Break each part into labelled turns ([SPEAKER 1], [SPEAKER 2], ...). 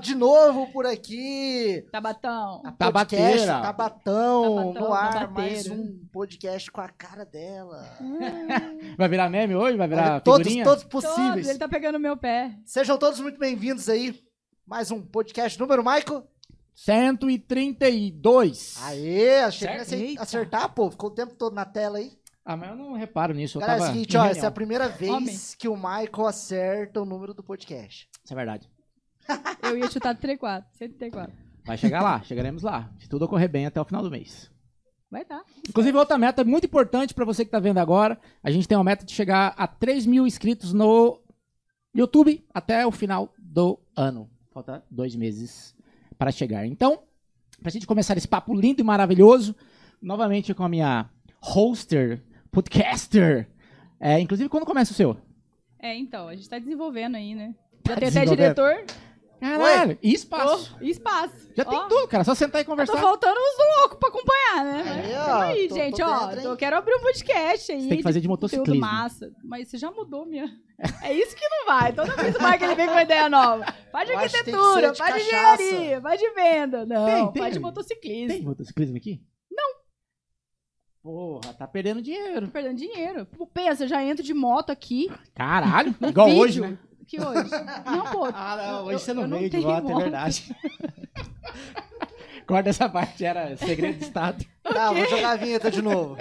[SPEAKER 1] de novo por aqui.
[SPEAKER 2] Tabatão.
[SPEAKER 1] A
[SPEAKER 3] Tabateira.
[SPEAKER 1] podcast Tabatão,
[SPEAKER 2] Tabatão,
[SPEAKER 1] no ar,
[SPEAKER 2] Tabateira.
[SPEAKER 1] mais um podcast com a cara dela.
[SPEAKER 3] Vai virar meme hoje? Vai virar
[SPEAKER 1] Olha, todos,
[SPEAKER 3] figurinha?
[SPEAKER 1] todos
[SPEAKER 2] Todos,
[SPEAKER 1] possíveis.
[SPEAKER 2] ele tá pegando meu pé.
[SPEAKER 1] Sejam todos muito bem-vindos aí. Mais um podcast número, Maico.
[SPEAKER 3] 132.
[SPEAKER 1] Aê, achei que ia
[SPEAKER 3] Certo.
[SPEAKER 1] acer-
[SPEAKER 2] Eita.
[SPEAKER 1] acertar, pô. Ficou o tempo todo na tela aí.
[SPEAKER 3] Ah, mas eu não reparo nisso. Eu
[SPEAKER 1] Galera, é o
[SPEAKER 3] tava
[SPEAKER 1] seguinte,
[SPEAKER 3] em
[SPEAKER 1] ó,
[SPEAKER 3] reunião.
[SPEAKER 1] essa é a primeira vez
[SPEAKER 2] Homem.
[SPEAKER 1] que o Michael acerta o número do podcast.
[SPEAKER 3] Isso é verdade.
[SPEAKER 2] Eu ia chutar 34, 134.
[SPEAKER 3] Vai chegar lá, chegaremos lá. Se tudo ocorrer bem até o final do mês.
[SPEAKER 2] Vai tá.
[SPEAKER 3] Inclusive, outra meta muito importante pra você que tá vendo agora. A gente tem uma meta de chegar a 3 mil inscritos no YouTube até o final do ano. Falta dois meses para chegar. Então, pra gente começar esse papo lindo e maravilhoso, novamente com a minha hoster, podcaster. É, inclusive, quando começa o seu?
[SPEAKER 2] É, então, a gente tá desenvolvendo aí, né? Já
[SPEAKER 3] Tá
[SPEAKER 2] tem até
[SPEAKER 3] desenvolvendo.
[SPEAKER 2] diretor
[SPEAKER 3] Caralho, e espaço.
[SPEAKER 2] oh, e espaço.
[SPEAKER 3] Já
[SPEAKER 2] Ó,
[SPEAKER 3] tem tudo, cara. Só sentar e
[SPEAKER 2] Tô
[SPEAKER 3] conversar.
[SPEAKER 2] faltando uns loucos pra acompanhar, né? Mas
[SPEAKER 1] Aí,
[SPEAKER 2] tamo
[SPEAKER 1] ó,
[SPEAKER 2] aí,
[SPEAKER 1] tô-
[SPEAKER 2] gente,
[SPEAKER 1] tô
[SPEAKER 2] ó.
[SPEAKER 1] dentro, hein?
[SPEAKER 2] eu quero abrir um podcast aí.
[SPEAKER 3] Você tem que fazer de
[SPEAKER 2] Conteúdo
[SPEAKER 3] motociclismo.
[SPEAKER 2] massa. Mas você já mudou minha. É isso que não vai. Toda vez o Marco ele vem com uma ideia nova. Faz de
[SPEAKER 1] Eu acho que tem que
[SPEAKER 2] arquitetura,
[SPEAKER 1] ser de
[SPEAKER 2] faz de
[SPEAKER 1] cachaça.
[SPEAKER 2] engenharia, faz de venda. Não,
[SPEAKER 3] Tem, tem.
[SPEAKER 2] faz de motociclismo.
[SPEAKER 3] Tem motociclismo aqui? Não. Porra, tá perdendo dinheiro.
[SPEAKER 2] Tô perdendo dinheiro. Pô, pensa, eu já entro de moto aqui.
[SPEAKER 3] Caralho. Igual
[SPEAKER 2] vídeo.
[SPEAKER 3] hoje, né?
[SPEAKER 2] Que hoje? Não, pô.
[SPEAKER 3] Ah, não.
[SPEAKER 2] Eu-
[SPEAKER 3] Hoje você
[SPEAKER 2] eu-
[SPEAKER 3] não
[SPEAKER 2] eu não
[SPEAKER 3] veio de
[SPEAKER 2] tenho
[SPEAKER 3] moto, é
[SPEAKER 2] moto.
[SPEAKER 3] verdade. Corta essa parte, era segredo de Estado.
[SPEAKER 1] Tá, vou jogar a vinheta de novo.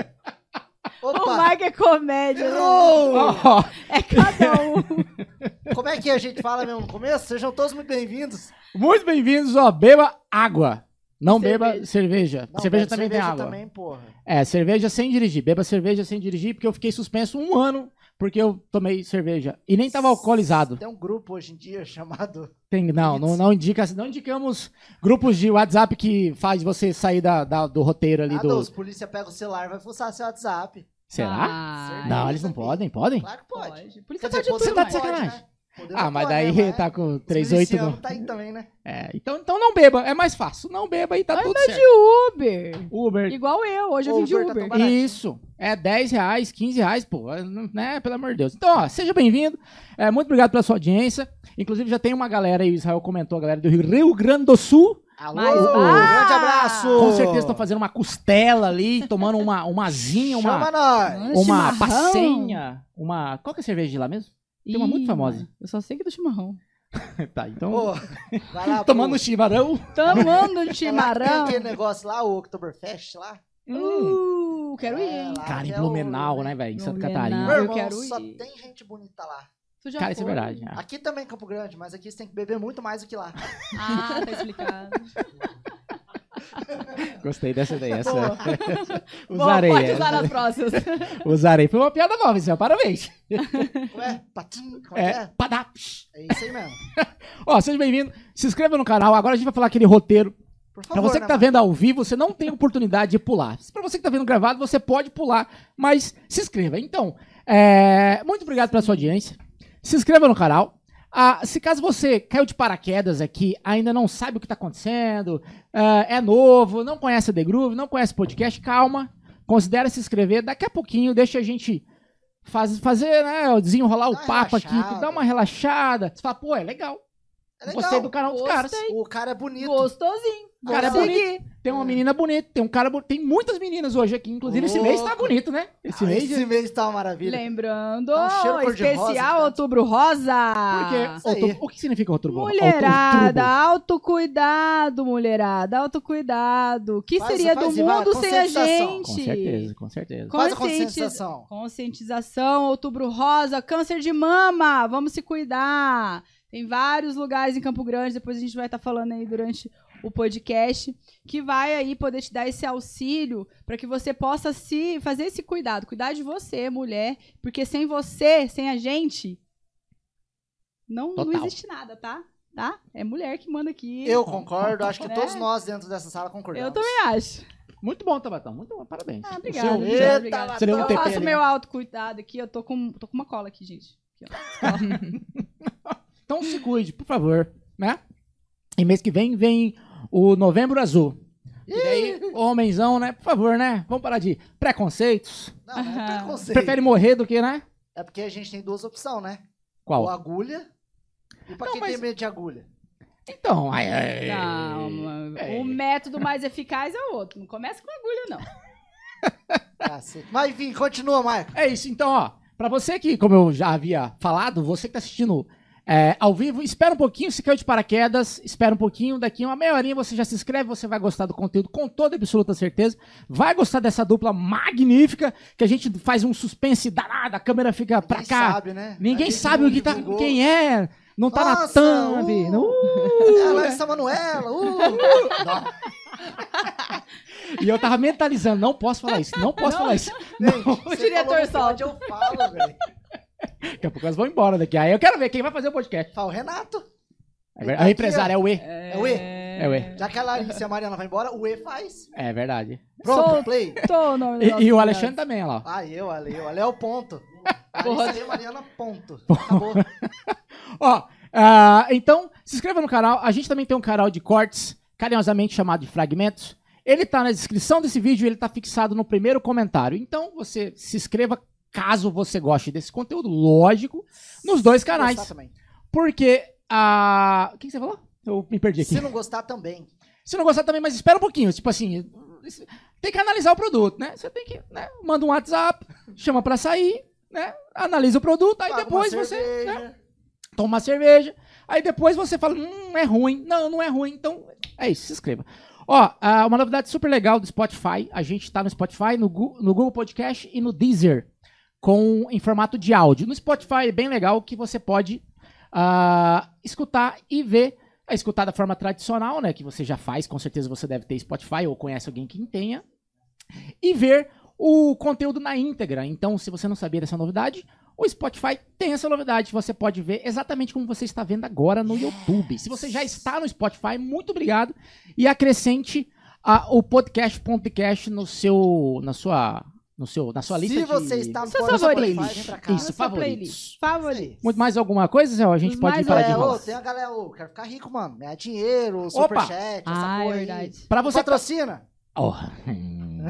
[SPEAKER 2] O
[SPEAKER 1] Opa!
[SPEAKER 2] Marco é comédia. né?
[SPEAKER 1] Errou!
[SPEAKER 3] Ó,
[SPEAKER 2] É cada um.
[SPEAKER 1] Como é que a gente fala mesmo no começo? Sejam todos muito bem-vindos.
[SPEAKER 3] muito bem-vindos, ó. Beba água. Não beba
[SPEAKER 2] Cerveja.
[SPEAKER 3] cerveja.
[SPEAKER 1] Não,
[SPEAKER 3] cerveja
[SPEAKER 1] bebe
[SPEAKER 3] também tem
[SPEAKER 1] cerveja
[SPEAKER 3] água.
[SPEAKER 1] também, porra.
[SPEAKER 3] É, cerveja sem dirigir. Beba cerveja sem dirigir, porque eu fiquei suspenso um ano porque eu tomei cerveja. E nem tava alcoolizado.
[SPEAKER 1] Tem um grupo hoje em dia chamado.
[SPEAKER 3] Tem- não, não, não indica, não indicamos grupos de WhatsApp que faz você sair da, da- do roteiro ali
[SPEAKER 1] Ah, não,
[SPEAKER 3] do.
[SPEAKER 1] os polícia pega o celular e vai fuçar seu WhatsApp.
[SPEAKER 3] Será?
[SPEAKER 2] Ah,
[SPEAKER 1] Cerveja.
[SPEAKER 3] não, eles não podem, podem?
[SPEAKER 1] Claro que pode.
[SPEAKER 2] Pode. Por
[SPEAKER 1] Quer
[SPEAKER 2] isso que pode
[SPEAKER 1] dizer,
[SPEAKER 2] de
[SPEAKER 1] quando
[SPEAKER 2] tudo, né?
[SPEAKER 3] tá de
[SPEAKER 2] Marco.
[SPEAKER 3] sacanagem.
[SPEAKER 1] né? Poder não
[SPEAKER 3] Ah, mas
[SPEAKER 1] pode,
[SPEAKER 3] daí
[SPEAKER 1] né?
[SPEAKER 3] tá com
[SPEAKER 1] Os
[SPEAKER 3] 38
[SPEAKER 1] milicianos
[SPEAKER 3] no.
[SPEAKER 1] tá aí também, né?
[SPEAKER 3] É, então, então não beba, é mais fácil. Não beba e tá
[SPEAKER 2] Ai,
[SPEAKER 3] tudo
[SPEAKER 2] mas
[SPEAKER 3] certo.
[SPEAKER 2] de Ah, Uber.
[SPEAKER 3] Uber. tá
[SPEAKER 2] Igual eu, hoje eu vim de
[SPEAKER 1] Uber tá tão
[SPEAKER 2] Uber.
[SPEAKER 1] barato.
[SPEAKER 3] Isso. É 10 reais, 15 reais, pô. é, não- Né? Pelo amor de Deus. Então, ó, seja bem-vindo. É, muito obrigado pela sua audiência. Inclusive, já tem uma galera aí, o Israel comentou, a galera do Rio Grande do Sul.
[SPEAKER 1] Alô!
[SPEAKER 2] Mas-
[SPEAKER 1] Um grande
[SPEAKER 2] Ah!
[SPEAKER 1] abraço!
[SPEAKER 3] Com certeza estão fazendo uma costela ali, tomando uma, uma asinha,
[SPEAKER 1] Chama
[SPEAKER 3] uma,
[SPEAKER 1] nós!
[SPEAKER 2] Mano,
[SPEAKER 3] uma
[SPEAKER 2] chimarrão.
[SPEAKER 3] passenha, uma... Qual que é a cerveja de lá mesmo? Tem uma muito
[SPEAKER 2] Ih,
[SPEAKER 3] famosa.
[SPEAKER 2] Eu só sei que do chimarrão.
[SPEAKER 3] tá, então...
[SPEAKER 1] Pô, vai lá,
[SPEAKER 3] tomando
[SPEAKER 1] pô.
[SPEAKER 3] chimarrão.
[SPEAKER 2] Tomando
[SPEAKER 1] Lá que Tem
[SPEAKER 2] chimarrão.
[SPEAKER 1] aquele negócio lá, o Oktoberfest lá.
[SPEAKER 2] Uh, quero ir.
[SPEAKER 1] É,
[SPEAKER 2] hein?
[SPEAKER 1] lá
[SPEAKER 3] Cara,
[SPEAKER 1] que
[SPEAKER 3] em
[SPEAKER 1] é
[SPEAKER 3] Blumenau, né, velho? Em Santa
[SPEAKER 2] Blumenau.
[SPEAKER 1] O...
[SPEAKER 3] Catarina.
[SPEAKER 2] Ah,
[SPEAKER 1] Meu
[SPEAKER 2] eu
[SPEAKER 1] irmão,
[SPEAKER 2] quero
[SPEAKER 1] só
[SPEAKER 2] ir.
[SPEAKER 1] tem gente bonita lá.
[SPEAKER 2] Tu já
[SPEAKER 3] Cara, isso é
[SPEAKER 2] foi?
[SPEAKER 3] verdade. né?
[SPEAKER 1] Aqui também é Campo Grande, mas aqui você tem que beber muito mais do que lá.
[SPEAKER 2] Ah, tá explicado.
[SPEAKER 3] Gostei dessa ideia. Essa...
[SPEAKER 2] Boa.
[SPEAKER 3] usarei.
[SPEAKER 2] Bom, pode
[SPEAKER 3] essa.
[SPEAKER 2] usar nas próximas.
[SPEAKER 3] Usarei. Foi uma piada nova, isso é parabéns.
[SPEAKER 1] Como é? Patim, como é?
[SPEAKER 3] É,
[SPEAKER 1] que
[SPEAKER 3] padá.
[SPEAKER 1] É, é isso aí mesmo.
[SPEAKER 3] Ó, seja bem-vindo. Se inscreva no canal. Agora a gente vai falar aquele roteiro.
[SPEAKER 1] Por favor,
[SPEAKER 3] Pra você que
[SPEAKER 1] né,
[SPEAKER 3] tá
[SPEAKER 1] mano?
[SPEAKER 3] vendo ao vivo, você não tem oportunidade de pular. Pra você que tá vendo gravado, você pode pular, mas se inscreva. Então, é, muito obrigado pela sua audiência. Se inscreva no canal. Ah, se caso você caiu de paraquedas aqui, ainda não sabe o que tá acontecendo, ah, é novo, não conhece a The Groove, não conhece o podcast, calma. Considera se inscrever. Daqui a pouquinho, deixa a gente faz- fazer, né, desenrolar
[SPEAKER 1] Dá uma
[SPEAKER 3] o papo aqui,
[SPEAKER 1] relaxada.
[SPEAKER 3] dá uma relaxada. Você fala, pô, é legal.
[SPEAKER 1] É legal.
[SPEAKER 3] Gostei do canal dos
[SPEAKER 2] Gostei.
[SPEAKER 3] caras.
[SPEAKER 1] O cara é bonito.
[SPEAKER 2] Gostosinho.
[SPEAKER 3] O cara é
[SPEAKER 2] Vou
[SPEAKER 3] bonito.
[SPEAKER 2] seguir.
[SPEAKER 3] Tem uma menina bonita, tem um cara bonito. Tem muitas meninas hoje aqui. Inclusive, esse mês tá
[SPEAKER 1] Louco.
[SPEAKER 3] bonito, né? Esse
[SPEAKER 1] Ah,
[SPEAKER 3] mês.
[SPEAKER 1] esse mês tá uma maravilha.
[SPEAKER 2] Lembrando,
[SPEAKER 1] Tá um cheiro cor-de-rosa,
[SPEAKER 2] especial
[SPEAKER 1] cara.
[SPEAKER 2] Outubro Rosa.
[SPEAKER 3] Porque.
[SPEAKER 1] isso aí.
[SPEAKER 3] outubro- o que significa outubro?
[SPEAKER 2] tá Mulherada,
[SPEAKER 3] Outubro.
[SPEAKER 2] autocuidado, mulherada, autocuidado. O que
[SPEAKER 1] Faz-
[SPEAKER 2] seria
[SPEAKER 1] faz
[SPEAKER 2] do
[SPEAKER 1] e vai,
[SPEAKER 2] mundo sem a
[SPEAKER 1] conscientização.
[SPEAKER 2] gente?
[SPEAKER 3] Com certeza, com certeza.
[SPEAKER 1] Faz a
[SPEAKER 2] Conscienti-
[SPEAKER 1] conscientização.
[SPEAKER 2] Conscientização, outubro rosa, câncer de mama, vamos se cuidar. Tem vários lugares em Campo Grande, depois a gente vai estar falando aí durante o podcast, que vai aí poder te dar esse auxílio para que você possa se fazer esse cuidado, cuidar de você, mulher, porque sem você, sem a gente, não, não
[SPEAKER 3] Total.
[SPEAKER 2] existe nada, tá? Tá? É mulher que manda aqui.
[SPEAKER 1] Eu concordo, acho que
[SPEAKER 2] Né?
[SPEAKER 1] todos nós dentro dessa sala concordamos.
[SPEAKER 2] Eu também acho.
[SPEAKER 3] Muito bom, Tabatão. Muito bom. Parabéns.
[SPEAKER 2] Ah,
[SPEAKER 3] O
[SPEAKER 2] obrigada,
[SPEAKER 3] seu-
[SPEAKER 2] obrigada.
[SPEAKER 1] Eita,
[SPEAKER 2] obrigada.
[SPEAKER 3] Seria um
[SPEAKER 2] eu
[SPEAKER 3] TP
[SPEAKER 2] faço
[SPEAKER 3] ali.
[SPEAKER 2] meu autocuidado aqui, eu tô com, tô com uma cola aqui, gente. Aqui, ó. Cola.
[SPEAKER 3] Então se cuide, por favor. Né? E mês que vem vem o Novembro Azul. E daí, homenzão, né? Por favor, né? Vamos parar de preconceitos.
[SPEAKER 1] Não, não é
[SPEAKER 2] Aham.
[SPEAKER 1] preconceito.
[SPEAKER 3] Prefere morrer do que, né?
[SPEAKER 1] É porque a gente tem duas opções, né? Ou
[SPEAKER 3] Qual?
[SPEAKER 1] agulha. E pra
[SPEAKER 3] Não,
[SPEAKER 1] quem
[SPEAKER 3] mas-
[SPEAKER 1] tem medo de agulha?
[SPEAKER 3] Então, ai, ai.
[SPEAKER 2] Calma.
[SPEAKER 3] É.
[SPEAKER 2] O método mais eficaz é o outro. Não começa com agulha, não.
[SPEAKER 1] Cacete. Ah, Mas enfim, continua, Marco.
[SPEAKER 3] É isso, então, ó. Pra você que, como eu já havia falado, você que tá assistindo é, ao vivo, espera um pouquinho, se caiu de paraquedas, espera um pouquinho, daqui uma meia horinha você já se inscreve, você vai gostar do conteúdo com toda absoluta certeza, vai gostar dessa dupla magnífica, que a gente faz um suspense danado, a câmera fica pra
[SPEAKER 1] Ninguém
[SPEAKER 3] cá,
[SPEAKER 1] sabe, né?
[SPEAKER 3] ninguém sabe o que tá, quem é, não tá na
[SPEAKER 1] Nossa,
[SPEAKER 3] thumb,
[SPEAKER 1] uh.
[SPEAKER 3] não-
[SPEAKER 1] é.
[SPEAKER 3] né?
[SPEAKER 1] A Larissa Manuela. Uh. Não,
[SPEAKER 3] e eu tava mentalizando, não posso falar isso, não posso
[SPEAKER 2] Não.
[SPEAKER 3] falar isso,
[SPEAKER 1] gente,
[SPEAKER 2] O
[SPEAKER 1] você
[SPEAKER 2] diretor
[SPEAKER 1] falou que
[SPEAKER 2] solta.
[SPEAKER 1] Eu falo, velho.
[SPEAKER 3] daqui a pouco elas vão embora daqui, aí eu quero ver quem vai fazer o podcast,
[SPEAKER 1] Fala, o Renato.
[SPEAKER 3] a empresária é o E,
[SPEAKER 2] É,
[SPEAKER 1] o E.
[SPEAKER 3] é o E,
[SPEAKER 1] Já que a Larissa e a Mariana vai embora, o E faz.
[SPEAKER 3] é verdade.
[SPEAKER 1] Pronto,
[SPEAKER 2] Solta.
[SPEAKER 1] play.
[SPEAKER 2] Tô o nome
[SPEAKER 1] um
[SPEAKER 2] do nosso
[SPEAKER 3] E, e o
[SPEAKER 2] convidado.
[SPEAKER 3] Alexandre também, olha lá. ó.
[SPEAKER 1] Ah, eu, Ale. O Ale é o ponto.
[SPEAKER 2] Porra.
[SPEAKER 1] Larissa e Mariana, ponto. Acabou.
[SPEAKER 3] Ó, ah, então, se inscreva no canal. A gente também tem um canal de cortes, carinhosamente chamado de Fragmentos. Ele tá na descrição desse vídeo, ele tá fixado no primeiro comentário. Então, você se inscreva caso você goste desse conteúdo, lógico, nos dois
[SPEAKER 1] Se não gostar
[SPEAKER 3] canais.
[SPEAKER 1] também.
[SPEAKER 3] Porque a. O que, que você falou? Eu me perdi aqui.
[SPEAKER 1] Se não gostar também.
[SPEAKER 3] Se não gostar também, mas espera um pouquinho. Tipo assim, isso- tem que analisar o produto, né? Você tem que, né? Manda um WhatsApp, chama pra sair, né? Analisa o produto, aí
[SPEAKER 1] Paga uma
[SPEAKER 3] depois você. né?
[SPEAKER 1] cerveja.
[SPEAKER 3] toma uma cerveja. Aí depois você fala, hum, é ruim. Não, não é ruim. Então, é isso, se inscreva. Ó, ah, uma novidade super legal do Spotify. A gente tá no Spotify, no, Gu- no Google Podcast e no Deezer. Com, em formato de áudio. No Spotify é bem legal que você pode ah, escutar e ver. É escutar da forma tradicional, né? Que você já faz, com certeza você deve ter Spotify ou conhece alguém que tenha. E ver o conteúdo na íntegra. Então, se você não sabia dessa novidade, o Spotify tem essa novidade. Você pode ver exatamente como você está vendo agora no YouTube. Se você já está no Spotify, muito obrigado. E acrescente ah, o podcast podcast no seu. na sua. No seu, na sua lista
[SPEAKER 1] Se você
[SPEAKER 3] de...
[SPEAKER 1] está no
[SPEAKER 2] Seus
[SPEAKER 1] Spotify,
[SPEAKER 2] favoritos.
[SPEAKER 1] vem pra cá.
[SPEAKER 3] Isso,
[SPEAKER 2] Nossa
[SPEAKER 3] favoritos.
[SPEAKER 2] Favorito.
[SPEAKER 3] Muito mais alguma coisa, Zé? A gente
[SPEAKER 2] Os
[SPEAKER 3] pode
[SPEAKER 2] mais
[SPEAKER 3] parar
[SPEAKER 1] é,
[SPEAKER 3] de
[SPEAKER 1] ô,
[SPEAKER 3] rolar.
[SPEAKER 1] tem a galera, ô, quero ficar rico, mano. Ganhar dinheiro, superchat, essa
[SPEAKER 2] Ah, é
[SPEAKER 1] porra aí.
[SPEAKER 2] verdade.
[SPEAKER 3] Pra você. tá
[SPEAKER 1] Patrocina.
[SPEAKER 3] Ó, hum.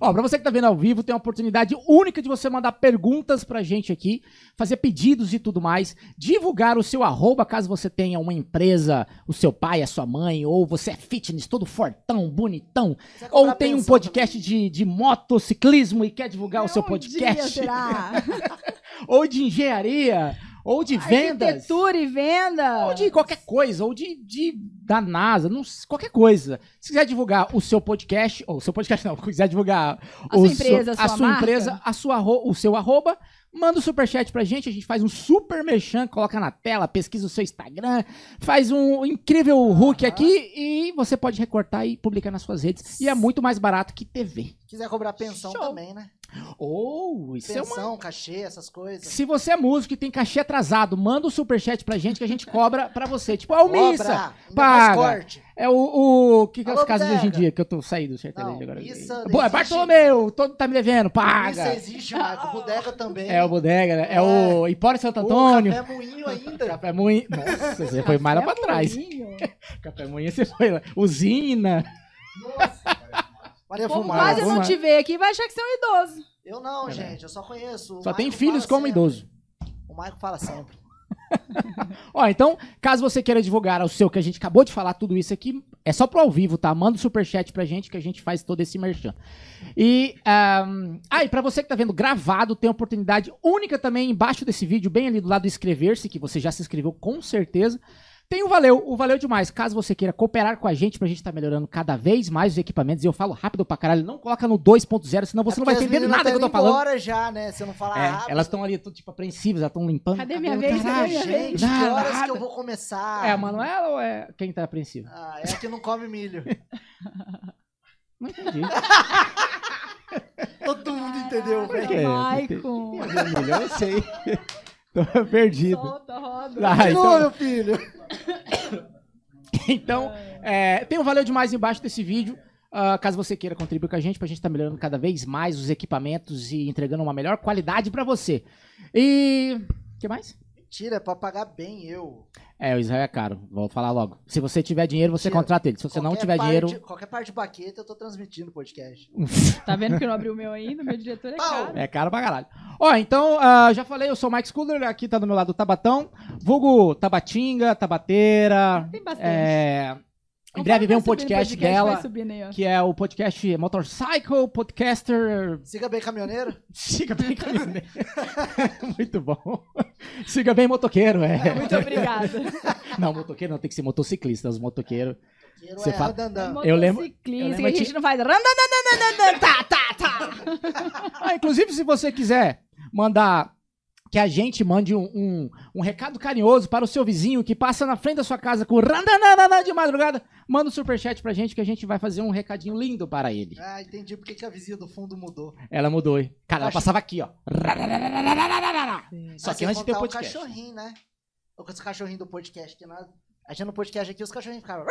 [SPEAKER 3] Ó, pra você que tá vendo ao vivo, tem uma oportunidade única de você mandar perguntas pra gente aqui, fazer pedidos e tudo mais, divulgar o seu arroba caso você tenha uma empresa, o seu pai, a sua mãe, ou você é fitness, todo fortão, bonitão,
[SPEAKER 1] Você
[SPEAKER 3] ou
[SPEAKER 1] compra
[SPEAKER 3] tem um
[SPEAKER 1] pensão
[SPEAKER 3] podcast de, de motociclismo e quer divulgar o seu
[SPEAKER 2] Onde ia
[SPEAKER 3] podcast,
[SPEAKER 2] será?
[SPEAKER 3] ou de engenharia, ou de vendas.
[SPEAKER 2] Arquitetura e venda.
[SPEAKER 3] Ou de qualquer coisa, ou de, de- da NASA, não, sei, qualquer coisa. Se quiser divulgar o seu podcast, ou o seu podcast não, se quiser divulgar
[SPEAKER 2] A
[SPEAKER 3] o
[SPEAKER 2] sua
[SPEAKER 3] seu-
[SPEAKER 2] empresa, a sua marca.
[SPEAKER 3] empresa, a sua arro- o seu arroba, manda o superchat pra gente, a gente faz um super merchan, coloca na tela, pesquisa o seu Instagram, faz um incrível hook
[SPEAKER 1] Aham.
[SPEAKER 3] aqui e você pode recortar e publicar nas suas redes. E é muito mais barato que TV.
[SPEAKER 1] também. Quiser cobrar pensão
[SPEAKER 3] Show.
[SPEAKER 1] também, né?
[SPEAKER 2] Oh,
[SPEAKER 3] Ou isso é uma
[SPEAKER 1] Pensão, cachê, essas coisas.
[SPEAKER 3] se você é músico e tem cachê atrasado, manda o superchat pra gente que a gente cobra pra você. Tipo, ó, o Missa,
[SPEAKER 1] Ainda
[SPEAKER 3] paga.
[SPEAKER 1] mais corte.
[SPEAKER 3] É o. o que que é os
[SPEAKER 1] Alô,
[SPEAKER 3] casos de hoje em
[SPEAKER 1] Bodega.
[SPEAKER 3] dia que eu tô saindo do sertanejo
[SPEAKER 1] Não,
[SPEAKER 3] agora?
[SPEAKER 1] isso
[SPEAKER 3] Pô, é
[SPEAKER 1] existe.
[SPEAKER 3] Bartolomeu, todo tá me devendo,
[SPEAKER 1] Isso
[SPEAKER 3] paga.
[SPEAKER 1] existe, Marco. Bodega também.
[SPEAKER 3] É o Bodega, né? É o Hipólito Santo
[SPEAKER 1] Pô,
[SPEAKER 3] Antônio.
[SPEAKER 1] Café moinho ainda.
[SPEAKER 3] Café Moinho. Nossa, você
[SPEAKER 1] Ah,
[SPEAKER 3] foi mais lá
[SPEAKER 2] é
[SPEAKER 1] é
[SPEAKER 2] um
[SPEAKER 3] pra trás. Café Moinho, você foi lá. Usina.
[SPEAKER 1] Maria
[SPEAKER 2] Como
[SPEAKER 1] Fumaça.
[SPEAKER 2] quase
[SPEAKER 3] Vamos
[SPEAKER 2] não
[SPEAKER 3] lá.
[SPEAKER 2] te ver aqui, vai achar que você é um idoso.
[SPEAKER 1] Eu não,
[SPEAKER 3] É, né?
[SPEAKER 1] gente. Eu só conheço. O é
[SPEAKER 3] Só tem
[SPEAKER 1] Marco
[SPEAKER 3] filhos
[SPEAKER 1] fala
[SPEAKER 3] como
[SPEAKER 1] sempre.
[SPEAKER 3] idoso.
[SPEAKER 1] O Marco fala sempre.
[SPEAKER 3] Ó, então, caso você queira divulgar o seu que a gente acabou de falar, tudo isso aqui, é só pro ao vivo, tá? Manda o superchat pra gente que a gente faz todo esse merchan. E. ahn, Ah, e pra você que tá vendo gravado, tem uma oportunidade única também embaixo desse vídeo, bem ali do lado inscrever-se, que você já se inscreveu com certeza. Tem o Valeu, o Valeu Demais. Caso você queira cooperar com a gente, pra gente tá melhorando cada vez mais os equipamentos, e eu falo rápido pra caralho, não coloca no 2.0, senão você
[SPEAKER 1] É
[SPEAKER 3] não vai
[SPEAKER 1] porque as
[SPEAKER 3] entender
[SPEAKER 1] meninas
[SPEAKER 3] nada
[SPEAKER 1] tão
[SPEAKER 3] que eu tô
[SPEAKER 1] indo
[SPEAKER 3] falando.
[SPEAKER 1] embora já, né? Se eu não falar
[SPEAKER 3] É,
[SPEAKER 1] rápido.
[SPEAKER 3] elas estão ali, tudo, tipo, apreensivas, elas estão limpando.
[SPEAKER 2] Cadê
[SPEAKER 3] o
[SPEAKER 2] minha
[SPEAKER 3] cabelo,
[SPEAKER 2] vez? Cadê
[SPEAKER 1] Ah,
[SPEAKER 3] caralho.
[SPEAKER 2] minha vez?
[SPEAKER 1] gente, que horas
[SPEAKER 3] Nada.
[SPEAKER 1] que eu vou começar?
[SPEAKER 3] É a Manuela ou é quem tá apreensivo?
[SPEAKER 1] Ah, é a que não come milho.
[SPEAKER 3] Não entendi.
[SPEAKER 1] Todo mundo entendeu,
[SPEAKER 3] Por
[SPEAKER 1] velho.
[SPEAKER 3] quê?
[SPEAKER 2] Maicon.
[SPEAKER 3] Melhor um eu sei. Tô perdido.
[SPEAKER 2] Solta, roda.
[SPEAKER 3] Ah,
[SPEAKER 1] Continua,
[SPEAKER 3] então,
[SPEAKER 1] meu filho. um
[SPEAKER 3] então é, tem um valeu demais embaixo desse vídeo. Ah, caso você queira contribuir com a gente, pra gente estar melhorando cada vez mais os equipamentos e entregando uma melhor qualidade pra você. E. O que mais?
[SPEAKER 1] Mentira, é pra pagar bem eu.
[SPEAKER 3] É, o Israel é caro, vou falar logo. Se você tiver dinheiro, você
[SPEAKER 1] Mentira.
[SPEAKER 3] contrata ele. Se você não
[SPEAKER 1] Qualquer
[SPEAKER 3] tiver
[SPEAKER 1] par de-
[SPEAKER 3] dinheiro.
[SPEAKER 1] Qualquer parte de baqueta eu tô transmitindo o podcast.
[SPEAKER 2] Tá vendo que eu não abri o meu ainda? Meu diretor é
[SPEAKER 1] Pau.
[SPEAKER 2] caro.
[SPEAKER 3] É caro pra caralho. Ó, então, ah, já falei, eu sou o Mike Sculler, aqui tá do meu lado o Tabatão, vulgo Tabatinga, Tabateira.
[SPEAKER 2] Tem bastante.
[SPEAKER 3] é, Em
[SPEAKER 2] Conforme
[SPEAKER 3] breve vem
[SPEAKER 2] vai
[SPEAKER 3] um
[SPEAKER 2] subindo o
[SPEAKER 3] podcast
[SPEAKER 2] vai
[SPEAKER 3] dela,
[SPEAKER 2] subindo aí, ó.
[SPEAKER 3] que é o podcast Motorcycle Podcaster.
[SPEAKER 1] Siga bem, caminhoneiro.
[SPEAKER 3] Siga bem, caminhoneiro. Muito bom. Siga bem, motoqueiro. É.
[SPEAKER 2] Muito obrigada.
[SPEAKER 3] Não, motoqueiro não, tem que ser motociclista, os motoqueiros.
[SPEAKER 1] Queiro
[SPEAKER 3] Você
[SPEAKER 1] é
[SPEAKER 3] fala-
[SPEAKER 1] Randandan.
[SPEAKER 3] Eu lembro-
[SPEAKER 2] Motociclista,
[SPEAKER 3] eu lembro
[SPEAKER 2] que a
[SPEAKER 3] que-
[SPEAKER 2] gente não faz. randandandandandan, Tá, tá, tá.
[SPEAKER 3] Ah, inclusive, se você quiser mandar que a gente mande um, um, um recado carinhoso para o seu vizinho que passa na frente da sua casa com randanana de madrugada, manda um superchat pra gente que a gente vai fazer um recadinho lindo para ele.
[SPEAKER 1] Ah, entendi por que que a vizinha do fundo mudou.
[SPEAKER 3] Ela mudou, hein? Cara, ela passava aqui, ó. Rararararararararararararararararararararararararararararararararararararararararararararararararararararararararararararararararararararará. Só
[SPEAKER 1] Ah,
[SPEAKER 3] que
[SPEAKER 1] sem
[SPEAKER 3] antes tem o
[SPEAKER 1] contar
[SPEAKER 3] podcast.
[SPEAKER 1] o cachorrinho, né? O com esse cachorrinho do podcast que nós... A gente no podcast aqui, os cachorrinhos ficavam...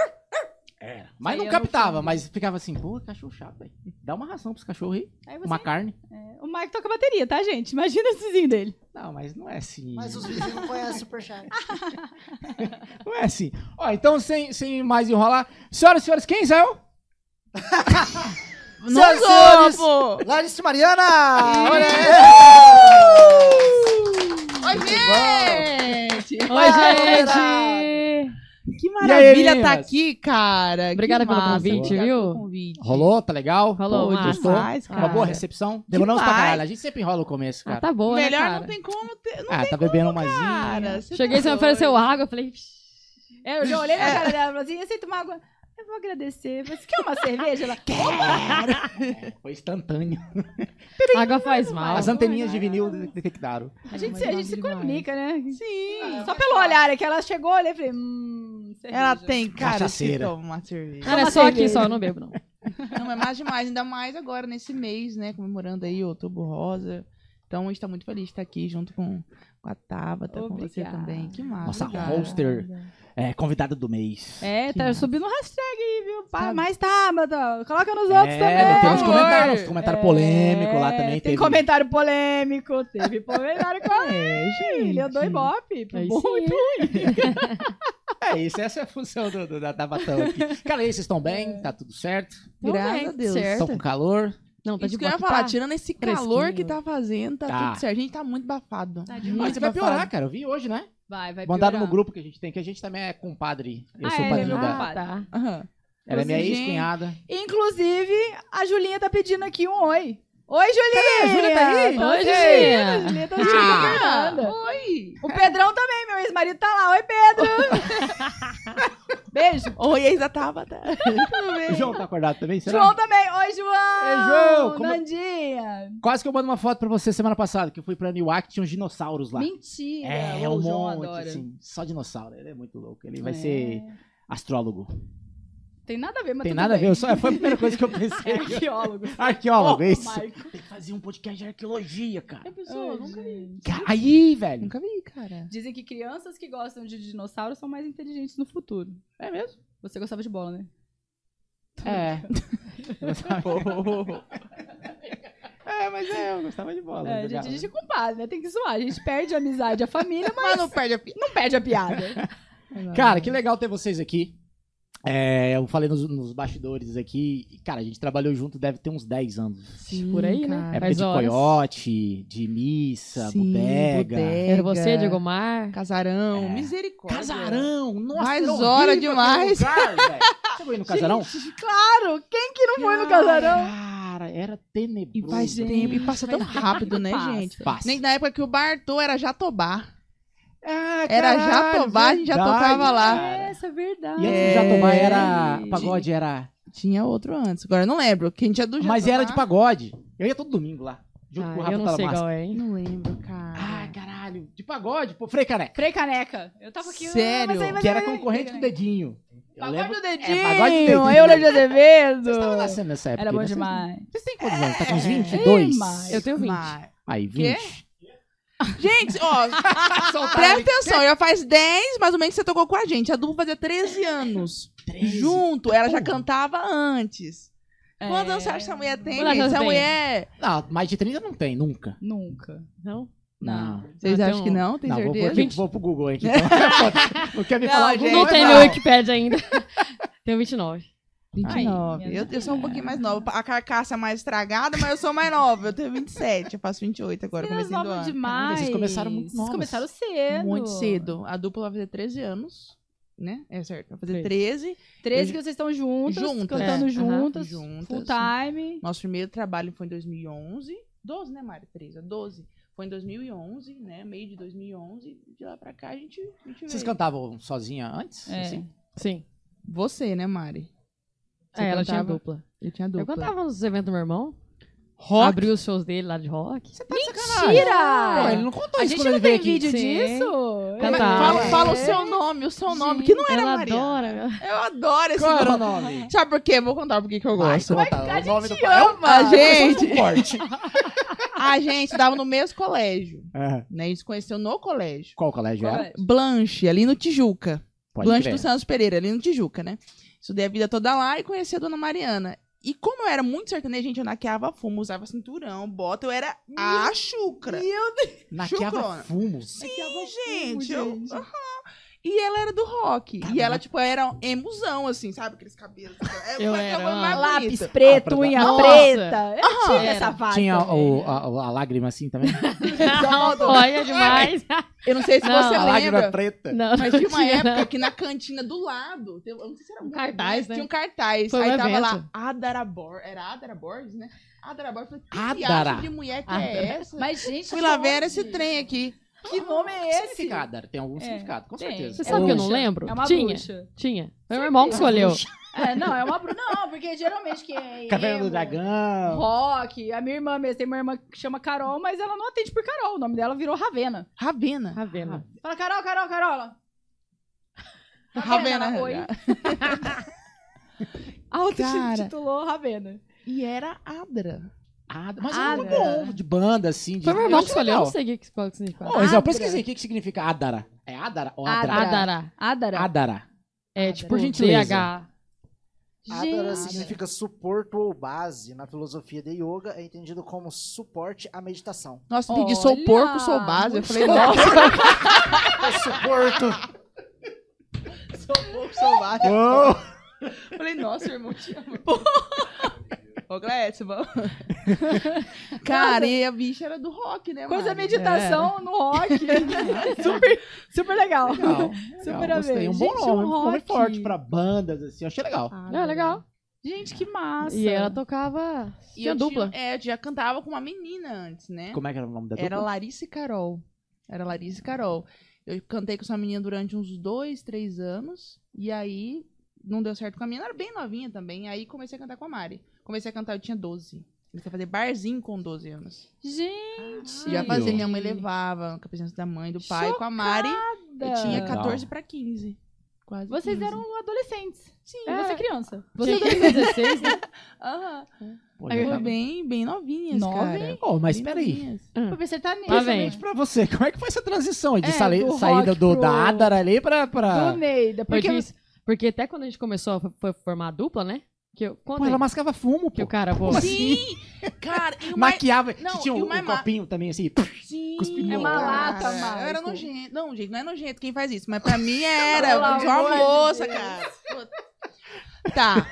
[SPEAKER 3] Era. Mas
[SPEAKER 2] Aí
[SPEAKER 3] não
[SPEAKER 2] eu não
[SPEAKER 3] captava,
[SPEAKER 2] sabia.
[SPEAKER 3] mas ficava assim, pô, cachorro chato, velho. Dá uma ração pros cachorros aí,
[SPEAKER 2] Aí você-
[SPEAKER 3] uma carne.
[SPEAKER 2] O Mike toca bateria, tá, gente? Imagina o vizinho dele.
[SPEAKER 3] Não, mas não é assim.
[SPEAKER 1] Mas os vizinhos não conhecem o Superchat.
[SPEAKER 3] Não é assim. Ó, então, sem, sem mais enrolar. Senhoras e senhores, quem, Israel?
[SPEAKER 1] Senhoras e
[SPEAKER 2] Nós
[SPEAKER 1] senhores,
[SPEAKER 2] vamos!
[SPEAKER 1] Larissa e Mariana! Olha
[SPEAKER 2] Oi, gente!
[SPEAKER 4] Oi,
[SPEAKER 2] gente! Que
[SPEAKER 3] E aí,
[SPEAKER 4] Maravilha tá
[SPEAKER 3] meninas?
[SPEAKER 4] aqui, cara.
[SPEAKER 2] Obrigada
[SPEAKER 4] Que
[SPEAKER 2] pelo
[SPEAKER 4] massa,
[SPEAKER 2] convite,
[SPEAKER 4] obrigada
[SPEAKER 2] viu?
[SPEAKER 4] pelo convite.
[SPEAKER 3] Rolou, tá legal?
[SPEAKER 4] Rolou,
[SPEAKER 3] Pô,
[SPEAKER 4] massa.
[SPEAKER 3] gostou?
[SPEAKER 4] Demais,
[SPEAKER 3] Uma boa
[SPEAKER 4] cara.
[SPEAKER 3] recepção. Demoramos pra
[SPEAKER 4] Demais.
[SPEAKER 3] caralho. A gente sempre enrola o começo,
[SPEAKER 4] Ah,
[SPEAKER 3] cara.
[SPEAKER 4] tá boa, Melhor né, cara? não tem como ter.
[SPEAKER 2] É.
[SPEAKER 4] Não,
[SPEAKER 3] ah, tá bebendo uma zinha.
[SPEAKER 4] cara. você
[SPEAKER 5] Cheguei,
[SPEAKER 4] tá
[SPEAKER 5] você me ofereceu água, eu falei.
[SPEAKER 2] É, eu já olhei na cara dela e falei assim: aceita uma água? Eu vou agradecer. Você quer uma cerveja? Ela,
[SPEAKER 3] Foi instantâneo.
[SPEAKER 5] Água faz mal.
[SPEAKER 3] As anteninhas de vinil detectaram.
[SPEAKER 2] a gente, se- a gente se comunica, né?
[SPEAKER 4] Sim.
[SPEAKER 2] Só pelo olhar, é que ela chegou, olhei e falei: hum, cerveja.
[SPEAKER 4] Ela tem cara de
[SPEAKER 3] Cachaceira.
[SPEAKER 4] toma uma cerveja.
[SPEAKER 5] Não, não é
[SPEAKER 2] Toma
[SPEAKER 5] só aqui,
[SPEAKER 2] cerveja.
[SPEAKER 5] só, eu não bebo, não.
[SPEAKER 4] Não, é mais demais, ainda mais agora, nesse mês, né? Comemorando aí o Outubro Rosa. Então a gente tá muito feliz de estar aqui junto com, com a Tabata, com você
[SPEAKER 2] Obrigada.
[SPEAKER 4] também. Que massa.
[SPEAKER 3] Nossa,
[SPEAKER 4] cara.
[SPEAKER 3] roster é, convidada do mês.
[SPEAKER 2] É,
[SPEAKER 3] Que
[SPEAKER 2] tá
[SPEAKER 3] massa.
[SPEAKER 2] subindo o hashtag aí, viu? Pá,
[SPEAKER 4] Sabe?
[SPEAKER 2] mas tá, mas tá, coloca nos outros também. É,
[SPEAKER 3] É, tem uns
[SPEAKER 4] amor.
[SPEAKER 3] comentários, uns comentários polêmicos lá também.
[SPEAKER 2] Tem
[SPEAKER 3] teve.
[SPEAKER 2] comentário polêmico, teve comentário polêmico.
[SPEAKER 4] É, gente.
[SPEAKER 2] Eu dou ibope. pro
[SPEAKER 5] Aí
[SPEAKER 2] bom
[SPEAKER 5] sim,
[SPEAKER 2] e
[SPEAKER 4] então,
[SPEAKER 2] pro
[SPEAKER 3] É isso, essa é a função do, do- da, da Batão aqui. Cara, e aí, vocês estão bem? Tá tudo certo?
[SPEAKER 5] Então,
[SPEAKER 4] Graças
[SPEAKER 5] bem,
[SPEAKER 4] a Deus.
[SPEAKER 5] certo.
[SPEAKER 3] Estão com calor?
[SPEAKER 5] Não, tá
[SPEAKER 4] Isso
[SPEAKER 5] de
[SPEAKER 4] que eu
[SPEAKER 5] boa.
[SPEAKER 4] ia
[SPEAKER 5] aqui
[SPEAKER 4] falar,
[SPEAKER 5] tá-
[SPEAKER 4] tirando esse
[SPEAKER 5] fresquinho.
[SPEAKER 4] calor que tá fazendo, tá,
[SPEAKER 3] Tá.
[SPEAKER 4] tudo certo. A gente tá muito bafado.
[SPEAKER 5] Tá
[SPEAKER 2] Hum,
[SPEAKER 5] de
[SPEAKER 4] Muito
[SPEAKER 5] boa.
[SPEAKER 3] Mas vai
[SPEAKER 4] abafado.
[SPEAKER 3] piorar, cara. Eu vi hoje, né?
[SPEAKER 5] Vai, vai
[SPEAKER 3] Mandaram no
[SPEAKER 5] piorar.
[SPEAKER 3] grupo que a gente tem, que a gente também é compadre. Eu
[SPEAKER 2] Ah,
[SPEAKER 3] sou
[SPEAKER 2] é, ele é
[SPEAKER 3] padrinho
[SPEAKER 2] meu
[SPEAKER 3] da.
[SPEAKER 2] compadre.
[SPEAKER 5] Ah, tá.
[SPEAKER 4] Aham.
[SPEAKER 3] Ela é minha
[SPEAKER 4] Inclusive,
[SPEAKER 3] ex-cunhada.
[SPEAKER 2] Inclusive, a Julinha tá pedindo aqui um oi. Oi, Julinha!
[SPEAKER 3] a Júlia tá aí?
[SPEAKER 5] Oi,
[SPEAKER 2] A
[SPEAKER 5] Julinha.
[SPEAKER 2] Julinha tá junto com a Fernanda.
[SPEAKER 4] Oi!
[SPEAKER 2] O Pedrão também, meu ex-marido tá lá. Oi, Pedro! Beijo.
[SPEAKER 4] Oi, ex da tá? Tabata.
[SPEAKER 3] O João tá acordado também? Será?
[SPEAKER 2] João é também. Oi, João!
[SPEAKER 3] Ei, João, como- é-
[SPEAKER 2] Nandinha!
[SPEAKER 3] Quase que eu mando uma foto pra você semana passada, que eu fui pra Newark, tinha uns dinossauros lá.
[SPEAKER 2] Mentira!
[SPEAKER 3] é,
[SPEAKER 2] Ô,
[SPEAKER 3] um
[SPEAKER 2] o João
[SPEAKER 3] monte,
[SPEAKER 2] adora.
[SPEAKER 3] assim, só dinossauro. Ele é muito louco. Ele vai
[SPEAKER 2] É.
[SPEAKER 3] ser astrólogo.
[SPEAKER 2] Tem nada a ver, mas
[SPEAKER 3] Tem
[SPEAKER 2] tudo
[SPEAKER 3] nada a ver,
[SPEAKER 2] bem.
[SPEAKER 3] eu só, foi a primeira coisa que eu pensei.
[SPEAKER 2] É arqueólogo.
[SPEAKER 3] Arqueólogo, é
[SPEAKER 2] Ô,
[SPEAKER 3] isso.
[SPEAKER 2] Marco.
[SPEAKER 3] Tem que fazer um podcast de arqueologia, cara.
[SPEAKER 2] pessoa, nunca vi.
[SPEAKER 3] Ca- Aí, velho.
[SPEAKER 4] Nunca vi, um cara.
[SPEAKER 2] Dizem que crianças que gostam de dinossauros são mais inteligentes no futuro.
[SPEAKER 3] É mesmo?
[SPEAKER 2] Você gostava de bola, né?
[SPEAKER 3] É. é, mas é, eu gostava de bola.
[SPEAKER 2] É, a gente,
[SPEAKER 3] jogava.
[SPEAKER 2] a gente é culpado, né? Tem que zoar. A gente perde a amizade, a família, mas
[SPEAKER 4] Mas não perde a
[SPEAKER 2] não perde a piada.
[SPEAKER 3] Cara, que legal ter vocês aqui. É, eu falei nos, nos bastidores aqui. e, Cara, a gente trabalhou junto, deve ter uns 10 anos.
[SPEAKER 4] Sim,
[SPEAKER 5] Por aí, né?
[SPEAKER 4] cara.
[SPEAKER 3] Época
[SPEAKER 5] Faz
[SPEAKER 3] de
[SPEAKER 5] horas.
[SPEAKER 3] coiote, de missa,
[SPEAKER 4] Sim,
[SPEAKER 3] bodega.
[SPEAKER 5] Era você, Diego Mar?
[SPEAKER 4] Casarão,
[SPEAKER 3] É.
[SPEAKER 4] misericórdia.
[SPEAKER 3] Casarão! Nossa,
[SPEAKER 4] Mais
[SPEAKER 3] era
[SPEAKER 4] hora
[SPEAKER 3] horrível
[SPEAKER 4] demais.
[SPEAKER 3] aquele lugar, velho. Você foi no casarão?
[SPEAKER 2] Claro! Quem que não foi no casarão?
[SPEAKER 3] Cara, era tenebroso.
[SPEAKER 4] E faz
[SPEAKER 2] Gente,
[SPEAKER 4] tempo, e passa tão
[SPEAKER 2] faz
[SPEAKER 4] rápido, né,
[SPEAKER 2] passa.
[SPEAKER 4] gente?
[SPEAKER 3] Passa.
[SPEAKER 4] Nem na época que o Bartô era Jatobá.
[SPEAKER 3] Ah,
[SPEAKER 4] Era
[SPEAKER 3] caralho,
[SPEAKER 4] Jatobá, a gente já
[SPEAKER 3] verdade,
[SPEAKER 4] tocava lá.
[SPEAKER 3] cara.
[SPEAKER 2] Essa é verdade.
[SPEAKER 3] E antes
[SPEAKER 4] É.
[SPEAKER 3] do Jatobá era... Pagode era...
[SPEAKER 4] Tinha outro antes. Agora eu não lembro. Quem tinha é do Jatobá.
[SPEAKER 3] Mas era de pagode. Eu ia todo domingo lá. Junto com o
[SPEAKER 5] Ah,
[SPEAKER 3] Rafa
[SPEAKER 5] eu não sei
[SPEAKER 3] Talamassa.
[SPEAKER 5] qual é, hein?
[SPEAKER 4] Não lembro,
[SPEAKER 3] Ah,
[SPEAKER 4] cara.
[SPEAKER 3] caralho. De pagode, pô. Frei Caneca.
[SPEAKER 2] Frei Caneca. Eu tava aqui. ah,
[SPEAKER 4] Sério?
[SPEAKER 2] mas aí, mas né?
[SPEAKER 3] Que era
[SPEAKER 2] aí,
[SPEAKER 3] concorrente do
[SPEAKER 2] Frei
[SPEAKER 3] Dedinho. Eu
[SPEAKER 2] Caneca.
[SPEAKER 3] lembro...
[SPEAKER 2] Pagode do dedinho.
[SPEAKER 3] É, pagode do dedinho.
[SPEAKER 2] Eu era de Azevedo.
[SPEAKER 3] Vocês estavam nascendo nessa época.
[SPEAKER 2] Era bom
[SPEAKER 3] né? Vocês-
[SPEAKER 2] demais.
[SPEAKER 3] Vocês têm quantos anos? Tá com uns
[SPEAKER 4] É.
[SPEAKER 3] 22?
[SPEAKER 2] Ih, mas-
[SPEAKER 5] Eu tenho 20.
[SPEAKER 4] Mas-
[SPEAKER 3] Aí, 20.
[SPEAKER 4] Gente, ó, presta atenção. Já faz 10, mais ou menos, que você tocou com a gente. A dupla fazia 13 anos.
[SPEAKER 3] 13.
[SPEAKER 4] Junto. Ela já
[SPEAKER 3] Porra.
[SPEAKER 4] cantava antes. Quantos anos você acha que essa mulher tem,
[SPEAKER 5] Quantos
[SPEAKER 4] gente?
[SPEAKER 5] anos
[SPEAKER 4] Essa
[SPEAKER 5] tem?
[SPEAKER 4] mulher...
[SPEAKER 3] Não, mais de 30 não tem, nunca.
[SPEAKER 2] Nunca.
[SPEAKER 5] Não?
[SPEAKER 3] Não.
[SPEAKER 4] Vocês
[SPEAKER 5] Ah, tem
[SPEAKER 4] acham
[SPEAKER 5] um-
[SPEAKER 4] que não? Tem
[SPEAKER 3] não, vou,
[SPEAKER 4] certeza?
[SPEAKER 3] pro- vou pro Google aqui. Então. não quer me
[SPEAKER 4] Não,
[SPEAKER 3] falar
[SPEAKER 4] gente,
[SPEAKER 5] Não
[SPEAKER 3] alguma
[SPEAKER 5] tem
[SPEAKER 3] coisa?
[SPEAKER 5] meu Wikipedia ainda. tenho 29. Ai,
[SPEAKER 4] 29.
[SPEAKER 5] minha
[SPEAKER 4] eu, eu sou um pouquinho mais nova. A carcaça é mais estragada, mas eu sou mais nova. Eu tenho 27, eu faço 28 agora,
[SPEAKER 2] Meninas
[SPEAKER 4] comecinho do
[SPEAKER 2] novas
[SPEAKER 4] ano.
[SPEAKER 2] demais.
[SPEAKER 3] Vocês começaram muito
[SPEAKER 2] Vocês
[SPEAKER 3] novas.
[SPEAKER 2] começaram cedo.
[SPEAKER 4] Muito cedo. A dupla vai fazer 13 anos, né? É certo, vai fazer 13.
[SPEAKER 2] 13 que vocês estão juntas,
[SPEAKER 4] Juntas.
[SPEAKER 2] cantando
[SPEAKER 5] É, aham.
[SPEAKER 2] juntas,
[SPEAKER 4] Juntas.
[SPEAKER 2] full time.
[SPEAKER 4] Nosso primeiro trabalho foi em 2011. 12, né, Mari? 13, 12. Foi em 2011, né? Meio de 2011. De lá pra cá a gente, a gente
[SPEAKER 3] Vocês
[SPEAKER 4] veio.
[SPEAKER 3] cantavam sozinha antes?
[SPEAKER 2] É.
[SPEAKER 3] assim?
[SPEAKER 5] Sim.
[SPEAKER 4] Você, né, Mari? Você
[SPEAKER 5] É, ela tinha
[SPEAKER 4] cantava?
[SPEAKER 5] dupla.
[SPEAKER 4] Eu tinha dupla.
[SPEAKER 5] Eu cantava nos eventos do meu irmão.
[SPEAKER 3] Rock?
[SPEAKER 5] Abriu os shows dele lá de rock. Você tá
[SPEAKER 2] Tira!
[SPEAKER 3] Não, ele não contou
[SPEAKER 5] A
[SPEAKER 3] isso
[SPEAKER 5] gente
[SPEAKER 3] quando
[SPEAKER 5] não
[SPEAKER 3] ele veio
[SPEAKER 5] tem
[SPEAKER 3] aqui.
[SPEAKER 5] vídeo
[SPEAKER 3] Sim.
[SPEAKER 2] Isso!
[SPEAKER 4] Mas
[SPEAKER 5] Cantava.
[SPEAKER 4] Fala,
[SPEAKER 5] É.
[SPEAKER 4] fala o seu nome, o seu um nome, que não era
[SPEAKER 5] ela
[SPEAKER 4] Mariana.
[SPEAKER 5] adora.
[SPEAKER 4] Eu adoro esse
[SPEAKER 3] Qual era o
[SPEAKER 4] nome.
[SPEAKER 3] nome?
[SPEAKER 4] Sabe por quê? Vou contar por que é que eu
[SPEAKER 3] Vai, é
[SPEAKER 4] gosto.
[SPEAKER 3] conta, o nome do pai.
[SPEAKER 4] A gente,
[SPEAKER 3] Um corte.
[SPEAKER 4] a gente estudava no mesmo colégio, né? A gente se conheceu no colégio.
[SPEAKER 3] É. Qual colégio
[SPEAKER 2] Qual
[SPEAKER 3] era?
[SPEAKER 2] é?
[SPEAKER 4] Blanche, ali no Tijuca.
[SPEAKER 3] Pode
[SPEAKER 4] Blanche
[SPEAKER 3] crer.
[SPEAKER 4] do Santos Pereira, ali no Tijuca, né? Estudei a vida toda lá e conheci a dona Mariana. E como eu era muito sertaneja, gente, eu naqueava fumo, usava cinturão, bota, eu era
[SPEAKER 5] Ah,
[SPEAKER 4] a chucra.
[SPEAKER 3] Naqueava
[SPEAKER 4] Chucrona.
[SPEAKER 3] fumo.
[SPEAKER 2] É
[SPEAKER 4] Sim, gente. eu- Aham. E ela era do rock. E ela, tipo, era emusão, assim, sabe? Aqueles cabelos. É,
[SPEAKER 5] Eu
[SPEAKER 4] foi a
[SPEAKER 5] era
[SPEAKER 4] coisa mais
[SPEAKER 2] Lápis
[SPEAKER 4] bonita.
[SPEAKER 2] preto,
[SPEAKER 3] Ah, pra-
[SPEAKER 2] unha
[SPEAKER 5] Nossa.
[SPEAKER 2] preta. Eu tinha
[SPEAKER 5] Era.
[SPEAKER 2] essa vibe.
[SPEAKER 3] Tinha
[SPEAKER 2] também.
[SPEAKER 3] o- a, a lágrima assim também?
[SPEAKER 5] Olha demais.
[SPEAKER 4] Eu não sei se
[SPEAKER 5] Não,
[SPEAKER 4] você
[SPEAKER 3] a
[SPEAKER 4] lembra.
[SPEAKER 3] lágrima preta.
[SPEAKER 5] Não,
[SPEAKER 4] É. Mas
[SPEAKER 5] não
[SPEAKER 4] tinha uma
[SPEAKER 5] tinha,
[SPEAKER 4] época que na cantina do lado, eu não sei se era um
[SPEAKER 5] cartaz, né?
[SPEAKER 4] Tinha um cartaz.
[SPEAKER 5] Foi um
[SPEAKER 4] aí tava
[SPEAKER 5] evento.
[SPEAKER 4] lá, Adara Bor, era Adara Borges, né? Adara Borges, eu falei, que
[SPEAKER 3] Adara.
[SPEAKER 4] viagem de mulher que
[SPEAKER 5] Adara.
[SPEAKER 4] é essa?
[SPEAKER 2] Mas, gente,
[SPEAKER 4] Fui lá
[SPEAKER 2] que
[SPEAKER 4] ver era esse
[SPEAKER 2] nome.
[SPEAKER 4] trem aqui.
[SPEAKER 2] Que nome é esse?
[SPEAKER 3] Significado, Dara, tem algum
[SPEAKER 2] É,
[SPEAKER 3] significado, com
[SPEAKER 2] tem.
[SPEAKER 3] certeza.
[SPEAKER 5] Você sabe que eu não
[SPEAKER 2] Bruxa.
[SPEAKER 5] lembro?
[SPEAKER 2] É uma
[SPEAKER 5] tinha,
[SPEAKER 2] bruxa.
[SPEAKER 5] tinha. Foi meu irmão que escolheu.
[SPEAKER 2] É, não, é uma bruxa. Não, porque geralmente que é
[SPEAKER 3] Caverna
[SPEAKER 2] emo,
[SPEAKER 3] do Dragão.
[SPEAKER 2] Rock, a minha irmã mesmo, tem uma irmã que chama Carol, mas ela não atende por Carol, o nome dela virou Ravena.
[SPEAKER 4] Ravena.
[SPEAKER 5] Ravena.
[SPEAKER 2] Fala, Carol, Carol, Carol. ela,
[SPEAKER 4] Ravena.
[SPEAKER 2] Ela, Oi.
[SPEAKER 4] Cara,
[SPEAKER 2] Auto-titulou Ravena.
[SPEAKER 4] e era Adra.
[SPEAKER 3] Ah, mas é
[SPEAKER 2] Adara.
[SPEAKER 3] um bom de banda, assim. De...
[SPEAKER 5] Foi meu
[SPEAKER 3] eu
[SPEAKER 5] irmão que
[SPEAKER 3] acho
[SPEAKER 5] escolheu. Eu
[SPEAKER 3] legal.
[SPEAKER 5] não sei o que que- qual que significa.
[SPEAKER 3] Ô, Isel,
[SPEAKER 2] Adra.
[SPEAKER 3] pesquisei o que que significa Adara. É Adara ou Adra?
[SPEAKER 2] Adra.
[SPEAKER 5] Adará.
[SPEAKER 2] Adara.
[SPEAKER 3] Adara.
[SPEAKER 5] É,
[SPEAKER 2] Adara.
[SPEAKER 5] tipo,
[SPEAKER 3] Por gentileza.
[SPEAKER 5] DH.
[SPEAKER 1] Adara
[SPEAKER 2] Gente.
[SPEAKER 3] tipo
[SPEAKER 1] significa suporte ou base. Na filosofia de yoga é entendido como suporte à meditação.
[SPEAKER 4] Nossa, entendi, sou
[SPEAKER 2] Olha,
[SPEAKER 4] porco, sou base. Eu
[SPEAKER 2] muito
[SPEAKER 4] falei, nossa,
[SPEAKER 1] É suporte.
[SPEAKER 4] sou porco, sou base.
[SPEAKER 3] Uou!
[SPEAKER 4] Eu falei, nossa, irmão, te amo. Ô, Glécio, vamos. Cara, e a bicha era do rock, né,
[SPEAKER 2] Coisa
[SPEAKER 4] Mari?
[SPEAKER 2] meditação no rock. super, super legal.
[SPEAKER 3] Legal.
[SPEAKER 2] Super
[SPEAKER 3] legal, gostei.
[SPEAKER 2] a ver.
[SPEAKER 3] Um bom
[SPEAKER 2] Gente,
[SPEAKER 3] nome.
[SPEAKER 2] um
[SPEAKER 3] Um nome
[SPEAKER 2] rock.
[SPEAKER 3] forte pra bandas, assim. Eu achei legal.
[SPEAKER 4] Ah,
[SPEAKER 5] Não, é legal.
[SPEAKER 2] Gente, que massa.
[SPEAKER 5] E ela tocava.
[SPEAKER 4] E
[SPEAKER 5] tinha
[SPEAKER 4] eu
[SPEAKER 5] dupla.
[SPEAKER 4] Tinha, é, eu já cantava com uma menina antes, né?
[SPEAKER 3] Como é que era o nome da dupla?
[SPEAKER 4] Era Larissa e Carol. Era Larissa e Carol. Eu cantei com essa menina durante uns dois, três anos. E aí, não deu certo com a menina. Era bem novinha também. Aí comecei a cantar com a Mari. Comecei a cantar, eu tinha 12. Comecei a fazer barzinho com 12 anos.
[SPEAKER 2] Gente.
[SPEAKER 4] Já fazia, minha mãe levava, com a presença da mãe, do pai, com a Mari. Eu tinha
[SPEAKER 3] Legal.
[SPEAKER 4] 14 pra 15. Quase
[SPEAKER 2] Vocês
[SPEAKER 4] 15.
[SPEAKER 2] eram adolescentes. Sim.
[SPEAKER 5] É.
[SPEAKER 2] Você criança.
[SPEAKER 5] Você tem 16,
[SPEAKER 4] É
[SPEAKER 5] né?
[SPEAKER 4] Aham.
[SPEAKER 3] Pô,
[SPEAKER 5] Aí eu-
[SPEAKER 4] Foi
[SPEAKER 3] legal.
[SPEAKER 4] bem, bem novinhas,
[SPEAKER 2] Nova,
[SPEAKER 4] cara.
[SPEAKER 3] Ô, mas
[SPEAKER 4] Bem
[SPEAKER 3] peraí.
[SPEAKER 4] novinhas.
[SPEAKER 2] Foi sertanejo.
[SPEAKER 5] Lá vem.
[SPEAKER 2] né?
[SPEAKER 3] Pra você, como é que foi essa transição aí de
[SPEAKER 2] É,
[SPEAKER 3] sali-
[SPEAKER 2] do
[SPEAKER 3] saída
[SPEAKER 2] rock
[SPEAKER 3] do,
[SPEAKER 2] pro-
[SPEAKER 3] da Adara ali pra... pra...
[SPEAKER 2] Do Neida. Porque
[SPEAKER 5] Porque, porque até quando a gente começou a f- foi formar a dupla, né? Que eu, quando
[SPEAKER 3] Pô, ela mascava fumo,
[SPEAKER 5] que
[SPEAKER 3] pô.
[SPEAKER 5] o cara, pô,
[SPEAKER 3] Como
[SPEAKER 4] é
[SPEAKER 3] assim?
[SPEAKER 4] Sim! Cara, e o mais
[SPEAKER 3] Maquiava.
[SPEAKER 4] Não,
[SPEAKER 3] que tinha
[SPEAKER 4] e
[SPEAKER 3] um,
[SPEAKER 4] o mais
[SPEAKER 3] um
[SPEAKER 4] ma-
[SPEAKER 3] copinho também, assim.
[SPEAKER 4] Sim,
[SPEAKER 3] Cuspidinho.
[SPEAKER 2] É uma lata,
[SPEAKER 4] cara. Eu era
[SPEAKER 2] Marco.
[SPEAKER 4] nojento. Não, gente, não é nojento quem faz isso, mas pra mim era.
[SPEAKER 2] Pelo
[SPEAKER 4] Eu tinha uma
[SPEAKER 2] amor de
[SPEAKER 4] moça,
[SPEAKER 2] Deus.
[SPEAKER 4] cara. Puta. Tá.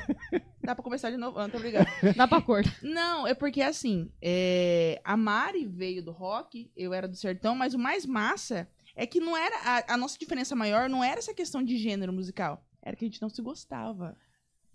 [SPEAKER 4] Dá pra começar de novo? Ah, tô obrigada.
[SPEAKER 5] dá pra cor.
[SPEAKER 4] Não, é porque assim, é, a Mari veio do rock, eu era do sertão, mas o mais massa é que não era. A, a nossa diferença maior não era essa questão de gênero musical. Era que a gente não se gostava.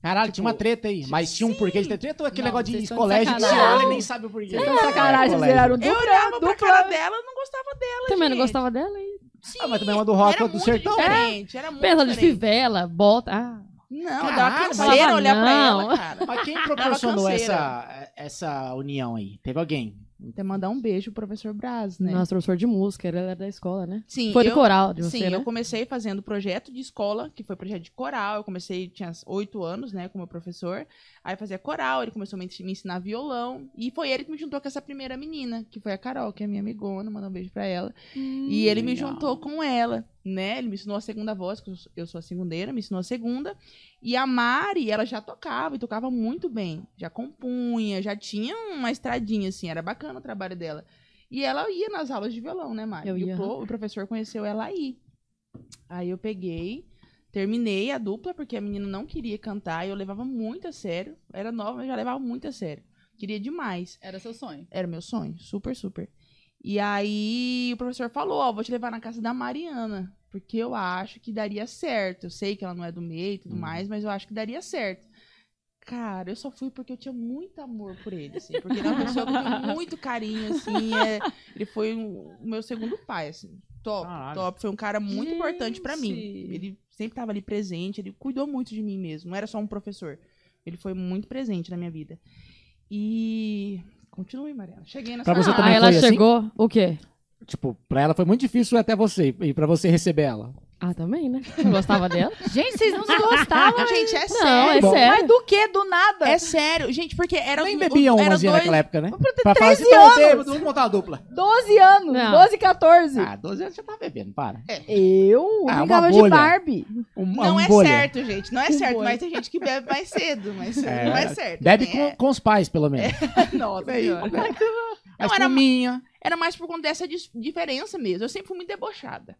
[SPEAKER 3] Caralho, tinha uma
[SPEAKER 4] Tipo,
[SPEAKER 3] treta aí. Mas tinha um porquê de ter treta ou aquele
[SPEAKER 5] Não,
[SPEAKER 3] negócio
[SPEAKER 5] vocês
[SPEAKER 3] de
[SPEAKER 5] estão
[SPEAKER 3] colégio
[SPEAKER 5] de
[SPEAKER 3] que se
[SPEAKER 5] sacanagem.
[SPEAKER 3] olha e nem sabe o porquê?
[SPEAKER 2] Vocês estão sacanagem, vocês viraram
[SPEAKER 4] é Eu
[SPEAKER 2] dupla.
[SPEAKER 4] olhava pra
[SPEAKER 2] dupla.
[SPEAKER 4] cara dela, eu não gostava dela.
[SPEAKER 5] Também não
[SPEAKER 4] gente.
[SPEAKER 5] gostava dela. E...
[SPEAKER 3] Ah, mas também uma do rock
[SPEAKER 4] Era
[SPEAKER 3] ou do
[SPEAKER 4] muito É.
[SPEAKER 3] sertão. né?
[SPEAKER 4] diferente, era muito
[SPEAKER 5] Pensa de
[SPEAKER 4] diferente.
[SPEAKER 5] fivela, bota. Ah,
[SPEAKER 4] Não, dava
[SPEAKER 3] Caralho,
[SPEAKER 4] canseira
[SPEAKER 5] mas-
[SPEAKER 4] olhar pra
[SPEAKER 5] Não.
[SPEAKER 4] ela, cara.
[SPEAKER 3] Mas quem proporcionou
[SPEAKER 4] Dava
[SPEAKER 3] essa, essa união aí? Teve alguém?
[SPEAKER 4] Até mandar um beijo pro professor Braz, né?
[SPEAKER 5] nosso professor de música, ele era da escola, né?
[SPEAKER 4] Sim,
[SPEAKER 5] Foi do
[SPEAKER 4] eu,
[SPEAKER 5] coral de você,
[SPEAKER 4] sim
[SPEAKER 5] né?
[SPEAKER 4] eu comecei fazendo projeto de escola, que foi projeto de coral. Eu comecei, tinha oito anos, né, como professor. Aí eu fazia coral, ele começou a me ens- me ensinar violão. E foi ele que me juntou com essa primeira menina, que foi a Carol, que é minha amigona, mandar um beijo pra ela. E ele me
[SPEAKER 3] legal.
[SPEAKER 4] juntou com ela, né? Ele me ensinou a segunda voz, que eu sou- eu sou a segundeira, me ensinou a segunda. E a Mari, ela já tocava e tocava muito bem. Já compunha, já tinha uma estradinha, assim, era bacana o trabalho dela. E ela ia nas aulas de violão, né, Mari?
[SPEAKER 5] Eu
[SPEAKER 4] E o
[SPEAKER 5] ia,
[SPEAKER 4] pro- o professor conheceu ela aí. Aí eu peguei, Terminei a dupla, porque a menina não queria cantar, e eu levava muito a sério. Era nova, mas já levava muito a sério. Queria demais.
[SPEAKER 2] Era seu sonho.
[SPEAKER 4] Era meu sonho, super, super. E aí o professor falou, ó, vou te levar na casa da Mariana, porque eu acho que daria certo. Eu sei que ela não é do meio e tudo mais, mas eu acho que daria certo. Cara, eu só fui porque eu tinha muito amor por ele, assim, porque ele é uma pessoa que eu tenho muito carinho, assim, é- ele foi um- o meu segundo pai, assim, top,
[SPEAKER 3] Caralho.
[SPEAKER 4] top, foi um cara muito importante pra mim.
[SPEAKER 2] Gente.
[SPEAKER 4] Ele sempre tava ali presente, ele cuidou muito de mim mesmo, não era só um professor, ele foi muito presente na minha vida. E... Continue, Mariana. Cheguei na
[SPEAKER 3] Pra
[SPEAKER 4] sua
[SPEAKER 3] você
[SPEAKER 4] casa.
[SPEAKER 3] também
[SPEAKER 5] Aí Ah, ela
[SPEAKER 3] foi assim?
[SPEAKER 5] chegou. O quê?
[SPEAKER 3] Tipo, pra ela foi muito difícil ir até você e pra você receber ela.
[SPEAKER 5] Ah, também, né? Não gostava dela?
[SPEAKER 2] Gente, vocês não se gostavam,
[SPEAKER 4] Gente, é
[SPEAKER 5] Não, é
[SPEAKER 3] Bom,
[SPEAKER 5] sério.
[SPEAKER 2] Mas do que? Do nada?
[SPEAKER 4] É sério, gente, porque era
[SPEAKER 3] Nem
[SPEAKER 4] um-
[SPEAKER 3] bebiam
[SPEAKER 4] era
[SPEAKER 3] umazinha
[SPEAKER 4] dois,
[SPEAKER 3] naquela época, né? Pra falar assim, pra você, vamos montar uma dupla.
[SPEAKER 2] 12 anos,
[SPEAKER 5] Não.
[SPEAKER 2] 12, 14.
[SPEAKER 3] Ah, 12 anos já tá bebendo, para.
[SPEAKER 2] Eu
[SPEAKER 3] Ah, uma
[SPEAKER 2] brincava de
[SPEAKER 3] bolha.
[SPEAKER 2] Barbie.
[SPEAKER 3] Um,
[SPEAKER 4] Não
[SPEAKER 3] um
[SPEAKER 4] é
[SPEAKER 3] bolha.
[SPEAKER 4] certo, gente. Não é
[SPEAKER 2] Um
[SPEAKER 4] certo,
[SPEAKER 2] bolha.
[SPEAKER 4] mas tem gente que bebe mais cedo, mas
[SPEAKER 3] É,
[SPEAKER 4] não é certo.
[SPEAKER 3] Bebe
[SPEAKER 4] né?
[SPEAKER 3] com, com os pais, pelo menos.
[SPEAKER 4] É, Nossa,
[SPEAKER 3] Aí,
[SPEAKER 4] senhora.
[SPEAKER 3] Mas
[SPEAKER 4] Não, era-
[SPEAKER 3] minha.
[SPEAKER 4] Era mais por conta dessa dis- diferença mesmo. Eu sempre fui muito debochada.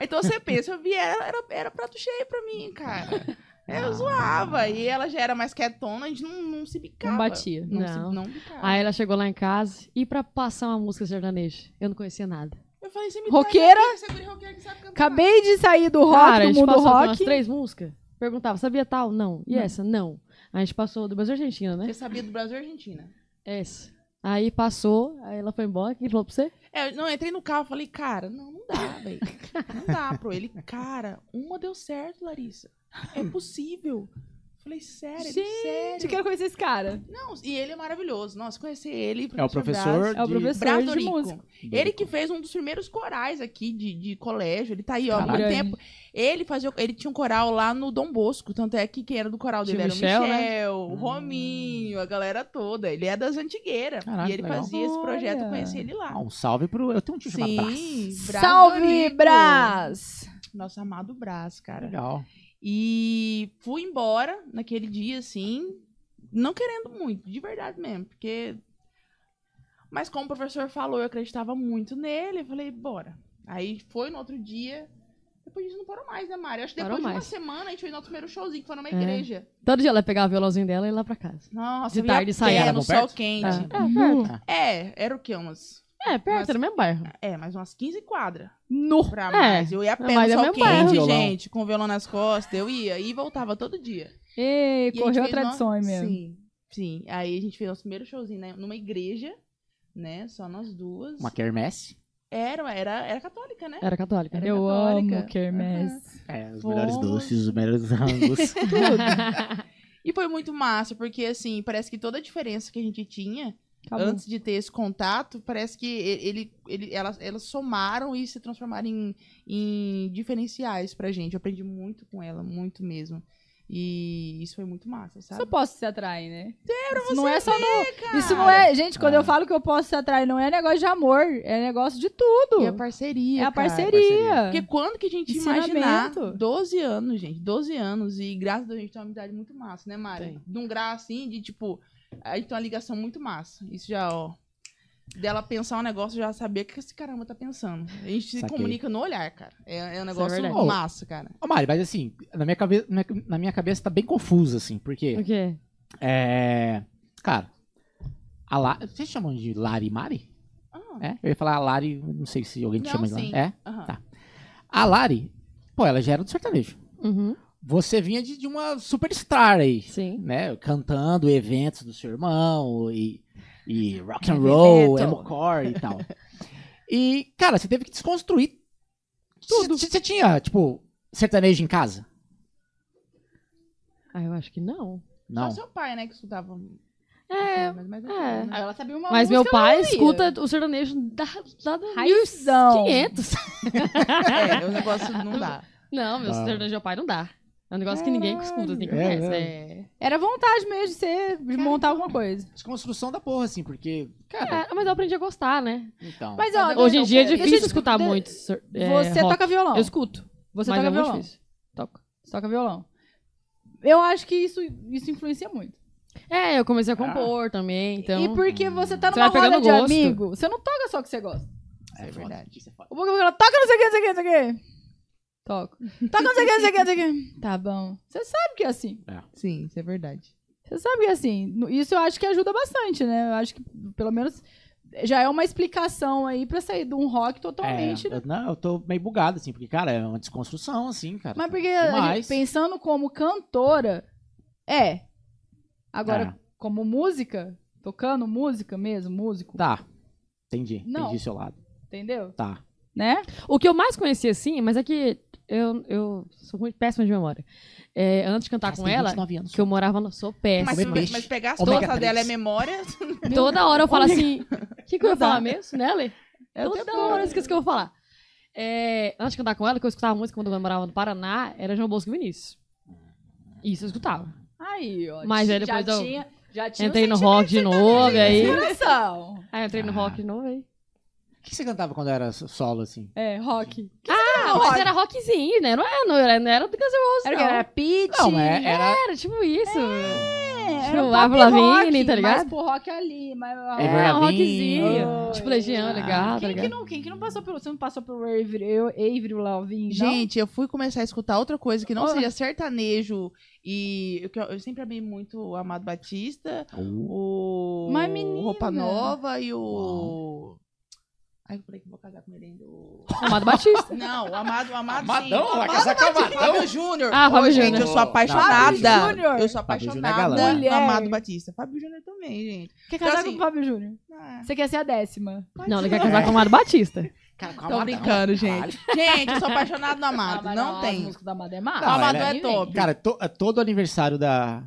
[SPEAKER 4] Então você pensa, eu vi ela, era, era prato cheio pra mim, cara. Eu zoava. E ela já era mais quietona, a gente não, não se bicava.
[SPEAKER 5] Não batia.
[SPEAKER 4] Não, se-
[SPEAKER 5] Não.
[SPEAKER 4] não bicava.
[SPEAKER 5] Aí ela chegou lá em casa e pra passar uma música sertaneja. Eu não conhecia nada.
[SPEAKER 4] Eu falei, você me
[SPEAKER 2] Roqueira?
[SPEAKER 4] traz aqui, você é guri roqueira que sabe cantar.
[SPEAKER 2] Acabei de sair do rock,
[SPEAKER 5] Cara, a
[SPEAKER 2] do
[SPEAKER 5] gente
[SPEAKER 2] mundo
[SPEAKER 5] passou por umas
[SPEAKER 2] rock.
[SPEAKER 5] três músicas. Perguntava, sabia tal? Não. E essa? Não. A gente passou do Brasil e Argentina, né?
[SPEAKER 4] Você sabia do Brasil e Argentina?
[SPEAKER 5] Essa. Aí passou, aí ela foi embora. O que falou pra você?
[SPEAKER 4] É, não, eu entrei no carro e falei, cara, não, não dá, velho. Não dá, pro ele. Cara, uma deu certo, Larissa. É possível. Falei, sério, ele,
[SPEAKER 2] Gente,
[SPEAKER 4] sério.
[SPEAKER 2] quero conhecer esse cara.
[SPEAKER 4] Não, e ele é maravilhoso. Nossa, conhecer ele.
[SPEAKER 3] É o professor.
[SPEAKER 2] É o
[SPEAKER 3] de-
[SPEAKER 2] professor
[SPEAKER 4] Brazo
[SPEAKER 2] de música.
[SPEAKER 4] Rico. Ele que fez um dos primeiros corais aqui de, de colégio. Ele tá aí, ó, há muito
[SPEAKER 5] Caralho.
[SPEAKER 4] tempo. Ele fazia, ele tinha um coral lá no Dom Bosco. Tanto é que quem era do coral dele
[SPEAKER 5] Tinha
[SPEAKER 4] era
[SPEAKER 5] o
[SPEAKER 4] o Michel,
[SPEAKER 5] Michel, né?
[SPEAKER 4] o Rominho, a galera toda. Ele é das antigueiras.
[SPEAKER 3] Caraca,
[SPEAKER 4] e ele
[SPEAKER 3] legal.
[SPEAKER 4] fazia esse projeto, eu
[SPEAKER 2] Olha.
[SPEAKER 4] conheci ele lá.
[SPEAKER 3] Ah, um salve pro. Eu tenho um tio chamado Brás.
[SPEAKER 4] Sim, Braz
[SPEAKER 2] Salve,
[SPEAKER 4] Dorico.
[SPEAKER 2] Brás!
[SPEAKER 4] Nosso amado Brás, cara.
[SPEAKER 3] Legal.
[SPEAKER 4] E fui embora naquele dia, assim, não querendo muito, de verdade mesmo, porque. Mas como o professor falou, eu acreditava muito nele, eu falei, bora. Aí foi no outro dia. Depois disso não parou mais, né, Mari? Acho que
[SPEAKER 5] Parou
[SPEAKER 4] depois de uma
[SPEAKER 5] mais.
[SPEAKER 4] semana a gente fez nosso primeiro showzinho, que foi numa
[SPEAKER 5] É.
[SPEAKER 4] igreja.
[SPEAKER 5] Todo dia ela pegava o violãozinho dela e ia lá pra casa.
[SPEAKER 4] Nossa,
[SPEAKER 5] De
[SPEAKER 4] eu ia
[SPEAKER 5] tarde
[SPEAKER 4] a
[SPEAKER 5] saía.
[SPEAKER 4] pé
[SPEAKER 3] Era
[SPEAKER 4] no
[SPEAKER 3] bom
[SPEAKER 4] sol
[SPEAKER 3] perto?
[SPEAKER 4] quente.
[SPEAKER 5] É, perto.
[SPEAKER 4] É, era o quê? Umas.
[SPEAKER 5] É, perto, era no mesmo bairro.
[SPEAKER 4] É, mais umas 15 quadras.
[SPEAKER 2] No.
[SPEAKER 4] pra
[SPEAKER 5] É,
[SPEAKER 4] mais. Eu ia a pé
[SPEAKER 5] mas é
[SPEAKER 4] no sol
[SPEAKER 5] meu
[SPEAKER 4] quente,
[SPEAKER 3] bairro.
[SPEAKER 4] gente, com o violão nas costas. Eu ia e voltava todo dia.
[SPEAKER 2] Ei,
[SPEAKER 4] E a
[SPEAKER 2] correu
[SPEAKER 4] gente
[SPEAKER 2] a
[SPEAKER 4] fez no-
[SPEAKER 2] tradição aí mesmo.
[SPEAKER 4] Sim, sim. Aí a gente fez nosso primeiro showzinho né, numa igreja, né? Só nós duas.
[SPEAKER 3] Uma quermesse.
[SPEAKER 4] Era, era, era católica, né?
[SPEAKER 5] Era católica.
[SPEAKER 4] Era
[SPEAKER 5] Eu
[SPEAKER 2] Eu
[SPEAKER 4] católica.
[SPEAKER 2] amo quermesse.
[SPEAKER 3] É, os
[SPEAKER 4] melhores Fomos. doces,
[SPEAKER 3] os melhores rangos.
[SPEAKER 4] E foi muito massa, porque assim, parece que toda a diferença que a gente tinha
[SPEAKER 2] Acabou.
[SPEAKER 4] antes de ter esse contato, parece que e- ele, ele, elas, elas somaram e se transformaram em, em diferenciais pra gente. Eu aprendi muito com ela, muito mesmo. E isso foi muito massa,
[SPEAKER 2] Só
[SPEAKER 4] sabe?
[SPEAKER 2] posso se atrair, né? Isso não é só no... Isso não
[SPEAKER 4] cara.
[SPEAKER 2] é... Gente, quando
[SPEAKER 3] Ah.
[SPEAKER 2] eu falo que eu posso se atrair, não é negócio de amor. É negócio de tudo.
[SPEAKER 4] E a parceria.
[SPEAKER 2] É a
[SPEAKER 4] cara.
[SPEAKER 2] parceria.
[SPEAKER 4] Porque quando que a gente
[SPEAKER 2] Ensinamento.
[SPEAKER 4] imaginar 12 anos, gente, 12 anos, e graças a Deus a gente tem uma amizade muito massa, né, Mari?
[SPEAKER 5] Tem.
[SPEAKER 4] De um grau assim, de tipo, a gente tem uma ligação muito massa. Isso já, ó. Dela pensar um negócio, já saber o que esse caramba tá pensando. A gente se
[SPEAKER 3] Saquei.
[SPEAKER 4] comunica no olhar, cara. É, é um
[SPEAKER 5] Isso é
[SPEAKER 4] negócio
[SPEAKER 5] verdade.
[SPEAKER 4] massa, cara.
[SPEAKER 3] Ô, Mari, mas assim, na minha, cabeça, na, na minha cabeça tá bem confuso, assim,
[SPEAKER 5] o
[SPEAKER 3] porque.
[SPEAKER 5] quê?
[SPEAKER 3] É. Cara. A La... Vocês chamam de Lari Mari?
[SPEAKER 4] Ah,
[SPEAKER 3] É? Eu ia falar a Lari, não sei se alguém te
[SPEAKER 4] Não,
[SPEAKER 3] chama de Lari.
[SPEAKER 4] sim.
[SPEAKER 3] É?
[SPEAKER 4] aham.
[SPEAKER 3] Tá. A Lari, pô, ela já era do sertanejo.
[SPEAKER 5] Uhum.
[SPEAKER 3] Você vinha de, de uma superstar aí.
[SPEAKER 5] Sim.
[SPEAKER 3] né, cantando eventos do seu irmão e, e rock and roll,
[SPEAKER 2] Metal.
[SPEAKER 3] emo core e tal. E, cara, você teve que desconstruir tudo. Você você tinha, tipo, sertanejo em casa?
[SPEAKER 5] Ah, eu acho que não.
[SPEAKER 3] Não.
[SPEAKER 4] Só seu pai, né, que escutava.
[SPEAKER 5] É.
[SPEAKER 4] mas, mas,
[SPEAKER 5] é.
[SPEAKER 4] né?
[SPEAKER 2] Ah, ela sabia uma
[SPEAKER 5] Mas meu
[SPEAKER 2] música, ela
[SPEAKER 5] pai
[SPEAKER 2] sabia.
[SPEAKER 5] escuta o sertanejo da, lá do
[SPEAKER 2] Raizão.
[SPEAKER 5] 500.
[SPEAKER 4] É, o negócio não dá.
[SPEAKER 5] Não, meu
[SPEAKER 3] Ah.
[SPEAKER 5] sertanejo ao pai não dá. É um negócio que ninguém que escuta, ninguém
[SPEAKER 3] É
[SPEAKER 5] conhece. É,
[SPEAKER 2] Era vontade mesmo de ser, de montar alguma coisa.
[SPEAKER 3] Desconstrução da porra, assim, porque, cara,
[SPEAKER 5] É, mas eu aprendi a gostar, né?
[SPEAKER 3] então.
[SPEAKER 2] Mas ó,
[SPEAKER 5] Hoje em dia é
[SPEAKER 2] deixa eu te-
[SPEAKER 5] difícil escutar
[SPEAKER 2] de-
[SPEAKER 5] muito. ser- é,
[SPEAKER 2] Você
[SPEAKER 5] rock.
[SPEAKER 2] toca violão.
[SPEAKER 5] Eu escuto.
[SPEAKER 2] Você
[SPEAKER 5] mas
[SPEAKER 2] toca
[SPEAKER 5] é muito
[SPEAKER 2] violão.
[SPEAKER 5] difícil. Toco.
[SPEAKER 2] Você toca violão. Eu acho que isso, isso influencia muito.
[SPEAKER 5] É, eu
[SPEAKER 3] Ah.
[SPEAKER 5] comecei a compor também, então.
[SPEAKER 2] e porque você tá
[SPEAKER 5] Você
[SPEAKER 2] numa
[SPEAKER 5] vai
[SPEAKER 2] roda
[SPEAKER 5] pegando
[SPEAKER 2] de
[SPEAKER 5] gosto.
[SPEAKER 2] amigo, você não toca só o que você gosta.
[SPEAKER 3] é
[SPEAKER 4] verdade.
[SPEAKER 3] Isso é foda.
[SPEAKER 2] O Boca Boca fala, toca não sei o que, não sei o que, não sei o que. Toco. Toca não sei o que, não sei o que, não sei o que. Tá bom. Você sabe que é assim.
[SPEAKER 4] Sim, isso é verdade.
[SPEAKER 2] Você sabe que é assim. No- Isso eu acho que ajuda bastante, né? Eu acho que, pelo menos, já é uma explicação aí pra sair de um rock totalmente.
[SPEAKER 3] É, eu- não, eu tô meio bugado, assim, porque, cara, é uma desconstrução, assim, cara.
[SPEAKER 2] Mas porque, a
[SPEAKER 3] Demais.
[SPEAKER 2] gente, pensando como cantora, é. Agora,
[SPEAKER 3] É.
[SPEAKER 2] como música, tocando música mesmo, músico,
[SPEAKER 3] Tá. Entendi.
[SPEAKER 2] Não.
[SPEAKER 3] Entendi seu lado.
[SPEAKER 2] entendeu?
[SPEAKER 3] Tá.
[SPEAKER 2] Né?
[SPEAKER 5] O que eu mais conheci, assim, mas é que eu, eu sou muito péssima de memória. É, antes de
[SPEAKER 4] Ah,
[SPEAKER 5] cantar
[SPEAKER 3] Mas
[SPEAKER 5] com
[SPEAKER 3] tem
[SPEAKER 5] ela,
[SPEAKER 3] 29 anos.
[SPEAKER 5] que eu morava no. Sou péssima.
[SPEAKER 4] Tá Mas,
[SPEAKER 3] Comer
[SPEAKER 4] mas,
[SPEAKER 3] peixe.
[SPEAKER 4] pegar as
[SPEAKER 3] Ômega
[SPEAKER 4] costas
[SPEAKER 3] três.
[SPEAKER 4] dela é memória?
[SPEAKER 5] Toda hora eu falo assim. O que, que eu ia
[SPEAKER 4] Não dá.
[SPEAKER 5] falar mesmo, né, Lê?
[SPEAKER 4] É o
[SPEAKER 5] Toda
[SPEAKER 4] tempo.
[SPEAKER 5] hora eu esqueço o que eu vou falar. É, antes de cantar com ela, que eu escutava música quando eu morava no Paraná, era João Bosco e Vinícius. Isso eu escutava.
[SPEAKER 2] Aí, ó.
[SPEAKER 5] Mas
[SPEAKER 2] ti-
[SPEAKER 5] aí depois
[SPEAKER 2] já
[SPEAKER 5] eu
[SPEAKER 2] tinha, já tinha um
[SPEAKER 5] Entrei no rock de novo, e aí.
[SPEAKER 2] sentimento de coração.
[SPEAKER 5] Aí eu entrei no
[SPEAKER 3] Ah.
[SPEAKER 5] rock de novo aí.
[SPEAKER 3] O que você cantava quando era so- solo, assim?
[SPEAKER 2] É, rock.
[SPEAKER 5] Ah, mas era rockzinho, né? Não era, não era, não era do Guns N' Roses,
[SPEAKER 2] Era o
[SPEAKER 5] não.
[SPEAKER 2] que? Era Pete?
[SPEAKER 3] Não, é, era.
[SPEAKER 5] Era tipo isso.
[SPEAKER 2] É,
[SPEAKER 5] Tipo,
[SPEAKER 2] era um
[SPEAKER 5] Avril
[SPEAKER 2] pop
[SPEAKER 5] Lavigne,
[SPEAKER 2] rock,
[SPEAKER 5] tá ligado?
[SPEAKER 2] Mas pro rock ali, mas...
[SPEAKER 5] É,
[SPEAKER 3] Avril
[SPEAKER 5] um
[SPEAKER 3] Lavigne.
[SPEAKER 5] rockzinho.
[SPEAKER 2] Oi.
[SPEAKER 5] Tipo Legião,
[SPEAKER 2] Ah,
[SPEAKER 5] legal, tá
[SPEAKER 2] quem, que
[SPEAKER 5] ligado?
[SPEAKER 2] não, quem que não passou pelo... Você não passou pelo Avril, Avril Lavigne, não?
[SPEAKER 4] Gente, eu fui começar a escutar outra coisa que não
[SPEAKER 2] Oh.
[SPEAKER 4] seja sertanejo e eu, que eu- eu sempre amei muito o Amado Batista,
[SPEAKER 3] Tipo, uh,
[SPEAKER 4] o
[SPEAKER 2] Mas, menina!
[SPEAKER 4] Roupa Nova e o Ai, eu falei que eu vou casar com ele ainda. o-
[SPEAKER 5] Amado Batista.
[SPEAKER 4] Não, o Amado, o Amado sim.
[SPEAKER 3] Amadão? Vai
[SPEAKER 4] Amado
[SPEAKER 3] casar com
[SPEAKER 4] Batista.
[SPEAKER 3] Amadão?
[SPEAKER 4] Fábio Júnior.
[SPEAKER 5] Ah, Fábio
[SPEAKER 4] Ô, gente,
[SPEAKER 5] Júnior.
[SPEAKER 4] eu sou
[SPEAKER 2] Fábio Júnior.
[SPEAKER 4] apaixonada. Eu sou
[SPEAKER 3] Fábio Júnior é
[SPEAKER 4] apaixonada.
[SPEAKER 3] galã.
[SPEAKER 4] Amado
[SPEAKER 2] Mulher.
[SPEAKER 4] Batista. Fábio Júnior também, gente.
[SPEAKER 2] Quer casar
[SPEAKER 4] Então, assim,
[SPEAKER 2] é com o Fábio Júnior?
[SPEAKER 4] Ah,
[SPEAKER 2] Você quer ser a décima.
[SPEAKER 5] Não, ele quer casar com o Amado Batista.
[SPEAKER 3] Cara, com
[SPEAKER 4] Tô
[SPEAKER 3] Amadão,
[SPEAKER 4] brincando,
[SPEAKER 3] caralho.
[SPEAKER 4] gente. Gente, eu sou apaixonada no Amado. Não
[SPEAKER 2] As
[SPEAKER 4] tem.
[SPEAKER 2] músicas da Amado é massa.
[SPEAKER 3] Não,
[SPEAKER 4] Amado
[SPEAKER 3] ela
[SPEAKER 4] é top.
[SPEAKER 3] Cara, to- todo aniversário da,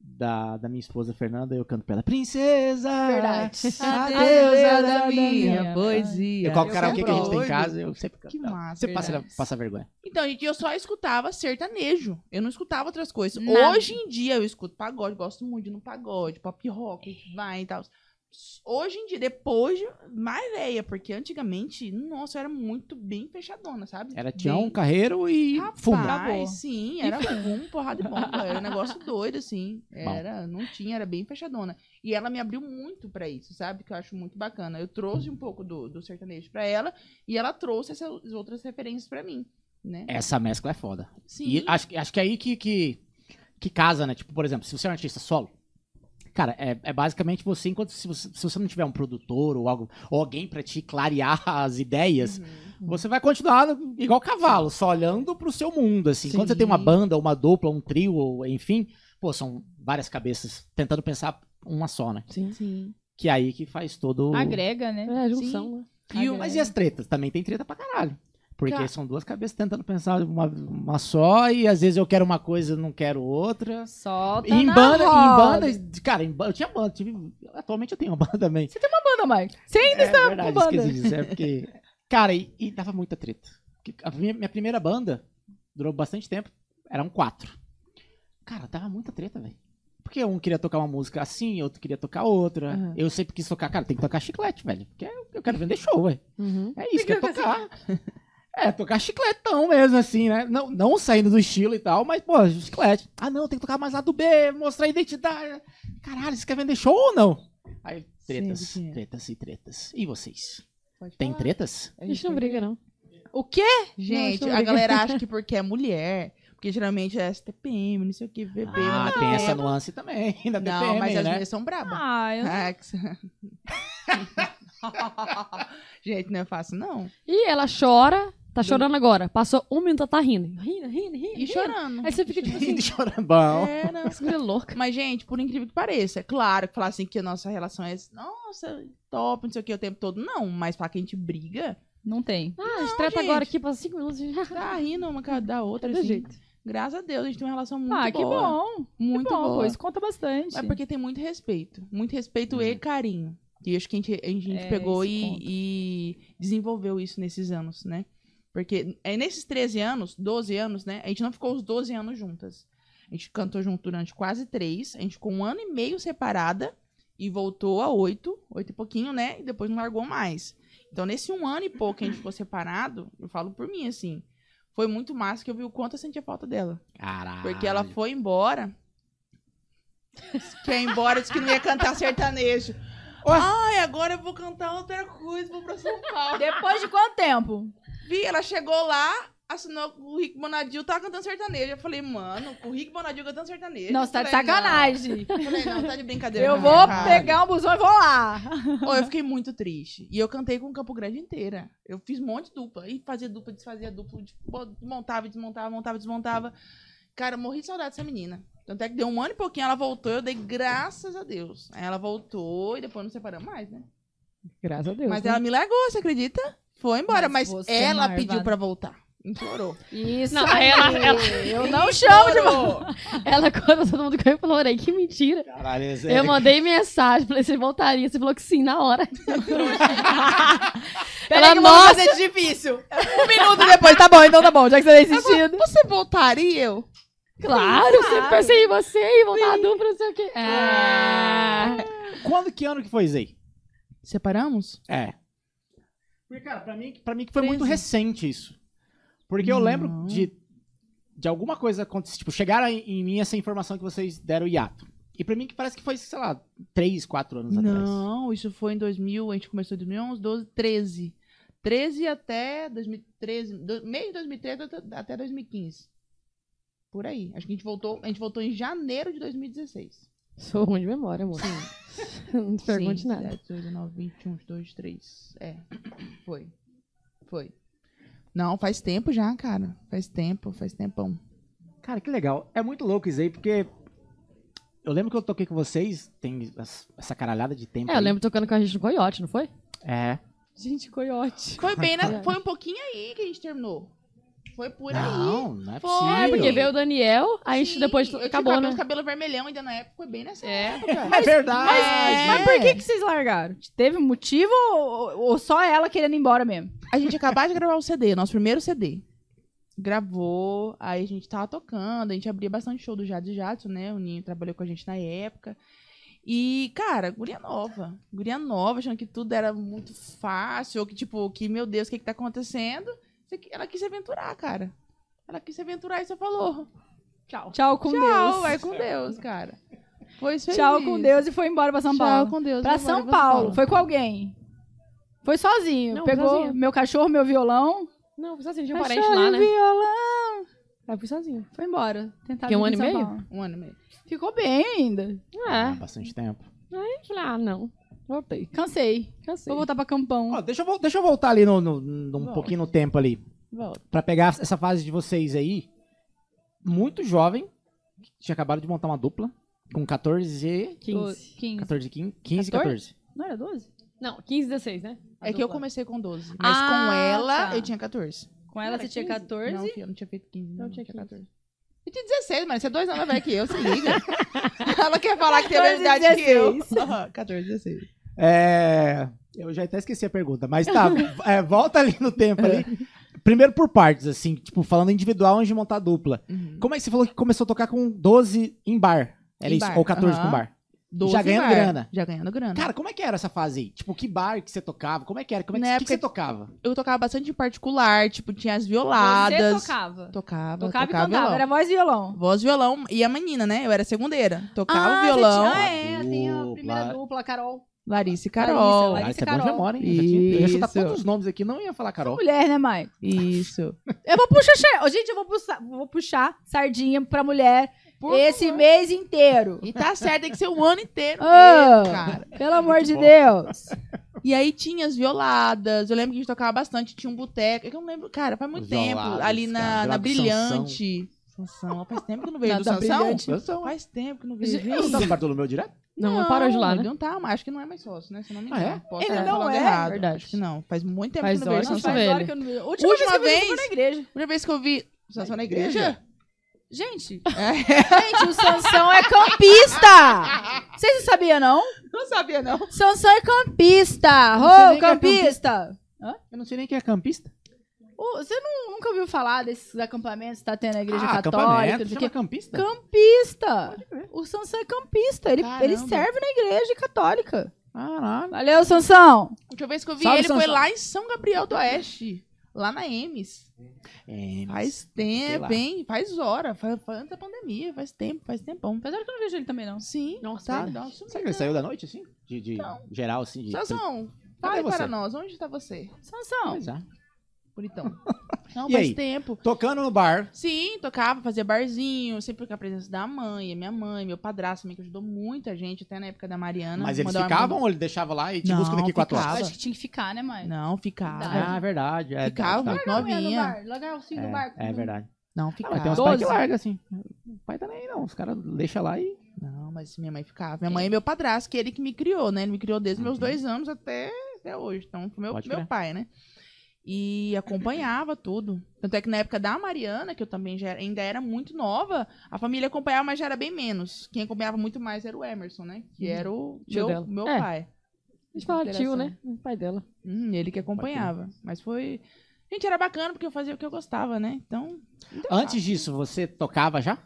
[SPEAKER 3] da, da minha esposa Fernanda, eu canto pra ela. Princesa!
[SPEAKER 2] Verdade.
[SPEAKER 3] A
[SPEAKER 4] Adeus,
[SPEAKER 3] deusa
[SPEAKER 4] é
[SPEAKER 3] da minha.
[SPEAKER 4] poesia.
[SPEAKER 3] Eu coloco
[SPEAKER 4] Eu
[SPEAKER 3] karaokê que a gente tem em
[SPEAKER 4] compro.
[SPEAKER 3] casa, eu sempre canto.
[SPEAKER 4] Que massa.
[SPEAKER 3] Você passa,
[SPEAKER 4] verdade.
[SPEAKER 3] passa vergonha.
[SPEAKER 4] Então, gente, eu só escutava sertanejo. Eu não escutava outras coisas.
[SPEAKER 2] Nada.
[SPEAKER 4] Hoje em dia eu escuto pagode, gosto muito de um pagode, pop rock, vai e tal. Hoje em dia, depois, de- mais velha, porque antigamente, nossa, eu era muito bem fechadona, sabe?
[SPEAKER 3] Era
[SPEAKER 4] Tião
[SPEAKER 3] Tião, Carreiro e Fumo.
[SPEAKER 2] Acabou.
[SPEAKER 4] Rapaz, sim, era fumo, porrada e bomba. Era um negócio doido, assim. Era, não tinha, era bem fechadona. E ela me abriu muito pra isso, sabe? Que eu acho muito bacana. Eu trouxe um pouco do, do sertanejo pra ela e ela trouxe essas outras referências pra mim, né?
[SPEAKER 3] Essa mescla é foda.
[SPEAKER 4] Sim.
[SPEAKER 3] E acho, que- acho que é aí que, que, que casa, né? Tipo, por exemplo, se você é um artista solo, cara, é, é basicamente você, enquanto se você, se você não tiver um produtor ou, algo, ou alguém pra te clarear as ideias,
[SPEAKER 4] Uhum.
[SPEAKER 3] você vai continuar igual cavalo, só olhando pro seu mundo, assim.
[SPEAKER 4] Sim.
[SPEAKER 3] Quando você tem uma banda, uma dupla, um trio, ou, enfim, pô, são várias cabeças tentando pensar uma só, né?
[SPEAKER 5] Sim.
[SPEAKER 4] Sim.
[SPEAKER 3] Que é aí que faz todo...
[SPEAKER 2] Agrega, né?
[SPEAKER 5] É a junção, né?
[SPEAKER 3] E o- mas e as tretas? Também tem treta pra caralho. Porque
[SPEAKER 4] Ca-
[SPEAKER 3] são duas cabeças tentando pensar uma, uma só, e às vezes eu quero uma coisa e não quero outra.
[SPEAKER 2] Solta
[SPEAKER 5] tá
[SPEAKER 3] E em
[SPEAKER 2] Tá na
[SPEAKER 3] banda, em
[SPEAKER 2] roda.
[SPEAKER 3] banda, cara, em banda, eu tinha banda, tive, atualmente eu tenho uma banda também.
[SPEAKER 2] banda, Mike. Você ainda
[SPEAKER 3] É
[SPEAKER 2] está
[SPEAKER 3] verdade,
[SPEAKER 2] com banda.
[SPEAKER 3] esqueci disso, é porque... Cara, e, e dava muita treta. Porque A minha, minha primeira banda durou bastante tempo, eram quatro. Cara, dava muita treta, velho. Porque um queria tocar uma música assim, outro queria tocar outra.
[SPEAKER 4] Aham.
[SPEAKER 3] Eu sempre quis tocar, cara, tem que tocar chiclete, velho. Porque eu quero vender show, velho.
[SPEAKER 5] Uhum.
[SPEAKER 3] É isso, quer tocar.
[SPEAKER 4] assim.
[SPEAKER 3] É, tocar chicletão mesmo, assim, né? Não, não saindo do estilo e tal, mas, pô, chiclete. Ah, não, tem que tocar mais lá do B, mostrar a identidade. Caralho, você quer vender show ou não? Aí, tretas,
[SPEAKER 4] Sempre tinha.
[SPEAKER 3] tretas e tretas. E vocês?
[SPEAKER 4] Pode
[SPEAKER 3] Tem
[SPEAKER 4] falar.
[SPEAKER 3] tretas?
[SPEAKER 5] A gente não briga, não.
[SPEAKER 2] O quê?
[SPEAKER 4] Gente,
[SPEAKER 5] Não, isso
[SPEAKER 4] a
[SPEAKER 5] não-
[SPEAKER 4] galera acha que porque é mulher, porque geralmente é STPM, não sei o que, bebê.
[SPEAKER 3] Ah,
[SPEAKER 4] mas-
[SPEAKER 3] tem essa nuance também, da
[SPEAKER 4] Não,
[SPEAKER 3] TPM,
[SPEAKER 4] mas as
[SPEAKER 3] né?
[SPEAKER 4] minhas são brabas.
[SPEAKER 2] Ah, eu...
[SPEAKER 4] Ah, que- Gente, não é fácil, não.
[SPEAKER 5] E ela chora, tá chorando agora. Passou um minuto, ela tá rindo. Rindo, rindo, rindo.
[SPEAKER 4] E chorando.
[SPEAKER 5] Aí você fica tipo assim,
[SPEAKER 3] Chorabão.
[SPEAKER 4] É, não.
[SPEAKER 5] essa mulher é louca.
[SPEAKER 4] Mas, gente, por incrível que pareça, é claro que falar assim que a nossa relação é, nossa, top, não sei o que, o tempo todo, não. Mas falar que a gente briga,
[SPEAKER 2] Não tem.
[SPEAKER 5] Ah, a gente trata
[SPEAKER 4] gente.
[SPEAKER 5] agora aqui, passa cinco minutos. a gente já-
[SPEAKER 4] tá rindo uma cara da outra,
[SPEAKER 5] Do
[SPEAKER 4] assim.
[SPEAKER 5] jeito.
[SPEAKER 4] Graças a Deus, a gente tem uma relação muito
[SPEAKER 2] ah, que
[SPEAKER 4] boa.
[SPEAKER 2] bom.
[SPEAKER 4] Muito
[SPEAKER 2] que bom,
[SPEAKER 4] boa.
[SPEAKER 2] pô, Isso conta bastante.
[SPEAKER 4] É porque tem muito respeito. Muito respeito
[SPEAKER 3] Uhum.
[SPEAKER 4] e carinho. E acho que a gente, a gente
[SPEAKER 2] É,
[SPEAKER 4] pegou
[SPEAKER 2] isso
[SPEAKER 4] e,
[SPEAKER 2] conta.
[SPEAKER 4] e desenvolveu isso nesses anos, né? Porque é nesses 13 anos, 12 anos, né? A gente não ficou os 12 anos juntas. A gente cantou junto durante quase três. A gente ficou um ano e meio separada e voltou a oito, oito e pouquinho, né? E depois não largou mais. Então, nesse um ano e pouco que a gente ficou separado, eu falo por mim, assim, foi muito massa que eu vi o quanto eu sentia falta dela.
[SPEAKER 3] Caralho.
[SPEAKER 4] é,
[SPEAKER 2] Ah,
[SPEAKER 4] Porque ela foi embora. Quer ir embora, disse que não ia cantar sertanejo.
[SPEAKER 3] Ué?
[SPEAKER 4] Ai, agora eu vou cantar outra coisa, vou pra São Paulo.
[SPEAKER 2] Depois de quanto tempo?
[SPEAKER 4] Vi, ela chegou lá, assinou o Rick Bonadil, tava cantando sertanejo. Eu falei, mano, o Rick Bonadil cantando sertanejo.
[SPEAKER 2] Não, você tá de
[SPEAKER 4] Falei,
[SPEAKER 2] sacanagem.
[SPEAKER 4] não. Eu falei, não, tá de brincadeira.
[SPEAKER 2] Eu
[SPEAKER 4] com a
[SPEAKER 2] vou
[SPEAKER 4] minha cara.
[SPEAKER 2] pegar um busão e vou lá.
[SPEAKER 4] Ô, eu fiquei muito triste. E eu cantei com o Campo Grande inteira. Eu fiz um monte de dupla. E fazia dupla, desfazia dupla, de- bo- montava, e desmontava, montava, e desmontava. Cara, eu morri de saudade dessa menina. Tanto é que deu um ano e pouquinho, ela voltou, eu dei graças a Deus. Aí ela voltou e depois não separamos mais, né?
[SPEAKER 5] Graças a Deus.
[SPEAKER 4] Mas
[SPEAKER 5] né?
[SPEAKER 4] ela me largou, você acredita? Foi embora,
[SPEAKER 2] Mas
[SPEAKER 4] mas,
[SPEAKER 2] você é
[SPEAKER 4] ela
[SPEAKER 2] uma
[SPEAKER 4] pediu
[SPEAKER 2] arvada.
[SPEAKER 4] pra voltar. Implorou.
[SPEAKER 2] Isso.
[SPEAKER 5] Não,
[SPEAKER 2] aí.
[SPEAKER 5] ela- ela-
[SPEAKER 2] Eu não chamo de
[SPEAKER 4] volta.
[SPEAKER 5] Ela, quando todo mundo caiu, falou, "Orei, que mentira.
[SPEAKER 3] Caralho, esse
[SPEAKER 2] É.
[SPEAKER 5] Eu mandei mensagem, falei, você voltaria? Você falou que sim, na hora.
[SPEAKER 2] Peraí
[SPEAKER 5] ela,
[SPEAKER 2] que eu vou
[SPEAKER 5] nossa,
[SPEAKER 2] fazer difícil. Um minuto depois, tá bom, então tá bom, já que você tá insistindo.
[SPEAKER 4] Você voltaria eu?
[SPEAKER 5] claro, eu sempre
[SPEAKER 2] Claro.
[SPEAKER 5] pensei em você e voltar a dupla, não sei o quê.
[SPEAKER 2] É.
[SPEAKER 5] Ah.
[SPEAKER 3] Quando, que ano que foi isso aí?
[SPEAKER 4] Separamos?
[SPEAKER 3] É. Porque, cara, pra mim, pra mim que foi muito
[SPEAKER 4] 13.
[SPEAKER 3] recente isso. Porque eu lembro de, de alguma coisa acontecer. Tipo, chegaram em, em mim essa informação que vocês deram o hiato. E pra mim que parece que foi, sei lá, 3, 4 anos atrás.
[SPEAKER 4] Não, isso foi em 2000, a gente começou em 2011, 12, 13. 13 até 2013, do, meio de 2013 até- até 2015. Por aí. Acho que a gente voltou, a gente voltou em janeiro de 2016.
[SPEAKER 5] Sou ruim de memória, amor. Não te pergunte nada.
[SPEAKER 4] 7, 8, 9, 21, 2, 3. um, É. Foi. Foi. Não, faz tempo já, cara. Faz tempo, faz tempão.
[SPEAKER 3] Cara, que legal. É muito louco isso aí, porque. Eu lembro que eu toquei com vocês, tem as- essa caralhada de tempo.
[SPEAKER 5] É, eu
[SPEAKER 3] aí.
[SPEAKER 5] lembro tocando com a gente no Coyote, não foi?
[SPEAKER 3] É.
[SPEAKER 5] Gente, Coyote.
[SPEAKER 4] Foi bem, né? Foi um pouquinho aí que a gente terminou. Foi por aí.
[SPEAKER 3] Não, não é
[SPEAKER 4] Foi,
[SPEAKER 3] possível.
[SPEAKER 5] É, porque veio o Daniel, aí a gente
[SPEAKER 4] Sim,
[SPEAKER 5] depois
[SPEAKER 4] eu tinha
[SPEAKER 5] acabou,
[SPEAKER 4] cabelo,
[SPEAKER 5] né?
[SPEAKER 4] cabelo vermelhão ainda na época, foi bem nessa
[SPEAKER 5] É.
[SPEAKER 4] época.
[SPEAKER 3] É verdade.
[SPEAKER 2] Mas por que, que vocês largaram? Teve um motivo ou, ou só ela querendo ir embora mesmo?
[SPEAKER 4] A gente acabava de gravar o CD, nosso primeiro CD. Gravou, aí a gente tava tocando, a gente abria bastante show do Jades e Jadson, né? O Ninho trabalhou com a gente na época. E, cara, guria nova. Guria nova, achando que tudo era muito fácil, ou que, tipo, que, meu Deus, o que que tá acontecendo? Isso aqui- Ela quis se aventurar, cara. Ela quis se aventurar e só falou. Tchau.
[SPEAKER 2] Tchau com
[SPEAKER 4] Tchau,
[SPEAKER 2] Deus.
[SPEAKER 4] vai com Deus, cara. Foi isso aí.
[SPEAKER 2] Tchau com Deus e foi embora pra São
[SPEAKER 4] Tchau
[SPEAKER 2] Paulo.
[SPEAKER 4] com Deus.
[SPEAKER 2] Pra
[SPEAKER 4] vai embora,
[SPEAKER 2] São
[SPEAKER 4] vai
[SPEAKER 2] Paulo. Foi com alguém. Foi sozinho.
[SPEAKER 5] Não,
[SPEAKER 2] Pegou
[SPEAKER 5] sozinha.
[SPEAKER 2] meu cachorro, meu violão.
[SPEAKER 5] Não, fui sozinho, tinha um
[SPEAKER 2] Cachorro
[SPEAKER 5] parente lá,
[SPEAKER 2] e
[SPEAKER 5] né?
[SPEAKER 2] violão.
[SPEAKER 5] Aí fui sozinho.
[SPEAKER 2] Foi embora. Tentar
[SPEAKER 5] Que um
[SPEAKER 2] vir em
[SPEAKER 5] ano e
[SPEAKER 2] São
[SPEAKER 5] meio?
[SPEAKER 2] Paulo.
[SPEAKER 4] Um ano e meio.
[SPEAKER 2] Ficou bem ainda.
[SPEAKER 3] Há
[SPEAKER 5] É.
[SPEAKER 3] bastante tempo.
[SPEAKER 5] Falei, ah, não. Voltei.
[SPEAKER 2] Cansei.
[SPEAKER 5] Cansei.
[SPEAKER 2] Vou voltar pra
[SPEAKER 3] Ó,
[SPEAKER 2] Campão.
[SPEAKER 3] deixa, eu, vol- deixa eu voltar ali no, no- no- um
[SPEAKER 4] Volta.
[SPEAKER 3] pouquinho no tempo ali.
[SPEAKER 4] Volta.
[SPEAKER 3] Pra pegar essa fase de vocês aí. Muito jovem. Tinha acabado de montar uma dupla. Com 14.
[SPEAKER 5] 15.
[SPEAKER 2] 15.
[SPEAKER 3] 14, 15, 15 14.
[SPEAKER 2] Não era 12?
[SPEAKER 5] Não, 15, 16, né? A
[SPEAKER 4] É que eu
[SPEAKER 5] dupla.
[SPEAKER 4] comecei com 12. Mas com
[SPEAKER 2] Ah,
[SPEAKER 4] ela,
[SPEAKER 2] tá.
[SPEAKER 4] eu tinha 14.
[SPEAKER 2] Com ela
[SPEAKER 5] Não
[SPEAKER 2] você
[SPEAKER 5] era
[SPEAKER 2] tinha
[SPEAKER 5] 15?
[SPEAKER 2] 14?
[SPEAKER 4] Não, filha, eu não tinha feito 15. Não,
[SPEAKER 5] Não,
[SPEAKER 4] eu tinha
[SPEAKER 5] tinha
[SPEAKER 4] 14. Eu tinha 16, mano. Você é dois anos mais velho que eu, se liga. ela quer falar que tem a
[SPEAKER 2] 14 e
[SPEAKER 4] mesma idade que eu. 14, 16.
[SPEAKER 3] É. Eu já até esqueci a pergunta, mas tá. é, volta ali no tempo ali. Primeiro por partes, assim, tipo, falando individual antes de montar a dupla. Como é que você falou que começou a tocar com 12 em bar? Era
[SPEAKER 4] Em
[SPEAKER 3] isso?
[SPEAKER 4] bar,
[SPEAKER 3] Ou 14
[SPEAKER 4] aham.
[SPEAKER 3] com bar?
[SPEAKER 4] 12
[SPEAKER 3] Já ganhando
[SPEAKER 4] bar.
[SPEAKER 3] grana.
[SPEAKER 4] Já ganhando grana.
[SPEAKER 3] Cara, como é que era essa fase aí? Tipo, que bar que você tocava? Como é que era? Como é que,
[SPEAKER 4] Na
[SPEAKER 3] que que você
[SPEAKER 4] época-
[SPEAKER 3] tocava?
[SPEAKER 4] eu tocava bastante em particular, tipo, tinha as
[SPEAKER 2] Você
[SPEAKER 4] violadas.
[SPEAKER 2] tocava.
[SPEAKER 4] Tocava,
[SPEAKER 2] Tocava
[SPEAKER 4] tocava,
[SPEAKER 2] e cantava.
[SPEAKER 4] violão.
[SPEAKER 2] Era voz e violão.
[SPEAKER 4] Voz, violão e a menina, né? Eu era segundeira. Tocava
[SPEAKER 2] Ah,
[SPEAKER 4] violão.
[SPEAKER 2] você tinha- Ah, é. Tem a
[SPEAKER 3] Dupla.
[SPEAKER 2] primeira dupla, Carol.
[SPEAKER 4] Larissa e Carol.
[SPEAKER 2] Larissa,
[SPEAKER 3] Caralho, você é
[SPEAKER 2] Carol.
[SPEAKER 3] bom de memória, hein? Já tinha- Eu ia chutar
[SPEAKER 4] Isso.
[SPEAKER 3] todos os nomes aqui, não ia falar Carol.
[SPEAKER 2] Mulher, né, Maico?
[SPEAKER 4] Isso.
[SPEAKER 2] Eu vou puxar. che- Gente, eu vou puxar, vou puxar sardinha pra mulher
[SPEAKER 4] Por
[SPEAKER 2] esse mês inteiro.
[SPEAKER 4] E tá certo, tem que ser o ano inteiro
[SPEAKER 2] Ah.
[SPEAKER 4] mesmo, cara.
[SPEAKER 2] Pelo amor de
[SPEAKER 3] bom.
[SPEAKER 2] Deus.
[SPEAKER 4] E aí tinha as violadas, eu lembro que a gente tocava bastante, tinha um boteco, eu não lembro, cara, faz muito
[SPEAKER 3] Os
[SPEAKER 4] tempo,
[SPEAKER 3] violados,
[SPEAKER 4] ali na,
[SPEAKER 3] cara,
[SPEAKER 4] na
[SPEAKER 3] do Sansão.
[SPEAKER 4] Brilhante. Sansão, faz tempo que eu não vejo
[SPEAKER 2] Na
[SPEAKER 4] do
[SPEAKER 2] da
[SPEAKER 4] Sansão?
[SPEAKER 2] Brilhante.
[SPEAKER 4] Faz tempo que eu não vejo.
[SPEAKER 5] Gente,
[SPEAKER 3] Eu não tava no Bartolomeu direto?
[SPEAKER 5] Não, mas parou de lá, né?
[SPEAKER 4] Ele não tá, mas acho que não é mais sócio, né? Se eu não me
[SPEAKER 3] Ah,
[SPEAKER 4] engano.
[SPEAKER 3] é?
[SPEAKER 4] Posso
[SPEAKER 2] Ele
[SPEAKER 4] estar
[SPEAKER 2] não
[SPEAKER 4] falando
[SPEAKER 2] é?
[SPEAKER 4] errado.
[SPEAKER 5] Verdade.
[SPEAKER 4] Acho que não, faz muito tempo
[SPEAKER 5] Faz
[SPEAKER 4] que eu não vejo
[SPEAKER 5] horas,
[SPEAKER 2] Nossa,
[SPEAKER 5] Sansão
[SPEAKER 4] Sansão.
[SPEAKER 5] faz-
[SPEAKER 2] faz hora
[SPEAKER 5] velho.
[SPEAKER 2] que eu não vejo. Última,
[SPEAKER 4] Última
[SPEAKER 2] vez que eu vi,
[SPEAKER 4] vez?
[SPEAKER 2] foi na igreja.
[SPEAKER 4] Primeira vez que eu vi Sansão na igreja?
[SPEAKER 2] Gente, gente, o Sansão é campista. Vocês não sabiam, não?
[SPEAKER 4] Não sabia, não.
[SPEAKER 2] Sansão é campista.
[SPEAKER 3] sei
[SPEAKER 2] Ô,
[SPEAKER 3] nem que é
[SPEAKER 2] campista.
[SPEAKER 3] Eu não sei nem quem é campista.
[SPEAKER 2] Ô, Você não- nunca ouviu falar desses acampamentos que tá tendo na igreja
[SPEAKER 3] ah,
[SPEAKER 2] católica?
[SPEAKER 3] acampamento.
[SPEAKER 2] não sei o
[SPEAKER 3] Chama
[SPEAKER 2] quê?
[SPEAKER 3] campista?
[SPEAKER 2] Campista. O Sansão é campista. Ele, ele
[SPEAKER 4] Caramba.
[SPEAKER 2] serve na igreja católica.
[SPEAKER 3] Caralho.
[SPEAKER 2] Valeu, Sansão.
[SPEAKER 4] A última vez que eu vi
[SPEAKER 3] Salve,
[SPEAKER 4] ele foi
[SPEAKER 3] Sansão.
[SPEAKER 4] lá em São Gabriel do Oeste. Lá na Emes.
[SPEAKER 3] É,
[SPEAKER 4] Faz
[SPEAKER 3] lá.
[SPEAKER 4] tempo, hein? Faz hora. Faz, faz antes da pandemia. Faz tempo, faz tempão.
[SPEAKER 2] Mas olha que eu não vejo ele também, não.
[SPEAKER 4] Sim.
[SPEAKER 5] Nossa,
[SPEAKER 4] tá,
[SPEAKER 5] verdade.
[SPEAKER 4] dá uma
[SPEAKER 3] Será que ele
[SPEAKER 4] sumida.
[SPEAKER 3] saiu da noite, assim? De, de
[SPEAKER 4] Não.
[SPEAKER 3] geral, assim? De...
[SPEAKER 4] Sazão,
[SPEAKER 3] Cadê
[SPEAKER 4] fale
[SPEAKER 3] você?
[SPEAKER 4] para nós. Onde está tá você?
[SPEAKER 2] Sansão.
[SPEAKER 3] Pois é.
[SPEAKER 4] Por bonitão. Não,
[SPEAKER 3] E
[SPEAKER 4] faz
[SPEAKER 3] aí?
[SPEAKER 4] tempo.
[SPEAKER 3] Tocando no bar.
[SPEAKER 4] Sim, tocava, fazia barzinho, sempre com a presença da mãe, a minha mãe, meu padrasto também, que ajudou muita gente, até na época da Mariana.
[SPEAKER 3] Mas eles
[SPEAKER 4] Mandava-
[SPEAKER 3] ficavam ou ele deixava lá e te
[SPEAKER 4] Não,
[SPEAKER 3] busca daqui quatro
[SPEAKER 4] ficava.
[SPEAKER 3] horas?
[SPEAKER 2] Acho que tinha que ficar, né, mãe?
[SPEAKER 4] Não, ficava.
[SPEAKER 2] Dá.
[SPEAKER 3] Ah, é verdade. É,
[SPEAKER 4] Ficava
[SPEAKER 3] tá.
[SPEAKER 4] muito
[SPEAKER 2] Largar a mulher no
[SPEAKER 4] novinha.
[SPEAKER 2] bar, largar o cinto do barco.
[SPEAKER 3] É, é verdade.
[SPEAKER 4] Não,
[SPEAKER 6] Ah,
[SPEAKER 4] ficava.
[SPEAKER 6] mas
[SPEAKER 4] Não,
[SPEAKER 6] tem uns pais que
[SPEAKER 5] Doze.
[SPEAKER 6] largam, assim. O pai tá nem aí, não. Os caras deixam lá e.
[SPEAKER 4] mas minha mãe ficava. Minha mãe é meu padrasto, que ele que me criou, né? Ele me criou desde meus dois anos até, até hoje. Então, foi meu,
[SPEAKER 6] Pode
[SPEAKER 4] meu
[SPEAKER 6] crer.
[SPEAKER 4] pai, né? E acompanhava tudo. Tanto é que na época da Mariana, que eu também já era- ainda era muito nova, a família acompanhava, mas já era bem menos. Quem acompanhava muito mais era o Emerson, né? Que era o
[SPEAKER 5] Tio
[SPEAKER 4] meu,
[SPEAKER 5] dela.
[SPEAKER 4] meu
[SPEAKER 5] É.
[SPEAKER 4] pai.
[SPEAKER 5] A gente fala tio,
[SPEAKER 4] Interação.
[SPEAKER 5] né? O pai dela.
[SPEAKER 4] Hum, ele que acompanhava. Mas foi. Gente, era bacana porque eu fazia o que eu gostava, né? Então.
[SPEAKER 2] Tá.
[SPEAKER 3] Antes disso, você tocava já?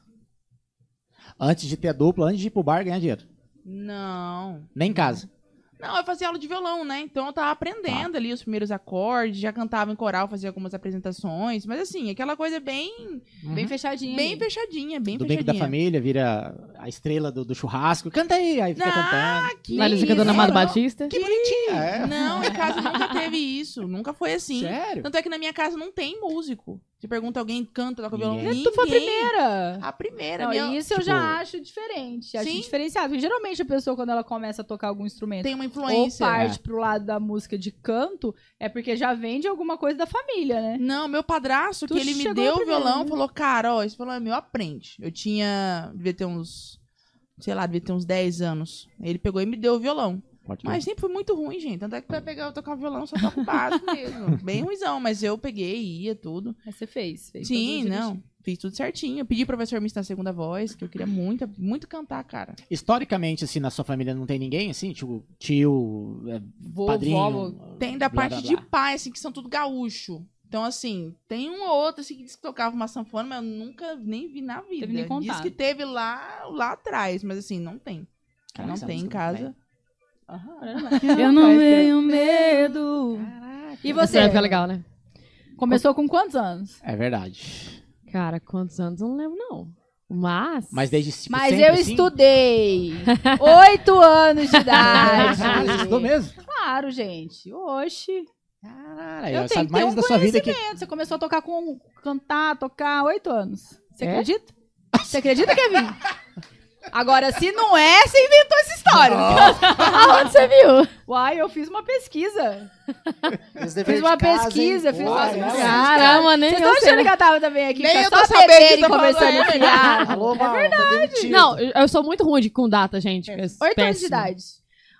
[SPEAKER 3] Antes de ter a dupla, antes de ir pro bar ganhar dinheiro.
[SPEAKER 4] Não.
[SPEAKER 3] Nem em casa.
[SPEAKER 4] Não, eu fazia aula de violão, né? Então eu tava aprendendo
[SPEAKER 3] Tá.
[SPEAKER 4] ali os primeiros acordes, já cantava em coral, fazia algumas apresentações. Mas assim, aquela coisa bem.
[SPEAKER 2] Uhum. Bem fechadinho.
[SPEAKER 4] Bem
[SPEAKER 2] ali.
[SPEAKER 4] fechadinha, bem
[SPEAKER 3] Domingo da
[SPEAKER 4] fechadinha.
[SPEAKER 3] família, vira a estrela do, do churrasco. Canta aí, aí fica
[SPEAKER 4] Ah,
[SPEAKER 3] cantando.
[SPEAKER 4] Que
[SPEAKER 5] Lá eles ficam dando
[SPEAKER 4] isso,
[SPEAKER 5] Amado
[SPEAKER 4] não.
[SPEAKER 5] Batista.
[SPEAKER 3] Que bonitinho. É.
[SPEAKER 4] Não, em casa nunca teve isso. Nunca foi assim.
[SPEAKER 3] Sério?
[SPEAKER 4] Tanto é que na minha casa não tem músico. Se pergunta alguém canta, toca violão.
[SPEAKER 3] Ninguém.
[SPEAKER 4] Ninguém.
[SPEAKER 2] É Tu foi a primeira.
[SPEAKER 4] A primeira,
[SPEAKER 2] Não,
[SPEAKER 4] minha-
[SPEAKER 2] Isso eu
[SPEAKER 3] tipo-
[SPEAKER 2] já acho diferente. Acho
[SPEAKER 4] Sim.
[SPEAKER 2] diferenciado. Porque geralmente a pessoa, quando ela começa a tocar algum instrumento,
[SPEAKER 4] Tem uma
[SPEAKER 2] ou
[SPEAKER 4] influência.
[SPEAKER 2] parte pro lado da música de canto, é porque já vem de alguma coisa da família, né?
[SPEAKER 4] Não, meu padrasto,
[SPEAKER 2] Tu
[SPEAKER 4] que ele me
[SPEAKER 2] chegou
[SPEAKER 4] deu o
[SPEAKER 2] primeiro,
[SPEAKER 4] violão,
[SPEAKER 2] né?
[SPEAKER 4] falou, cara, ó, esse violão é meu, aprende. Eu tinha, devia ter uns, sei lá, devia ter uns 10 anos. Ele pegou e me deu o violão.
[SPEAKER 3] Pode
[SPEAKER 4] Mas sempre foi muito ruim, gente. Tanto é que tu vai pegar, eu tocar o violão, só toco o básico mesmo. Bem ruimzão, mas eu peguei e ia tudo.
[SPEAKER 2] Mas você fez. fez
[SPEAKER 4] Sim,
[SPEAKER 2] tudo direitinho.
[SPEAKER 4] não. Fiz tudo certinho. Eu pedi pro professor me ensinar a segunda voz, que eu queria muito, muito cantar, cara.
[SPEAKER 3] Historicamente, assim, na sua família não tem ninguém, assim? Tipo, tio, é,
[SPEAKER 5] Vovó,
[SPEAKER 3] padrinho.
[SPEAKER 4] Tem da
[SPEAKER 3] blá,
[SPEAKER 4] parte
[SPEAKER 3] blá,
[SPEAKER 4] de
[SPEAKER 3] blá.
[SPEAKER 4] pai, assim, que são tudo gaúcho. Então, assim, tem um ou outro assim, que diz que tocava uma sanfona, mas eu nunca nem vi na vida.
[SPEAKER 2] Teve nem
[SPEAKER 4] diz
[SPEAKER 2] contato.
[SPEAKER 4] que teve lá, lá atrás, mas assim, não tem.
[SPEAKER 3] Caraca,
[SPEAKER 4] não
[SPEAKER 3] essa
[SPEAKER 4] tem em
[SPEAKER 3] música é
[SPEAKER 4] casa.
[SPEAKER 2] Eu não tenho medo. E
[SPEAKER 5] Essa
[SPEAKER 2] você?
[SPEAKER 5] época é legal, né?
[SPEAKER 2] Começou com quantos anos?
[SPEAKER 3] É verdade.
[SPEAKER 5] Cara, quantos anos? Eu não lembro, não. Mas. Ah,
[SPEAKER 3] Mas desde tipo,
[SPEAKER 2] Mas
[SPEAKER 3] sempre,
[SPEAKER 2] eu
[SPEAKER 3] assim?
[SPEAKER 2] estudei. Oito anos de
[SPEAKER 3] Ah, você estudou
[SPEAKER 2] idade.
[SPEAKER 3] mesmo?
[SPEAKER 2] claro, gente. Oxi.
[SPEAKER 3] Caralho,
[SPEAKER 2] Eu tenho
[SPEAKER 3] ela
[SPEAKER 2] que
[SPEAKER 3] sabe
[SPEAKER 2] ter
[SPEAKER 3] mais
[SPEAKER 2] um
[SPEAKER 3] da sua vida que...
[SPEAKER 2] Você começou a tocar com. cantar, tocar oito anos. Você
[SPEAKER 5] É?
[SPEAKER 2] acredita? Você acredita, Kevin? Agora, se não é, você inventou essa história.
[SPEAKER 5] Aonde você viu?
[SPEAKER 2] Uai, eu fiz uma pesquisa.
[SPEAKER 1] Fiz dever
[SPEAKER 2] Fiz
[SPEAKER 1] de
[SPEAKER 2] uma
[SPEAKER 1] casa,
[SPEAKER 2] pesquisa,
[SPEAKER 1] hein?
[SPEAKER 2] fiz
[SPEAKER 1] Pô,
[SPEAKER 2] uma
[SPEAKER 1] é,
[SPEAKER 2] pesquisa.
[SPEAKER 5] Caramba, nem
[SPEAKER 2] Vocês
[SPEAKER 5] né? eu
[SPEAKER 2] estão
[SPEAKER 5] sei.
[SPEAKER 2] achando que eu tava também aqui?
[SPEAKER 4] Nem
[SPEAKER 2] que é
[SPEAKER 4] eu
[SPEAKER 2] só
[SPEAKER 4] tô sabendo que
[SPEAKER 2] beber e
[SPEAKER 4] tá falando
[SPEAKER 2] conversando
[SPEAKER 4] é.
[SPEAKER 2] em filiado.
[SPEAKER 1] Alô, Mauro, é verdade.
[SPEAKER 5] Não, eu eu sou muito ruim de, com data, gente.
[SPEAKER 2] É. Oito anos de
[SPEAKER 5] péssimo.
[SPEAKER 2] idade.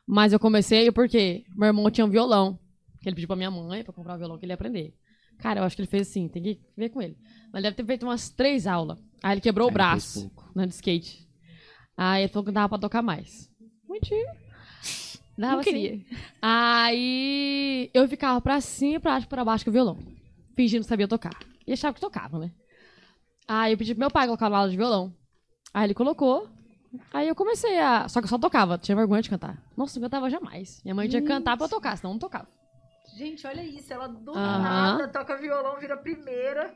[SPEAKER 5] Mas eu comecei porque meu irmão tinha um violão. Que ele pediu pra minha mãe pra comprar o violão que ele ia aprender. Cara, eu acho que ele fez assim, tem que ver com ele. Mas deve ter feito umas três aulas. Aí ele
[SPEAKER 3] Aí
[SPEAKER 5] quebrou o
[SPEAKER 3] ele fez
[SPEAKER 5] braço né, de skate. Aí ele falou que não dava pra tocar mais. Mentira. Dava
[SPEAKER 2] Não queria.
[SPEAKER 5] Sim. assim, Aí eu ficava pra cima, pra baixo, pra baixo com o violão. Fingindo que sabia tocar. E achava que tocava, né? Aí eu pedi pro meu pai colocar uma aula de violão. Aí ele colocou. Aí eu comecei a. Só que eu só tocava, tinha vergonha de cantar. Nossa, eu cantava jamais. Minha mãe tinha que cantar pra eu tocar, senão eu não tocava.
[SPEAKER 2] Gente, olha isso. Ela do
[SPEAKER 5] Aham. nada
[SPEAKER 2] toca violão, vira primeira.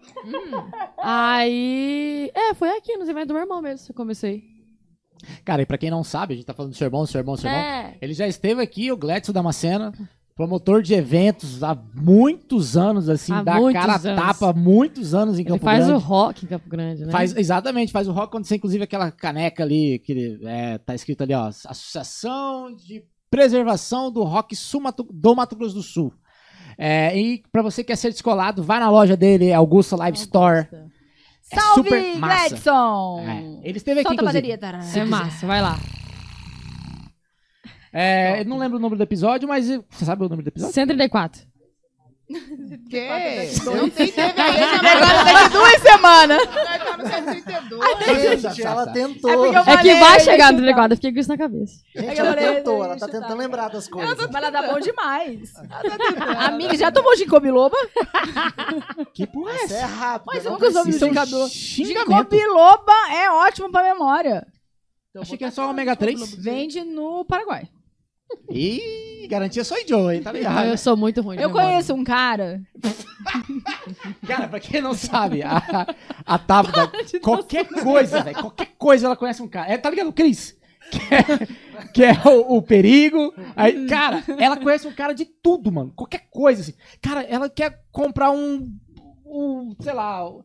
[SPEAKER 5] Aí. É, foi aqui nos eventos do meu irmão mesmo que eu comecei.
[SPEAKER 3] Cara, e pra quem não sabe, a gente tá falando do seu irmão, do seu irmão, do seu irmão.
[SPEAKER 5] É.
[SPEAKER 3] Ele já esteve aqui, o Gladson Damasceno, promotor de eventos há muitos anos, assim,
[SPEAKER 5] Há
[SPEAKER 3] dá a
[SPEAKER 5] muitos
[SPEAKER 3] cara a
[SPEAKER 5] anos.
[SPEAKER 3] tapa há muitos anos em
[SPEAKER 5] Ele
[SPEAKER 3] Campo
[SPEAKER 5] faz
[SPEAKER 3] Grande.
[SPEAKER 5] o rock em Campo Grande, né?
[SPEAKER 3] Faz, exatamente, faz o rock quando você, inclusive, aquela caneca ali, que é, tá escrito ali, ó, Associação de Preservação do Rock Sul Mato- do Mato Grosso do Sul. É, e pra você que quer ser descolado, vai na loja dele, Augusta Live Store. É
[SPEAKER 2] Salve,
[SPEAKER 3] super massa.
[SPEAKER 2] Gladson!
[SPEAKER 3] É, ele esteve aqui,
[SPEAKER 2] Solta a
[SPEAKER 3] inclusive.
[SPEAKER 2] bateria, tará.
[SPEAKER 5] É massa, vai lá.
[SPEAKER 3] É, eu não lembro o número do episódio, mas eh, você sabe o número do episódio?
[SPEAKER 5] 134.
[SPEAKER 4] Que?
[SPEAKER 2] quatro,
[SPEAKER 4] Não tem TV
[SPEAKER 2] Agora daqui duas semanas.
[SPEAKER 1] Gente, ela tentou.
[SPEAKER 2] É porque eu-
[SPEAKER 5] É que vai
[SPEAKER 2] Valeu,
[SPEAKER 5] chegar no
[SPEAKER 2] chutar.
[SPEAKER 5] 134, eu fiquei com isso na cabeça.
[SPEAKER 1] Gente,
[SPEAKER 2] eu
[SPEAKER 1] ela
[SPEAKER 2] falei,
[SPEAKER 1] tentou. Ela
[SPEAKER 2] deixa
[SPEAKER 1] tá
[SPEAKER 2] eu dar.
[SPEAKER 1] tentando lembrar das coisas.
[SPEAKER 2] Mas ela tá dá bom demais.
[SPEAKER 3] Ah, tá né?
[SPEAKER 2] Amiga, já tomou ginkgo biloba?
[SPEAKER 3] Que porra
[SPEAKER 1] Isso é rápido.
[SPEAKER 2] Mas
[SPEAKER 1] não
[SPEAKER 2] eu nunca
[SPEAKER 1] precisa.
[SPEAKER 2] soube
[SPEAKER 3] Isso é um
[SPEAKER 2] indicador. Ginkgo
[SPEAKER 3] xingamento.
[SPEAKER 2] biloba é ótimo pra memória.
[SPEAKER 3] Achei que era só ômega 3.
[SPEAKER 2] Vende no Paraguai.
[SPEAKER 3] Ih, garantia só Joe, hein? Tá ligado?
[SPEAKER 5] Ah, Eu sou muito ruim. de
[SPEAKER 2] Eu
[SPEAKER 5] memória.
[SPEAKER 2] conheço um cara.
[SPEAKER 3] Cara, pra quem não sabe, a, a Tabata, qualquer coisa, velho, qualquer coisa ela conhece um cara. É, tá ligado, o Cris? Que é- que é o, o perigo. Aí, cara, ela conhece um cara de tudo, mano. Qualquer coisa, assim. Cara, ela quer comprar um. um sei lá. um-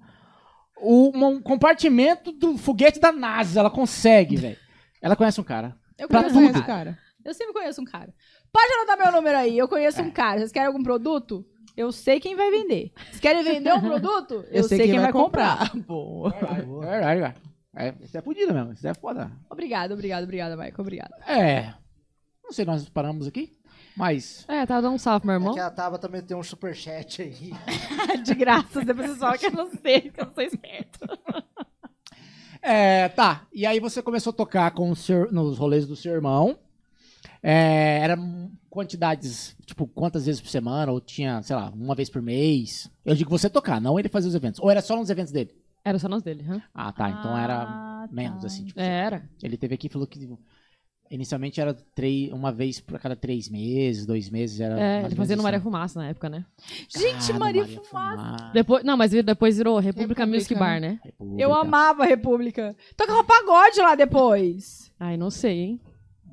[SPEAKER 3] um compartimento do foguete da NASA. Ela consegue, velho. Ela conhece um cara.
[SPEAKER 2] Eu
[SPEAKER 3] Pra
[SPEAKER 2] conheço
[SPEAKER 3] tudo.
[SPEAKER 2] esse cara. Eu sempre conheço um cara. Pode anotar meu número aí. Eu
[SPEAKER 3] É.
[SPEAKER 2] conheço um cara. Vocês querem algum produto? Eu sei quem vai vender. Vocês querem vender um produto? Eu, sei, quem, vai comprar.
[SPEAKER 4] Boa.
[SPEAKER 3] É verdade, cara. É, isso é fodido mesmo. Isso é foda.
[SPEAKER 2] Obrigada, obrigada, obrigada, Michael. Obrigada.
[SPEAKER 3] É. Não sei, nós paramos aqui, mas.
[SPEAKER 5] É, tava dando um salve, meu
[SPEAKER 1] É
[SPEAKER 5] irmão.
[SPEAKER 1] que a Taba também tem um superchat aí.
[SPEAKER 5] De graça, depois você fala que eu não sei, que eu não sou esperto.
[SPEAKER 3] É, tá. E aí você começou a tocar com o seu- nos rolês do seu irmão. É, era quantidades, tipo, quantas vezes por semana? Ou tinha, sei lá, uma vez por mês? Eu digo você tocar, não ele fazer os eventos. Ou era só nos eventos dele?
[SPEAKER 5] Era só nós dele, hã?
[SPEAKER 3] Ah, tá. Então era
[SPEAKER 2] Ah,
[SPEAKER 3] menos, assim. Tipo,
[SPEAKER 5] É, Era.
[SPEAKER 3] Ele teve aqui e falou que inicialmente era três, uma vez por cada três meses, dois meses. Era mais
[SPEAKER 5] É,
[SPEAKER 3] ou
[SPEAKER 5] ele
[SPEAKER 3] menos
[SPEAKER 5] fazia no
[SPEAKER 3] assim.
[SPEAKER 5] Maria Fumaça na época, né?
[SPEAKER 2] Gente,
[SPEAKER 3] Cara,
[SPEAKER 2] Maria,
[SPEAKER 3] Maria
[SPEAKER 2] Fumaça.
[SPEAKER 3] Fumaça. é,
[SPEAKER 5] Depois, não, mas depois virou República,
[SPEAKER 4] República,
[SPEAKER 5] Music
[SPEAKER 4] né?
[SPEAKER 5] Bar, né?
[SPEAKER 3] República.
[SPEAKER 2] Eu amava a República. Tocava pagode lá depois.
[SPEAKER 5] Ai, não sei, hein?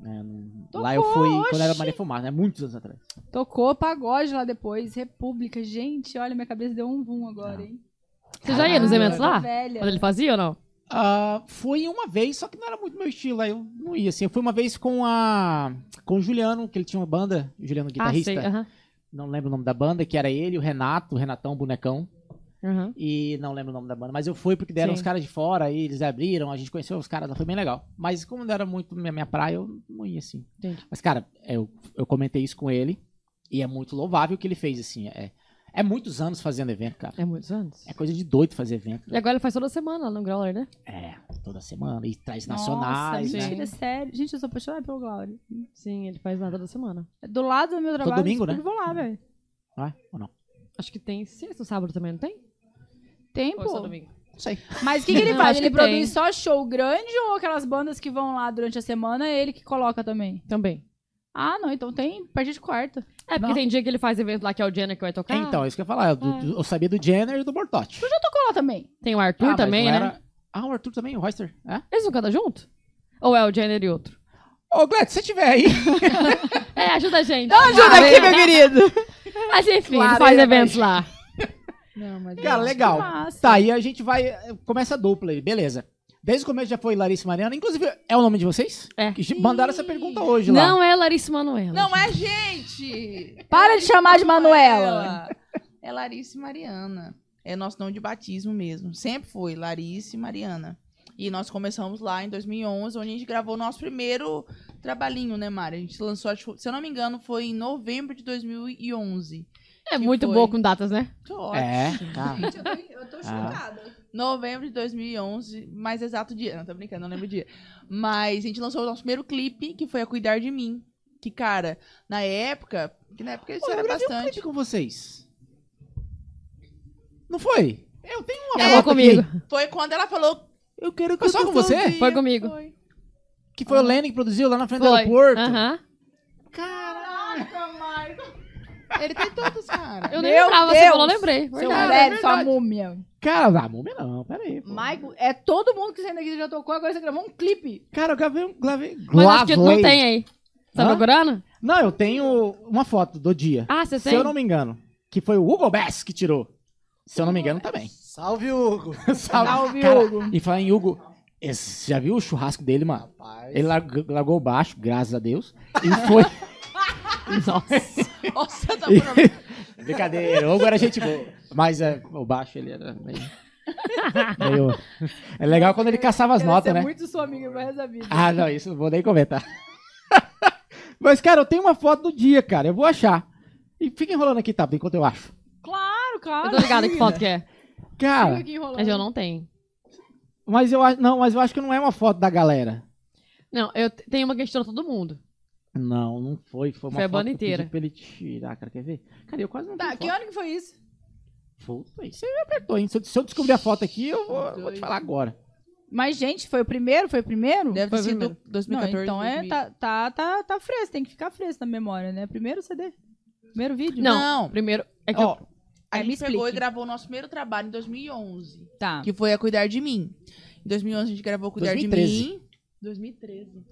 [SPEAKER 3] É, não-
[SPEAKER 2] Tocou,
[SPEAKER 3] lá eu fui
[SPEAKER 2] oxi.
[SPEAKER 3] quando era Maria Fumaça, né? Muitos anos atrás.
[SPEAKER 2] Tocou pagode lá depois. República. Gente, olha, minha cabeça deu um vum agora,
[SPEAKER 3] Ah.
[SPEAKER 2] hein?
[SPEAKER 5] Você já ia nos
[SPEAKER 2] Ah,
[SPEAKER 5] eventos
[SPEAKER 2] eu tô
[SPEAKER 5] lá?
[SPEAKER 2] Velha.
[SPEAKER 5] Quando ele fazia ou não?
[SPEAKER 3] Ah, fui uma vez, só que não era muito meu estilo. Aí eu não ia assim. Eu fui uma vez com a. com o Juliano, que ele tinha uma banda, o Juliano guitarrista.
[SPEAKER 5] Ah, sei. aham.
[SPEAKER 3] Não lembro o nome da banda, que era ele, o Renato, o Renatão, o bonecão.
[SPEAKER 5] Aham.
[SPEAKER 3] E não lembro o nome da banda, mas eu fui porque deram
[SPEAKER 5] Sim.
[SPEAKER 3] os caras de fora, aí eles abriram, a gente conheceu os caras, lá foi bem legal. Mas como não era muito minha, minha praia, eu não ia assim.
[SPEAKER 5] Entendi.
[SPEAKER 3] Mas, cara, eu, eu comentei isso com ele, e é muito louvável o que ele fez, assim. É, é muitos anos fazendo evento, cara.
[SPEAKER 5] É muitos anos.
[SPEAKER 3] É coisa de doido fazer evento.
[SPEAKER 5] E agora ele faz toda semana lá no Growler, né?
[SPEAKER 3] É, toda semana. E traz
[SPEAKER 2] Nossa,
[SPEAKER 3] nacionais,
[SPEAKER 2] gente,
[SPEAKER 3] né?
[SPEAKER 2] é sério. Gente, eu sou apaixonada pelo Glauber.
[SPEAKER 5] Sim, ele faz lá toda semana.
[SPEAKER 2] Do lado do meu trabalho.
[SPEAKER 3] domingo,
[SPEAKER 2] eu
[SPEAKER 3] né?
[SPEAKER 2] sempre Vou lá, velho.
[SPEAKER 3] Não é? Ou não?
[SPEAKER 5] Acho que tem sexta ou sábado também, não tem?
[SPEAKER 2] Tempo.
[SPEAKER 5] Ou é só domingo?
[SPEAKER 3] Não sei.
[SPEAKER 2] Mas o que, que ele
[SPEAKER 5] Não,
[SPEAKER 2] faz?
[SPEAKER 5] acho
[SPEAKER 2] Ele
[SPEAKER 5] que
[SPEAKER 2] produz
[SPEAKER 5] tem.
[SPEAKER 2] só show grande ou aquelas bandas que vão lá durante a semana é ele que coloca também?
[SPEAKER 5] Também.
[SPEAKER 2] Ah, não, então tem a partir de quarta.
[SPEAKER 5] É, porque
[SPEAKER 3] Não.
[SPEAKER 5] tem dia que ele faz evento lá que é o Jenner que vai tocar.
[SPEAKER 3] Então, é isso que eu ia falar. Eu,
[SPEAKER 5] É.
[SPEAKER 3] eu sabia do Jenner e do Bortotti.
[SPEAKER 2] Tocou lá também.
[SPEAKER 5] Tem o Arthur
[SPEAKER 3] Ah, mas
[SPEAKER 5] também,
[SPEAKER 3] não
[SPEAKER 5] né?
[SPEAKER 3] era- Ah, o Arthur também, o Royster. É?
[SPEAKER 5] Eles não cantam junto? Ou é o Jenner e outro?
[SPEAKER 3] Ô, Gleto, se você tiver aí.
[SPEAKER 5] É, ajuda a gente. né?
[SPEAKER 2] Ajuda aqui, meu querido.
[SPEAKER 5] Mas enfim,
[SPEAKER 2] Claro,
[SPEAKER 5] ele faz
[SPEAKER 2] ele
[SPEAKER 5] eventos lá.
[SPEAKER 4] Não, mas é
[SPEAKER 3] Cara, legal.
[SPEAKER 2] massa.
[SPEAKER 3] Tá, e a gente vai. Começa a dupla aí, beleza. Desde o começo já foi Larissa e Mariana. Inclusive, é o nome de vocês?
[SPEAKER 5] É.
[SPEAKER 3] Que j- mandaram essa pergunta hoje lá.
[SPEAKER 5] Não é Larissa Manoela.
[SPEAKER 4] Não é gente!
[SPEAKER 2] Para de chamar de Manuela.
[SPEAKER 4] Manuela. É Larissa e Mariana. É nosso nome de batismo mesmo. Sempre foi Larissa e Mariana. E nós começamos lá em 2011, onde a gente gravou o nosso primeiro trabalhinho, né, Mari? A gente lançou, acho- se eu não me engano, foi em novembro de 2011.
[SPEAKER 5] É
[SPEAKER 4] que
[SPEAKER 5] muito
[SPEAKER 4] foi.
[SPEAKER 5] boa com datas, né?
[SPEAKER 4] Tô ótimo.
[SPEAKER 3] É, tá.
[SPEAKER 2] Eu tô, eu tô
[SPEAKER 5] Ah.
[SPEAKER 2] chocada.
[SPEAKER 4] Novembro de 2011, mais exato dia. Não, tô brincando, não lembro o dia. Mas a gente lançou o nosso primeiro clipe, que foi a Cuidar de Mim. Que, cara, na época... Que na época isso
[SPEAKER 5] é
[SPEAKER 3] Pô,
[SPEAKER 4] era
[SPEAKER 3] eu gravei um
[SPEAKER 4] bastante...
[SPEAKER 3] clipe com vocês. Não foi? Eu tenho uma
[SPEAKER 5] Gravou
[SPEAKER 3] foto
[SPEAKER 5] É, comigo.
[SPEAKER 3] aqui,
[SPEAKER 4] Foi quando ela falou... Eu quero que
[SPEAKER 3] Foi só
[SPEAKER 4] eu
[SPEAKER 3] com você?
[SPEAKER 5] Foi comigo.
[SPEAKER 3] que foi o Lenny que produziu lá na frente do
[SPEAKER 5] Uhum. Foi.
[SPEAKER 3] aeroporto.
[SPEAKER 5] Aham.
[SPEAKER 4] Caraca, Marco. Ele tem todos, cara.
[SPEAKER 5] Eu nem
[SPEAKER 2] Meu
[SPEAKER 5] lembrava, você
[SPEAKER 2] Deus.
[SPEAKER 5] falou, lembrei. Verdade.
[SPEAKER 2] Sério, sua múmia.
[SPEAKER 3] Cara, ah, múmia não, peraí. pô.
[SPEAKER 2] Michael, é todo mundo que saindo daqui já tocou, agora você gravou um clipe.
[SPEAKER 3] Cara, eu gravei um. Gravei,
[SPEAKER 5] Mas acho que não
[SPEAKER 3] gravei.
[SPEAKER 5] tem aí. Tá
[SPEAKER 3] Hã?
[SPEAKER 5] procurando?
[SPEAKER 3] Não, eu tenho uma foto do dia.
[SPEAKER 5] Ah, você
[SPEAKER 3] se
[SPEAKER 5] tem?
[SPEAKER 3] eu não me engano. Que foi o Hugo Bass que tirou. Se eu não me engano, também.
[SPEAKER 1] Salve, Hugo!
[SPEAKER 3] Salve,
[SPEAKER 2] Salve,
[SPEAKER 3] cara,
[SPEAKER 2] Hugo.
[SPEAKER 3] E falar em Hugo, esse- já viu o churrasco dele, mano?
[SPEAKER 1] Rapaz.
[SPEAKER 3] Ele larg- largou o baixo, graças a Deus. E foi.
[SPEAKER 4] Nossa, tá
[SPEAKER 3] Brincadeira, o Hugo era gente boa. Mas é, o baixo ele era meio. meio- É legal quando ele caçava as
[SPEAKER 2] Quero
[SPEAKER 3] notas,
[SPEAKER 2] ser
[SPEAKER 3] né?
[SPEAKER 2] é muito sua amiga pro resto da vida.
[SPEAKER 3] Ah, não, isso eu não vou nem comentar. Mas, cara, eu tenho uma foto do dia, cara. Eu vou achar. E fica enrolando aqui, tá? Enquanto eu acho.
[SPEAKER 2] Claro, claro.
[SPEAKER 5] Eu tô ligada que foto que é.
[SPEAKER 2] Fica
[SPEAKER 3] Cara,
[SPEAKER 2] aqui enrolando.
[SPEAKER 5] Mas eu não tenho.
[SPEAKER 3] mas eu acho. Não, mas eu acho que não é uma foto da galera.
[SPEAKER 5] Não, eu t- tenho uma que a gente tirou todo mundo.
[SPEAKER 3] Não, não foi. Foi uma
[SPEAKER 5] Foi a
[SPEAKER 3] foto
[SPEAKER 5] banda
[SPEAKER 3] que eu pedi
[SPEAKER 5] inteira.
[SPEAKER 3] Pra ele tirar, cara, quer ver? Cara, eu quase não
[SPEAKER 2] Tá,
[SPEAKER 3] tenho
[SPEAKER 2] que hora que foi isso?
[SPEAKER 3] Puta, aí você me apertou, hein? Se eu, se eu descobrir a foto aqui, eu vou, eu vou te falar agora.
[SPEAKER 2] Mas, gente, foi o primeiro? Foi o primeiro?
[SPEAKER 4] Deve
[SPEAKER 5] Foi
[SPEAKER 4] ter sido
[SPEAKER 5] primeiro.
[SPEAKER 2] Não,
[SPEAKER 4] 2014.
[SPEAKER 2] então é,
[SPEAKER 4] 2000.
[SPEAKER 2] tá, tá, tá, tá fresco, tem que ficar fresco na memória, né? Primeiro CD, primeiro vídeo.
[SPEAKER 5] Não,
[SPEAKER 4] Não.
[SPEAKER 5] primeiro. É que
[SPEAKER 4] Ó,
[SPEAKER 5] eu-
[SPEAKER 4] a
[SPEAKER 2] é, me
[SPEAKER 4] gente pegou e Ah.
[SPEAKER 2] explique.
[SPEAKER 4] gravou o nosso primeiro trabalho em 2011,
[SPEAKER 2] Tá.
[SPEAKER 4] que foi a Cuidar de Mim. Em 2011 a gente gravou Cuidar
[SPEAKER 3] 2013.
[SPEAKER 4] de Mim. 2013.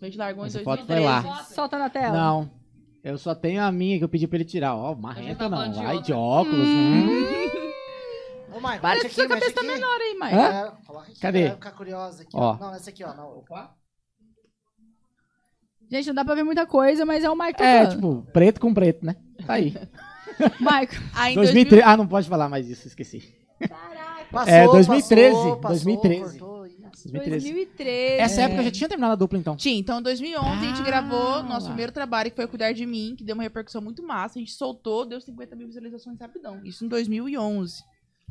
[SPEAKER 4] A gente largou em
[SPEAKER 7] Essa
[SPEAKER 4] 2003.
[SPEAKER 7] foto foi lá.
[SPEAKER 2] Solta na tela.
[SPEAKER 7] Não. Eu só tenho a minha que eu pedi pra ele tirar. Ó, marreta
[SPEAKER 5] tava
[SPEAKER 7] não.
[SPEAKER 5] falando de
[SPEAKER 7] Vai
[SPEAKER 5] outra.
[SPEAKER 7] de óculos.
[SPEAKER 3] né?
[SPEAKER 7] hum.
[SPEAKER 1] Ô, Maicon,
[SPEAKER 4] Para
[SPEAKER 1] mexe
[SPEAKER 4] de sua
[SPEAKER 1] aqui, mexe
[SPEAKER 4] cabeça tá
[SPEAKER 1] aqui.
[SPEAKER 4] menor aí, Maicon.
[SPEAKER 7] Hã?
[SPEAKER 1] É, coloca aqui,
[SPEAKER 7] Cadê?
[SPEAKER 1] pra ela ficar curiosa aqui, ó.
[SPEAKER 7] Ó.
[SPEAKER 1] Não, essa aqui, ó. Não.
[SPEAKER 2] Gente, não dá pra ver muita coisa, mas é tipo, o Mike
[SPEAKER 7] É,
[SPEAKER 2] tocando.
[SPEAKER 7] tipo, preto com preto, né? Tá aí.
[SPEAKER 2] Maico,
[SPEAKER 4] Aí em
[SPEAKER 7] 2013. Ah, não pode falar mais isso, esqueci.
[SPEAKER 1] Passou,
[SPEAKER 7] É, 2013,
[SPEAKER 1] Passou, passou,
[SPEAKER 7] 2013.
[SPEAKER 1] cortou, isso.
[SPEAKER 7] 2013.
[SPEAKER 2] 2013.
[SPEAKER 7] Essa época
[SPEAKER 4] É.
[SPEAKER 7] eu já tinha terminado a dupla, então.
[SPEAKER 4] Tinha, então em 2011 a gente
[SPEAKER 7] Ah,
[SPEAKER 4] gravou nosso
[SPEAKER 7] lá.
[SPEAKER 4] primeiro trabalho, que foi Cuidar de Mim, que deu uma repercussão muito massa. A gente soltou, deu 50 mil visualizações rapidão. Isso em 2011.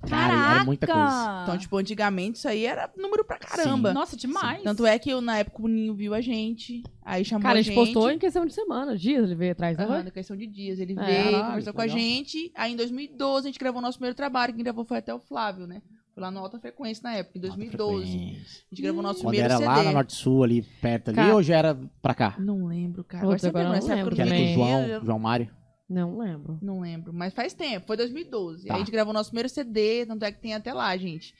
[SPEAKER 7] Cara,
[SPEAKER 2] Caraca!
[SPEAKER 7] era muita coisa.
[SPEAKER 4] Então, tipo, antigamente isso aí era número pra caramba.
[SPEAKER 2] Nossa, demais.
[SPEAKER 4] Tanto é que eu, na época o Ninho viu a gente, aí chamou
[SPEAKER 5] Cara,
[SPEAKER 4] a
[SPEAKER 5] a
[SPEAKER 4] gente.
[SPEAKER 5] gente postou em questão de semana, dias, ele veio atrás. né?
[SPEAKER 4] Aham, na questão de dias. Ele
[SPEAKER 5] É.
[SPEAKER 4] veio,
[SPEAKER 7] Caralho,
[SPEAKER 4] conversou com a
[SPEAKER 7] legal.
[SPEAKER 4] gente. Aí em 2012 a gente gravou nosso primeiro trabalho. Quem gravou foi até o Flávio, né? Foi lá no Alta Frequência na época, em 2012.
[SPEAKER 7] Frequência.
[SPEAKER 4] A gente gravou nosso
[SPEAKER 7] Quando
[SPEAKER 4] primeiro
[SPEAKER 7] era
[SPEAKER 4] CD.
[SPEAKER 7] lá na Norte Sul, ali perto ali,
[SPEAKER 5] Cara-
[SPEAKER 7] ou já era pra cá?
[SPEAKER 4] Não lembro, cara.
[SPEAKER 5] Putz,
[SPEAKER 4] Agora,
[SPEAKER 5] agora eu
[SPEAKER 4] você
[SPEAKER 5] não
[SPEAKER 4] lembra,
[SPEAKER 5] lembro
[SPEAKER 7] Que
[SPEAKER 4] nessa época eu
[SPEAKER 7] era
[SPEAKER 4] não
[SPEAKER 7] com
[SPEAKER 5] também.
[SPEAKER 7] o João,
[SPEAKER 4] tinha-
[SPEAKER 7] João Mário.
[SPEAKER 5] Não lembro.
[SPEAKER 4] Não lembro, mas faz tempo. Foi 2012.
[SPEAKER 7] Tá.
[SPEAKER 4] Aí a gente gravou nosso primeiro CD, tanto é que tem até lá, gente.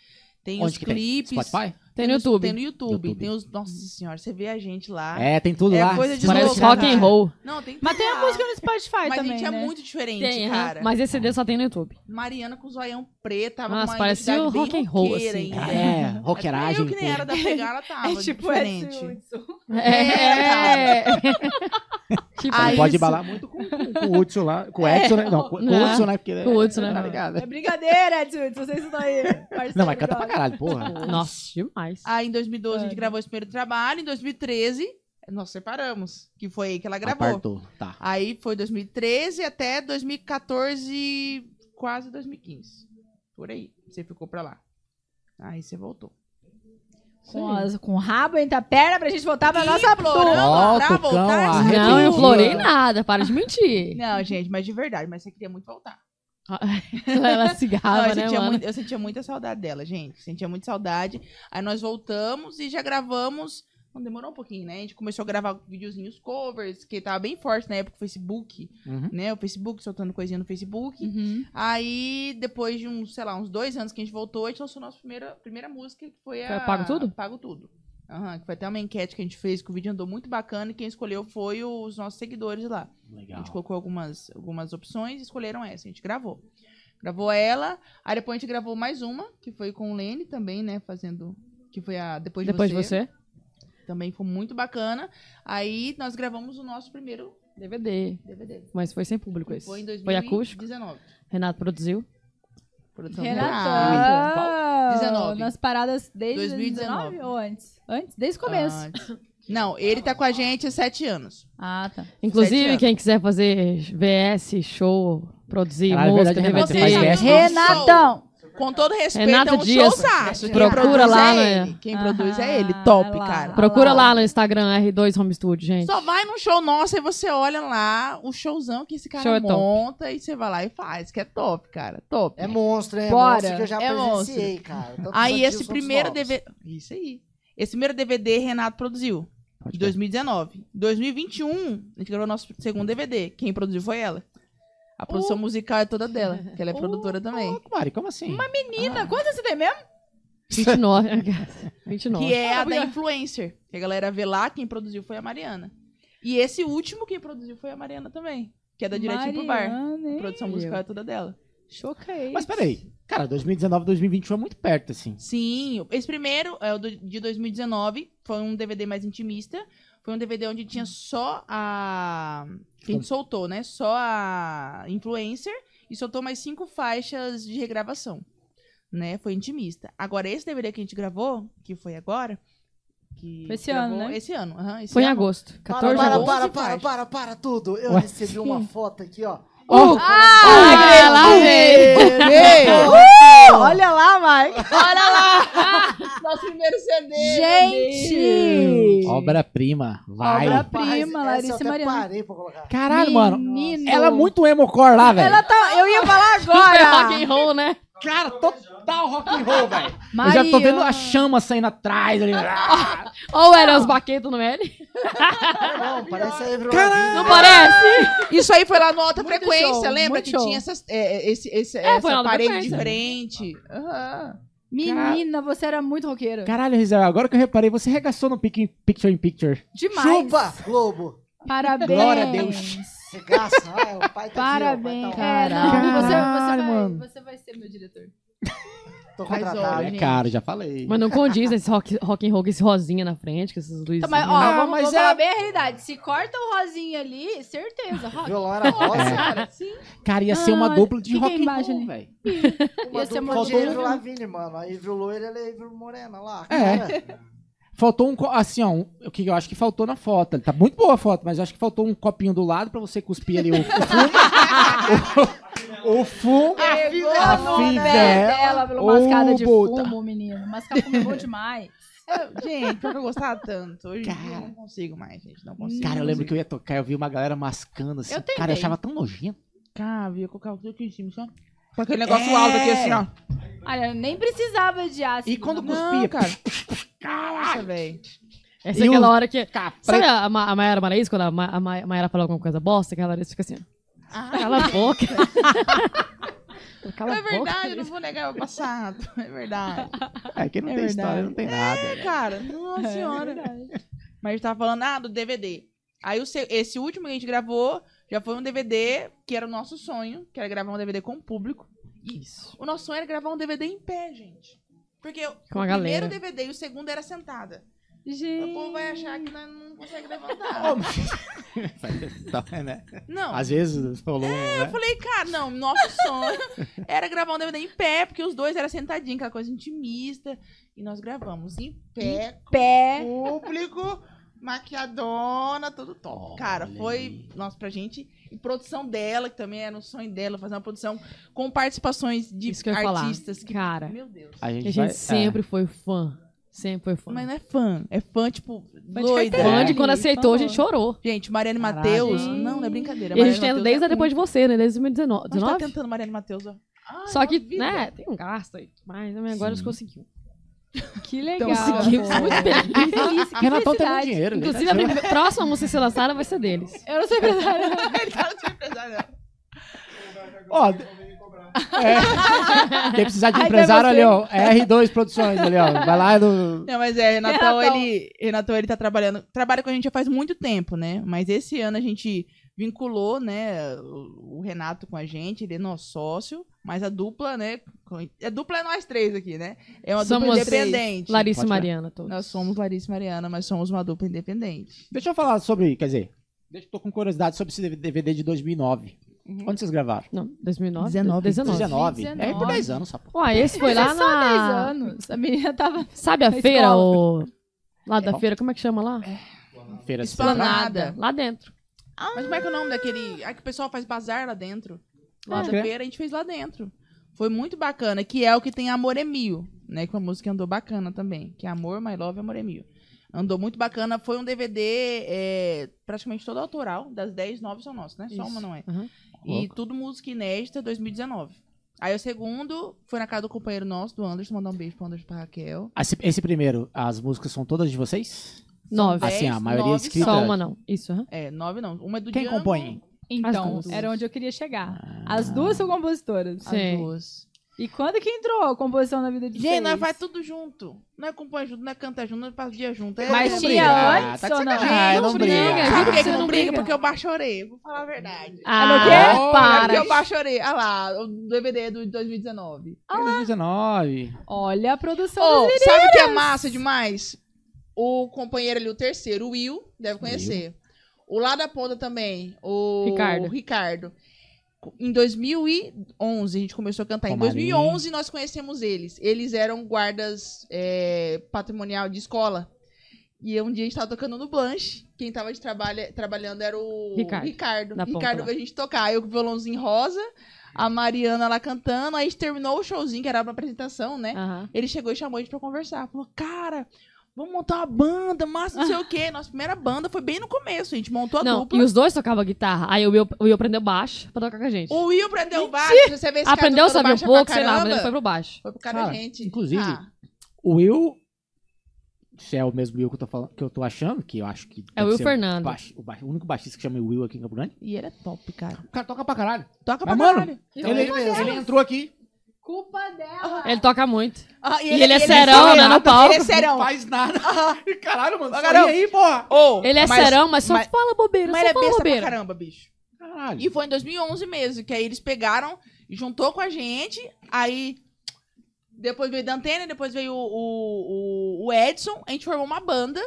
[SPEAKER 4] Tem
[SPEAKER 7] Onde
[SPEAKER 4] os
[SPEAKER 7] que tem?
[SPEAKER 4] clipes.
[SPEAKER 7] Spotify?
[SPEAKER 5] Tem no
[SPEAKER 4] os-
[SPEAKER 5] YouTube.
[SPEAKER 4] Tem no YouTube.
[SPEAKER 7] YouTube.
[SPEAKER 4] Tem os. Nossa senhora, você vê a gente lá.
[SPEAKER 7] É, tem tudo
[SPEAKER 4] É
[SPEAKER 7] lá.
[SPEAKER 4] coisa de
[SPEAKER 7] Parece-
[SPEAKER 5] Parece
[SPEAKER 4] louco, né?
[SPEAKER 5] rock and
[SPEAKER 4] cara.
[SPEAKER 5] roll.
[SPEAKER 4] Não, tem
[SPEAKER 2] Mas tem a
[SPEAKER 4] tudo lá.
[SPEAKER 2] música no Spotify
[SPEAKER 4] Ah. Mas
[SPEAKER 2] também,
[SPEAKER 4] a gente
[SPEAKER 2] né?
[SPEAKER 4] é muito diferente,
[SPEAKER 5] Tem, aham.
[SPEAKER 4] cara.
[SPEAKER 5] Mas esse CD só tem no YouTube.
[SPEAKER 4] Mariana com o zoião preto, tava
[SPEAKER 5] Nossa,
[SPEAKER 4] com uma
[SPEAKER 5] parecia
[SPEAKER 4] identidade
[SPEAKER 5] o
[SPEAKER 4] bem
[SPEAKER 5] rock and roll,
[SPEAKER 4] roqueira
[SPEAKER 5] assim.
[SPEAKER 4] ainda.
[SPEAKER 7] É,
[SPEAKER 4] Até
[SPEAKER 7] rockeragem.
[SPEAKER 4] Eu que nem
[SPEAKER 7] pô.
[SPEAKER 4] era da pegar, ela tava.
[SPEAKER 2] É tipo
[SPEAKER 4] diferente.
[SPEAKER 2] esse Hudson.
[SPEAKER 5] É. tipo,
[SPEAKER 7] Não
[SPEAKER 4] Aí-
[SPEAKER 7] pode
[SPEAKER 4] isso.
[SPEAKER 7] embalar muito com, com- com o Hudson lá. Com o
[SPEAKER 4] É.
[SPEAKER 7] Edson, né? Não, com, com o
[SPEAKER 5] Não.
[SPEAKER 7] Hudson, né? Porque,
[SPEAKER 5] Com o Hudson, né?
[SPEAKER 7] Tá ligado?
[SPEAKER 2] É brincadeira, Edson. Vocês estão aí. parceiro
[SPEAKER 7] Não, mas canta pra
[SPEAKER 2] jovem.
[SPEAKER 7] caralho, porra.
[SPEAKER 5] Nossa, demais.
[SPEAKER 4] Aí em 2012 a gente
[SPEAKER 5] É.
[SPEAKER 2] Cara.
[SPEAKER 4] gravou esse primeiro trabalho, em 2013 nós separamos, que foi aí que ela gravou.
[SPEAKER 7] Apartou, tá.
[SPEAKER 4] Aí foi 2013 até 2014, quase 2015. Por aí. Você ficou pra lá. Aí você voltou.
[SPEAKER 2] Com, as- com o rabo entre a perna pra gente voltar pra nossa
[SPEAKER 4] Implorando
[SPEAKER 2] turma.
[SPEAKER 7] Volta,
[SPEAKER 4] pra
[SPEAKER 7] o cão,
[SPEAKER 4] voltar,
[SPEAKER 7] arre-
[SPEAKER 4] sabe?
[SPEAKER 5] Não, eu
[SPEAKER 7] arrependido.
[SPEAKER 5] florei nada, para de mentir.
[SPEAKER 4] Não, gente, mas de verdade, mas você queria muito voltar.
[SPEAKER 5] Ela
[SPEAKER 4] Ah, Não, é um
[SPEAKER 5] cigava,
[SPEAKER 4] eu,
[SPEAKER 5] né,
[SPEAKER 4] sentia
[SPEAKER 5] mano?
[SPEAKER 4] muito- eu sentia muita saudade dela, gente. Sentia muita saudade. Aí nós voltamos e já gravamos. Não demorou um pouquinho, né? A gente começou a gravar videozinhos covers, que tava bem forte na época o Facebook,
[SPEAKER 7] Uhum.
[SPEAKER 4] né? O Facebook, soltando coisinha no Facebook.
[SPEAKER 2] Uhum.
[SPEAKER 4] Aí, depois de uns, sei lá, uns dois anos que a gente voltou, a gente lançou nossa primeira, primeira música, que foi a...
[SPEAKER 5] Foi a Pago Tudo?
[SPEAKER 4] Pago Tudo. Aham, que foi até uma enquete que a gente fez, que o vídeo andou muito bacana e quem escolheu foi os nossos seguidores lá. A
[SPEAKER 7] Legal.
[SPEAKER 4] gente colocou algumas, algumas opções e escolheram essa. A gente gravou. Gravou ela, aí depois a gente gravou mais uma, que foi com o Lene também, né? Fazendo. Que foi a Depois de
[SPEAKER 5] Depois de
[SPEAKER 4] Você.
[SPEAKER 5] você,
[SPEAKER 4] Também foi muito bacana. Aí nós gravamos o nosso primeiro
[SPEAKER 5] DVD.
[SPEAKER 4] DVD.
[SPEAKER 5] Mas foi sem público esse.
[SPEAKER 4] Foi em
[SPEAKER 5] Foi acústico.
[SPEAKER 4] 2019.
[SPEAKER 5] Renato produziu.
[SPEAKER 4] Produção Renato.
[SPEAKER 2] Renatão.
[SPEAKER 4] 19.
[SPEAKER 2] Nas paradas desde
[SPEAKER 4] 2019.
[SPEAKER 2] 2019 ou antes? Antes? Desde o começo.
[SPEAKER 4] Não, ele tá com a gente há sete anos.
[SPEAKER 2] Ah, tá.
[SPEAKER 4] Sete
[SPEAKER 5] Inclusive,
[SPEAKER 4] anos.
[SPEAKER 5] quem quiser fazer VS, show, produzir
[SPEAKER 7] Caralho, é
[SPEAKER 5] música,
[SPEAKER 7] verdade, Renato,
[SPEAKER 5] DVD.
[SPEAKER 7] você faz VS.
[SPEAKER 2] Renatão.
[SPEAKER 4] Com todo respeito,
[SPEAKER 5] Renato
[SPEAKER 4] é um
[SPEAKER 5] Dias,
[SPEAKER 4] showzaço. Quem
[SPEAKER 5] procura
[SPEAKER 4] produz
[SPEAKER 5] lá,
[SPEAKER 4] é
[SPEAKER 5] né?
[SPEAKER 4] ele. Quem
[SPEAKER 2] Aham,
[SPEAKER 4] produz é ele. Top,
[SPEAKER 2] Ah, lá.
[SPEAKER 4] cara.
[SPEAKER 5] Procura
[SPEAKER 2] Ah,
[SPEAKER 5] lá
[SPEAKER 2] lá.
[SPEAKER 5] no Instagram, R2 Home Studio, gente.
[SPEAKER 4] Só vai num show nosso e você olha lá o showzão que esse cara
[SPEAKER 5] Show é top.
[SPEAKER 4] monta e você vai lá e faz, que é top, cara. Top.
[SPEAKER 1] É monstro, hein? É
[SPEAKER 2] Bora.
[SPEAKER 1] monstro que eu já
[SPEAKER 4] É
[SPEAKER 1] presenciei, cara. Tantos
[SPEAKER 4] Aí
[SPEAKER 1] antigos
[SPEAKER 4] esse
[SPEAKER 1] quantos
[SPEAKER 4] primeiro
[SPEAKER 1] novos.
[SPEAKER 4] DVD. Isso aí. Esse primeiro DVD Renato produziu,
[SPEAKER 7] Pode
[SPEAKER 3] é.
[SPEAKER 4] de
[SPEAKER 7] crer.
[SPEAKER 4] 2019. 2021, a gente gravou nosso segundo DVD. Quem produziu foi ela. A
[SPEAKER 5] Uh.
[SPEAKER 4] produção musical é toda dela, que ela é
[SPEAKER 2] Uh,
[SPEAKER 4] produtora também.
[SPEAKER 7] Ô, Mari, como assim?
[SPEAKER 2] Menina, quantas você tem mesmo?
[SPEAKER 5] 29.
[SPEAKER 4] Que
[SPEAKER 5] 29.
[SPEAKER 4] é a da
[SPEAKER 2] Olha.
[SPEAKER 4] influencer. Que a galera vê lá, quem produziu foi a Mariana. E esse último quem produziu foi a Mariana também, que é da Direitinho pro Bar.
[SPEAKER 2] Mariana,
[SPEAKER 4] A
[SPEAKER 2] hein?
[SPEAKER 4] produção musical é toda dela.
[SPEAKER 2] Choquei.
[SPEAKER 7] Mas peraí. Cara, 2019, 2021 é muito perto, assim.
[SPEAKER 4] Sim, esse primeiro é o do- de 2019, foi um DVD mais intimista. Foi um DVD onde tinha só a. Que a gente soltou, né? Só a influencer e soltou mais cinco faixas de regravação. Né? Foi intimista. Agora, esse DVD que a gente gravou, que foi agora. Que
[SPEAKER 2] Foi esse
[SPEAKER 4] gravou
[SPEAKER 2] ano, né?
[SPEAKER 4] Esse ano, aham. esse
[SPEAKER 5] Foi em
[SPEAKER 4] ano.
[SPEAKER 5] agosto.
[SPEAKER 1] Para,
[SPEAKER 5] 14 de
[SPEAKER 1] para,
[SPEAKER 5] agosto.
[SPEAKER 1] para,
[SPEAKER 4] agosto.
[SPEAKER 1] para, para, para tudo. Eu
[SPEAKER 7] Ué.
[SPEAKER 1] recebi uma foto aqui, ó.
[SPEAKER 7] Ó,
[SPEAKER 5] Uh! Ah, lá veio.
[SPEAKER 2] Olha lá, Mike.
[SPEAKER 4] Nosso primeiro CD!
[SPEAKER 2] Gente!
[SPEAKER 7] Obra-prima. Vai.
[SPEAKER 2] Prima,
[SPEAKER 1] Rapaz, essa
[SPEAKER 2] Larissa
[SPEAKER 1] eu até
[SPEAKER 2] Mariano.
[SPEAKER 1] parei pra colocar.
[SPEAKER 7] Caralho, mano.
[SPEAKER 2] Menino.
[SPEAKER 7] Ela é muito emocor lá, velho.
[SPEAKER 2] Ela tá. Eu ia falar
[SPEAKER 5] É rock
[SPEAKER 2] agora.
[SPEAKER 5] and roll, né?
[SPEAKER 7] Cara, total rock and roll, velho. Eu
[SPEAKER 2] Maria.
[SPEAKER 7] já tô vendo a chama saindo atrás ali. Ah,
[SPEAKER 5] Ou era os baquetos no L?
[SPEAKER 1] Não, parece é a Avril
[SPEAKER 5] Não
[SPEAKER 1] Lavigne.
[SPEAKER 5] parece?
[SPEAKER 4] Isso aí foi lá no Alta
[SPEAKER 2] Muito
[SPEAKER 4] Frequência,
[SPEAKER 2] show,
[SPEAKER 4] lembra?
[SPEAKER 2] muito
[SPEAKER 4] Que
[SPEAKER 2] show.
[SPEAKER 4] tinha essas, é, é, esse, esse,
[SPEAKER 5] É, foi na
[SPEAKER 4] essa
[SPEAKER 5] Alta
[SPEAKER 4] parede
[SPEAKER 5] Frequência.
[SPEAKER 4] diferente. Aham.
[SPEAKER 2] Menina, você era muito roqueira.
[SPEAKER 3] Caralho, Rizal, agora que eu reparei, você regaçou no pic- Picture in Picture.
[SPEAKER 2] Demais.
[SPEAKER 1] Chupa, Globo.
[SPEAKER 2] Parabéns.
[SPEAKER 3] Glória a Deus.
[SPEAKER 1] Regaça. Ah, o pai tá
[SPEAKER 2] Parabéns.
[SPEAKER 1] aqui, ó, o pai tá
[SPEAKER 2] É, não,
[SPEAKER 5] Caralho,
[SPEAKER 2] você, você vai,
[SPEAKER 3] mano.
[SPEAKER 2] você vai ser meu diretor.
[SPEAKER 1] on. Tô
[SPEAKER 4] Faz
[SPEAKER 7] Ah,
[SPEAKER 1] contratado.
[SPEAKER 4] hora,
[SPEAKER 3] É
[SPEAKER 4] gente.
[SPEAKER 3] caro, já falei.
[SPEAKER 5] Mas não condiz esse rock, rock and roll com esse rosinha na frente, com esses luzinhos.
[SPEAKER 2] Então, mas, ó,
[SPEAKER 3] Ah,
[SPEAKER 2] vamos,
[SPEAKER 3] mas
[SPEAKER 2] vamos
[SPEAKER 3] é-
[SPEAKER 2] falar bem a realidade. Se corta o rosinho ali, certeza, rock.
[SPEAKER 1] Violão era rosa.
[SPEAKER 2] Cara, sim.
[SPEAKER 3] Cara, ia ser uma
[SPEAKER 2] Ah,
[SPEAKER 3] dupla de
[SPEAKER 2] fica a
[SPEAKER 3] rock and
[SPEAKER 2] imagem
[SPEAKER 3] roll,
[SPEAKER 2] ali.
[SPEAKER 3] velho.
[SPEAKER 1] Uma
[SPEAKER 2] Ia ser
[SPEAKER 1] dupla
[SPEAKER 2] uma
[SPEAKER 1] de
[SPEAKER 2] dupla.
[SPEAKER 1] Avril Lavigne, mano. Aí viu loira, ele viu morena lá.
[SPEAKER 3] É.
[SPEAKER 1] Cara,
[SPEAKER 3] Faltou um, co- assim, ó, um- o que eu acho que faltou na foto. Tá muito boa a foto, mas eu acho que faltou um copinho do lado pra você cuspir ali o, o fumo. o, o fumo.
[SPEAKER 7] Ah,
[SPEAKER 2] Pegou
[SPEAKER 3] é a né?
[SPEAKER 2] no
[SPEAKER 3] fivela,
[SPEAKER 2] pé dela pelo
[SPEAKER 3] ô,
[SPEAKER 2] mascada de
[SPEAKER 3] puta.
[SPEAKER 2] fumo, menino. Mascar fumo é bom demais.
[SPEAKER 4] Eu- É, gente, pior que eu gostava tanto. Hoje em dia
[SPEAKER 3] Cara.
[SPEAKER 4] eu não consigo mais, gente. Não consigo.
[SPEAKER 3] Cara, eu lembro que eu ia tocar, eu vi uma galera mascando assim.
[SPEAKER 2] Eu tentei.
[SPEAKER 3] Cara, eu achava tão nojento.
[SPEAKER 4] Cara, ia colocar o que aqui em cima, só. Com aquele negócio alto aqui, assim, ó.
[SPEAKER 2] Olha, nem precisava de ácido.
[SPEAKER 3] E quando
[SPEAKER 2] não.
[SPEAKER 3] cuspia,
[SPEAKER 4] cara.
[SPEAKER 3] Caralho!
[SPEAKER 4] Nossa, velho.
[SPEAKER 5] Essa é
[SPEAKER 3] E
[SPEAKER 5] aquela
[SPEAKER 3] os-
[SPEAKER 5] hora que. Sabe
[SPEAKER 3] Capre...
[SPEAKER 5] a, Ma a Mayara Maraíza, quando a, Ma a Ma- Mayara fala alguma coisa bosta, que a Larissa fica assim.
[SPEAKER 4] Ah,
[SPEAKER 5] ó. Cala a boca. Cala
[SPEAKER 4] É
[SPEAKER 5] a boca,
[SPEAKER 4] verdade, eu não
[SPEAKER 5] Larissa.
[SPEAKER 4] vou negar o passado. É verdade.
[SPEAKER 3] É, quem não
[SPEAKER 4] É
[SPEAKER 3] tem história,
[SPEAKER 4] verdade.
[SPEAKER 3] não tem nada. né?
[SPEAKER 4] É, cara, nossa senhora. Mas a gente tava falando, ah, do DVD. Aí o seu- esse último que a gente gravou já foi um DVD que era o nosso sonho, que era gravar um DVD com o público.
[SPEAKER 5] Isso.
[SPEAKER 4] O nosso sonho era gravar um DVD em pé, gente. Porque o
[SPEAKER 5] Com a galera.
[SPEAKER 4] primeiro DVD e o segundo era sentada. O povo
[SPEAKER 2] Gente.
[SPEAKER 4] vai achar que nós não consegue
[SPEAKER 3] Ô,
[SPEAKER 4] levantar.
[SPEAKER 3] mas- Tá, né?
[SPEAKER 4] Não.
[SPEAKER 3] Às vezes rolou,
[SPEAKER 4] Eu
[SPEAKER 3] né?
[SPEAKER 4] falei, cara, não, nosso sonho era gravar um DVD em pé, porque os dois eram sentadinhos, aquela coisa intimista. E nós gravamos em pé,
[SPEAKER 2] Pé.
[SPEAKER 4] público, maquiadona, tudo top.
[SPEAKER 3] Olha
[SPEAKER 4] Cara,
[SPEAKER 3] aí.
[SPEAKER 4] foi, nossa, pra gente. E produção dela, que também era um sonho dela, fazer uma produção com participações de
[SPEAKER 5] Isso que eu ia falar.
[SPEAKER 4] artistas. Que,
[SPEAKER 5] Cara,
[SPEAKER 4] Meu Deus.
[SPEAKER 3] A gente,
[SPEAKER 5] a gente
[SPEAKER 3] vai- é.
[SPEAKER 5] sempre foi fã. Sempre foi fã.
[SPEAKER 4] Mas não é fã, é fã, tipo,
[SPEAKER 2] de
[SPEAKER 3] carteira.
[SPEAKER 4] doida.
[SPEAKER 5] Fã de
[SPEAKER 2] Caralho,
[SPEAKER 5] quando aceitou, a
[SPEAKER 2] por
[SPEAKER 5] gente chorou.
[SPEAKER 4] Gente, Mariana e
[SPEAKER 3] Caralho.
[SPEAKER 4] Matheus.
[SPEAKER 5] Gente.
[SPEAKER 4] Não, não é brincadeira.
[SPEAKER 5] E a gente
[SPEAKER 4] Mariana
[SPEAKER 5] tenta
[SPEAKER 4] Matheus
[SPEAKER 5] desde
[SPEAKER 4] é
[SPEAKER 5] depois de você, né? Desde 2019.
[SPEAKER 4] Mas tá
[SPEAKER 5] 19?
[SPEAKER 4] tentando Mariana e Matheus, ó. Ai,
[SPEAKER 5] Só que,
[SPEAKER 4] uma vida.
[SPEAKER 5] né, tem um gasto aí. Mas também agora a gente
[SPEAKER 3] Sim.
[SPEAKER 5] conseguiu.
[SPEAKER 2] Que legal.
[SPEAKER 5] Então, seguimos
[SPEAKER 2] pô.
[SPEAKER 5] muito bem.
[SPEAKER 2] Que feliz, que
[SPEAKER 3] Renatão tem muito
[SPEAKER 2] felicidade.
[SPEAKER 3] dinheiro. né?
[SPEAKER 5] Inclusive, a primeira- próxima música a ser lançada vai ser deles.
[SPEAKER 2] Eu não sou empresária.
[SPEAKER 4] Ele tá de empresário.
[SPEAKER 3] Ó, é. Quem precisar de
[SPEAKER 2] Ai,
[SPEAKER 3] empresário,
[SPEAKER 2] vai você.
[SPEAKER 3] ali, ó. R2 Produções, ali, ó. Vai lá no.
[SPEAKER 4] Não, mas é,
[SPEAKER 5] Então.
[SPEAKER 4] Renatão,
[SPEAKER 2] Renatão.
[SPEAKER 4] ele, Renatão, ele tá trabalhando. Trabalha com a gente já faz muito tempo, né? Mas esse ano a gente vinculou, né, o, o Renato com a gente, ele é nosso sócio, mas a dupla, né? com- A dupla é nós três aqui, né? É uma
[SPEAKER 5] Somos
[SPEAKER 4] dupla
[SPEAKER 5] três.
[SPEAKER 4] independente.
[SPEAKER 5] Larissa
[SPEAKER 3] Pode
[SPEAKER 5] e
[SPEAKER 3] tirar.
[SPEAKER 5] Mariana, todos.
[SPEAKER 4] Nós somos Larissa e Mariana, mas somos uma dupla independente.
[SPEAKER 3] Deixa eu falar sobre, quer dizer, deixa, tô com curiosidade sobre esse DVD de 2009. Quando vocês gravaram?
[SPEAKER 5] Não, 2009?
[SPEAKER 4] 19.
[SPEAKER 5] 19.
[SPEAKER 3] 19. É por
[SPEAKER 2] 19.
[SPEAKER 3] 10 anos, sapo.
[SPEAKER 5] Ué, esse foi lá
[SPEAKER 2] Mas é só 10
[SPEAKER 5] na...
[SPEAKER 2] anos. A menina tava...
[SPEAKER 5] Sabe a
[SPEAKER 2] Na
[SPEAKER 5] feira,
[SPEAKER 2] escola.
[SPEAKER 5] o... Lá da
[SPEAKER 3] É.
[SPEAKER 5] feira, como é que chama lá?
[SPEAKER 3] Feira
[SPEAKER 4] Esplanada.
[SPEAKER 5] Lá dentro. Ah.
[SPEAKER 4] Mas como é que é o nome daquele. Ah, que o pessoal faz bazar lá dentro. Lá
[SPEAKER 5] Pode
[SPEAKER 4] da
[SPEAKER 3] crer.
[SPEAKER 4] feira a gente fez lá dentro. Foi muito bacana, que é o que tem Amor é Mil, né? Que uma música andou bacana também. Que é Amor, My Love, Amor é Mil. Andou muito bacana. Foi um DVD é, praticamente todo autoral. Das 10, 9 são nossos, né? Só
[SPEAKER 5] Isso.
[SPEAKER 4] uma não é.
[SPEAKER 5] Aham.
[SPEAKER 4] E tudo música inédita, 2019. Aí o segundo foi na casa do companheiro nosso, do Anderson. Mandar um beijo pro Anderson e pra Raquel.
[SPEAKER 3] Esse, esse primeiro, as músicas são todas de vocês?
[SPEAKER 5] Nove.
[SPEAKER 3] Assim, a
[SPEAKER 4] Dez,
[SPEAKER 3] maioria
[SPEAKER 4] nove
[SPEAKER 3] escrita.
[SPEAKER 5] Só uma não. Isso, aham.
[SPEAKER 4] É, nove não. Uma é do
[SPEAKER 3] Quem
[SPEAKER 4] Django,
[SPEAKER 3] compõe?
[SPEAKER 2] Então,
[SPEAKER 5] duas.
[SPEAKER 2] era onde eu queria chegar. As duas são compositoras.
[SPEAKER 4] As
[SPEAKER 5] Sim.
[SPEAKER 4] duas.
[SPEAKER 2] E quando que entrou a composição na vida de
[SPEAKER 4] Gente, nós
[SPEAKER 2] vocês?
[SPEAKER 4] faz tudo junto. Nós compõe junto, nós canta junto, nós passa o dia junto. É,
[SPEAKER 2] Mas
[SPEAKER 3] Não
[SPEAKER 2] tinha
[SPEAKER 3] briga.
[SPEAKER 2] antes
[SPEAKER 3] Ah, tá
[SPEAKER 2] ou
[SPEAKER 3] de
[SPEAKER 2] não?
[SPEAKER 3] sacanagem,
[SPEAKER 5] Não
[SPEAKER 3] não briga.
[SPEAKER 5] briga.
[SPEAKER 4] Sabe por que,
[SPEAKER 5] Você
[SPEAKER 4] que não
[SPEAKER 5] não
[SPEAKER 4] briga?
[SPEAKER 5] briga?
[SPEAKER 4] Porque eu baixorei. Vou falar a verdade.
[SPEAKER 5] Ah,
[SPEAKER 2] o quê?
[SPEAKER 5] olha,
[SPEAKER 4] É porque
[SPEAKER 5] para.
[SPEAKER 4] eu baixorei. Ah lá, o DVD é do 2019.
[SPEAKER 3] Feira 2019.
[SPEAKER 2] Olha a produção
[SPEAKER 4] Ô,
[SPEAKER 2] das meninas.
[SPEAKER 4] sabe o que é massa demais? O companheiro ali, o terceiro, o Will, deve conhecer. O lá da ponta também, o
[SPEAKER 5] Ricardo.
[SPEAKER 4] o Ricardo. Em 2011, a gente começou a cantar. Em
[SPEAKER 3] Tomarinho.
[SPEAKER 4] 2011, nós conhecemos eles. Eles eram guardas é, patrimonial de escola. E um dia a gente tava tocando no Blanche. Quem tava de trabalha, trabalhando era o
[SPEAKER 5] Ricardo,
[SPEAKER 4] Ricardo.
[SPEAKER 5] na ponta
[SPEAKER 4] Ricardo
[SPEAKER 5] lá.
[SPEAKER 4] veio a gente tocar. Eu com o violãozinho rosa, a Mariana lá cantando. Aí a gente terminou o showzinho, que era pra apresentação, né?
[SPEAKER 5] Aham.
[SPEAKER 4] Ele chegou e chamou a gente pra conversar. Falou, cara, vamos montar uma banda, massa, não sei o quê. Nossa primeira banda foi bem no começo, a gente montou a
[SPEAKER 5] Não,
[SPEAKER 4] dupla.
[SPEAKER 5] e os dois tocavam guitarra. Aí o Will, o Will aprendeu baixo pra tocar com a gente.
[SPEAKER 4] O Will aprendeu baixo, você vê Um, esse
[SPEAKER 5] Aprendeu,
[SPEAKER 4] cara
[SPEAKER 5] sabe um
[SPEAKER 4] tocando baixo
[SPEAKER 5] pouco,
[SPEAKER 4] pra
[SPEAKER 5] sei lá, mas
[SPEAKER 4] caramba.
[SPEAKER 5] ele foi pro baixo.
[SPEAKER 4] Foi por causa
[SPEAKER 3] Cara,
[SPEAKER 4] da gente.
[SPEAKER 3] inclusive,
[SPEAKER 4] Ah,
[SPEAKER 3] O Will. Se é o mesmo Will que eu tô, falando, que eu tô achando, que eu acho que.
[SPEAKER 5] É o
[SPEAKER 3] deve
[SPEAKER 5] Will
[SPEAKER 3] ser
[SPEAKER 5] Fernando.
[SPEAKER 3] baixo- o, baixo- o único baixista que chama Will aqui em Campo Grande.
[SPEAKER 4] e ele é top, cara.
[SPEAKER 3] O cara toca pra caralho.
[SPEAKER 4] Toca pra
[SPEAKER 3] Mas, mano,
[SPEAKER 4] caralho.
[SPEAKER 1] Então, ele mesmo.
[SPEAKER 3] ele entrou aqui.
[SPEAKER 2] Culpa dela.
[SPEAKER 5] Ele toca muito.
[SPEAKER 4] Ah,
[SPEAKER 5] E ele é serão,
[SPEAKER 4] ele-
[SPEAKER 5] né, no
[SPEAKER 4] ele
[SPEAKER 5] palco.
[SPEAKER 4] é serão.
[SPEAKER 8] Faz nada. Caralho, mano.
[SPEAKER 4] Ô,
[SPEAKER 8] Sai
[SPEAKER 4] garoto.
[SPEAKER 8] aí, porra.
[SPEAKER 4] Ô,
[SPEAKER 5] Ele é
[SPEAKER 4] mas-
[SPEAKER 5] serão, mas só
[SPEAKER 4] mas-
[SPEAKER 5] fala bobeira,
[SPEAKER 4] Mas
[SPEAKER 5] só
[SPEAKER 4] ele é
[SPEAKER 5] fala
[SPEAKER 4] besta pra
[SPEAKER 5] bobeira.
[SPEAKER 4] caramba, bicho.
[SPEAKER 8] Caralho.
[SPEAKER 4] E foi em 2011 mesmo, que aí eles pegaram, juntou com a gente, aí depois veio Dantena, depois veio o, o, o Edson, a gente formou uma banda,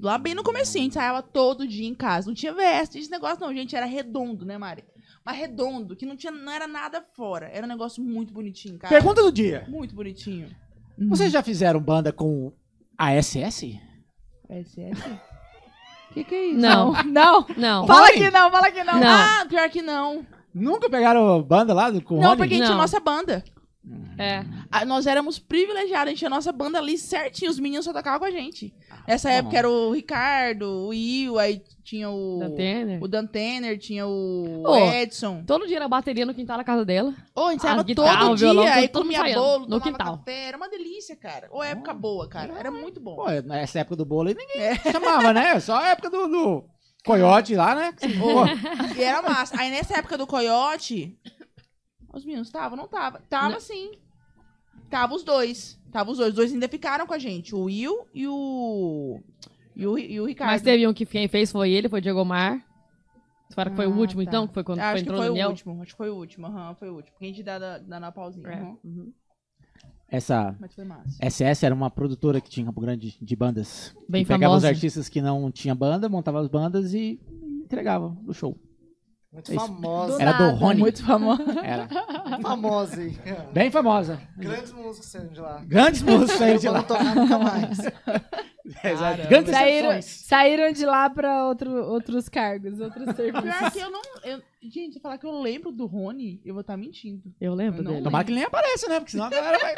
[SPEAKER 4] lá bem no comecinho, a gente ensaiava todo dia em casa, não tinha veste, esse negócio não, gente, era redondo, né, Mari? Mas redondo, que não, tinha, não era nada fora, era um negócio muito bonitinho, cara.
[SPEAKER 3] Pergunta do dia.
[SPEAKER 4] Muito bonitinho.
[SPEAKER 3] Vocês já fizeram banda com a SS?
[SPEAKER 4] O que, que é isso?
[SPEAKER 5] Não,
[SPEAKER 2] Não.
[SPEAKER 5] não.
[SPEAKER 2] Fala que não, fala que não.
[SPEAKER 5] Não.
[SPEAKER 4] Ah, pior que não.
[SPEAKER 3] Nunca pegaram banda lá do- com o
[SPEAKER 4] Não,
[SPEAKER 3] Rony?
[SPEAKER 4] porque a gente tinha
[SPEAKER 5] Não.
[SPEAKER 4] nossa banda.
[SPEAKER 5] É.
[SPEAKER 4] Ah, Nós éramos privilegiados, a gente tinha a nossa banda ali certinho, os meninos só tocavam com a gente. Essa
[SPEAKER 3] Ah, tá bom.
[SPEAKER 4] época era o Ricardo, o Will, aí tinha o.
[SPEAKER 5] Da Tanner.
[SPEAKER 4] O Dan Tanner, tinha o
[SPEAKER 5] Ô.
[SPEAKER 4] Edson.
[SPEAKER 5] né? Todo dia era bateria no quintal da casa dela.
[SPEAKER 4] Ô, a gente
[SPEAKER 5] Ah,
[SPEAKER 4] saía
[SPEAKER 5] guitarra,
[SPEAKER 4] todo
[SPEAKER 5] violão,
[SPEAKER 4] dia,
[SPEAKER 5] tudo-
[SPEAKER 4] aí
[SPEAKER 5] todo mundo
[SPEAKER 4] comia
[SPEAKER 5] ensaiando,
[SPEAKER 4] bolo,
[SPEAKER 5] no
[SPEAKER 4] tomava
[SPEAKER 5] quintal.
[SPEAKER 4] café, era uma delícia, cara. Ô, época boa, cara, era muito bom.
[SPEAKER 3] Pô, nessa época do bolo aí ninguém chamava, né? Só a época do, do coiote lá, né? Pô,
[SPEAKER 4] E era massa. Aí nessa época do Coyote, os meninos estavam, não tava? Tava sim. Tava os dois. Tava os dois. Os dois ainda ficaram com a gente. O Will e o. E o, e o Ricardo.
[SPEAKER 5] Mas teve um que quem fez foi ele, foi o Diego Omar. Será que foi o
[SPEAKER 4] Ah,
[SPEAKER 5] último,
[SPEAKER 4] tá.
[SPEAKER 5] então? Que foi quando
[SPEAKER 4] acho
[SPEAKER 5] foi,
[SPEAKER 4] que
[SPEAKER 5] entrou
[SPEAKER 4] foi
[SPEAKER 5] no
[SPEAKER 4] o
[SPEAKER 5] Daniel?
[SPEAKER 4] último. Acho que foi o último. Aham, foi o último. Porque a gente dá, dá, dá na pausinha.
[SPEAKER 5] É.
[SPEAKER 4] aham.
[SPEAKER 5] Uhum.
[SPEAKER 3] essa
[SPEAKER 4] Mas foi massa.
[SPEAKER 3] SS era uma produtora que tinha em Campo Grande de bandas.
[SPEAKER 5] Bem
[SPEAKER 3] E pegava
[SPEAKER 5] famosa.
[SPEAKER 3] os artistas que não tinha banda, montava as bandas e entregava no show.
[SPEAKER 1] Muito
[SPEAKER 3] É isso.
[SPEAKER 1] famosa.
[SPEAKER 3] Era do Rony.
[SPEAKER 4] Muito famoso.
[SPEAKER 3] Era.
[SPEAKER 1] Muito famosa, hein?
[SPEAKER 3] Bem famosa.
[SPEAKER 1] Grandes músicos saindo de lá.
[SPEAKER 3] Grandes músicos saíram de
[SPEAKER 1] Eu
[SPEAKER 3] lá.
[SPEAKER 1] não tocar nunca mais.
[SPEAKER 3] Exato.
[SPEAKER 4] Caramba.
[SPEAKER 3] Grandes
[SPEAKER 2] Saíram,
[SPEAKER 3] exceções.
[SPEAKER 2] saíram de lá pra outro, outros cargos, outros serviços.
[SPEAKER 4] Pior é que eu não. eu- gente, se eu falar que eu lembro do Rony, eu vou estar mentindo.
[SPEAKER 5] Eu
[SPEAKER 4] Eu
[SPEAKER 5] lembro
[SPEAKER 4] não
[SPEAKER 5] dele.
[SPEAKER 3] Tomara que ele nem apareça, né? Porque senão a galera vai,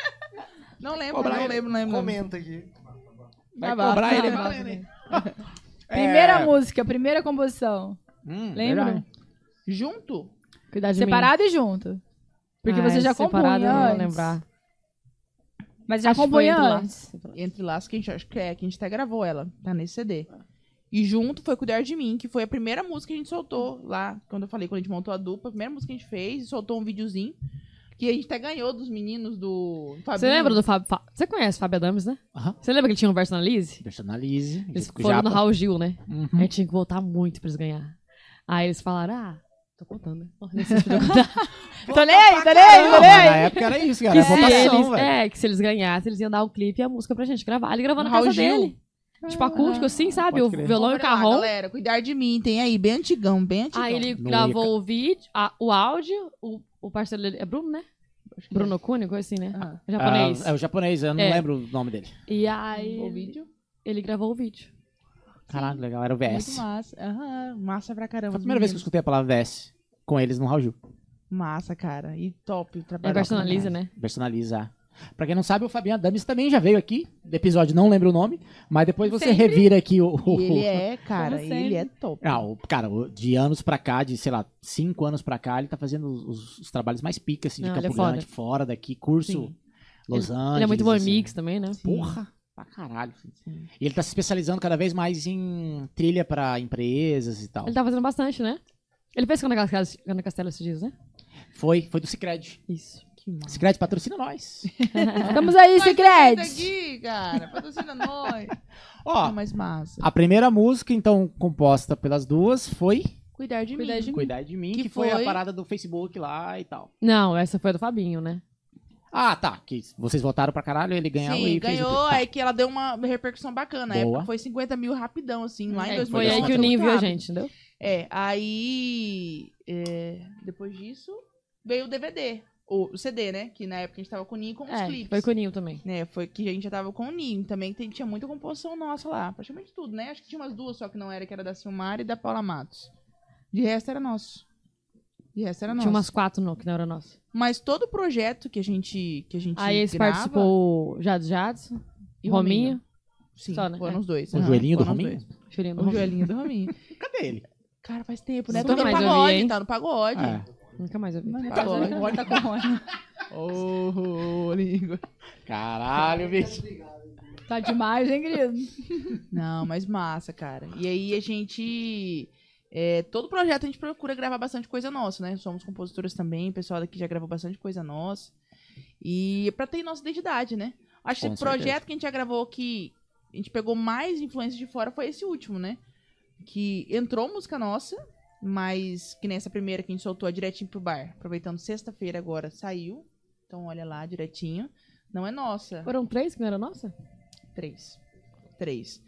[SPEAKER 4] Não lembro,
[SPEAKER 3] Cobrar
[SPEAKER 4] não
[SPEAKER 3] ele.
[SPEAKER 4] lembro, não lembro.
[SPEAKER 1] Comenta aqui.
[SPEAKER 3] vai
[SPEAKER 2] Vai
[SPEAKER 3] cobrar
[SPEAKER 2] lá,
[SPEAKER 3] ele.
[SPEAKER 2] vai lá.
[SPEAKER 3] valendo, hein?
[SPEAKER 2] né? Primeira
[SPEAKER 3] É.
[SPEAKER 2] música, primeira composição.
[SPEAKER 3] Hum,
[SPEAKER 2] Lembra?
[SPEAKER 3] verdade.
[SPEAKER 4] Junto?
[SPEAKER 5] Cuidar de
[SPEAKER 2] Separado e junto. Porque
[SPEAKER 5] Ah,
[SPEAKER 2] você já compunha
[SPEAKER 5] separado eu não vou
[SPEAKER 2] antes.
[SPEAKER 5] lembrar.
[SPEAKER 2] Mas já
[SPEAKER 5] Acho que foi
[SPEAKER 2] compunha
[SPEAKER 5] entre lá.
[SPEAKER 2] antes.
[SPEAKER 4] Entre Laços, que a gente acho que é, que a gente até gravou ela, tá nesse CD. E junto foi Cuidar de Mim, que foi a primeira música que a gente soltou lá, quando eu falei, quando a gente montou a dupla, a primeira música que a gente fez, e soltou um videozinho, que a gente até ganhou dos meninos do Fabinho.
[SPEAKER 5] Você lembra do Fábio? Fá- Você conhece o Fábio Adams, né?
[SPEAKER 3] Aham.
[SPEAKER 5] Você lembra que ele tinha um verso na Lise?
[SPEAKER 3] Personalize.
[SPEAKER 5] Eles
[SPEAKER 3] Jessica
[SPEAKER 5] foram
[SPEAKER 3] Japa.
[SPEAKER 5] no
[SPEAKER 4] tá.
[SPEAKER 5] Raul Gil, né?
[SPEAKER 3] Uhum.
[SPEAKER 5] Aí tinha que voltar muito pra eles ganhar. Aí eles falaram, ah, tô contando. né? Nem sei se eu contar.
[SPEAKER 2] Tô nem aí, tô nem
[SPEAKER 3] Não,
[SPEAKER 2] aí, tô
[SPEAKER 3] mas
[SPEAKER 2] nem
[SPEAKER 3] na
[SPEAKER 2] aí.
[SPEAKER 3] época era isso,
[SPEAKER 5] que
[SPEAKER 3] cara. Era
[SPEAKER 5] se
[SPEAKER 3] votação,
[SPEAKER 5] eles,
[SPEAKER 3] velho.
[SPEAKER 5] é, que se eles ganhassem, eles iam dar o clipe e a música pra gente gravar. Ele gravou na
[SPEAKER 4] Raul
[SPEAKER 5] casa
[SPEAKER 4] Gil.
[SPEAKER 5] dele. Tipo acústico, assim, sabe?
[SPEAKER 3] Ah, Pode
[SPEAKER 5] O
[SPEAKER 3] crer.
[SPEAKER 5] violão e o
[SPEAKER 4] Vamos gravar,
[SPEAKER 5] carrão.
[SPEAKER 4] Galera, Cuidar de Mim, tem aí, bem antigão, bem antigão.
[SPEAKER 5] Aí ele
[SPEAKER 3] Não ia,
[SPEAKER 5] gravou o vídeo, a- o áudio, o, o parceiro dele. É Bruno, né?
[SPEAKER 4] Acho que
[SPEAKER 5] Bruno Cunha, coisa assim, né?
[SPEAKER 4] Ah.
[SPEAKER 5] Japonês.
[SPEAKER 3] Ah, é o japonês, eu não
[SPEAKER 5] É.
[SPEAKER 3] lembro o nome dele.
[SPEAKER 5] E
[SPEAKER 4] é.
[SPEAKER 5] aí.
[SPEAKER 4] O
[SPEAKER 5] ele-
[SPEAKER 4] vídeo.
[SPEAKER 5] Ele gravou o vídeo.
[SPEAKER 3] Caralho, legal, era o
[SPEAKER 4] Muito
[SPEAKER 3] VS. Foi
[SPEAKER 4] massa. Aham, massa pra caramba.
[SPEAKER 3] a primeira vez que eu
[SPEAKER 4] meninos.
[SPEAKER 3] escutei a palavra VS com eles no Raul Gil.
[SPEAKER 4] Massa, cara. E top o
[SPEAKER 5] Ele
[SPEAKER 4] trabalho.
[SPEAKER 5] personaliza, né?
[SPEAKER 3] Personalizar. Pra quem não sabe, o Fabiano Dames também já veio aqui. Do episódio, não lembro o nome. Mas depois você
[SPEAKER 2] Sempre.
[SPEAKER 3] revira aqui o.
[SPEAKER 4] E ele é, cara,
[SPEAKER 2] Como
[SPEAKER 4] ele
[SPEAKER 2] sempre.
[SPEAKER 4] é top.
[SPEAKER 3] Ah, o- cara, o- de anos pra cá, de sei lá, cinco anos pra cá, ele tá fazendo os, os trabalhos mais pica, assim, de
[SPEAKER 5] Não, ele é
[SPEAKER 3] Campo
[SPEAKER 5] foda.
[SPEAKER 3] Grande, fora daqui, curso
[SPEAKER 5] Sim.
[SPEAKER 3] Los Angeles.
[SPEAKER 5] Ele é muito bom em
[SPEAKER 3] assim.
[SPEAKER 5] mix também, né?
[SPEAKER 3] Porra, pra caralho.
[SPEAKER 4] Sim.
[SPEAKER 3] E ele tá se especializando cada vez mais em trilha pra empresas e tal.
[SPEAKER 5] Ele tá fazendo bastante, né? Ele fez quando a Castelo, quando a Castelo esses dias, né?
[SPEAKER 3] Foi, foi do Cicred.
[SPEAKER 5] Isso.
[SPEAKER 4] Que massa.
[SPEAKER 3] Cicred patrocina nós.
[SPEAKER 2] Estamos aí, Cicred.
[SPEAKER 4] aqui, cara. Patrocina nós.
[SPEAKER 3] Ó,
[SPEAKER 4] Não, mas massa.
[SPEAKER 3] a primeira música, então, composta pelas duas foi
[SPEAKER 4] Cuidar de
[SPEAKER 2] Cuidar
[SPEAKER 4] mim.
[SPEAKER 2] de mim.
[SPEAKER 3] Cuidar de Mim,
[SPEAKER 4] Uhum. Que
[SPEAKER 3] que, foi a
[SPEAKER 4] foi-
[SPEAKER 3] parada do Facebook lá e tal.
[SPEAKER 5] Não, essa foi a do Fabinho, né?
[SPEAKER 3] Ah, tá. Que vocês votaram pra caralho, ele ganhou
[SPEAKER 4] Sim,
[SPEAKER 3] e fez o
[SPEAKER 4] ganhou.
[SPEAKER 3] clipe. Tá.
[SPEAKER 4] É que ela deu uma repercussão bacana.
[SPEAKER 3] Boa.
[SPEAKER 4] Na época foi 50 mil rapidão, assim, lá em
[SPEAKER 5] É,
[SPEAKER 4] 2011.
[SPEAKER 5] foi aí que o
[SPEAKER 4] muito
[SPEAKER 5] Ninho viu a
[SPEAKER 4] rápido.
[SPEAKER 5] gente, entendeu?
[SPEAKER 4] É, aí. é, depois disso, veio o DVD. O o CD, né? Que na época a gente tava com o Ninho com os
[SPEAKER 5] É,
[SPEAKER 4] clipes.
[SPEAKER 5] foi com o Ninho também.
[SPEAKER 4] Né, foi que a gente já tava com o Ninho também, que tem- tinha muita composição nossa lá. Praticamente tudo, né? Acho que tinha umas duas só que não era, que era da Silmar e da Paula Matos. De resto era nosso. De resto era nosso.
[SPEAKER 5] Tinha umas quatro no, que não era nosso.
[SPEAKER 4] Mas todo o projeto que a gente. Que a gente
[SPEAKER 5] Aí esse
[SPEAKER 4] grava,
[SPEAKER 5] Ah, participou o Jadson Jadson,
[SPEAKER 4] e o
[SPEAKER 5] Rominho,
[SPEAKER 4] Sim,
[SPEAKER 5] Só, né?
[SPEAKER 4] foram os dois.
[SPEAKER 3] O
[SPEAKER 4] aham,
[SPEAKER 3] joelhinho do
[SPEAKER 4] foram os
[SPEAKER 3] Rominho?
[SPEAKER 4] dois.
[SPEAKER 5] Juliano
[SPEAKER 4] O
[SPEAKER 5] Rominho.
[SPEAKER 4] joelhinho do Rominho.
[SPEAKER 3] Cadê ele?
[SPEAKER 4] Cara, faz tempo, né?
[SPEAKER 5] Nunca
[SPEAKER 4] Tá no
[SPEAKER 5] mais eu vi,
[SPEAKER 4] pagode,
[SPEAKER 5] hein?
[SPEAKER 4] tá no pagode.
[SPEAKER 3] É.
[SPEAKER 5] Nunca mais eu vi.
[SPEAKER 4] Tá no
[SPEAKER 5] Tá
[SPEAKER 4] pagode.
[SPEAKER 5] bom.
[SPEAKER 4] tá com Ô, língua.
[SPEAKER 3] Caralho, bicho.
[SPEAKER 2] Tá demais, hein, querido?
[SPEAKER 4] Não, mas massa, cara. E aí a gente. é, todo projeto a gente procura gravar bastante coisa nossa, né? Somos compositores também, o pessoal daqui já gravou bastante coisa nossa. E pra ter nossa identidade, né? Acho que
[SPEAKER 3] Com
[SPEAKER 4] o projeto que a gente já gravou que a gente pegou mais influência de fora foi esse último, né? Que entrou música nossa, mas que nessa primeira que a gente soltou é direitinho pro bar. Aproveitando sexta-feira agora, saiu. Então olha lá, direitinho. Não é nossa.
[SPEAKER 5] Foram três que não era nossa?
[SPEAKER 4] Três. Três.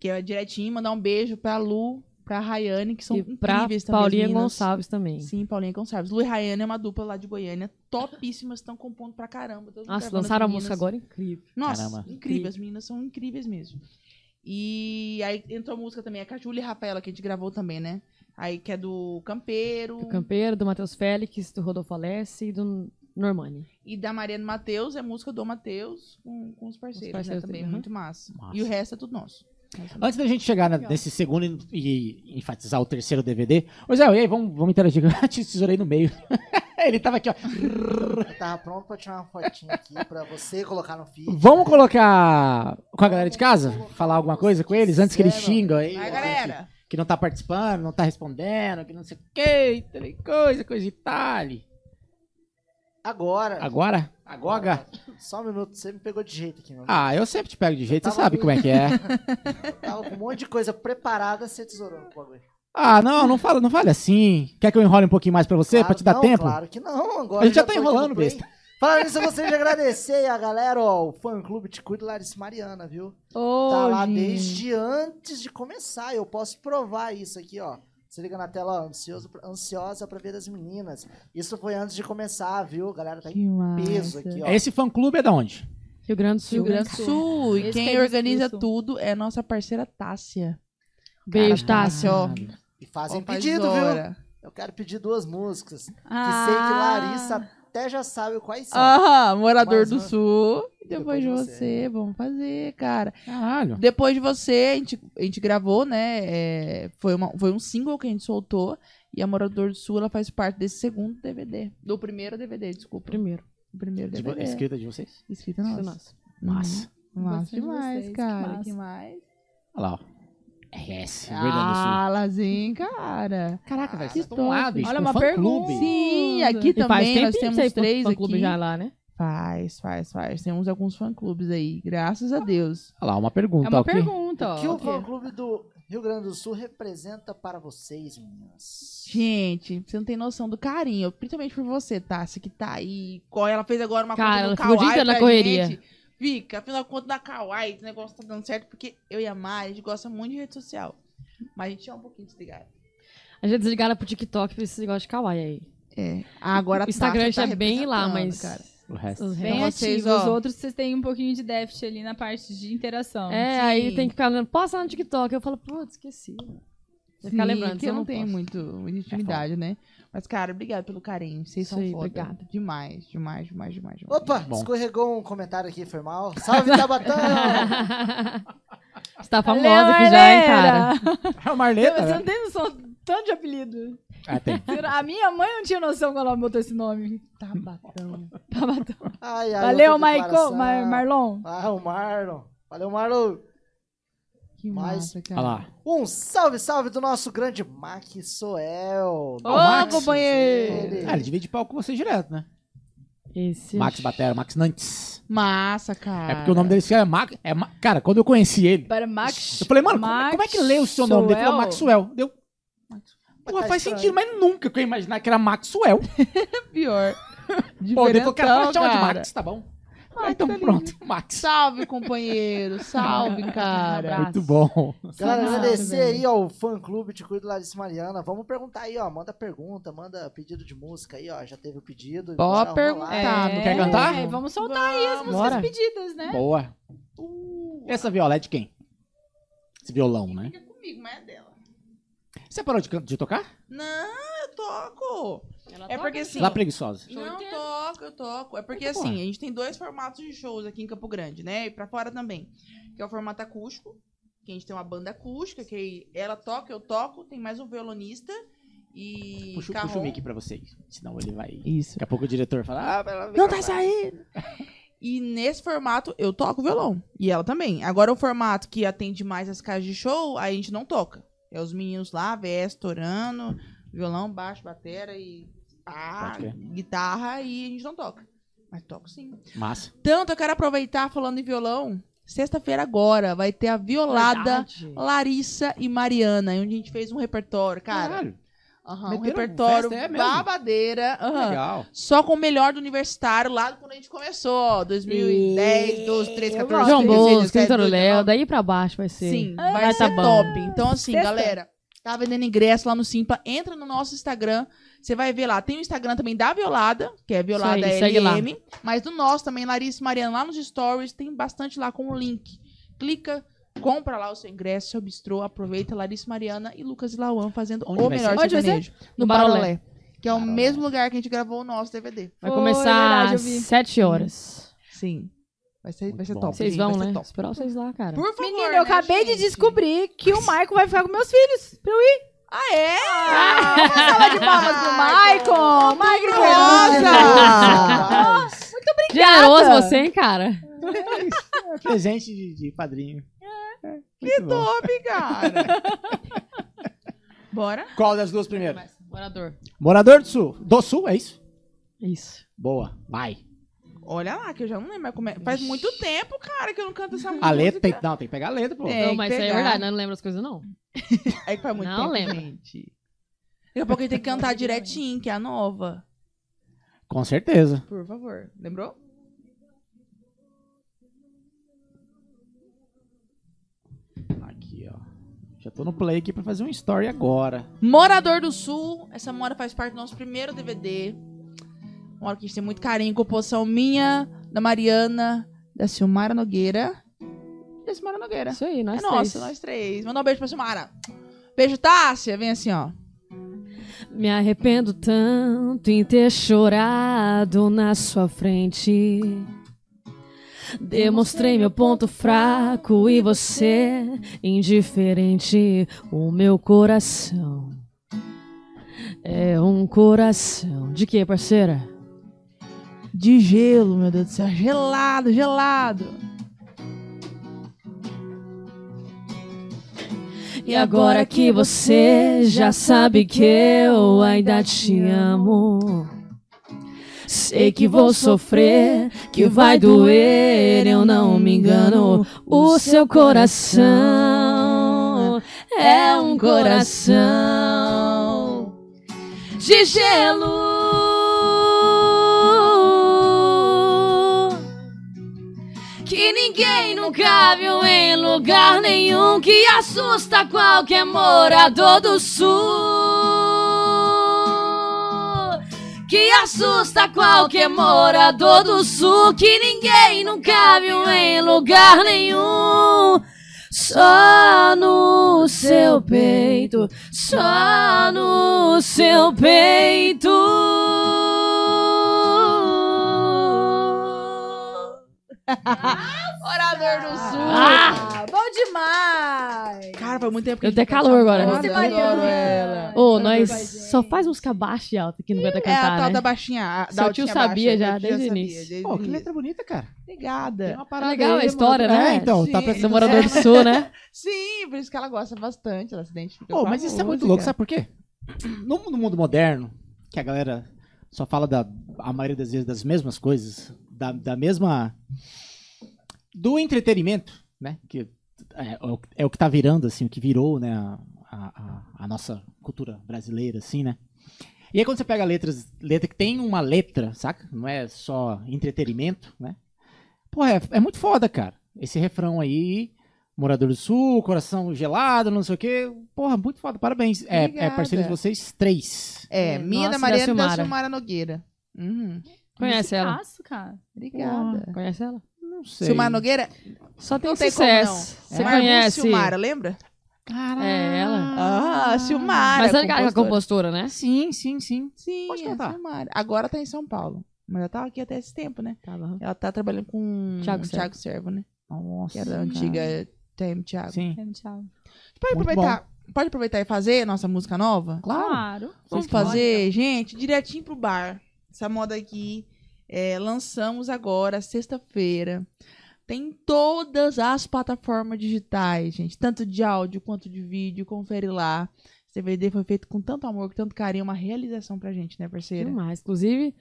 [SPEAKER 4] Que é direitinho, mandar um beijo pra Lu, pra Rayane, que são
[SPEAKER 5] e pra
[SPEAKER 4] incríveis também. as
[SPEAKER 5] Paulinha
[SPEAKER 4] meninas.
[SPEAKER 5] Gonçalves também.
[SPEAKER 4] Sim, Paulinha Gonçalves. Lu e Rayane é uma dupla lá de Goiânia, topíssimas, estão compondo pra caramba. Todo mundo
[SPEAKER 5] Nossa,
[SPEAKER 4] gravando as
[SPEAKER 5] lançaram a
[SPEAKER 4] meninas.
[SPEAKER 5] música agora incrível.
[SPEAKER 4] Nossa,
[SPEAKER 3] Caramba.
[SPEAKER 4] incrível, as meninas são incríveis mesmo. E aí entrou música também, a Cajula e a Rafaela, que a gente gravou também, né? Aí que é do Campeiro
[SPEAKER 5] Do Campeiro, do Matheus Félix, do Rodolfo Alessi e do Normani.
[SPEAKER 4] e da Mariana Matheus, é música do Matheus com, com os parceiros,
[SPEAKER 5] parceiros
[SPEAKER 4] né? Também,
[SPEAKER 5] também,
[SPEAKER 4] muito massa.
[SPEAKER 3] Massa.
[SPEAKER 4] E o resto é tudo nosso.
[SPEAKER 3] Antes da gente chegar na- nesse segundo e, e enfatizar o terceiro DVD, ô Zé, e aí, vamos, vamos interagir. Ah, Eu te tesourei no meio. Ele tava aqui, ó.
[SPEAKER 1] Eu tava Tá pronto pra tirar uma fotinha aqui pra você colocar no feed.
[SPEAKER 3] Vamos colocar com a galera de casa? Falar alguma coisa com eles antes que eles xingam aí?
[SPEAKER 4] Vai,
[SPEAKER 3] gente
[SPEAKER 4] galera!
[SPEAKER 3] Que não tá participando, não tá respondendo, que não sei o que, tal e coisa, coisa e tal.
[SPEAKER 1] Agora.
[SPEAKER 3] Agora? Agora?
[SPEAKER 1] Só um minuto, você me pegou de jeito aqui, meu.
[SPEAKER 3] Ah, eu sempre te pego de jeito, você
[SPEAKER 1] Tava
[SPEAKER 3] sabe
[SPEAKER 1] ruim.
[SPEAKER 3] como é que é.
[SPEAKER 1] Eu Tava com um monte de coisa preparada, você tesourou o bagulho.
[SPEAKER 3] Ah, não, não fala, não fale assim. Quer que eu enrole um pouquinho mais pra você,
[SPEAKER 1] Claro,
[SPEAKER 3] pra te dar
[SPEAKER 1] não,
[SPEAKER 3] tempo?
[SPEAKER 1] Claro que não, agora.
[SPEAKER 3] A gente
[SPEAKER 1] eu
[SPEAKER 3] já
[SPEAKER 1] tô
[SPEAKER 3] tá
[SPEAKER 1] aqui no
[SPEAKER 3] enrolando,
[SPEAKER 1] play.
[SPEAKER 3] besta.
[SPEAKER 1] Falando nisso, eu gostaria de agradecer aí a galera, ó, o fã clube Te Cuido Larissa Mariana, viu?
[SPEAKER 2] Ô,
[SPEAKER 1] Tá lá
[SPEAKER 2] gente.
[SPEAKER 1] desde antes de começar. Eu posso provar isso aqui, ó. Se liga na tela, ó, ansioso, pra- ansiosa pra ver as meninas. Isso foi antes de começar, viu? A galera tá em peso aqui, ó.
[SPEAKER 3] Esse fã clube é da onde?
[SPEAKER 5] Rio Grande do Sul. né?
[SPEAKER 4] Rio Grande do Sul. E
[SPEAKER 2] Esse
[SPEAKER 4] quem
[SPEAKER 2] que é
[SPEAKER 4] organiza
[SPEAKER 2] difícil.
[SPEAKER 4] tudo é nossa parceira Tássia.
[SPEAKER 5] Beijo,
[SPEAKER 4] Cara,
[SPEAKER 5] Tássio.
[SPEAKER 4] ó.
[SPEAKER 1] E fazem
[SPEAKER 4] Ó, faz
[SPEAKER 1] pedido, viu?
[SPEAKER 4] hora.
[SPEAKER 1] Eu quero pedir duas músicas.
[SPEAKER 2] Ah.
[SPEAKER 1] Que sei que Larissa até já sabe quais são.
[SPEAKER 4] Ah, morador
[SPEAKER 1] Mais
[SPEAKER 4] do
[SPEAKER 1] uma.
[SPEAKER 4] sul.
[SPEAKER 1] Depois
[SPEAKER 4] Depois, de
[SPEAKER 1] de
[SPEAKER 4] você. vamos fazer, cara.
[SPEAKER 3] Caralho.
[SPEAKER 4] Depois de você, a gente, a gente gravou, né? é, foi, uma- foi um single que a gente soltou. E a Morador do Sul, ela faz parte desse segundo DVD. Do primeiro DVD, desculpa.
[SPEAKER 5] Primeiro.
[SPEAKER 4] O primeiro
[SPEAKER 3] De vo-
[SPEAKER 1] é.
[SPEAKER 4] DVD.
[SPEAKER 3] escrita de vocês?
[SPEAKER 4] Escrita
[SPEAKER 5] Isso é
[SPEAKER 4] nossa.
[SPEAKER 5] nosso.
[SPEAKER 3] Massa.
[SPEAKER 4] Uhum. Massa
[SPEAKER 2] Gostei de
[SPEAKER 4] demais,
[SPEAKER 2] vocês, que
[SPEAKER 4] cara.
[SPEAKER 2] massa.
[SPEAKER 4] Que mais?
[SPEAKER 3] Olha lá, ó. RS, Rio Grande do Sul.
[SPEAKER 4] Ah, Lazinho, cara.
[SPEAKER 3] Caraca, velho,
[SPEAKER 4] que
[SPEAKER 3] vocês estão lá,
[SPEAKER 4] top.
[SPEAKER 3] bicho.
[SPEAKER 5] Olha
[SPEAKER 3] com
[SPEAKER 5] uma
[SPEAKER 3] fã
[SPEAKER 5] pergunta.
[SPEAKER 3] clube.
[SPEAKER 4] Sim, aqui
[SPEAKER 5] E faz
[SPEAKER 4] também
[SPEAKER 5] tempinho
[SPEAKER 4] nós
[SPEAKER 5] que
[SPEAKER 4] temos
[SPEAKER 5] vocês fã-
[SPEAKER 4] três
[SPEAKER 5] fã clube
[SPEAKER 4] aqui.
[SPEAKER 5] já lá, né?
[SPEAKER 4] Faz, faz, faz. Temos alguns fã-clubes aí, graças a Deus.
[SPEAKER 3] Olha lá, uma pergunta.
[SPEAKER 2] É uma
[SPEAKER 3] tá ok?
[SPEAKER 2] pergunta, ó.
[SPEAKER 1] O que o
[SPEAKER 2] Ok.
[SPEAKER 1] fã clube do Rio Grande do Sul representa para vocês, meninas?
[SPEAKER 4] Gente, você não tem noção do carinho, principalmente por você, Tássia, que tá aí. Corre, ela fez agora uma
[SPEAKER 5] Cara,
[SPEAKER 4] conta no
[SPEAKER 5] ela ficou o dia
[SPEAKER 4] Kawaii
[SPEAKER 5] inteiro na
[SPEAKER 4] pra
[SPEAKER 5] correria.
[SPEAKER 4] gente. Fica, afinal, conta da Kawaii, esse negócio tá dando certo, porque eu e a Mari, a gente gosta muito de rede social. Mas a gente é um pouquinho desligado.
[SPEAKER 5] A gente é desligada pro TikTok pra esse negócio de kawaii aí.
[SPEAKER 4] É. Agora tá
[SPEAKER 5] O Instagram já é bem lá, mas...
[SPEAKER 3] O resto.
[SPEAKER 5] os
[SPEAKER 2] Bem
[SPEAKER 4] Então
[SPEAKER 5] restos-
[SPEAKER 4] vocês,
[SPEAKER 2] ativo. Os
[SPEAKER 4] ó.
[SPEAKER 2] outros vocês têm um pouquinho de déficit ali na parte de
[SPEAKER 4] assim.
[SPEAKER 2] interação.
[SPEAKER 5] É, aí tem que ficar lembrando, posta lá no TikTok. Eu falo, putz, esqueci. Você fica lembrando,
[SPEAKER 4] porque
[SPEAKER 5] senão
[SPEAKER 4] eu não
[SPEAKER 5] não É
[SPEAKER 4] tenho
[SPEAKER 5] posso.
[SPEAKER 4] muito, muita intimidade, né? Mas, cara, obrigado pelo carinho. Vocês
[SPEAKER 5] Isso
[SPEAKER 4] são
[SPEAKER 5] aí,
[SPEAKER 4] foda.
[SPEAKER 5] obrigada.
[SPEAKER 4] Demais, demais, demais, demais. demais.
[SPEAKER 1] Opa,
[SPEAKER 3] Bom.
[SPEAKER 1] escorregou um comentário aqui, foi mal. Salve, Tabatão!
[SPEAKER 5] Você tá famosa
[SPEAKER 2] Valeu,
[SPEAKER 5] aqui já, hein, cara?
[SPEAKER 2] galera!
[SPEAKER 3] É o Marleta,
[SPEAKER 2] Você
[SPEAKER 3] né?
[SPEAKER 2] não tem noção do tanto de apelido.
[SPEAKER 3] Ah, tem.
[SPEAKER 2] A minha mãe não tinha noção quando ela botou esse nome.
[SPEAKER 4] Tabatão.
[SPEAKER 2] Babatão.
[SPEAKER 1] Ai, ai,
[SPEAKER 2] Valeu,
[SPEAKER 1] outra
[SPEAKER 2] Michael,
[SPEAKER 1] declaração.
[SPEAKER 2] Mar- Marlon.
[SPEAKER 1] Ah, o Marlon. Valeu, Marlon.
[SPEAKER 4] Que
[SPEAKER 1] Mas-
[SPEAKER 4] massa, cara.
[SPEAKER 3] Olha lá.
[SPEAKER 1] Um salve, salve do nosso grande Mac Soel.
[SPEAKER 2] Ô,
[SPEAKER 1] Max,
[SPEAKER 2] companheiro.
[SPEAKER 1] ele-
[SPEAKER 3] Ah, ele divide palco com você direto, né?
[SPEAKER 5] Esse...
[SPEAKER 3] Max Batera, Max Nantes.
[SPEAKER 4] Massa, cara.
[SPEAKER 3] É porque o nome dele é Max. É Ma- Cara, quando eu conheci ele,
[SPEAKER 2] Para Max.
[SPEAKER 3] eu falei, mano, como-
[SPEAKER 2] Max
[SPEAKER 3] como é que lê o seu nome? Ele falou Maxwell. Deu. Pô,
[SPEAKER 1] Tá
[SPEAKER 3] faz
[SPEAKER 1] estranho.
[SPEAKER 3] sentido, mas nunca que eu ia imaginar que era Maxwell.
[SPEAKER 4] pior.
[SPEAKER 3] Pô, ele
[SPEAKER 4] Diferentão,
[SPEAKER 3] falou, cara, pode chamar de
[SPEAKER 4] cara.
[SPEAKER 3] Max, tá bom?
[SPEAKER 4] Max,
[SPEAKER 3] Ah, então
[SPEAKER 4] tá lindo.
[SPEAKER 3] pronto, Max.
[SPEAKER 4] Salve, companheiro. Salve, cara.
[SPEAKER 5] Abraço.
[SPEAKER 3] Muito bom.
[SPEAKER 1] Galera,
[SPEAKER 4] Salve,
[SPEAKER 1] agradecer
[SPEAKER 4] velho.
[SPEAKER 1] aí ao fã clube de Cuido Larissa Mariana. Vamos perguntar aí, ó. Manda pergunta, manda pedido de música aí, ó. Já teve o pedido.
[SPEAKER 4] Ó,
[SPEAKER 1] bora rolar.
[SPEAKER 4] perguntar.
[SPEAKER 2] É,
[SPEAKER 4] Não
[SPEAKER 3] Ah, tá, quer cantar?
[SPEAKER 2] Vamos soltar aí as músicas
[SPEAKER 3] Bora.
[SPEAKER 2] pedidas, né?
[SPEAKER 3] Boa. E Essa viola é de quem? Esse violão, né?
[SPEAKER 4] Fica comigo, mas é dela.
[SPEAKER 3] Você parou de, can- de tocar?
[SPEAKER 4] Não, eu toco.
[SPEAKER 5] Ela
[SPEAKER 4] É
[SPEAKER 5] toca,
[SPEAKER 4] porque
[SPEAKER 5] né?
[SPEAKER 4] assim.
[SPEAKER 3] Lá preguiçosa.
[SPEAKER 5] Show
[SPEAKER 4] Não,
[SPEAKER 5] inteiro.
[SPEAKER 4] toco, eu toco. É porque
[SPEAKER 3] Eita,
[SPEAKER 4] assim,
[SPEAKER 3] porra.
[SPEAKER 4] a gente tem dois formatos de shows aqui em Campo Grande, né? E pra fora também. Que é o formato acústico, que a gente tem uma banda acústica, que aí ela toca, eu toco, tem mais um violonista e
[SPEAKER 3] Puxa,
[SPEAKER 4] carrom.
[SPEAKER 3] puxa o mic pra vocês, senão ele vai...
[SPEAKER 4] Isso.
[SPEAKER 3] Daqui a pouco o diretor fala, ah, vai lá,
[SPEAKER 4] Não tá saindo! E nesse formato eu toco violão. E ela também. Agora o formato que atende mais as casas de show, aí a gente não toca. É os meninos lá, VS, torando, violão, baixo, batera e. pá,
[SPEAKER 3] Pode crer.
[SPEAKER 4] guitarra e a gente não toca. Mas Mas toco sim.
[SPEAKER 3] "Ah, Massa.
[SPEAKER 4] Tanto eu quero aproveitar falando em violão. Sexta-feira agora vai ter a violada
[SPEAKER 5] Verdade.
[SPEAKER 4] Larissa e Mariana, onde a gente fez um repertório, cara.
[SPEAKER 3] Caralho,
[SPEAKER 4] Aham, um
[SPEAKER 3] Ah, meteram
[SPEAKER 4] repertório
[SPEAKER 3] festa, é mesmo?
[SPEAKER 4] babadeira. aham.
[SPEAKER 3] legal.
[SPEAKER 4] Só com o melhor do universitário, lá quando a gente começou, ó, 2010, 12, 13, 14,
[SPEAKER 5] João
[SPEAKER 4] 15,
[SPEAKER 5] Bosco,
[SPEAKER 4] 17,
[SPEAKER 5] Vitor
[SPEAKER 4] 18,
[SPEAKER 5] Léo,
[SPEAKER 4] 19.
[SPEAKER 5] daí pra baixo vai ser.
[SPEAKER 4] é Sim,
[SPEAKER 2] Ah,
[SPEAKER 4] vai
[SPEAKER 5] vai tá
[SPEAKER 4] ser
[SPEAKER 5] bom.
[SPEAKER 4] top. Então, assim,
[SPEAKER 2] Sexta.
[SPEAKER 4] galera, tá vendendo ingresso lá no Simpla, entra no nosso Instagram. Você vai ver lá. Tem o Instagram também da Violada, que é Violada
[SPEAKER 5] Isso aí, segue lá.
[SPEAKER 4] LM. Mas do nosso também, Larissa e Mariana, lá nos stories, tem bastante lá com o link. Clica, compra lá o seu ingresso, seu bistrô, aproveita. Larissa e Mariana e Lucas e Lauan fazendo
[SPEAKER 3] Onde
[SPEAKER 4] o
[SPEAKER 3] vai
[SPEAKER 4] melhor
[SPEAKER 2] ser? Onde vai
[SPEAKER 4] sertanejo. No
[SPEAKER 5] No Barolé.
[SPEAKER 4] Barolé. Que é o mesmo lugar que a gente gravou o nosso DVD.
[SPEAKER 5] Vai
[SPEAKER 2] Foi,
[SPEAKER 5] começar
[SPEAKER 2] verdade, eu
[SPEAKER 5] às
[SPEAKER 2] vi.
[SPEAKER 5] 7 horas.
[SPEAKER 4] Sim. Vai ser,
[SPEAKER 3] Muito
[SPEAKER 4] vai ser
[SPEAKER 3] bom.
[SPEAKER 4] top.
[SPEAKER 5] Vocês
[SPEAKER 4] gente,
[SPEAKER 5] vão,
[SPEAKER 4] vai ser
[SPEAKER 5] né?
[SPEAKER 4] top.
[SPEAKER 5] Esperar vocês lá, cara.
[SPEAKER 4] Por favor.
[SPEAKER 2] Menina,
[SPEAKER 4] né,
[SPEAKER 2] eu acabei
[SPEAKER 4] gente?
[SPEAKER 2] de descobrir que o Maicon vai ficar com meus filhos. Pra eu ir.
[SPEAKER 4] Ah, é?
[SPEAKER 2] Sala de palmas
[SPEAKER 4] Ah,
[SPEAKER 2] pro Maicon. Maicon
[SPEAKER 4] Nossa!
[SPEAKER 1] Rapaz,
[SPEAKER 5] Generoso você, hein, cara?
[SPEAKER 3] Presente de, de padrinho. É,
[SPEAKER 4] Que
[SPEAKER 3] Muito bom.
[SPEAKER 4] top, cara! Bora?
[SPEAKER 3] Qual das duas primeiro?
[SPEAKER 5] Morador.
[SPEAKER 3] Morador do Sul. Do Sul, é isso?
[SPEAKER 5] Isso.
[SPEAKER 3] Boa, vai.
[SPEAKER 4] Olha lá, que eu já não lembro mais como é. Faz muito tempo, cara, que eu não canto essa música.
[SPEAKER 3] A letra tem, não, tem que pegar a letra, pô.
[SPEAKER 4] É.
[SPEAKER 5] Não,
[SPEAKER 4] que
[SPEAKER 5] mas isso aí é
[SPEAKER 4] pegar.
[SPEAKER 5] verdade, nós não lembro as coisas, não.
[SPEAKER 4] É que faz muito
[SPEAKER 5] Não
[SPEAKER 4] tempo,
[SPEAKER 5] lembro.
[SPEAKER 4] gente. Daqui a pouco ele tem que cantar direitinho, que é a nova.
[SPEAKER 3] Com certeza.
[SPEAKER 4] Por favor. Lembrou?
[SPEAKER 3] Aqui, ó. Já tô no play aqui pra fazer um story agora.
[SPEAKER 4] Morador do Sul. Essa mora faz parte do nosso primeiro DVD. Uma hora que a gente tem muito carinho. Composição minha, da Mariana, da Silmara Nogueira. Da Silmara Nogueira.
[SPEAKER 5] Isso aí, nós
[SPEAKER 4] é nossa, nós três. Mandar um beijo pra Silmara. Beijo, Tássia. Vem assim, ó.
[SPEAKER 5] Me arrependo tanto em ter chorado na sua frente. Demonstrei meu ponto fraco e você, indiferente, o meu coração. É um coração. De quê, parceira?
[SPEAKER 4] De gelo, meu Deus do céu. Gelado, gelado.
[SPEAKER 5] E agora que você já sabe que eu ainda te amo. Sei que vou sofrer, que vai doer, eu não me engano. O seu coração é um coração de gelo. Que ninguém nunca viu em lugar nenhum que assusta qualquer morador do sul. Que assusta qualquer morador do sul que ninguém nunca viu em lugar nenhum. Só no seu peito, só no seu peito.
[SPEAKER 4] Morador do Sul.
[SPEAKER 2] Ah, bom demais.
[SPEAKER 4] Cara, faz muito tempo que
[SPEAKER 5] Eu
[SPEAKER 4] a gente
[SPEAKER 5] até calor agora.
[SPEAKER 4] Eu
[SPEAKER 2] Você vai
[SPEAKER 4] adoro
[SPEAKER 2] dormir.
[SPEAKER 4] ela.
[SPEAKER 5] Ô,
[SPEAKER 2] Adoro
[SPEAKER 5] nós
[SPEAKER 2] com a
[SPEAKER 5] só
[SPEAKER 2] gente.
[SPEAKER 5] faz música baixa e alta que não aguenta
[SPEAKER 4] É a
[SPEAKER 5] cantar,
[SPEAKER 4] tal
[SPEAKER 5] né?
[SPEAKER 4] da baixinha. a- Da
[SPEAKER 5] Seu
[SPEAKER 4] altinha
[SPEAKER 5] tio sabia
[SPEAKER 4] baixa.
[SPEAKER 5] já,
[SPEAKER 4] Meu tio
[SPEAKER 5] desde o
[SPEAKER 4] sabia,
[SPEAKER 5] início.
[SPEAKER 4] desde
[SPEAKER 3] Pô,
[SPEAKER 4] o
[SPEAKER 3] que
[SPEAKER 4] início.
[SPEAKER 3] letra bonita, cara. Tem
[SPEAKER 4] Obrigada.
[SPEAKER 3] uma parada
[SPEAKER 5] Tá legal
[SPEAKER 3] aí,
[SPEAKER 5] a história,
[SPEAKER 3] mano.
[SPEAKER 5] né?
[SPEAKER 3] É, então, tá
[SPEAKER 4] Sim.
[SPEAKER 3] pra
[SPEAKER 5] Do morador do sul, né?
[SPEAKER 4] Sim, por isso que ela gosta bastante. Ela se identifica
[SPEAKER 3] Pô,
[SPEAKER 4] com a
[SPEAKER 3] mas isso é muito
[SPEAKER 4] música.
[SPEAKER 3] louco, sabe por quê? No, no mundo moderno, que a galera só fala da, a maioria das vezes das mesmas coisas, da, da mesma. do entretenimento, né? Que é, é o- é o que tá virando, assim, o que virou, né? A, a- a- a nossa cultura brasileira, assim, né? E aí quando você pega letras, letra que tem uma letra, saca? Não é só entretenimento, né? Pô, é, é muito foda, cara. Esse refrão aí, Morador do Sul, Coração Gelado, não sei o quê. Porra, muito foda, parabéns. É, é
[SPEAKER 4] Obrigada.
[SPEAKER 3] parceiro de vocês, três.
[SPEAKER 4] É, minha,
[SPEAKER 5] Nossa,
[SPEAKER 4] da
[SPEAKER 5] da
[SPEAKER 4] Mariana e da
[SPEAKER 5] Silmara.
[SPEAKER 4] Silmara Nogueira. Uhum.
[SPEAKER 5] Conhece ela?
[SPEAKER 2] Musicaço, cara.
[SPEAKER 4] Obrigada.
[SPEAKER 5] Porra, Conhece ela?
[SPEAKER 3] Não sei.
[SPEAKER 4] Silmara Nogueira?
[SPEAKER 5] Só tem
[SPEAKER 4] Não tem
[SPEAKER 5] sucesso.
[SPEAKER 4] como, não.
[SPEAKER 5] Você
[SPEAKER 4] Margot
[SPEAKER 5] conhece?
[SPEAKER 4] Silmara, lembra?
[SPEAKER 3] Caralho.
[SPEAKER 5] É ela.
[SPEAKER 4] Ah, Silmara.
[SPEAKER 5] Mas ela é a
[SPEAKER 4] compositora.
[SPEAKER 5] compositora, né?
[SPEAKER 3] Ah, Sim, sim, sim.
[SPEAKER 4] Sim,
[SPEAKER 3] Pode
[SPEAKER 4] é
[SPEAKER 3] cantar.
[SPEAKER 4] Silmara. Agora tá em São Paulo. Mas ela tava aqui até esse tempo, né?
[SPEAKER 5] Tá bom.
[SPEAKER 4] Ela tá trabalhando com
[SPEAKER 5] Thiago
[SPEAKER 4] o
[SPEAKER 5] Servo.
[SPEAKER 4] Thiago Servo, né? Que
[SPEAKER 3] Nossa.
[SPEAKER 4] era da antiga TM Thiago.
[SPEAKER 3] Sim.
[SPEAKER 2] Tchau.
[SPEAKER 4] Pode
[SPEAKER 3] Muito
[SPEAKER 4] aproveitar, pode aproveitar e fazer a nossa música nova?
[SPEAKER 2] Claro.
[SPEAKER 4] Vamos
[SPEAKER 5] que podem,
[SPEAKER 4] fazer, gente, direitinho pro bar. Essa moda aqui é, lançamos agora, sexta-feira. Tem em todas as plataformas digitais, gente. Tanto de áudio quanto de vídeo. Confere lá. Esse DVD foi feito com tanto
[SPEAKER 5] Uhum.
[SPEAKER 4] amor, com tanto carinho. Uma realização pra gente, né, parceira?
[SPEAKER 5] Demais. Inclusive,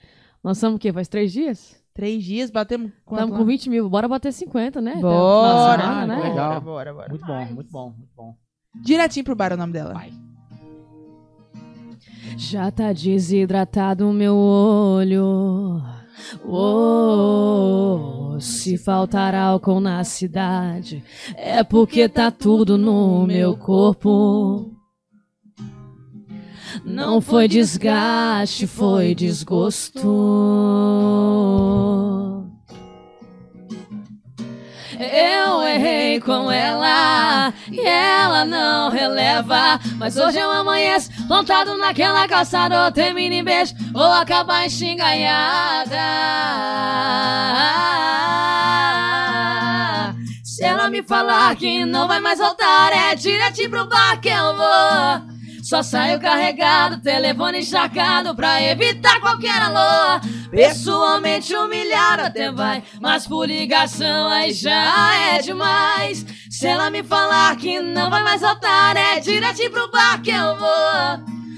[SPEAKER 5] lançamos o quê? Faz três dias?
[SPEAKER 4] Três dias, batemos quanto
[SPEAKER 5] Estamos
[SPEAKER 4] lá?
[SPEAKER 5] com 20 mil. Bora bater 50, né? Até o final de
[SPEAKER 4] Bora!
[SPEAKER 5] semana,
[SPEAKER 3] né?
[SPEAKER 4] Bora,
[SPEAKER 3] Legal.
[SPEAKER 4] bora, bora.
[SPEAKER 7] Muito bom, muito bom, muito bom.
[SPEAKER 4] Diretinho pro bar é o nome dela.
[SPEAKER 5] Já tá desidratado o meu olho. Oh, se faltar álcool na cidade, é porque tá tudo no meu corpo. Não foi desgaste, foi desgosto. Eu errei com ela e ela não releva. Mas hoje eu amanheço plantado naquela calçada. Ou termina em beijo, ou acabar em xinganhada. Se ela me falar que não vai mais voltar, é direto pro bar que eu vou. Só saio carregado, telefone encharcado pra evitar qualquer alô. Pessoalmente humilhado até vai, mas por ligação aí já é demais. Se ela me falar que não vai mais voltar, é direto pro bar que eu vou.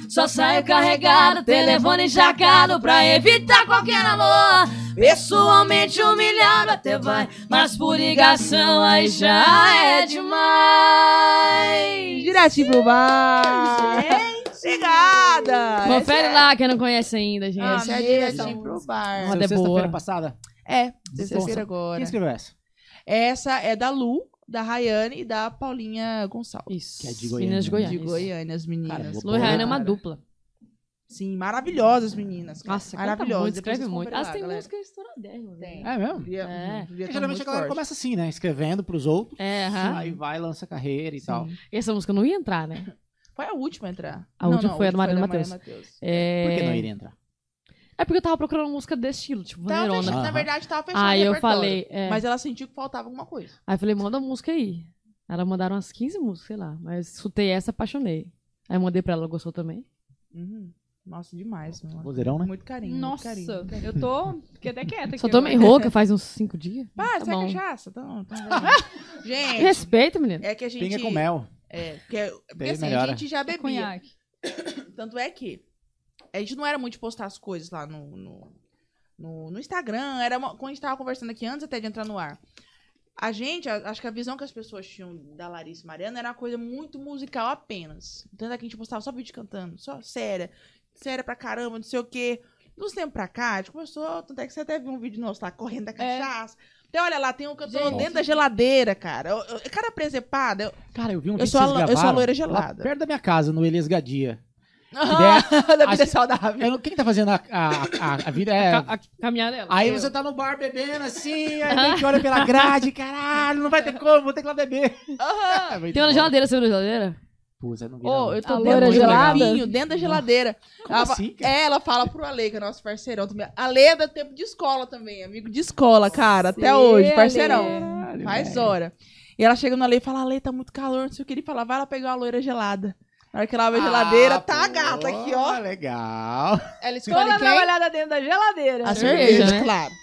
[SPEAKER 5] Só saio carregado, telefone encharcado pra evitar qualquer alô. Pessoalmente humilhado até vai, mas por ligação aí já é demais.
[SPEAKER 4] Diretinho pro bar! Chegada!
[SPEAKER 5] Confere lá quem não conhece ainda, gente.
[SPEAKER 4] Essa é a diretinho pro bar.
[SPEAKER 5] Roda é
[SPEAKER 7] Sexta-feira
[SPEAKER 5] boa.
[SPEAKER 7] passada.
[SPEAKER 4] É, sexta-feira
[SPEAKER 7] Quem
[SPEAKER 4] agora.
[SPEAKER 7] escreveu essa?
[SPEAKER 4] Essa é da Lu, da Rayane e da Paulinha Gonçalves.
[SPEAKER 5] Isso.
[SPEAKER 7] Que é de
[SPEAKER 5] Meninas de
[SPEAKER 4] De
[SPEAKER 5] Goiânia.
[SPEAKER 4] Goiânia, as meninas.
[SPEAKER 7] Cara,
[SPEAKER 5] Lu e Rayane é uma
[SPEAKER 4] Cara.
[SPEAKER 5] dupla.
[SPEAKER 4] Sim, maravilhosas meninas. cara.
[SPEAKER 5] Nossa, canta
[SPEAKER 4] maravilhosas.
[SPEAKER 5] muito,
[SPEAKER 4] Depois
[SPEAKER 5] escreve
[SPEAKER 4] vocês
[SPEAKER 5] muito.
[SPEAKER 4] conferem
[SPEAKER 5] Elas
[SPEAKER 4] lá,
[SPEAKER 5] têm
[SPEAKER 4] galera.
[SPEAKER 5] música estouradérrima.
[SPEAKER 4] Tem.
[SPEAKER 5] né?
[SPEAKER 7] É mesmo?
[SPEAKER 4] Devia-
[SPEAKER 5] É.
[SPEAKER 4] devia
[SPEAKER 7] Porque geralmente
[SPEAKER 4] estar
[SPEAKER 7] a
[SPEAKER 4] tá muito
[SPEAKER 7] galera
[SPEAKER 4] forte.
[SPEAKER 7] começa assim, né? Escrevendo pros outros.
[SPEAKER 5] É, aham.
[SPEAKER 7] Aí vai, lança carreira e tal.
[SPEAKER 4] Sim.
[SPEAKER 5] E essa música não ia entrar, né?
[SPEAKER 4] Foi a última a entrar.
[SPEAKER 5] A última foi a do Mariana Matheus.
[SPEAKER 4] Matheus.
[SPEAKER 5] É...
[SPEAKER 7] Por que não iria entrar?
[SPEAKER 5] É porque eu tava procurando música desse estilo, tipo,
[SPEAKER 4] Tava
[SPEAKER 5] Vaneirona.
[SPEAKER 4] fechando, na
[SPEAKER 7] Aham.
[SPEAKER 4] verdade, tava fechando.
[SPEAKER 5] Aí
[SPEAKER 4] o
[SPEAKER 5] eu
[SPEAKER 4] repertório.
[SPEAKER 5] falei, é.
[SPEAKER 4] Mas ela sentiu que faltava alguma coisa.
[SPEAKER 5] Aí eu falei, manda música aí. Ela mandaram umas 15 músicas, sei lá. Mas escutei essa, apaixonei. Aí eu mandei pra ela, ela gostou também.
[SPEAKER 4] Uhum. Nossa, demais, mano.
[SPEAKER 7] Vozeirão, né?
[SPEAKER 4] Muito carinho. muito
[SPEAKER 2] Nossa,
[SPEAKER 4] carinho,
[SPEAKER 5] Tá
[SPEAKER 4] muito carinho.
[SPEAKER 2] eu tô. Fiquei até quieta aqui.
[SPEAKER 5] Só tomei
[SPEAKER 2] agora.
[SPEAKER 5] rouca faz uns 5 dias.
[SPEAKER 4] Para,
[SPEAKER 5] tá
[SPEAKER 4] sai
[SPEAKER 5] bom.
[SPEAKER 4] Ah, cachaça. Então, então vamos. gente,
[SPEAKER 5] Respeita, menina.
[SPEAKER 4] é que a gente.
[SPEAKER 7] Pinga com mel.
[SPEAKER 4] É, porque, porque
[SPEAKER 7] Daí
[SPEAKER 4] assim, a
[SPEAKER 7] melhora.
[SPEAKER 4] gente já
[SPEAKER 2] É
[SPEAKER 4] bebia.
[SPEAKER 2] Conhaque.
[SPEAKER 4] Tanto é que a gente não era muito de postar as coisas lá no, no, no, no Instagram. Era uma, quando a gente tava conversando aqui antes até de entrar no ar. A gente, a- acho que a visão que as pessoas tinham da Larissa e Mariana era uma coisa muito musical apenas. Tanto é que a gente postava só vídeo cantando, só séria, séria pra caramba, não sei o quê. Nos tempos pra cá, a gente começou, tanto é que você até viu um vídeo nosso lá, correndo da cachaça. Então, olha lá, tem um cantor
[SPEAKER 5] Gente.
[SPEAKER 4] dentro da geladeira, cara. Eu- eu- Cada presepada, eu,
[SPEAKER 7] Cara, eu vi um
[SPEAKER 4] Eu
[SPEAKER 7] vídeo
[SPEAKER 4] sou
[SPEAKER 7] que
[SPEAKER 4] a
[SPEAKER 7] vocês
[SPEAKER 4] lo- eu sou a
[SPEAKER 7] gravaram
[SPEAKER 4] loira
[SPEAKER 7] lá
[SPEAKER 4] gelada.
[SPEAKER 7] Perto da minha casa, no Elias Gadia.
[SPEAKER 4] da vida
[SPEAKER 7] acho-
[SPEAKER 4] saudável.
[SPEAKER 7] Eu não- Quem tá fazendo a, a, a, a vida é...
[SPEAKER 5] Ca- a caminhada dela. É.
[SPEAKER 7] Aí
[SPEAKER 5] Eu.
[SPEAKER 7] você tá no bar bebendo assim, aí meio que olha pela grade, caralho, não vai ter como, vou ter que ir lá beber.
[SPEAKER 4] Ah,
[SPEAKER 7] É muito
[SPEAKER 5] Tem uma
[SPEAKER 7] bom.
[SPEAKER 5] geladeira, você abriu a geladeira?
[SPEAKER 7] Putz, eu não vi
[SPEAKER 4] Ô,
[SPEAKER 7] não.
[SPEAKER 4] eu tô
[SPEAKER 2] A
[SPEAKER 4] dentro
[SPEAKER 2] loira
[SPEAKER 4] do
[SPEAKER 2] gelada?
[SPEAKER 4] vinho, dentro da geladeira.
[SPEAKER 7] Como
[SPEAKER 4] ela,
[SPEAKER 7] assim, cara?
[SPEAKER 4] é, ela fala pro Ale, que é nosso parceirão também. Ale é do tempo de escola também, amigo de escola, cara, até hoje, parceirão.
[SPEAKER 7] Caralho,
[SPEAKER 4] Faz
[SPEAKER 7] velho.
[SPEAKER 4] hora. E ela chega no Ale e fala, Ale, tá muito calor, não sei o que. Ele fala, vai lá pegar uma loira gelada. Na hora que ela abre a geladeira,
[SPEAKER 7] Ah,
[SPEAKER 4] tá a
[SPEAKER 7] pô,
[SPEAKER 4] gata aqui, ó.
[SPEAKER 7] Legal.
[SPEAKER 4] Ela escolhe
[SPEAKER 2] Toda
[SPEAKER 4] quem?
[SPEAKER 2] trabalhada dentro da geladeira.
[SPEAKER 4] A
[SPEAKER 5] Cerveja,
[SPEAKER 4] cerveja,
[SPEAKER 5] né?
[SPEAKER 4] claro.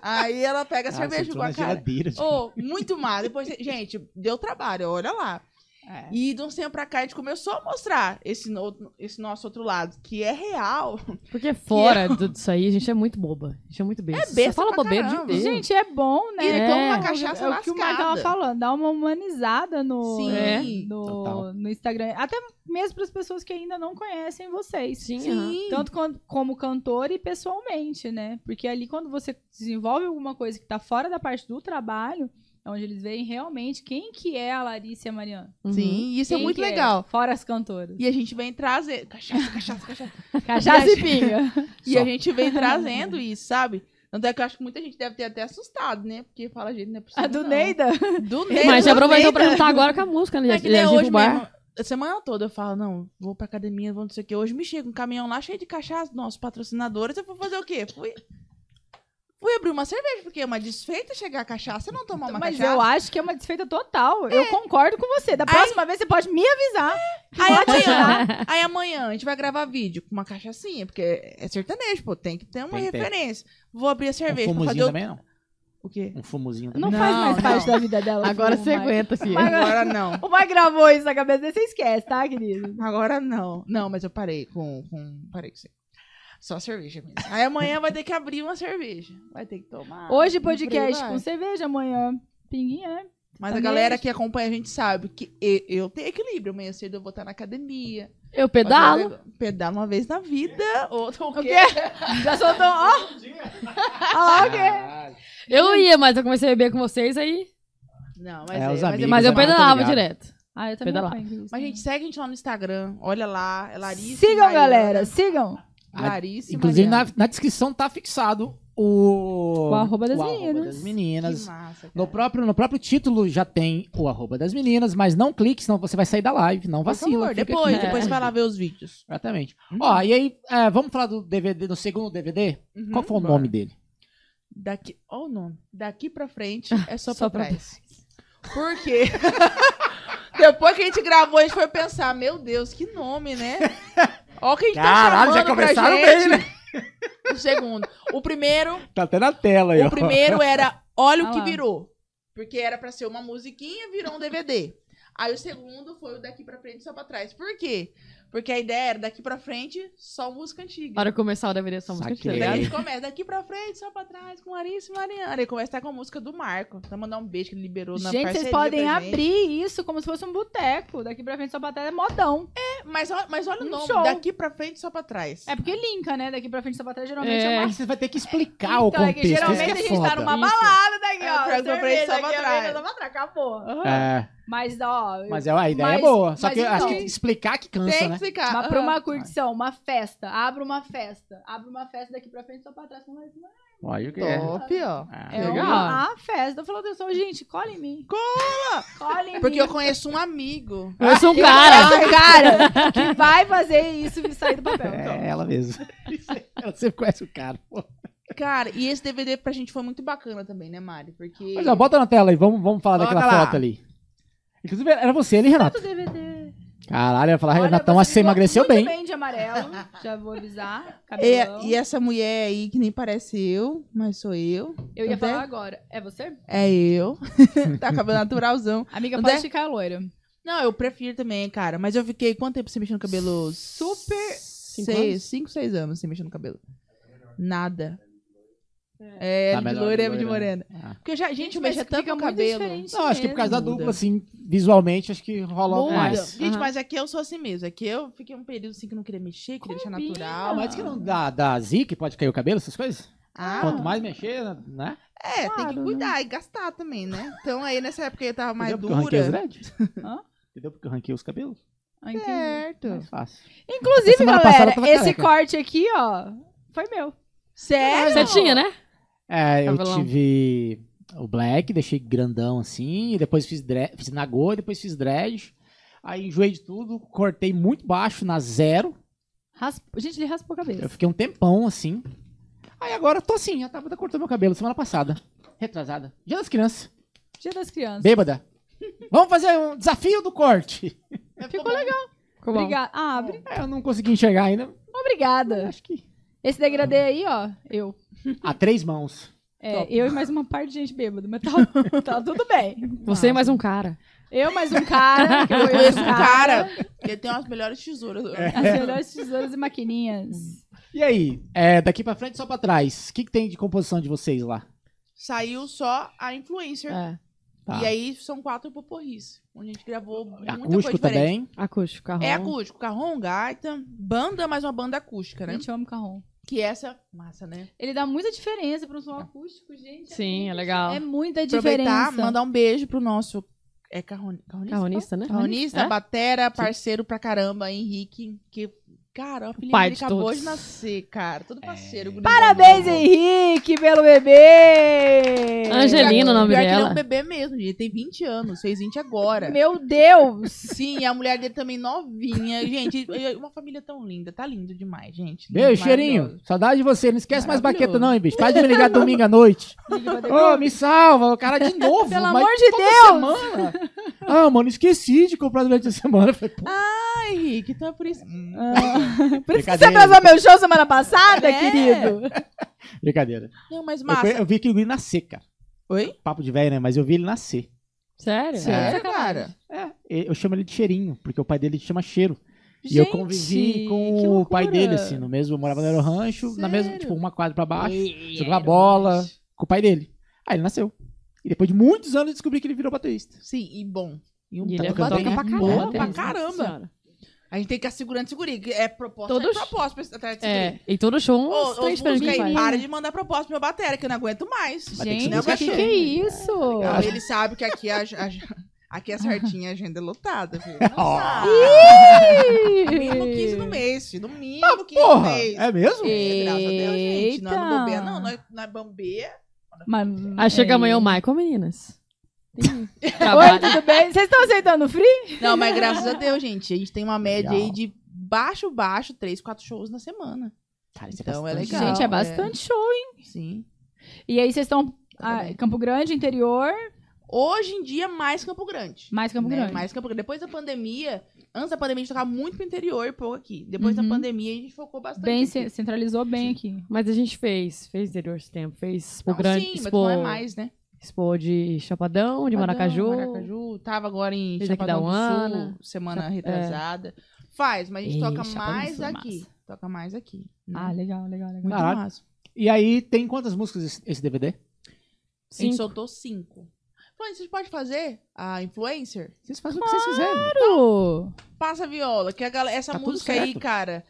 [SPEAKER 4] Aí ela pega a
[SPEAKER 7] Ah,
[SPEAKER 4] cerveja
[SPEAKER 7] você
[SPEAKER 4] com a
[SPEAKER 7] entrou na
[SPEAKER 4] cara.
[SPEAKER 7] geladeira, tipo,
[SPEAKER 4] Ô, muito má. Depois, gente, deu trabalho, olha lá.
[SPEAKER 2] É.
[SPEAKER 4] E de um tempo pra cá a gente começou a mostrar esse, no- esse nosso outro lado, que é real.
[SPEAKER 5] Porque é fora do- disso aí, a gente é muito boba. A gente é muito besta.
[SPEAKER 4] É besta
[SPEAKER 5] Só fala
[SPEAKER 4] pra
[SPEAKER 5] bobeira
[SPEAKER 4] caramba.
[SPEAKER 5] de
[SPEAKER 2] Gente, é bom, né?
[SPEAKER 4] E
[SPEAKER 5] É.
[SPEAKER 4] toma uma
[SPEAKER 5] É.
[SPEAKER 4] cachaça
[SPEAKER 2] é o que o Marco tava
[SPEAKER 4] lascada.
[SPEAKER 2] falando, dá uma humanizada no,
[SPEAKER 4] Sim.
[SPEAKER 2] né,
[SPEAKER 4] É.
[SPEAKER 2] no,
[SPEAKER 7] Total.
[SPEAKER 2] no Instagram. Até mesmo para as pessoas que ainda não conhecem vocês.
[SPEAKER 5] Sim, aham.
[SPEAKER 2] Tanto quan- como cantor e pessoalmente, né? Porque ali quando você desenvolve alguma coisa que tá fora da parte do trabalho, é onde eles veem realmente quem que é a Larissa e a Mariana.
[SPEAKER 5] Uhum.
[SPEAKER 4] Sim, isso é
[SPEAKER 2] Quem
[SPEAKER 4] muito
[SPEAKER 2] que
[SPEAKER 4] legal.
[SPEAKER 2] Fora as cantoras.
[SPEAKER 4] E a gente vem trazer. Cachaça, cachaça, cachaça.
[SPEAKER 5] Uhum.
[SPEAKER 2] Cachaça e pinga.
[SPEAKER 4] E
[SPEAKER 7] Só.
[SPEAKER 4] a gente vem trazendo isso, sabe? Tanto é que eu acho que muita gente deve ter até assustado, né? Porque fala, gente, não é possível.
[SPEAKER 2] A Ah, do
[SPEAKER 4] não.
[SPEAKER 2] Neida.
[SPEAKER 4] Do Neida.
[SPEAKER 5] Mas já aproveitou pra
[SPEAKER 4] Neida.
[SPEAKER 5] juntar agora com a música, né?
[SPEAKER 4] É
[SPEAKER 5] gente?
[SPEAKER 4] que nem
[SPEAKER 5] Energia
[SPEAKER 4] hoje
[SPEAKER 5] pro bar.
[SPEAKER 4] mesmo. A semana toda eu falo, não, vou pra academia, vou não sei o quê. Hoje me chega um caminhão lá cheio de cachaça, nossos patrocinadores. Eu vou fazer o quê? Fui. Fui abrir uma cerveja, porque é uma desfeita chegar a cachaça e não tomar uma
[SPEAKER 2] Mas
[SPEAKER 4] cachaça. É.
[SPEAKER 2] eu acho que é uma desfeita total. Eu concordo com você. Da próxima vez você pode me avisar.
[SPEAKER 4] Aí amanhã, aí amanhã a gente vai gravar vídeo com uma cachaçinha, porque é sertanejo, pô, tem que ter uma
[SPEAKER 7] Tem, tem.
[SPEAKER 4] referência. Vou abrir a cerveja
[SPEAKER 7] Um
[SPEAKER 4] pra fazer
[SPEAKER 7] fumozinho
[SPEAKER 4] o-
[SPEAKER 7] também, não?
[SPEAKER 4] o quê?
[SPEAKER 7] Um fumozinho também.
[SPEAKER 2] Não, faz mais
[SPEAKER 4] não.
[SPEAKER 2] parte da vida dela.
[SPEAKER 5] Agora
[SPEAKER 2] filho,
[SPEAKER 5] você
[SPEAKER 2] o Mike.
[SPEAKER 5] aguenta, filho.
[SPEAKER 2] Mas-
[SPEAKER 4] Agora não.
[SPEAKER 2] O Mike gravou isso na cabeça dele, você esquece, tá, querido?
[SPEAKER 4] Agora não. Não, mas eu parei com. com... Parei com isso. aí. Só cerveja mesmo. Aí amanhã vai ter que abrir uma cerveja. Vai ter que tomar. um
[SPEAKER 2] Hoje podcast
[SPEAKER 4] Vai.
[SPEAKER 2] com cerveja, amanhã pinguinha, né?
[SPEAKER 4] Mas a
[SPEAKER 2] Também
[SPEAKER 4] galera
[SPEAKER 2] acho.
[SPEAKER 4] que acompanha a gente sabe que e- eu tenho equilíbrio. Amanhã cedo eu vou estar na academia. um
[SPEAKER 5] Eu pedalo.
[SPEAKER 4] Pedalo uma vez na vida. Outra o
[SPEAKER 2] O
[SPEAKER 4] quê?
[SPEAKER 2] quê? Já soltou, ó. Ó, o quê?
[SPEAKER 7] Ah,
[SPEAKER 5] Eu ia, mas eu comecei a beber com vocês aí.
[SPEAKER 4] Não, tá
[SPEAKER 7] É,
[SPEAKER 4] mas,
[SPEAKER 7] os
[SPEAKER 4] mas,
[SPEAKER 7] amigos,
[SPEAKER 5] Mas eu
[SPEAKER 7] Exato,
[SPEAKER 5] pedalava
[SPEAKER 7] ligado.
[SPEAKER 5] direto.
[SPEAKER 2] Ah, eu
[SPEAKER 5] também
[SPEAKER 2] também
[SPEAKER 5] Pedalava.
[SPEAKER 4] mas, gente, segue a gente lá no Instagram. Olha lá. É Larissa. e
[SPEAKER 2] Sigam,
[SPEAKER 4] Mariana.
[SPEAKER 2] galera, sigam.
[SPEAKER 4] Larissa. e
[SPEAKER 3] Inclusive, na,
[SPEAKER 4] Mariana.
[SPEAKER 3] na descrição tá fixado o.
[SPEAKER 2] O arroba das
[SPEAKER 3] o arroba
[SPEAKER 2] meninas.
[SPEAKER 3] das meninas.
[SPEAKER 4] Que massa.
[SPEAKER 3] No
[SPEAKER 4] cara.
[SPEAKER 3] próprio, no próprio título já tem o arroba das meninas, mas não clique, senão você vai sair da live. Não
[SPEAKER 4] Por
[SPEAKER 3] vacila.
[SPEAKER 4] favor,
[SPEAKER 3] fica aqui.
[SPEAKER 4] depois,
[SPEAKER 5] aqui.
[SPEAKER 4] depois
[SPEAKER 5] É.
[SPEAKER 4] vai lá ver os vídeos.
[SPEAKER 3] Exatamente. Ó, e aí, é, vamos falar do DVD, do segundo DVD? Qual foi o
[SPEAKER 4] Bora.
[SPEAKER 3] nome dele?
[SPEAKER 4] Uhum. Daqui, ó o nome. Daqui pra frente é só,
[SPEAKER 5] Só
[SPEAKER 4] pra
[SPEAKER 5] pra
[SPEAKER 4] trás. Por quê? Depois que a gente gravou, a gente foi pensar, meu Deus, que nome, né? Ó quem
[SPEAKER 7] Caralho,
[SPEAKER 4] tá
[SPEAKER 7] já
[SPEAKER 4] chamando pra
[SPEAKER 7] começaram
[SPEAKER 4] gente.
[SPEAKER 7] bem,
[SPEAKER 3] né?
[SPEAKER 7] né?
[SPEAKER 4] O segundo. O primeiro,
[SPEAKER 7] Tá até na tela aí, ó.
[SPEAKER 4] o primeiro era Olha o
[SPEAKER 2] Ah
[SPEAKER 4] que
[SPEAKER 2] lá.
[SPEAKER 4] virou. Porque era pra ser uma musiquinha, virou um DVD. Aí o segundo foi o Daqui pra frente só pra trás. Por quê? Porque a ideia era daqui pra frente só música antiga.
[SPEAKER 5] Na hora que começar o DVD, essa música.
[SPEAKER 3] Saquei.
[SPEAKER 5] tá ligado?
[SPEAKER 4] Daí começa daqui pra frente, só pra trás, com Larissa e Mariana. Aí começa com a música do Marco. Então mandar um beijo que ele liberou na
[SPEAKER 2] Gente, vocês
[SPEAKER 4] parceria
[SPEAKER 2] podem
[SPEAKER 4] pra gente.
[SPEAKER 2] abrir isso como se fosse um boteco. Daqui pra frente só pra trás é modão.
[SPEAKER 4] É, Mas, ó- mas olha o
[SPEAKER 2] Um
[SPEAKER 4] nome,
[SPEAKER 2] show.
[SPEAKER 4] daqui pra frente, só pra trás.
[SPEAKER 2] É porque linka, né? Daqui pra frente só pra trás geralmente
[SPEAKER 5] É.
[SPEAKER 2] é, uma
[SPEAKER 3] Aí você vai ter que explicar o
[SPEAKER 2] Então, é
[SPEAKER 3] contexto.
[SPEAKER 2] que geralmente a
[SPEAKER 3] isso que é
[SPEAKER 2] gente tá
[SPEAKER 3] foda.
[SPEAKER 2] numa
[SPEAKER 5] Isso.
[SPEAKER 2] balada daqui,
[SPEAKER 4] É,
[SPEAKER 2] ó.
[SPEAKER 4] pra- pra frente, só
[SPEAKER 2] cerveja
[SPEAKER 4] pra
[SPEAKER 2] aqui,
[SPEAKER 4] trás.
[SPEAKER 2] cerveja, Só pra trás, acabou.
[SPEAKER 3] É,
[SPEAKER 2] Mas, ó,
[SPEAKER 3] mas é- a ideia
[SPEAKER 2] Mas-
[SPEAKER 3] é boa. Só
[SPEAKER 2] mas
[SPEAKER 3] que eu acho
[SPEAKER 2] então-
[SPEAKER 3] que explicar que cansa,
[SPEAKER 4] Tem
[SPEAKER 3] né?
[SPEAKER 4] que ficar. Ah,
[SPEAKER 2] mas pra uma curtição, uma festa, abre uma festa. Abre uma festa daqui pra frente, só pra trás. Não vai não.
[SPEAKER 3] Olha o que
[SPEAKER 4] Aham.
[SPEAKER 3] é.
[SPEAKER 4] Top, ó.
[SPEAKER 3] Ah,
[SPEAKER 2] É
[SPEAKER 5] legal.
[SPEAKER 2] uma a festa. Eu falo, Deus, gente, cola em mim. Cola! Cola em
[SPEAKER 4] Porque
[SPEAKER 2] mim.
[SPEAKER 4] eu conheço um amigo.
[SPEAKER 5] Eu sou um
[SPEAKER 2] Que
[SPEAKER 5] cara.
[SPEAKER 2] vai- cara que vai fazer isso sair do papel.
[SPEAKER 7] É ela mesmo. ela sempre conhece o cara. pô.
[SPEAKER 4] Cara, e esse DVD pra gente foi muito bacana também, né, Mari? Porque.
[SPEAKER 3] Mas ó, bota na tela aí, vamos, vamos falar
[SPEAKER 7] Coloca
[SPEAKER 3] daquela
[SPEAKER 7] lá.
[SPEAKER 3] foto ali. Inclusive, era você ali, Renato.
[SPEAKER 2] Tanto DVD.
[SPEAKER 3] Caralho, eu ia falar,
[SPEAKER 2] Olha,
[SPEAKER 3] Renatão, acho que você
[SPEAKER 2] ficou
[SPEAKER 3] emagreceu
[SPEAKER 2] muito
[SPEAKER 3] bem.
[SPEAKER 2] bem de amarelo, já vou avisar. cabelão.
[SPEAKER 4] é, E, e essa mulher aí, que nem parece eu, mas sou eu.
[SPEAKER 2] Eu ia
[SPEAKER 4] André?
[SPEAKER 2] falar agora. É você?
[SPEAKER 4] É eu. tá com cabelo naturalzão.
[SPEAKER 2] Amiga,
[SPEAKER 4] André?
[SPEAKER 2] pode ficar loira.
[SPEAKER 4] Não, eu prefiro também, cara. Mas eu fiquei. Quanto tempo você mexeu no cabelo? Super.
[SPEAKER 5] Cinco
[SPEAKER 4] seis, cinco, seis anos você mexeu no cabelo. Nada. É,
[SPEAKER 3] Tá
[SPEAKER 4] de
[SPEAKER 3] melhor
[SPEAKER 4] loira
[SPEAKER 3] de
[SPEAKER 4] é de
[SPEAKER 3] loira,
[SPEAKER 4] morena.
[SPEAKER 3] Ah.
[SPEAKER 4] Porque eu já, gente, eu mexia
[SPEAKER 2] mas
[SPEAKER 4] tanto
[SPEAKER 2] fica
[SPEAKER 4] no
[SPEAKER 2] muito
[SPEAKER 4] cabelo.
[SPEAKER 2] diferente
[SPEAKER 3] Não, acho
[SPEAKER 4] é
[SPEAKER 3] que por causa da
[SPEAKER 4] Muda.
[SPEAKER 3] dupla, assim, visualmente, acho que rola
[SPEAKER 4] Muda.
[SPEAKER 3] mais.
[SPEAKER 4] Gente,
[SPEAKER 5] Aham.
[SPEAKER 4] mas aqui eu sou assim mesmo. Aqui eu fiquei um período assim que eu não queria mexer, queria deixar
[SPEAKER 2] Combina.
[SPEAKER 4] natural.
[SPEAKER 3] Ah, mas que não dá, dá zica, pode cair o cabelo, essas coisas?
[SPEAKER 4] Ah,
[SPEAKER 3] Quanto mais mexer, né?
[SPEAKER 4] é, tem que
[SPEAKER 2] Claro,
[SPEAKER 4] cuidar e gastar também, né? Então aí nessa época eu tava mais
[SPEAKER 7] Entendeu porque eu ranquei os
[SPEAKER 4] dura.
[SPEAKER 7] dreads?
[SPEAKER 4] É,
[SPEAKER 2] Hã?
[SPEAKER 7] Entendeu porque eu ranquei os cabelos?
[SPEAKER 2] Ah, entendi.
[SPEAKER 4] Certo.
[SPEAKER 3] É
[SPEAKER 7] Mais fácil.
[SPEAKER 2] Inclusive,
[SPEAKER 3] Semana
[SPEAKER 2] galera,
[SPEAKER 3] passada eu tava
[SPEAKER 2] esse
[SPEAKER 3] careca.
[SPEAKER 2] corte aqui, ó, foi meu. Sério?
[SPEAKER 5] Você tinha, né?
[SPEAKER 3] É, eu
[SPEAKER 5] Cabelão.
[SPEAKER 3] tive o black, deixei grandão assim, e depois fiz, dread, fiz nagô, e depois fiz dread. Aí enjoei de tudo, cortei muito baixo, na zero.
[SPEAKER 2] Raspo- Gente, ele raspou a cabeça.
[SPEAKER 3] Eu fiquei um tempão assim. Aí agora eu tô assim, a Tabata cortou meu cabelo semana passada. Retrasada. Dia das crianças.
[SPEAKER 2] Dia das crianças.
[SPEAKER 3] Bêbada. Vamos fazer um desafio do corte.
[SPEAKER 2] Ficou legal.
[SPEAKER 5] Ficou bom.
[SPEAKER 2] Obrigada. Ah, obri-
[SPEAKER 3] É, eu não consegui enxergar ainda.
[SPEAKER 2] obrigada.
[SPEAKER 3] Acho que.
[SPEAKER 2] Esse degradê aí, ó, eu.
[SPEAKER 3] A três mãos.
[SPEAKER 2] É,
[SPEAKER 4] Top.
[SPEAKER 2] eu e mais uma parte de gente bêbada, mas tá, tá tudo bem.
[SPEAKER 5] Você e mais um cara.
[SPEAKER 2] Eu mais um cara. que eu
[SPEAKER 4] Eu
[SPEAKER 2] conheço
[SPEAKER 4] conheço um cara que tem umas melhores tesouras.
[SPEAKER 2] As melhores tesouras e maquininhas.
[SPEAKER 3] E aí? É, daqui pra frente só pra trás. O que, que tem de composição de vocês lá?
[SPEAKER 4] Saiu só a influencer.
[SPEAKER 5] É.
[SPEAKER 3] Tá. É
[SPEAKER 4] E aí são quatro poporris, onde a gente gravou muita coisa
[SPEAKER 3] Acústico
[SPEAKER 4] diferente.
[SPEAKER 3] também.
[SPEAKER 5] Acústico, carro.
[SPEAKER 4] É acústico, carrom, gaita, banda, mas uma banda acústica, né?
[SPEAKER 2] Gente, eu amo carrom.
[SPEAKER 4] Que essa, massa, né?
[SPEAKER 2] Ele dá muita diferença pra um som acústico, gente.
[SPEAKER 5] Sim, é
[SPEAKER 2] muita-
[SPEAKER 5] legal.
[SPEAKER 2] É muita
[SPEAKER 4] Aproveitar,
[SPEAKER 2] diferença.
[SPEAKER 4] mandar um beijo pro nosso, é carron, carronista?
[SPEAKER 5] Carronista, né?
[SPEAKER 4] Carronista,
[SPEAKER 5] É?
[SPEAKER 4] batera, parceiro pra caramba, Henrique, que, cara, o filho
[SPEAKER 5] Pai
[SPEAKER 4] dele
[SPEAKER 5] de
[SPEAKER 4] acabou
[SPEAKER 5] todos.
[SPEAKER 4] de nascer, cara,
[SPEAKER 3] É.
[SPEAKER 4] todo parceiro. gurizão.
[SPEAKER 2] Parabéns, Henrique, pelo bebê!
[SPEAKER 5] Angelina, o nome
[SPEAKER 4] Pior que ele é
[SPEAKER 5] dela.
[SPEAKER 4] um bebê mesmo, ele tem 20 anos, fez 20 agora.
[SPEAKER 2] Meu Deus!
[SPEAKER 4] Sim, e a mulher dele também novinha. Gente, e- e uma família tão linda. Tá lindo demais, gente.
[SPEAKER 3] Beijo, cheirinho.
[SPEAKER 4] Maravilhoso.
[SPEAKER 3] Saudade de você. Não esquece mais
[SPEAKER 4] Maravilhoso.
[SPEAKER 3] baqueta, não, hein, bicho? Para de me ligar domingo à noite.
[SPEAKER 2] Liga pra
[SPEAKER 3] Ô,
[SPEAKER 2] Deus.
[SPEAKER 3] me salva. O cara de novo.
[SPEAKER 2] Pelo
[SPEAKER 3] mas
[SPEAKER 2] amor de
[SPEAKER 3] toda
[SPEAKER 2] Deus!
[SPEAKER 3] semana. Ah, mano, esqueci de comprar durante a semana. Eu Falei, pô,
[SPEAKER 4] Ai, Henrique, tá por isso.
[SPEAKER 2] Por isso que você
[SPEAKER 3] Hum. Brincadeira.
[SPEAKER 2] atrasou meu show semana passada,
[SPEAKER 4] É.
[SPEAKER 2] querido!
[SPEAKER 3] brincadeira.
[SPEAKER 4] Não, mas
[SPEAKER 7] Eu,
[SPEAKER 4] massa.
[SPEAKER 7] conhe- eu vi que ele nascer, cara.
[SPEAKER 4] Oi?
[SPEAKER 7] Papo de velho, né? Mas eu vi ele nascer.
[SPEAKER 5] Sério?
[SPEAKER 4] Sério, cara?
[SPEAKER 7] É, eu chamo ele de cheirinho, porque o pai dele chama cheiro. e eu convivi
[SPEAKER 5] Gente, que
[SPEAKER 7] com o pai
[SPEAKER 5] loucura.
[SPEAKER 7] dele, assim, no mesmo. Eu morava no Aero Rancho, na mesma,
[SPEAKER 5] Sério?
[SPEAKER 7] tipo, uma quadra pra baixo. jogava bola com o pai dele. Aí ele nasceu. E depois de muitos anos eu descobri que ele virou baterista.
[SPEAKER 4] Sim, e bom. E um
[SPEAKER 5] E ele é
[SPEAKER 4] toca
[SPEAKER 5] toca
[SPEAKER 4] bem
[SPEAKER 5] pra
[SPEAKER 4] boa
[SPEAKER 5] caramba.
[SPEAKER 4] pra
[SPEAKER 5] Nossa
[SPEAKER 4] caramba.
[SPEAKER 5] Senhora.
[SPEAKER 4] A gente tem que assegurando segurir. que É proposta,
[SPEAKER 5] Todos-
[SPEAKER 4] é proposta pra esse atleta de segurir.
[SPEAKER 5] É, em todo show,
[SPEAKER 4] Ô,
[SPEAKER 5] uns
[SPEAKER 4] ô,
[SPEAKER 5] três
[SPEAKER 4] música
[SPEAKER 5] fãs que
[SPEAKER 4] aí,
[SPEAKER 5] faz.
[SPEAKER 4] para de mandar proposta pro meu batera, que eu não aguento mais.
[SPEAKER 7] que
[SPEAKER 2] Gente,
[SPEAKER 4] ser
[SPEAKER 2] o que, que
[SPEAKER 4] negociado.
[SPEAKER 2] é isso?
[SPEAKER 4] Não, ele sabe que aqui é a, a- aqui a certinha a agenda é lotada, viu?
[SPEAKER 7] Ó.
[SPEAKER 4] No mínimo 15 no mês, filho. No mínimo 15 no
[SPEAKER 7] Porra!
[SPEAKER 4] mês.
[SPEAKER 7] É mesmo?
[SPEAKER 4] É, Graças a Deus, gente. Nós não é
[SPEAKER 2] Eita.
[SPEAKER 4] bobeia, não. é Nós, nós bombeia.
[SPEAKER 2] Mas,
[SPEAKER 5] Aí chega
[SPEAKER 2] é.
[SPEAKER 5] amanhã o Michael, meninas.
[SPEAKER 2] Oi,
[SPEAKER 4] tá.
[SPEAKER 5] Trabalho.
[SPEAKER 2] tudo bem? Vocês estão aceitando free?
[SPEAKER 4] Não, mas graças a Deus, gente. A gente tem uma média
[SPEAKER 7] Legal.
[SPEAKER 4] aí de baixo, baixo, 3, 4 shows na semana.
[SPEAKER 7] Cara, isso
[SPEAKER 4] Então, é
[SPEAKER 7] bastante.
[SPEAKER 4] legal.
[SPEAKER 2] Gente, é bastante show.
[SPEAKER 4] Sim.
[SPEAKER 2] E aí vocês estão. ah,
[SPEAKER 4] bem.
[SPEAKER 2] Campo Grande, interior,
[SPEAKER 4] Hoje em dia, mais Campo Grande.
[SPEAKER 2] mais Campo
[SPEAKER 4] né?
[SPEAKER 2] Grande.
[SPEAKER 4] Mais Campo Grande. Depois da pandemia, antes da pandemia, a gente tocava muito pro interior e pouco aqui. Depois
[SPEAKER 2] Uhum.
[SPEAKER 4] da pandemia, a gente focou bastante.
[SPEAKER 2] Bem,
[SPEAKER 4] aqui.
[SPEAKER 2] ce- centralizou bem aqui.
[SPEAKER 5] Mas a gente fez, fez interior esse tempo, fez Expo
[SPEAKER 4] Não,
[SPEAKER 5] Grande,
[SPEAKER 4] sim, mas
[SPEAKER 5] Expo,
[SPEAKER 4] não é mais, né?
[SPEAKER 5] Expo de Chapadão, de Maracaju.
[SPEAKER 4] Maracaju. Tava agora em
[SPEAKER 5] Fez aqui
[SPEAKER 4] Chapadão
[SPEAKER 5] da
[SPEAKER 4] do
[SPEAKER 5] Uana.
[SPEAKER 4] Sul, semana retrasada. Faz, mas a gente
[SPEAKER 5] Ih,
[SPEAKER 4] toca
[SPEAKER 5] Chapadão do
[SPEAKER 4] mais
[SPEAKER 5] Sul é
[SPEAKER 4] aqui.
[SPEAKER 5] massa.
[SPEAKER 4] Toca mais aqui. né?
[SPEAKER 2] Ah, legal, legal, legal.
[SPEAKER 4] Muito
[SPEAKER 7] Caralho.
[SPEAKER 4] massa.
[SPEAKER 7] E aí, tem quantas músicas esse, esse DVD?
[SPEAKER 4] A gente
[SPEAKER 5] Cinco.
[SPEAKER 4] soltou cinco. Falei, vocês podem fazer a influencer?
[SPEAKER 7] Vocês fazem o que vocês quiserem.
[SPEAKER 2] Claro!
[SPEAKER 4] Passa a viola, que a galera, essa
[SPEAKER 7] Tá tudo
[SPEAKER 4] música aí,
[SPEAKER 7] certo.
[SPEAKER 4] cara.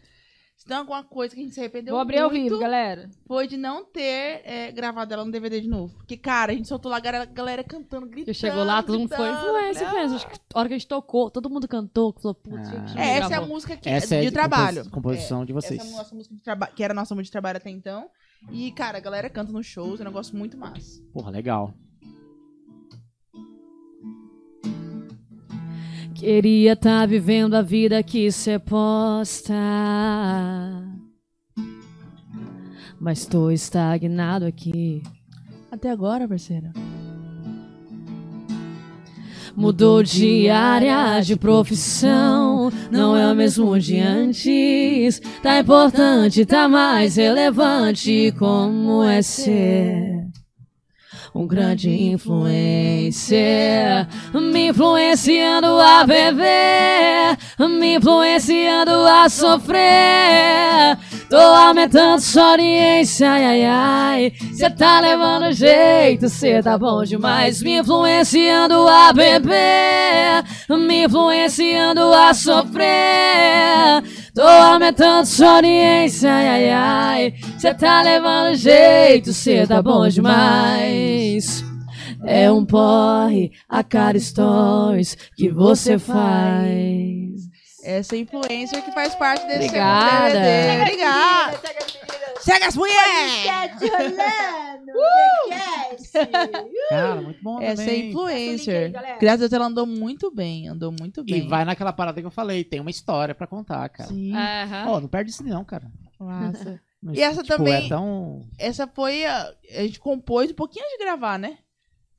[SPEAKER 4] Se tem alguma coisa que a gente se arrependeu
[SPEAKER 2] Vou abrir ao
[SPEAKER 4] muito,
[SPEAKER 2] vivo, galera.
[SPEAKER 4] foi de não ter é, gravado ela no DVD de novo. Porque, cara, a gente soltou lá, a galera, a galera cantando, gritando.
[SPEAKER 5] Porque chegou lá, todo mundo foi
[SPEAKER 4] gritando, né?"
[SPEAKER 5] influencer
[SPEAKER 4] falei,
[SPEAKER 5] mesmo. Acho que a hora que a gente tocou, todo mundo cantou, falou, putz,
[SPEAKER 7] Ah.
[SPEAKER 5] gente,
[SPEAKER 4] "Ah". É, essa é a
[SPEAKER 5] gravou.
[SPEAKER 4] música que,
[SPEAKER 7] Essa é
[SPEAKER 4] de
[SPEAKER 7] a
[SPEAKER 4] trabalho.
[SPEAKER 7] compos- composição de vocês.
[SPEAKER 4] Essa é a nossa música de trabalho, que era a nossa música de trabalho até então. E, cara, a galera canta nos shows, é um negócio muito massa.
[SPEAKER 7] Porra, legal.
[SPEAKER 5] Queria tá vivendo a vida que cê posta. Mas tô estagnado aqui.
[SPEAKER 4] Até agora, parceira.
[SPEAKER 5] Mudou de área, de profissão. Não é o mesmo de antes. Tá importante, tá mais relevante. Como é ser um grande influencer? Me influenciando a beber, me influenciando a sofrer. Tô aumentando sua audiência, ai ai ai. Cê tá levando jeito, cê tá bom demais. Me influenciando a beber, me influenciando a sofrer. Tô aumentando sua audiência, ai ai ai. Cê tá levando jeito, cê tá bom demais. É um porre a cada stories que você faz.
[SPEAKER 4] Essa influencer que faz parte desse
[SPEAKER 5] Obrigada.
[SPEAKER 4] segundo DVD. Obrigada. Segue as mulheres!
[SPEAKER 9] Cat Rolando, uh!
[SPEAKER 7] Cara, muito bom
[SPEAKER 4] Essa é
[SPEAKER 7] também.
[SPEAKER 4] influencer. Graças a Deus, ela andou muito bem. Andou muito
[SPEAKER 7] E
[SPEAKER 4] bem.
[SPEAKER 7] vai naquela parada que eu falei, tem uma história pra contar, cara.
[SPEAKER 4] Sim,
[SPEAKER 5] Ah.
[SPEAKER 7] Ó, não perde isso não, cara.
[SPEAKER 4] massa.
[SPEAKER 7] Não-
[SPEAKER 4] E essa
[SPEAKER 7] tipo,
[SPEAKER 4] também-
[SPEAKER 7] é tão...
[SPEAKER 4] Essa foi a... A gente compôs um pouquinho antes de gravar, né?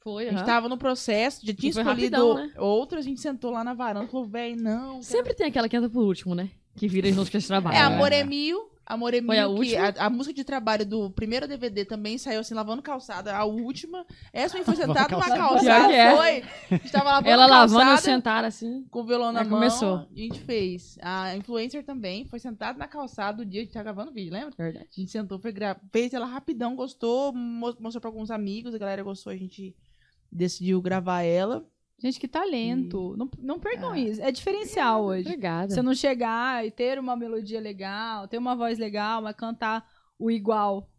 [SPEAKER 5] Foi,
[SPEAKER 4] A gente tava no processo, já tinha
[SPEAKER 5] E foi
[SPEAKER 4] escolhido
[SPEAKER 5] rapidão, né?
[SPEAKER 4] outra, a gente sentou lá na varanda e falou, véi, não. quero
[SPEAKER 5] Sempre tem aquela que entra por último, né? Que vira as músicas de trabalho.
[SPEAKER 4] É,
[SPEAKER 7] Ah,
[SPEAKER 4] Amor é Mil. Amor é Mil,
[SPEAKER 5] Foi a
[SPEAKER 4] que
[SPEAKER 5] última?
[SPEAKER 4] a, a música de trabalho do primeiro DVD também saiu assim, lavando calçada, a última. Essa aí foi sentada numa
[SPEAKER 7] Lavando
[SPEAKER 5] calçada. Pior
[SPEAKER 4] calçada,
[SPEAKER 5] que é.
[SPEAKER 4] foi. A gente tava lavando
[SPEAKER 5] Ela
[SPEAKER 4] calçada,
[SPEAKER 5] lavando e eu sentar assim.
[SPEAKER 4] com o violão na
[SPEAKER 5] Aí
[SPEAKER 4] mão.
[SPEAKER 5] começou.
[SPEAKER 4] A gente fez. A influencer também foi sentada na calçada o dia que a gente tá gravando o vídeo, lembra?
[SPEAKER 5] Verdade.
[SPEAKER 4] A gente sentou, foi gra... fez ela rapidão, gostou, mo- mostrou pra alguns amigos, a galera gostou, a gente decidiu gravar ela.
[SPEAKER 2] Gente, que talento. Não, não percam
[SPEAKER 5] Ah.
[SPEAKER 2] isso. É diferencial hoje.
[SPEAKER 5] Obrigada.
[SPEAKER 2] Você não chegar e ter uma melodia legal, ter uma voz legal, mas cantar o igual,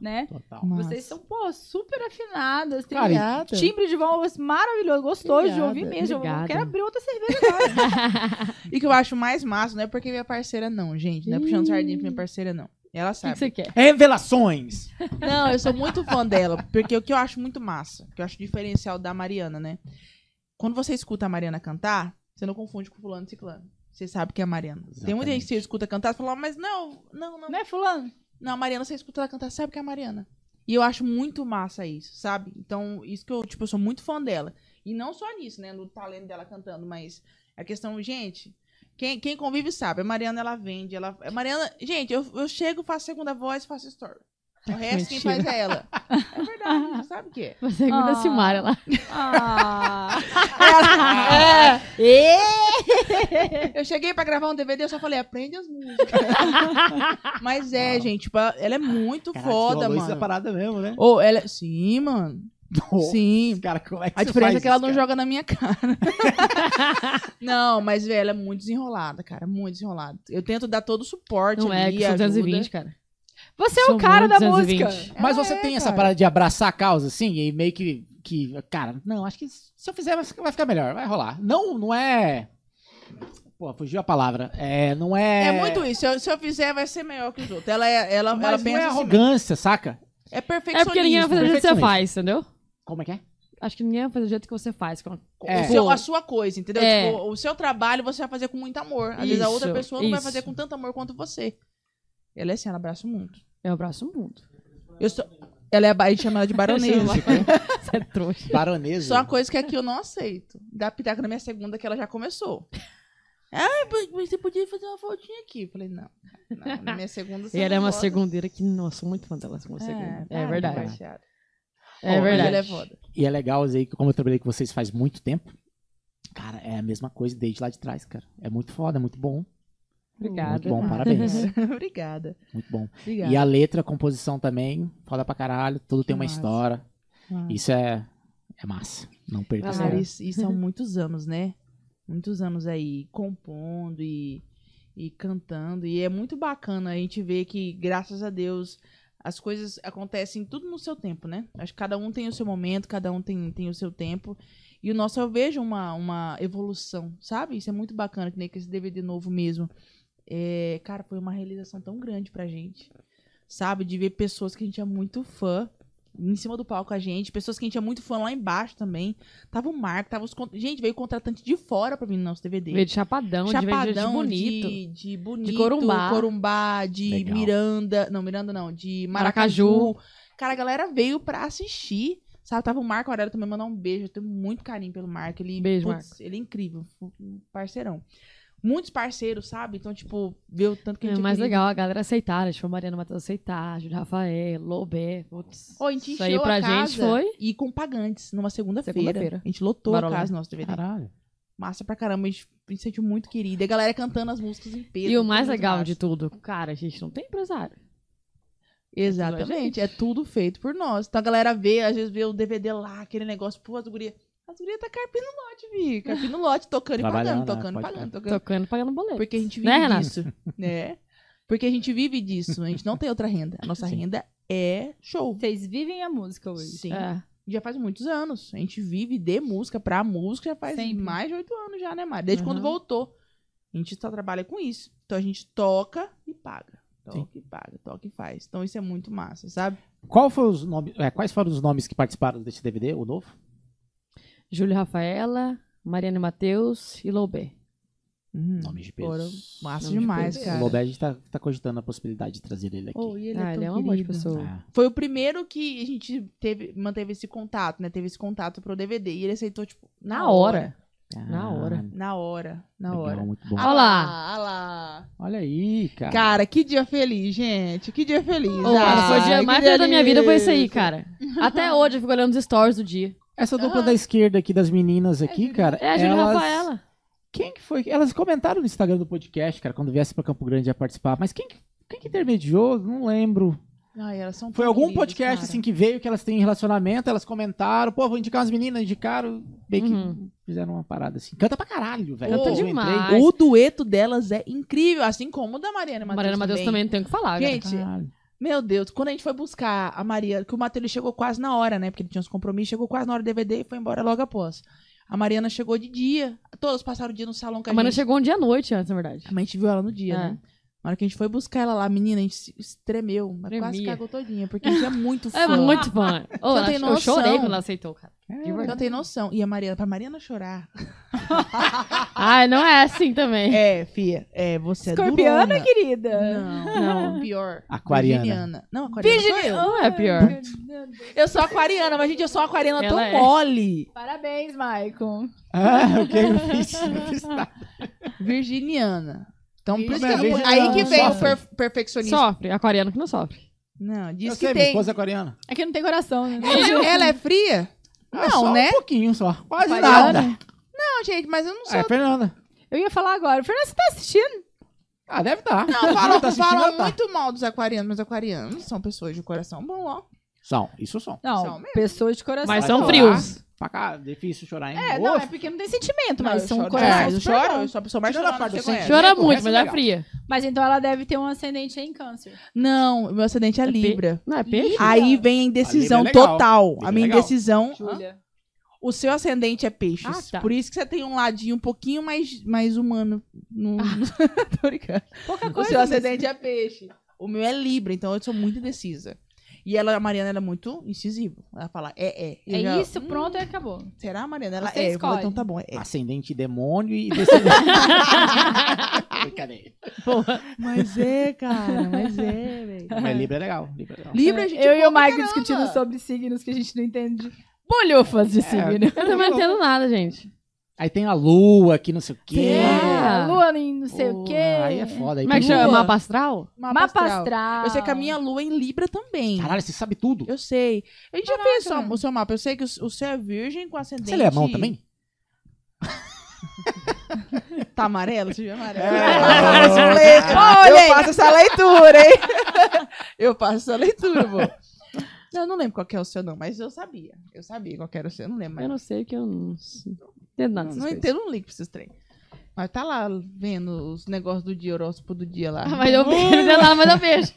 [SPEAKER 2] né?
[SPEAKER 7] Total.
[SPEAKER 2] Vocês são, pô, super afinadas. Tem
[SPEAKER 7] Cara, e-
[SPEAKER 2] timbre de voz maravilhoso. Gostoso de ouvir
[SPEAKER 5] Obrigada,
[SPEAKER 2] mesmo. Eu
[SPEAKER 5] obrigada.
[SPEAKER 2] quero abrir outra cerveja.
[SPEAKER 4] E que eu acho mais massa, não é porque minha parceira não, gente. Não é puxando sardinha pra minha parceira não. Ela
[SPEAKER 5] O que
[SPEAKER 4] sabe.
[SPEAKER 5] que você quer?
[SPEAKER 7] Revelações!
[SPEAKER 4] Não, eu sou muito fã dela, porque o que eu acho muito massa, que eu acho diferencial da Mariana, né? Quando você escuta a Mariana cantar, você não confunde com fulano e ciclano. Você sabe que é a Mariana. Tem muita gente que você escuta cantar e fala, mas não, não, não.
[SPEAKER 2] Né, fulano?
[SPEAKER 4] Não, a Mariana, você escuta ela cantar, sabe que é a Mariana. E eu acho muito massa isso, sabe? Então, isso que eu, tipo, eu sou muito fã dela. E não só nisso, né? No talento dela cantando, mas a questão, gente, quem, quem convive sabe. A Mariana, ela vende, ela... A Mariana... Gente, eu, eu chego, faço segunda voz, faço story. O resto, quem
[SPEAKER 5] Mentira.
[SPEAKER 4] faz é ela. É verdade, sabe o quê?
[SPEAKER 5] Você é muito
[SPEAKER 2] Ah.
[SPEAKER 5] da Silmara lá.
[SPEAKER 2] Ah,
[SPEAKER 5] É.
[SPEAKER 4] Eu cheguei pra gravar um DVD, eu só falei, aprende as músicas. Mas é, gente, tipo, ela ela é muito
[SPEAKER 7] Caraca,
[SPEAKER 4] foda,
[SPEAKER 7] rolou Isso é
[SPEAKER 4] mano.
[SPEAKER 7] parada mesmo, né?
[SPEAKER 4] Ou ela. Sim, mano. Sim.
[SPEAKER 7] Cara, como é que
[SPEAKER 4] A
[SPEAKER 7] você
[SPEAKER 4] diferença
[SPEAKER 7] faz
[SPEAKER 4] é que ela
[SPEAKER 7] isso,
[SPEAKER 4] não
[SPEAKER 7] cara?
[SPEAKER 4] joga na minha cara. não, mas, velho, ela é muito desenrolada, cara. Muito desenrolada. Eu tento dar todo o suporte
[SPEAKER 5] Não é,
[SPEAKER 4] ali,
[SPEAKER 5] que são
[SPEAKER 4] ajuda.
[SPEAKER 5] 220, cara.
[SPEAKER 2] você é
[SPEAKER 5] Sou
[SPEAKER 2] o cara
[SPEAKER 5] muito
[SPEAKER 2] da música.
[SPEAKER 5] 220.
[SPEAKER 3] Mas você
[SPEAKER 4] é,
[SPEAKER 3] tem essa parada de abraçar a causa, assim, e meio que, que. Cara, não, acho que se eu fizer vai ficar vai ficar melhor, vai rolar. Não, não é. Pô, fugiu a palavra. É, não é.
[SPEAKER 4] É muito isso. Se eu, se eu fizer, vai ser melhor que os outros. Ela, é, ela,
[SPEAKER 3] Mas
[SPEAKER 4] ela
[SPEAKER 3] não
[SPEAKER 4] pensa
[SPEAKER 3] é
[SPEAKER 4] assim,
[SPEAKER 3] arrogância, saca?
[SPEAKER 4] É
[SPEAKER 5] É
[SPEAKER 4] perfeccionismo.
[SPEAKER 5] porque ninguém vai fazer do jeito que você
[SPEAKER 3] perfeccionismo.
[SPEAKER 5] faz, entendeu?
[SPEAKER 3] Como é que é?
[SPEAKER 5] Acho que ninguém vai fazer do jeito que você faz. com-
[SPEAKER 3] É.
[SPEAKER 4] O seu- a sua coisa, entendeu?
[SPEAKER 5] É.
[SPEAKER 4] Tipo, o seu trabalho você vai fazer com muito amor. Às vezes a outra
[SPEAKER 5] Isso,
[SPEAKER 4] pessoa não vai
[SPEAKER 5] isso.
[SPEAKER 4] fazer com tanto amor quanto você. Ela é assim, ela abraça o mundo.
[SPEAKER 5] É o próximo mundo.
[SPEAKER 4] Eu sou... Ela é, ba- a gente chama ela de baronesa.
[SPEAKER 3] Tipo,
[SPEAKER 5] Você é trouxa.
[SPEAKER 7] Baronesa.
[SPEAKER 4] Só uma coisa que aqui eu não aceito. Dá pitaco na minha segunda que ela já começou. Ah, mas você podia fazer uma voltinha aqui. Eu falei, não. não na minha segunda você
[SPEAKER 5] E ela é
[SPEAKER 4] não
[SPEAKER 5] uma
[SPEAKER 4] volta.
[SPEAKER 5] segundeira que, nossa, sou muito fã dela como segunda. É,
[SPEAKER 4] para,
[SPEAKER 5] verdade.
[SPEAKER 4] baixada.
[SPEAKER 5] É
[SPEAKER 4] Mas
[SPEAKER 5] verdade.
[SPEAKER 4] tá Ela é foda.
[SPEAKER 3] E é legal dizer que, como eu trabalhei com vocês faz muito tempo, cara, é a mesma coisa desde lá de trás, cara. É muito foda, é muito bom.
[SPEAKER 5] Obrigada.
[SPEAKER 3] Muito bom, parabéns.
[SPEAKER 4] Obrigada.
[SPEAKER 3] Muito bom.
[SPEAKER 4] Obrigada.
[SPEAKER 3] E a letra, a composição também, foda pra caralho, tudo tem uma
[SPEAKER 4] Massa.
[SPEAKER 3] história.
[SPEAKER 4] Massa.
[SPEAKER 3] Isso é, é massa. Não perca essa
[SPEAKER 4] Cara,
[SPEAKER 5] Claro.
[SPEAKER 4] isso, isso são muitos anos, né? Muitos anos aí compondo e, e cantando. E é muito bacana a gente ver que, graças a Deus, as coisas acontecem tudo no seu tempo, né? Acho que cada um tem o seu momento, cada um tem, tem o seu tempo. E o nosso, eu vejo uma, uma evolução, sabe? Isso é muito bacana, que nem que esse DVD novo mesmo. É, cara, foi uma realização tão grande pra gente, sabe? De ver pessoas que a gente é muito fã em cima do palco com a gente, pessoas que a gente é muito fã lá embaixo também. Tava o Marco, tava os. con- Gente, veio contratante de fora pra vir no nosso DVD.
[SPEAKER 5] Veio de chapadão, de verde de
[SPEAKER 4] Chapadão,
[SPEAKER 5] bonito.
[SPEAKER 4] de, de bonito,
[SPEAKER 5] De Corumbá.
[SPEAKER 4] Corumbá, de
[SPEAKER 3] Legal.
[SPEAKER 4] Miranda. Não, Miranda não, de
[SPEAKER 5] Maracaju.
[SPEAKER 4] Maracaju. Cara, a galera veio pra assistir. Sabe, tava o Marco Aurélio também mandar um beijo. Eu tenho muito carinho pelo Marco. Ele,
[SPEAKER 5] Beijo,
[SPEAKER 4] ele é incrível, um parceirão. Muitos parceiros, sabe? Então, tipo, vê o tanto que a
[SPEAKER 5] É
[SPEAKER 4] gente
[SPEAKER 5] mais
[SPEAKER 4] querido.
[SPEAKER 5] legal a galera aceitar, né? Tipo, a Mariana Matheus aceitar, Júlio Rafael, Lobé, putz.
[SPEAKER 4] Ô, a gente
[SPEAKER 5] Isso aí
[SPEAKER 4] encheu a
[SPEAKER 5] pra
[SPEAKER 4] casa
[SPEAKER 5] gente foi-
[SPEAKER 4] E com pagantes, numa segunda-feira.
[SPEAKER 5] Segunda-feira.
[SPEAKER 4] a gente lotou
[SPEAKER 5] Barolé.
[SPEAKER 4] a casa do nosso DVD.
[SPEAKER 3] Caralho.
[SPEAKER 4] Massa pra caramba, a gente a gente se sentiu muito querida. E a galera cantando as músicas em peso.
[SPEAKER 5] E o mais
[SPEAKER 4] muito
[SPEAKER 5] legal
[SPEAKER 4] massa.
[SPEAKER 5] de tudo, cara, a gente não tem empresário.
[SPEAKER 4] Exatamente, é tudo feito por nós. Então a galera vê, às vezes vê o DVD lá, aquele negócio, pô, as gurias. As gurias tá carpindo lote, Vi. Carpindo lote, tocando e
[SPEAKER 3] Trabalhando,
[SPEAKER 4] pagando,
[SPEAKER 3] né?
[SPEAKER 4] tocando e
[SPEAKER 3] Pode
[SPEAKER 4] pagando, tocando.
[SPEAKER 5] Tocando, pagando boleto.
[SPEAKER 4] Porque a gente vive
[SPEAKER 5] Né, Renato?
[SPEAKER 4] disso. Né? Porque a gente vive disso. A gente não tem outra renda. A nossa renda é show.
[SPEAKER 2] Vocês vivem a música hoje.
[SPEAKER 4] Sim.
[SPEAKER 5] É.
[SPEAKER 4] Já faz muitos anos. A gente vive de música pra música já faz
[SPEAKER 2] Sempre.
[SPEAKER 4] mais de oito anos já, né, Mari? Desde
[SPEAKER 5] Aham.
[SPEAKER 4] quando voltou. A gente só trabalha com isso. Então a gente toca e paga. Toca e paga, toca e faz. Então isso é muito massa, sabe?
[SPEAKER 3] Qual foi os nomes, é, quais foram os nomes que participaram desse DVD, o novo?
[SPEAKER 5] Júlio Rafaela, Mariana Matheus e Lobé.
[SPEAKER 4] Uhum.
[SPEAKER 3] Nomes de peso.
[SPEAKER 4] Hum, Foram massa
[SPEAKER 5] Nome de
[SPEAKER 4] demais,
[SPEAKER 5] peso.
[SPEAKER 4] cara.
[SPEAKER 3] O Lobé, a gente tá, tá cogitando a possibilidade de trazer ele aqui.
[SPEAKER 4] Oh, e ele é
[SPEAKER 5] ah,
[SPEAKER 4] tão
[SPEAKER 5] ele é um amor de
[SPEAKER 4] querido.
[SPEAKER 5] pessoa.
[SPEAKER 3] Ah,
[SPEAKER 4] Foi o primeiro que a gente teve, manteve esse contato, né? Teve esse contato pro DVD. E ele aceitou, tipo,
[SPEAKER 5] Na hora. Na
[SPEAKER 3] ah,
[SPEAKER 5] hora.
[SPEAKER 4] Na hora. Na
[SPEAKER 3] legal,
[SPEAKER 4] hora.
[SPEAKER 3] muito bom.
[SPEAKER 5] Ah, lá.
[SPEAKER 4] Ah lá.
[SPEAKER 3] Olha aí, um cara.
[SPEAKER 4] Cara, que dia feliz, gente. Que dia feliz.
[SPEAKER 5] Ô, cara, foi o dia
[SPEAKER 4] que
[SPEAKER 5] mais
[SPEAKER 4] dia
[SPEAKER 5] feliz da minha vida foi isso aí,
[SPEAKER 4] lindo.
[SPEAKER 5] cara. Até hoje eu fico olhando os stories do dia.
[SPEAKER 3] Essa dupla da esquerda aqui, das meninas
[SPEAKER 4] Ah. É,
[SPEAKER 3] aqui,
[SPEAKER 4] Júlio-
[SPEAKER 3] cara.
[SPEAKER 5] É a Júlio
[SPEAKER 3] elas-
[SPEAKER 5] Rafaela.
[SPEAKER 3] Quem que foi? Elas comentaram no Instagram do podcast, cara, quando viesse pra Campo Grande a participar. Mas quem que, quem que intermediou? Não lembro.
[SPEAKER 4] Ai, elas são
[SPEAKER 3] Foi
[SPEAKER 4] tão
[SPEAKER 3] algum
[SPEAKER 4] queridas,
[SPEAKER 3] podcast,
[SPEAKER 4] cara.
[SPEAKER 3] assim, que veio, que elas têm relacionamento, elas comentaram. Pô, vou indicar umas meninas, indicaram. Bem que
[SPEAKER 5] Uhum.
[SPEAKER 3] fizeram uma parada, assim. Canta pra caralho, velho.
[SPEAKER 5] Canta
[SPEAKER 3] Eu entrei.
[SPEAKER 5] demais.
[SPEAKER 4] O dueto delas é incrível, assim como o da Mariana Matheus.
[SPEAKER 5] Mariana Matheus também é não tem o que falar, cara.
[SPEAKER 4] Gente,
[SPEAKER 3] Caralho.
[SPEAKER 4] Meu Deus, quando a gente foi buscar a Mariana, que o Matheus ele chegou quase na hora, né? Porque ele tinha uns compromissos, chegou quase na hora do DVD e foi embora logo após. A Mariana chegou de dia. Todos passaram o dia no salão com a
[SPEAKER 5] A Mariana
[SPEAKER 4] gente.
[SPEAKER 5] chegou um dia à noite antes, na verdade.
[SPEAKER 4] Mas a gente viu ela no dia,
[SPEAKER 5] É.
[SPEAKER 4] né? Na hora que a gente foi buscar ela lá, menina, a gente se- se tremeu. mas Quase
[SPEAKER 5] Tremia.
[SPEAKER 4] cagou todinha, porque a gente é muito fã.
[SPEAKER 5] É muito fã. Ô,
[SPEAKER 4] Você
[SPEAKER 5] ela-
[SPEAKER 4] tem
[SPEAKER 5] eu
[SPEAKER 4] noção.
[SPEAKER 5] chorei quando ela aceitou, cara. De
[SPEAKER 4] Eu não
[SPEAKER 5] verdade.
[SPEAKER 4] tenho noção. E a Mariana, pra Mariana chorar.
[SPEAKER 5] Ai, não é assim também.
[SPEAKER 4] É, Fia, é, você
[SPEAKER 2] Escorpiana,
[SPEAKER 4] é durona.
[SPEAKER 2] querida?
[SPEAKER 4] Não, não, pior.
[SPEAKER 3] Aquariana.
[SPEAKER 4] Virginiana. Não, aquariana sou eu.
[SPEAKER 5] Não é pior.
[SPEAKER 4] Eu sou aquariana, mas, gente, eu sou aquariana
[SPEAKER 5] Ela
[SPEAKER 4] tão
[SPEAKER 5] é.
[SPEAKER 4] mole.
[SPEAKER 2] Parabéns, Maicon.
[SPEAKER 7] Ah, o que eu fiz? Eu fiz nada.
[SPEAKER 4] Virginiana. Então, por isso que-
[SPEAKER 7] Virginiana.
[SPEAKER 4] aí que vem o
[SPEAKER 7] Sofre.
[SPEAKER 4] per- perfeccionismo.
[SPEAKER 5] Sofre. Aquariano que não sofre.
[SPEAKER 4] Não, diz
[SPEAKER 7] Eu
[SPEAKER 4] que
[SPEAKER 7] sei, minha
[SPEAKER 4] tem.
[SPEAKER 7] esposa é coreana.
[SPEAKER 5] É que não tem coração, né?
[SPEAKER 4] Ela, ela é fria?
[SPEAKER 7] Ah,
[SPEAKER 4] Não,
[SPEAKER 7] só
[SPEAKER 4] né?
[SPEAKER 7] um pouquinho só. Quase
[SPEAKER 5] Coreana?
[SPEAKER 7] nada.
[SPEAKER 4] Não, gente, mas eu não sou.
[SPEAKER 7] É, Fernanda.
[SPEAKER 2] Eu ia falar agora. Fernando, você tá assistindo?
[SPEAKER 7] Ah, deve estar.
[SPEAKER 4] Não, falam,
[SPEAKER 7] tá assistindo,
[SPEAKER 4] falam
[SPEAKER 7] ela tá.
[SPEAKER 4] muito mal dos aquarianos, mas aquarianos são pessoas de coração bom, ó.
[SPEAKER 7] São, isso são.
[SPEAKER 2] Não,
[SPEAKER 4] São mesmo.
[SPEAKER 2] pessoas de coração.
[SPEAKER 5] Mas são
[SPEAKER 7] Chorar.
[SPEAKER 5] frios.
[SPEAKER 7] Pra cá, difícil chorar, hein?
[SPEAKER 2] É, não, é porque não tem sentimento, mas
[SPEAKER 4] eu
[SPEAKER 2] são
[SPEAKER 4] choro, É,
[SPEAKER 2] coração.
[SPEAKER 4] eu
[SPEAKER 2] super
[SPEAKER 4] choro,
[SPEAKER 2] bom.
[SPEAKER 4] eu sou a pessoa mais
[SPEAKER 7] Tirando a
[SPEAKER 4] chorona
[SPEAKER 7] parte
[SPEAKER 4] que
[SPEAKER 7] do
[SPEAKER 4] você conhece.
[SPEAKER 5] Chora
[SPEAKER 7] Correto,
[SPEAKER 5] muito, mas ela é
[SPEAKER 7] legal.
[SPEAKER 5] fria.
[SPEAKER 2] Mas então ela deve ter um ascendente em câncer.
[SPEAKER 4] Não, meu acidente é
[SPEAKER 5] P.
[SPEAKER 4] Libra.
[SPEAKER 5] Não é peixe?
[SPEAKER 4] Aí vem a indecisão
[SPEAKER 7] A Libra é legal.
[SPEAKER 4] total.
[SPEAKER 7] Libra
[SPEAKER 4] A
[SPEAKER 7] é
[SPEAKER 4] minha
[SPEAKER 7] legal.
[SPEAKER 4] indecisão.
[SPEAKER 2] Júlia.
[SPEAKER 4] O seu ascendente é peixes.
[SPEAKER 5] Ah, tá.
[SPEAKER 4] Por isso que você tem um ladinho um pouquinho mais, mais humano. No... Tô brincando.
[SPEAKER 2] Ah. Pouca
[SPEAKER 4] O
[SPEAKER 2] coisa.
[SPEAKER 4] seu
[SPEAKER 2] mas-
[SPEAKER 4] ascendente é peixe. O meu é Libra, então eu sou muito indecisa. E ela, a Mariana, ela é muito incisiva. Ela fala, é, é. Eu
[SPEAKER 2] É
[SPEAKER 4] já,
[SPEAKER 2] isso,
[SPEAKER 4] "Hum,
[SPEAKER 2] pronto e acabou.
[SPEAKER 4] Será, Mariana? Ela
[SPEAKER 2] Você
[SPEAKER 4] é. Eu falo,
[SPEAKER 2] escolhe.
[SPEAKER 4] então tá bom, é. é."
[SPEAKER 7] Ascendente demônio e descendente. Brincadeira.
[SPEAKER 2] Ah.
[SPEAKER 4] Mas é, cara, mas é, velho.
[SPEAKER 7] Mas Libra é legal. Libra é legal.
[SPEAKER 4] Libra, gente.
[SPEAKER 2] eu e
[SPEAKER 4] boa
[SPEAKER 2] o Mike
[SPEAKER 4] pra
[SPEAKER 2] discutindo
[SPEAKER 4] caramba.
[SPEAKER 2] sobre signos que a gente não entende. Bolhufas
[SPEAKER 7] É.
[SPEAKER 2] de
[SPEAKER 4] É.
[SPEAKER 2] signo.
[SPEAKER 5] Eu também não entendo nada, gente.
[SPEAKER 7] Aí tem a lua, que não sei o quê.
[SPEAKER 2] É, lua em não sei o
[SPEAKER 7] Porra,
[SPEAKER 2] quê.
[SPEAKER 7] Aí é foda. Aí
[SPEAKER 5] Como é que
[SPEAKER 7] tem
[SPEAKER 5] chama?
[SPEAKER 7] lua.
[SPEAKER 5] Mapa astral?
[SPEAKER 4] Mapa
[SPEAKER 2] Mapa
[SPEAKER 4] astral.
[SPEAKER 2] astral. Tá
[SPEAKER 4] Eu sei que a minha lua é em Libra também.
[SPEAKER 7] Caralho, você sabe tudo.
[SPEAKER 4] Eu sei. A gente já fez só-
[SPEAKER 2] mano.
[SPEAKER 4] o seu mapa. Eu sei que o, o seu é virgem com ascendente.
[SPEAKER 7] Você lê a mão também?
[SPEAKER 4] Tá amarelo? Você viu amarelo?
[SPEAKER 7] É.
[SPEAKER 4] Eu faço le- eu faço essa leitura, hein? Eu faço essa leitura, pô. Não, eu não lembro qual que é o seu, não, mas eu sabia. Eu sabia qual que era o seu, eu não lembro.
[SPEAKER 5] Eu
[SPEAKER 4] Mas
[SPEAKER 5] não sei, que eu não sei. entendo nada
[SPEAKER 4] não,
[SPEAKER 5] dessas
[SPEAKER 4] não
[SPEAKER 5] coisas.
[SPEAKER 4] entendo um link pra esses trem. Mas tá lá vendo os negócios do dia, horóscopo do dia lá.
[SPEAKER 5] Ah, Mas eu vejo, não entendo nada, mas eu vejo.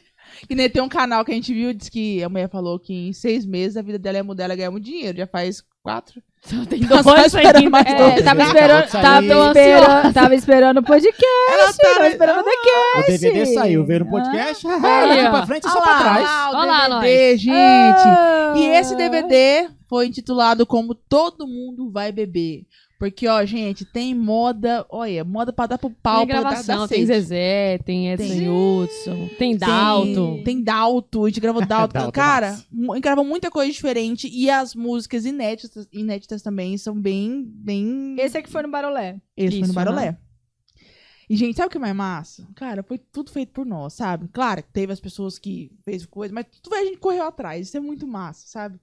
[SPEAKER 4] Que nem tem um canal que a gente viu, diz que a mulher falou que em seis meses a vida dela ia mudar, ela ganhar muito dinheiro. Já faz quatro.
[SPEAKER 5] Tá Só tem dois
[SPEAKER 4] Ela só espera
[SPEAKER 5] ainda.
[SPEAKER 4] mais
[SPEAKER 5] É,
[SPEAKER 4] dois.
[SPEAKER 2] É,
[SPEAKER 4] né? Tá
[SPEAKER 2] tava
[SPEAKER 7] Acabou de
[SPEAKER 2] esperando,
[SPEAKER 7] sair.
[SPEAKER 2] tava,
[SPEAKER 5] Tô
[SPEAKER 2] esperando, tava esperando o podcast,
[SPEAKER 4] Ela
[SPEAKER 2] tava esperando o daqui.
[SPEAKER 7] O DVD saiu, veio no podcast. Ah,
[SPEAKER 5] Aí,
[SPEAKER 7] daqui
[SPEAKER 5] ó.
[SPEAKER 7] pra frente é só
[SPEAKER 4] Olha lá,
[SPEAKER 7] pra trás.
[SPEAKER 4] olha
[SPEAKER 5] Olha
[SPEAKER 4] lá,
[SPEAKER 5] lá,
[SPEAKER 4] o DVD, gente. E
[SPEAKER 2] Ah.
[SPEAKER 4] esse DVD foi intitulado como Todo Mundo Vai Beber. Porque, ó, gente, tem moda, olha, moda pra dar pro pau,
[SPEAKER 5] Tem
[SPEAKER 4] pra dar-
[SPEAKER 5] gravação,
[SPEAKER 4] dar
[SPEAKER 5] tem
[SPEAKER 4] sede.
[SPEAKER 5] Zezé, tem Edson
[SPEAKER 4] tá Tem.
[SPEAKER 5] Hudson, tem
[SPEAKER 4] Tem-
[SPEAKER 5] Dalton.
[SPEAKER 4] Tem Dalto, a gente gravou Dalto.
[SPEAKER 7] Dalto é
[SPEAKER 4] cara,
[SPEAKER 7] massa.
[SPEAKER 4] mu- gravou muita coisa diferente e as músicas inéditas, inéditas também são bem, bem...
[SPEAKER 2] Esse é que foi no Barolé.
[SPEAKER 4] Esse foi
[SPEAKER 5] Isso,
[SPEAKER 4] no Barolé. E, gente, sabe o que é mais massa? Cara, foi tudo feito por nós, sabe? Claro, que teve as pessoas que fez coisa, mas tudo a gente correu atrás. Isso é muito massa, sabe?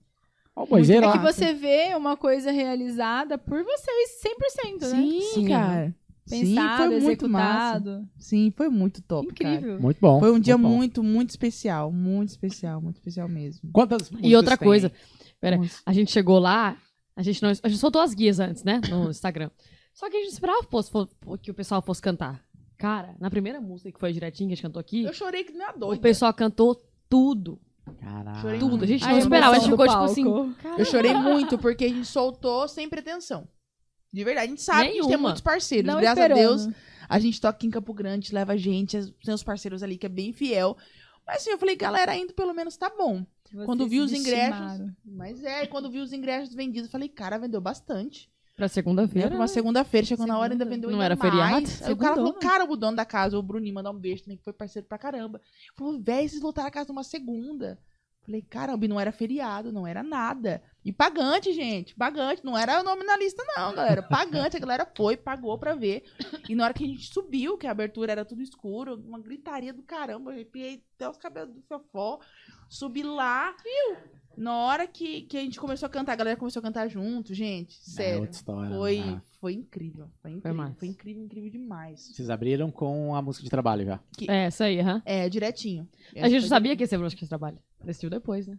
[SPEAKER 7] Ó, o boiseiro
[SPEAKER 2] É
[SPEAKER 7] lá.
[SPEAKER 2] que você vê uma coisa realizada por vocês 100%, né?
[SPEAKER 5] Sim, cara.
[SPEAKER 2] Pensado,
[SPEAKER 4] é. Sim, foi muito massa.
[SPEAKER 2] executado.
[SPEAKER 4] Sim, foi muito top, cara.
[SPEAKER 2] Incrível.
[SPEAKER 7] Muito bom.
[SPEAKER 4] Foi um dia
[SPEAKER 7] bom.
[SPEAKER 4] muito, muito especial. Muito especial, muito especial mesmo.
[SPEAKER 7] Quantas
[SPEAKER 5] E outra
[SPEAKER 7] músicas tem?
[SPEAKER 5] coisa, Pera,
[SPEAKER 4] Muito.
[SPEAKER 5] a gente chegou lá, a gente não. A gente soltou as guias antes, né? No Instagram. Só que a gente esperava que, fosse- fo- que o pessoal fosse cantar. Cara, na primeira música que foi direitinho que a gente cantou aqui,
[SPEAKER 4] Eu chorei que nem a
[SPEAKER 5] o
[SPEAKER 4] doida.
[SPEAKER 5] pessoal cantou tudo.
[SPEAKER 7] Caralho.
[SPEAKER 5] Tudo. A gente
[SPEAKER 2] A
[SPEAKER 5] não esperava. A gente
[SPEAKER 2] emoção
[SPEAKER 5] ficou
[SPEAKER 2] do
[SPEAKER 5] tipo
[SPEAKER 2] palco.
[SPEAKER 5] assim.
[SPEAKER 4] Eu chorei muito porque a gente soltou sem pretensão. De verdade, a gente sabe que a gente tem
[SPEAKER 5] Nenhuma.
[SPEAKER 4] muitos parceiros.
[SPEAKER 2] Não
[SPEAKER 4] Graças
[SPEAKER 2] esperando.
[SPEAKER 4] a Deus, a gente toca aqui em Campo Grande, leva gente, as- tem os parceiros ali que é bem fiel. Mas assim, eu falei, galera, ainda pelo menos tá bom.
[SPEAKER 2] né? Vocês
[SPEAKER 4] Quando vi os
[SPEAKER 2] subestimaram.
[SPEAKER 4] Mas é, quando vi os ingressos vendidos, eu falei, cara, vendeu bastante.
[SPEAKER 5] Pra
[SPEAKER 4] Né?
[SPEAKER 5] segunda-feira.
[SPEAKER 4] Pra uma segunda-feira, chegou na hora, ainda
[SPEAKER 2] Segunda.
[SPEAKER 4] vendeu
[SPEAKER 5] Não
[SPEAKER 4] ainda
[SPEAKER 5] era
[SPEAKER 4] mais.
[SPEAKER 5] feriado?
[SPEAKER 4] Aí o cara
[SPEAKER 5] Segundou,
[SPEAKER 4] falou,
[SPEAKER 5] né?
[SPEAKER 4] cara, o dono da casa, o Bruninho, mandar um beijo também, que foi parceiro pra caramba. Falou, véi, vocês lotaram a casa numa segunda. Falei, caramba, e não era feriado, não era nada. E pagante, gente, pagante. Não era nominalista, não, galera. Pagante, a galera foi, pagou pra ver. E na hora que a gente subiu, que a abertura era tudo escuro, uma gritaria do caramba, eu arrepiei até os cabelos do fiofó. Subi lá, Na hora que, que a gente começou a cantar, a galera começou a cantar junto, gente.
[SPEAKER 7] É
[SPEAKER 4] Sério.
[SPEAKER 7] outra história.
[SPEAKER 4] Foi,
[SPEAKER 7] Ah,
[SPEAKER 4] foi incrível. Foi incrível. Foi,
[SPEAKER 5] massa.
[SPEAKER 4] incrível, incrível demais.
[SPEAKER 7] Vocês abriram com a música de trabalho já.
[SPEAKER 5] É, isso aí, aham.
[SPEAKER 4] É, direitinho.
[SPEAKER 5] A gente não sabia que ia ser o de trabalho. Decidiu depois, né?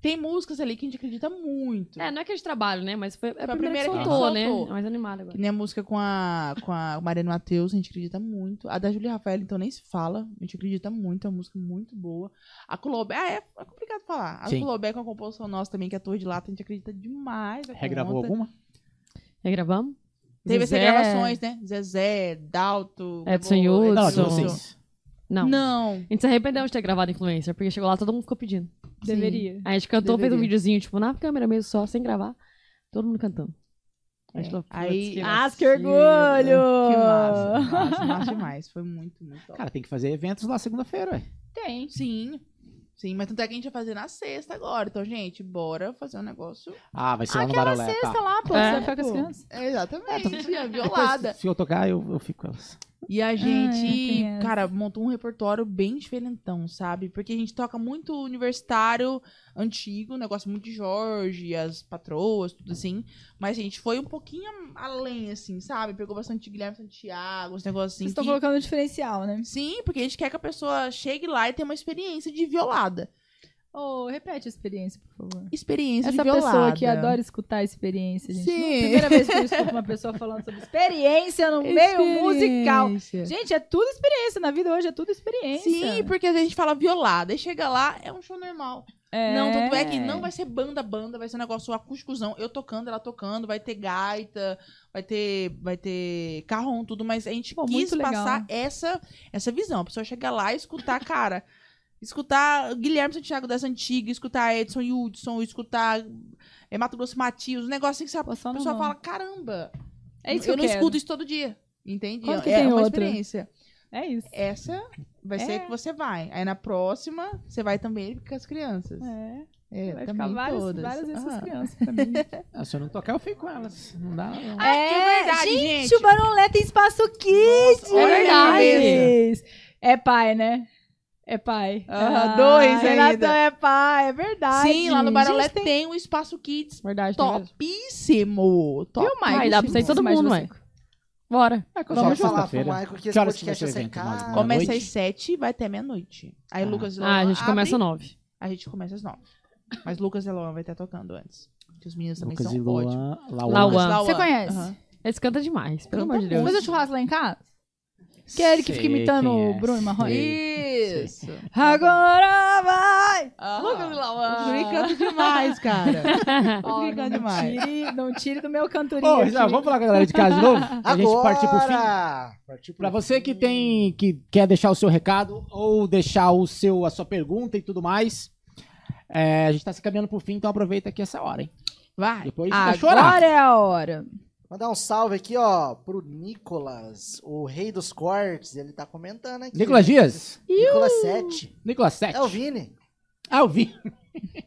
[SPEAKER 4] Tem músicas ali que a gente acredita muito.
[SPEAKER 5] É, não é que é de trabalho, né? Mas foi é a
[SPEAKER 4] Foi a
[SPEAKER 5] primeira, que
[SPEAKER 4] primeira que
[SPEAKER 5] soltou,
[SPEAKER 4] a gente
[SPEAKER 5] né?
[SPEAKER 4] soltou.
[SPEAKER 5] É mais animada agora.
[SPEAKER 4] Que nem a música com a, com a Mariana Matheus, a gente acredita muito. A da Júlia Rafael, então nem se fala. A gente acredita muito, é uma música muito boa. A Colobé, ah, é, é complicado falar. A
[SPEAKER 7] Sim.
[SPEAKER 4] Colobé com a composição nossa também, que é a Torre de Lata, a gente acredita demais. a
[SPEAKER 7] Regravou
[SPEAKER 4] conta.
[SPEAKER 7] alguma?
[SPEAKER 5] Regravamos?
[SPEAKER 4] Teve essas
[SPEAKER 5] Zezé.
[SPEAKER 4] gravações, né? Zezé, Dalto.
[SPEAKER 5] Edson
[SPEAKER 4] Gabor,
[SPEAKER 5] Hudson.
[SPEAKER 7] Não, tipo assim, de
[SPEAKER 5] Edson.
[SPEAKER 7] vocês.
[SPEAKER 5] Não.
[SPEAKER 4] Não. Não.
[SPEAKER 5] A gente se arrependeu de ter gravado Influencer, porque chegou lá todo mundo ficou pedindo.
[SPEAKER 2] Deveria.
[SPEAKER 5] Aí a gente cantou, fez um
[SPEAKER 4] Deveria.
[SPEAKER 5] videozinho, tipo, na câmera mesmo só, sem gravar. Todo mundo cantando. A gente
[SPEAKER 4] É.
[SPEAKER 5] falou, putz,
[SPEAKER 4] Aí-
[SPEAKER 5] que
[SPEAKER 2] Ah, que
[SPEAKER 5] vacilo.
[SPEAKER 2] orgulho!
[SPEAKER 4] Que massa. Massa, massa demais. Foi muito, muito top.
[SPEAKER 7] Cara, tem que fazer eventos lá segunda-feira, ué.
[SPEAKER 2] Tem.
[SPEAKER 4] Sim. Sim, mas tanto é que a gente vai fazer na sexta agora. Então, gente, bora fazer um negócio.
[SPEAKER 7] Ah, vai ser lá no Barolé. tá.
[SPEAKER 2] Sexta lá, pô,
[SPEAKER 5] É,
[SPEAKER 2] você vai ficar com as
[SPEAKER 4] pô.
[SPEAKER 2] crianças.
[SPEAKER 4] Exatamente.
[SPEAKER 7] Depois,
[SPEAKER 4] É, violada.
[SPEAKER 7] Se eu tocar, eu, eu fico com elas.
[SPEAKER 4] E a
[SPEAKER 2] quem
[SPEAKER 4] gente,
[SPEAKER 2] é
[SPEAKER 4] cara, montou um repertório bem diferentão, sabe? Porque a gente toca muito universitário antigo, um negócio muito de Jorge, as patroas, tudo assim. Mas a gente foi um pouquinho além, assim, sabe? Pegou bastante Guilherme Santiago, uns negócios assim.
[SPEAKER 2] Vocês estão
[SPEAKER 4] que-
[SPEAKER 2] colocando diferencial, né?
[SPEAKER 4] Sim, porque a gente quer que a pessoa chegue lá e tenha uma experiência de violada.
[SPEAKER 2] Ô, repete a experiência, por favor.
[SPEAKER 4] Experiência
[SPEAKER 2] Essa
[SPEAKER 4] de violada.
[SPEAKER 2] pessoa que adora escutar a experiência, gente.
[SPEAKER 4] Sim.
[SPEAKER 2] Não, primeira vez que eu escuto uma pessoa falando sobre experiência no Um meio musical.
[SPEAKER 4] Experiência.
[SPEAKER 2] Gente, é tudo experiência. Na vida hoje é tudo experiência.
[SPEAKER 4] Sim, porque às vezes a gente fala violada, e chega lá, é um show normal.
[SPEAKER 2] É.
[SPEAKER 4] Não, tanto é que não vai ser banda, banda, vai ser um negócio acústicozão, eu tocando, ela tocando, vai ter gaita, vai ter, vai ter carrom, tudo, mas a gente tipo,
[SPEAKER 2] Pô,
[SPEAKER 4] quis
[SPEAKER 2] muito legal.
[SPEAKER 4] passar essa, essa visão. A pessoa chegar lá e escutar, cara, escutar Guilherme Santiago das Antigas, escutar Edson e Hudson, escutar é, Mato Grosso Matias, um negócio assim que você-
[SPEAKER 2] Pô, só
[SPEAKER 4] a
[SPEAKER 2] no
[SPEAKER 4] pessoa
[SPEAKER 2] nome.
[SPEAKER 4] fala, caramba,
[SPEAKER 2] É isso que
[SPEAKER 4] eu,
[SPEAKER 2] eu,
[SPEAKER 4] não
[SPEAKER 2] quero.
[SPEAKER 4] escuto isso todo dia. Entende?
[SPEAKER 2] Quando que
[SPEAKER 4] é
[SPEAKER 2] tem
[SPEAKER 4] uma
[SPEAKER 2] outra?
[SPEAKER 4] experiência.
[SPEAKER 2] É isso.
[SPEAKER 4] Essa vai
[SPEAKER 2] É.
[SPEAKER 4] ser que você vai. Aí na próxima, você vai também com as crianças.
[SPEAKER 2] É,
[SPEAKER 4] É,
[SPEAKER 2] vai
[SPEAKER 4] também
[SPEAKER 2] ficar várias,
[SPEAKER 4] todas.
[SPEAKER 2] várias vezes com
[SPEAKER 4] Ah.
[SPEAKER 2] as crianças pra mim.
[SPEAKER 3] Ah, se eu não tocar, eu fico com elas. Não dá, não.
[SPEAKER 2] É,
[SPEAKER 4] Ah, verdade, gente.
[SPEAKER 2] o Barolé tem espaço kids!
[SPEAKER 4] Nossa, olha aí
[SPEAKER 2] É pai, né? É pai.
[SPEAKER 4] Ah, dois
[SPEAKER 2] Renatão
[SPEAKER 4] ainda.
[SPEAKER 2] é pai, é verdade.
[SPEAKER 4] Sim, lá no Barolé
[SPEAKER 2] Gente,
[SPEAKER 4] tem... É um espaço kids
[SPEAKER 5] Verdade, tem razão.
[SPEAKER 4] topíssimo. Top.
[SPEAKER 2] Viu, Mike?
[SPEAKER 5] Vai dar pra sair todo
[SPEAKER 2] Mais de
[SPEAKER 5] mundo,
[SPEAKER 2] você.
[SPEAKER 5] ué. Bora.
[SPEAKER 1] Vamos
[SPEAKER 3] Só
[SPEAKER 1] falar pro
[SPEAKER 3] sexta-feira.
[SPEAKER 1] Michael que
[SPEAKER 3] Que
[SPEAKER 1] esse
[SPEAKER 3] horas que
[SPEAKER 1] podcast é vai
[SPEAKER 3] vai ser o evento,
[SPEAKER 1] secar.
[SPEAKER 3] mais ou menos?
[SPEAKER 4] Começa
[SPEAKER 3] noite?
[SPEAKER 4] às sete, vai até meia-noite. Aí
[SPEAKER 3] Ah.
[SPEAKER 4] Lucas e Lohan
[SPEAKER 5] Ah, a gente
[SPEAKER 4] abrem,
[SPEAKER 5] começa nove.
[SPEAKER 4] A gente começa às nove. Mas Lucas e Lohan vai estar tocando antes. Que os meninos também
[SPEAKER 3] Lucas e
[SPEAKER 4] são ótimos.
[SPEAKER 3] Luan. Lauan.
[SPEAKER 5] Lauan.
[SPEAKER 4] Lucas e Lauan.
[SPEAKER 2] Você conhece?
[SPEAKER 4] Aham.
[SPEAKER 5] Esse canta demais, pelo
[SPEAKER 4] Canta
[SPEAKER 5] amor de Deus.
[SPEAKER 2] Fez o churrasco lá em casa? Que é ele que fica
[SPEAKER 3] Sei
[SPEAKER 2] imitando
[SPEAKER 3] quem
[SPEAKER 2] o
[SPEAKER 3] é,
[SPEAKER 2] Bruno Marrone.
[SPEAKER 3] sei.
[SPEAKER 4] Isso.
[SPEAKER 2] Agora vai!
[SPEAKER 4] Lucas e
[SPEAKER 5] Lauan.
[SPEAKER 4] Lohan. canta demais, cara. Ele canta demais.
[SPEAKER 2] Tire, não tire do meu cantorinho.
[SPEAKER 3] Ô,
[SPEAKER 2] aqui.
[SPEAKER 3] Renan, vamos falar com a galera de casa de novo? A gente partir pro fim.
[SPEAKER 1] Agora! Partir pro
[SPEAKER 3] Pra você que tem que quer deixar o seu recado ou deixar o seu a sua pergunta e tudo mais, é, a gente tá se caminhando pro fim, então aproveita aqui essa hora, hein?
[SPEAKER 4] Vai.
[SPEAKER 3] Depois vai chorar.
[SPEAKER 2] Agora é a hora.
[SPEAKER 1] Mandar um salve aqui, ó, pro Nicolas, o rei dos cortes. Ele tá comentando aqui.
[SPEAKER 3] Nicolas Dias,
[SPEAKER 1] Nicolas 7.
[SPEAKER 3] Nicolas Sete.
[SPEAKER 1] É o Vini.
[SPEAKER 3] Ah, eu vi.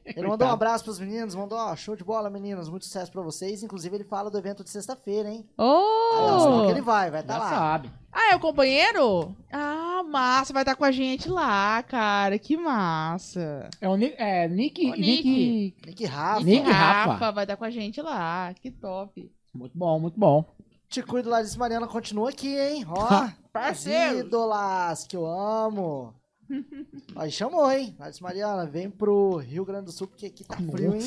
[SPEAKER 1] Ele mandou um abraço pros meninos, mandou, ó, show de bola, meninos. Muito sucesso pra vocês. Inclusive, ele fala do evento de sexta-feira, hein? Aí, ó, senão que ele
[SPEAKER 2] Ô!
[SPEAKER 1] vai, vai
[SPEAKER 3] Já
[SPEAKER 1] tá lá.
[SPEAKER 3] sabe.
[SPEAKER 4] Ah, é o companheiro? Ah, massa. Vai estar com a gente lá, cara. Que massa.
[SPEAKER 3] É o Ni- é, Nick,
[SPEAKER 4] Ô,
[SPEAKER 3] Nick.
[SPEAKER 4] Nick.
[SPEAKER 1] Nick Rafa.
[SPEAKER 3] Nick
[SPEAKER 4] E Rafa.
[SPEAKER 3] Rafa.
[SPEAKER 4] vai estar com a gente lá. Que top.
[SPEAKER 3] Muito bom, muito bom.
[SPEAKER 1] Te cuido, Larissa Mariana. Continua aqui, hein? Ó,
[SPEAKER 3] Tá.
[SPEAKER 4] parceiros.
[SPEAKER 1] ídolas que eu amo. Aí chamou, hein? Larissa Mariana, vem pro Rio Grande do Sul, porque aqui tá frio, hein?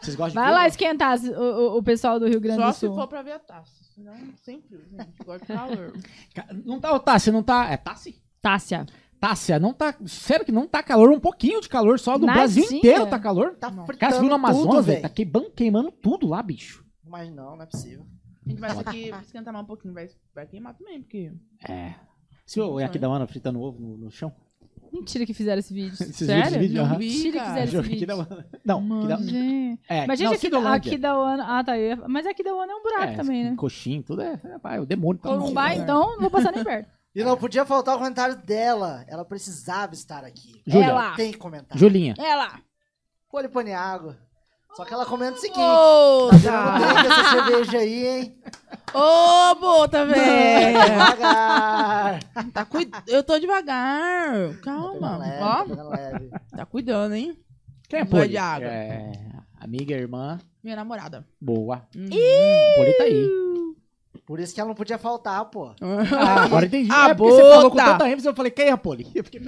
[SPEAKER 3] Vocês gostam de
[SPEAKER 2] Vai lá esquentar as- o, o- o pessoal do Rio Grande
[SPEAKER 4] Só
[SPEAKER 2] do
[SPEAKER 4] se
[SPEAKER 2] Sul.
[SPEAKER 4] for pra ver a taça. Senão, sempre, gente. Gosto de calor.
[SPEAKER 3] Ca- Não tá, ô, Tássia, não tá. É Tassi?
[SPEAKER 5] Tássia.
[SPEAKER 3] Tássia, não tá. Sério que não tá calor, um pouquinho de calor só. Do
[SPEAKER 2] Nadinha.
[SPEAKER 3] Brasil inteiro tá calor.
[SPEAKER 1] Tá
[SPEAKER 4] Não.
[SPEAKER 1] fritando
[SPEAKER 3] Cara, você viu no
[SPEAKER 1] tudo,
[SPEAKER 3] Amazonas, velho? Tá
[SPEAKER 1] velho.
[SPEAKER 3] queimando, queimando tudo lá, bicho.
[SPEAKER 1] Mas não, não é possível.
[SPEAKER 4] A gente vai ter que esquentar mais um pouquinho. Vai, vai queimar também, porque...
[SPEAKER 3] É. Se eu aqui da Ana fritando ovo no, no chão.
[SPEAKER 2] Mentira que fizeram esse vídeo.
[SPEAKER 3] Esses
[SPEAKER 5] Sério?
[SPEAKER 3] vídeos, vídeo, aham.
[SPEAKER 4] vi,
[SPEAKER 2] Mentira que
[SPEAKER 4] cara.
[SPEAKER 2] fizeram esse
[SPEAKER 3] Aqui da
[SPEAKER 2] vídeo.
[SPEAKER 3] Ana. Não, aqui da,
[SPEAKER 2] É, Gente.
[SPEAKER 3] é,
[SPEAKER 2] Mas,
[SPEAKER 3] não,
[SPEAKER 2] gente, aqui,
[SPEAKER 3] Kidolândia.
[SPEAKER 2] aqui da ONU. Ah, tá. eu ia- Mas aqui da ONU é um buraco
[SPEAKER 3] É,
[SPEAKER 2] também, né?
[SPEAKER 3] Coxinho, tudo é, é, vai, o demônio tá
[SPEAKER 2] Ou
[SPEAKER 3] no
[SPEAKER 2] não
[SPEAKER 3] cu,
[SPEAKER 2] vai,
[SPEAKER 3] né?
[SPEAKER 2] então não vou passar nem perto.
[SPEAKER 3] É.
[SPEAKER 1] E não podia faltar o comentário dela. Ela precisava estar aqui.
[SPEAKER 3] Júlia.
[SPEAKER 2] Ela.
[SPEAKER 1] Tem que comentar.
[SPEAKER 3] Julinha.
[SPEAKER 2] É lá.
[SPEAKER 1] Folha Paniágua. Só que ela comenta o seguinte.
[SPEAKER 4] Ô,
[SPEAKER 1] Tá
[SPEAKER 4] tá.
[SPEAKER 1] vendo essa cerveja aí, hein?
[SPEAKER 4] Ô, bota,
[SPEAKER 2] É.
[SPEAKER 4] velho.
[SPEAKER 1] Devagar.
[SPEAKER 4] Tá cuid... Eu tô devagar.
[SPEAKER 1] Pegando
[SPEAKER 4] Calma.
[SPEAKER 1] leve,
[SPEAKER 4] Ó,
[SPEAKER 1] pegando leve.
[SPEAKER 4] tá cuidando, hein?
[SPEAKER 3] Quem é
[SPEAKER 4] Boa
[SPEAKER 3] Poli?
[SPEAKER 4] de água.
[SPEAKER 3] É, amiga, irmã,
[SPEAKER 4] Minha namorada.
[SPEAKER 3] boa.
[SPEAKER 4] Hum.
[SPEAKER 3] Poli tá aí.
[SPEAKER 1] Por isso que ela não podia faltar, pô.
[SPEAKER 3] Ah, agora entendi.
[SPEAKER 4] A
[SPEAKER 3] é porque você falou com
[SPEAKER 4] bota.
[SPEAKER 3] tanta ênfase, eu falei, quem é a Poli? Eu fiquei...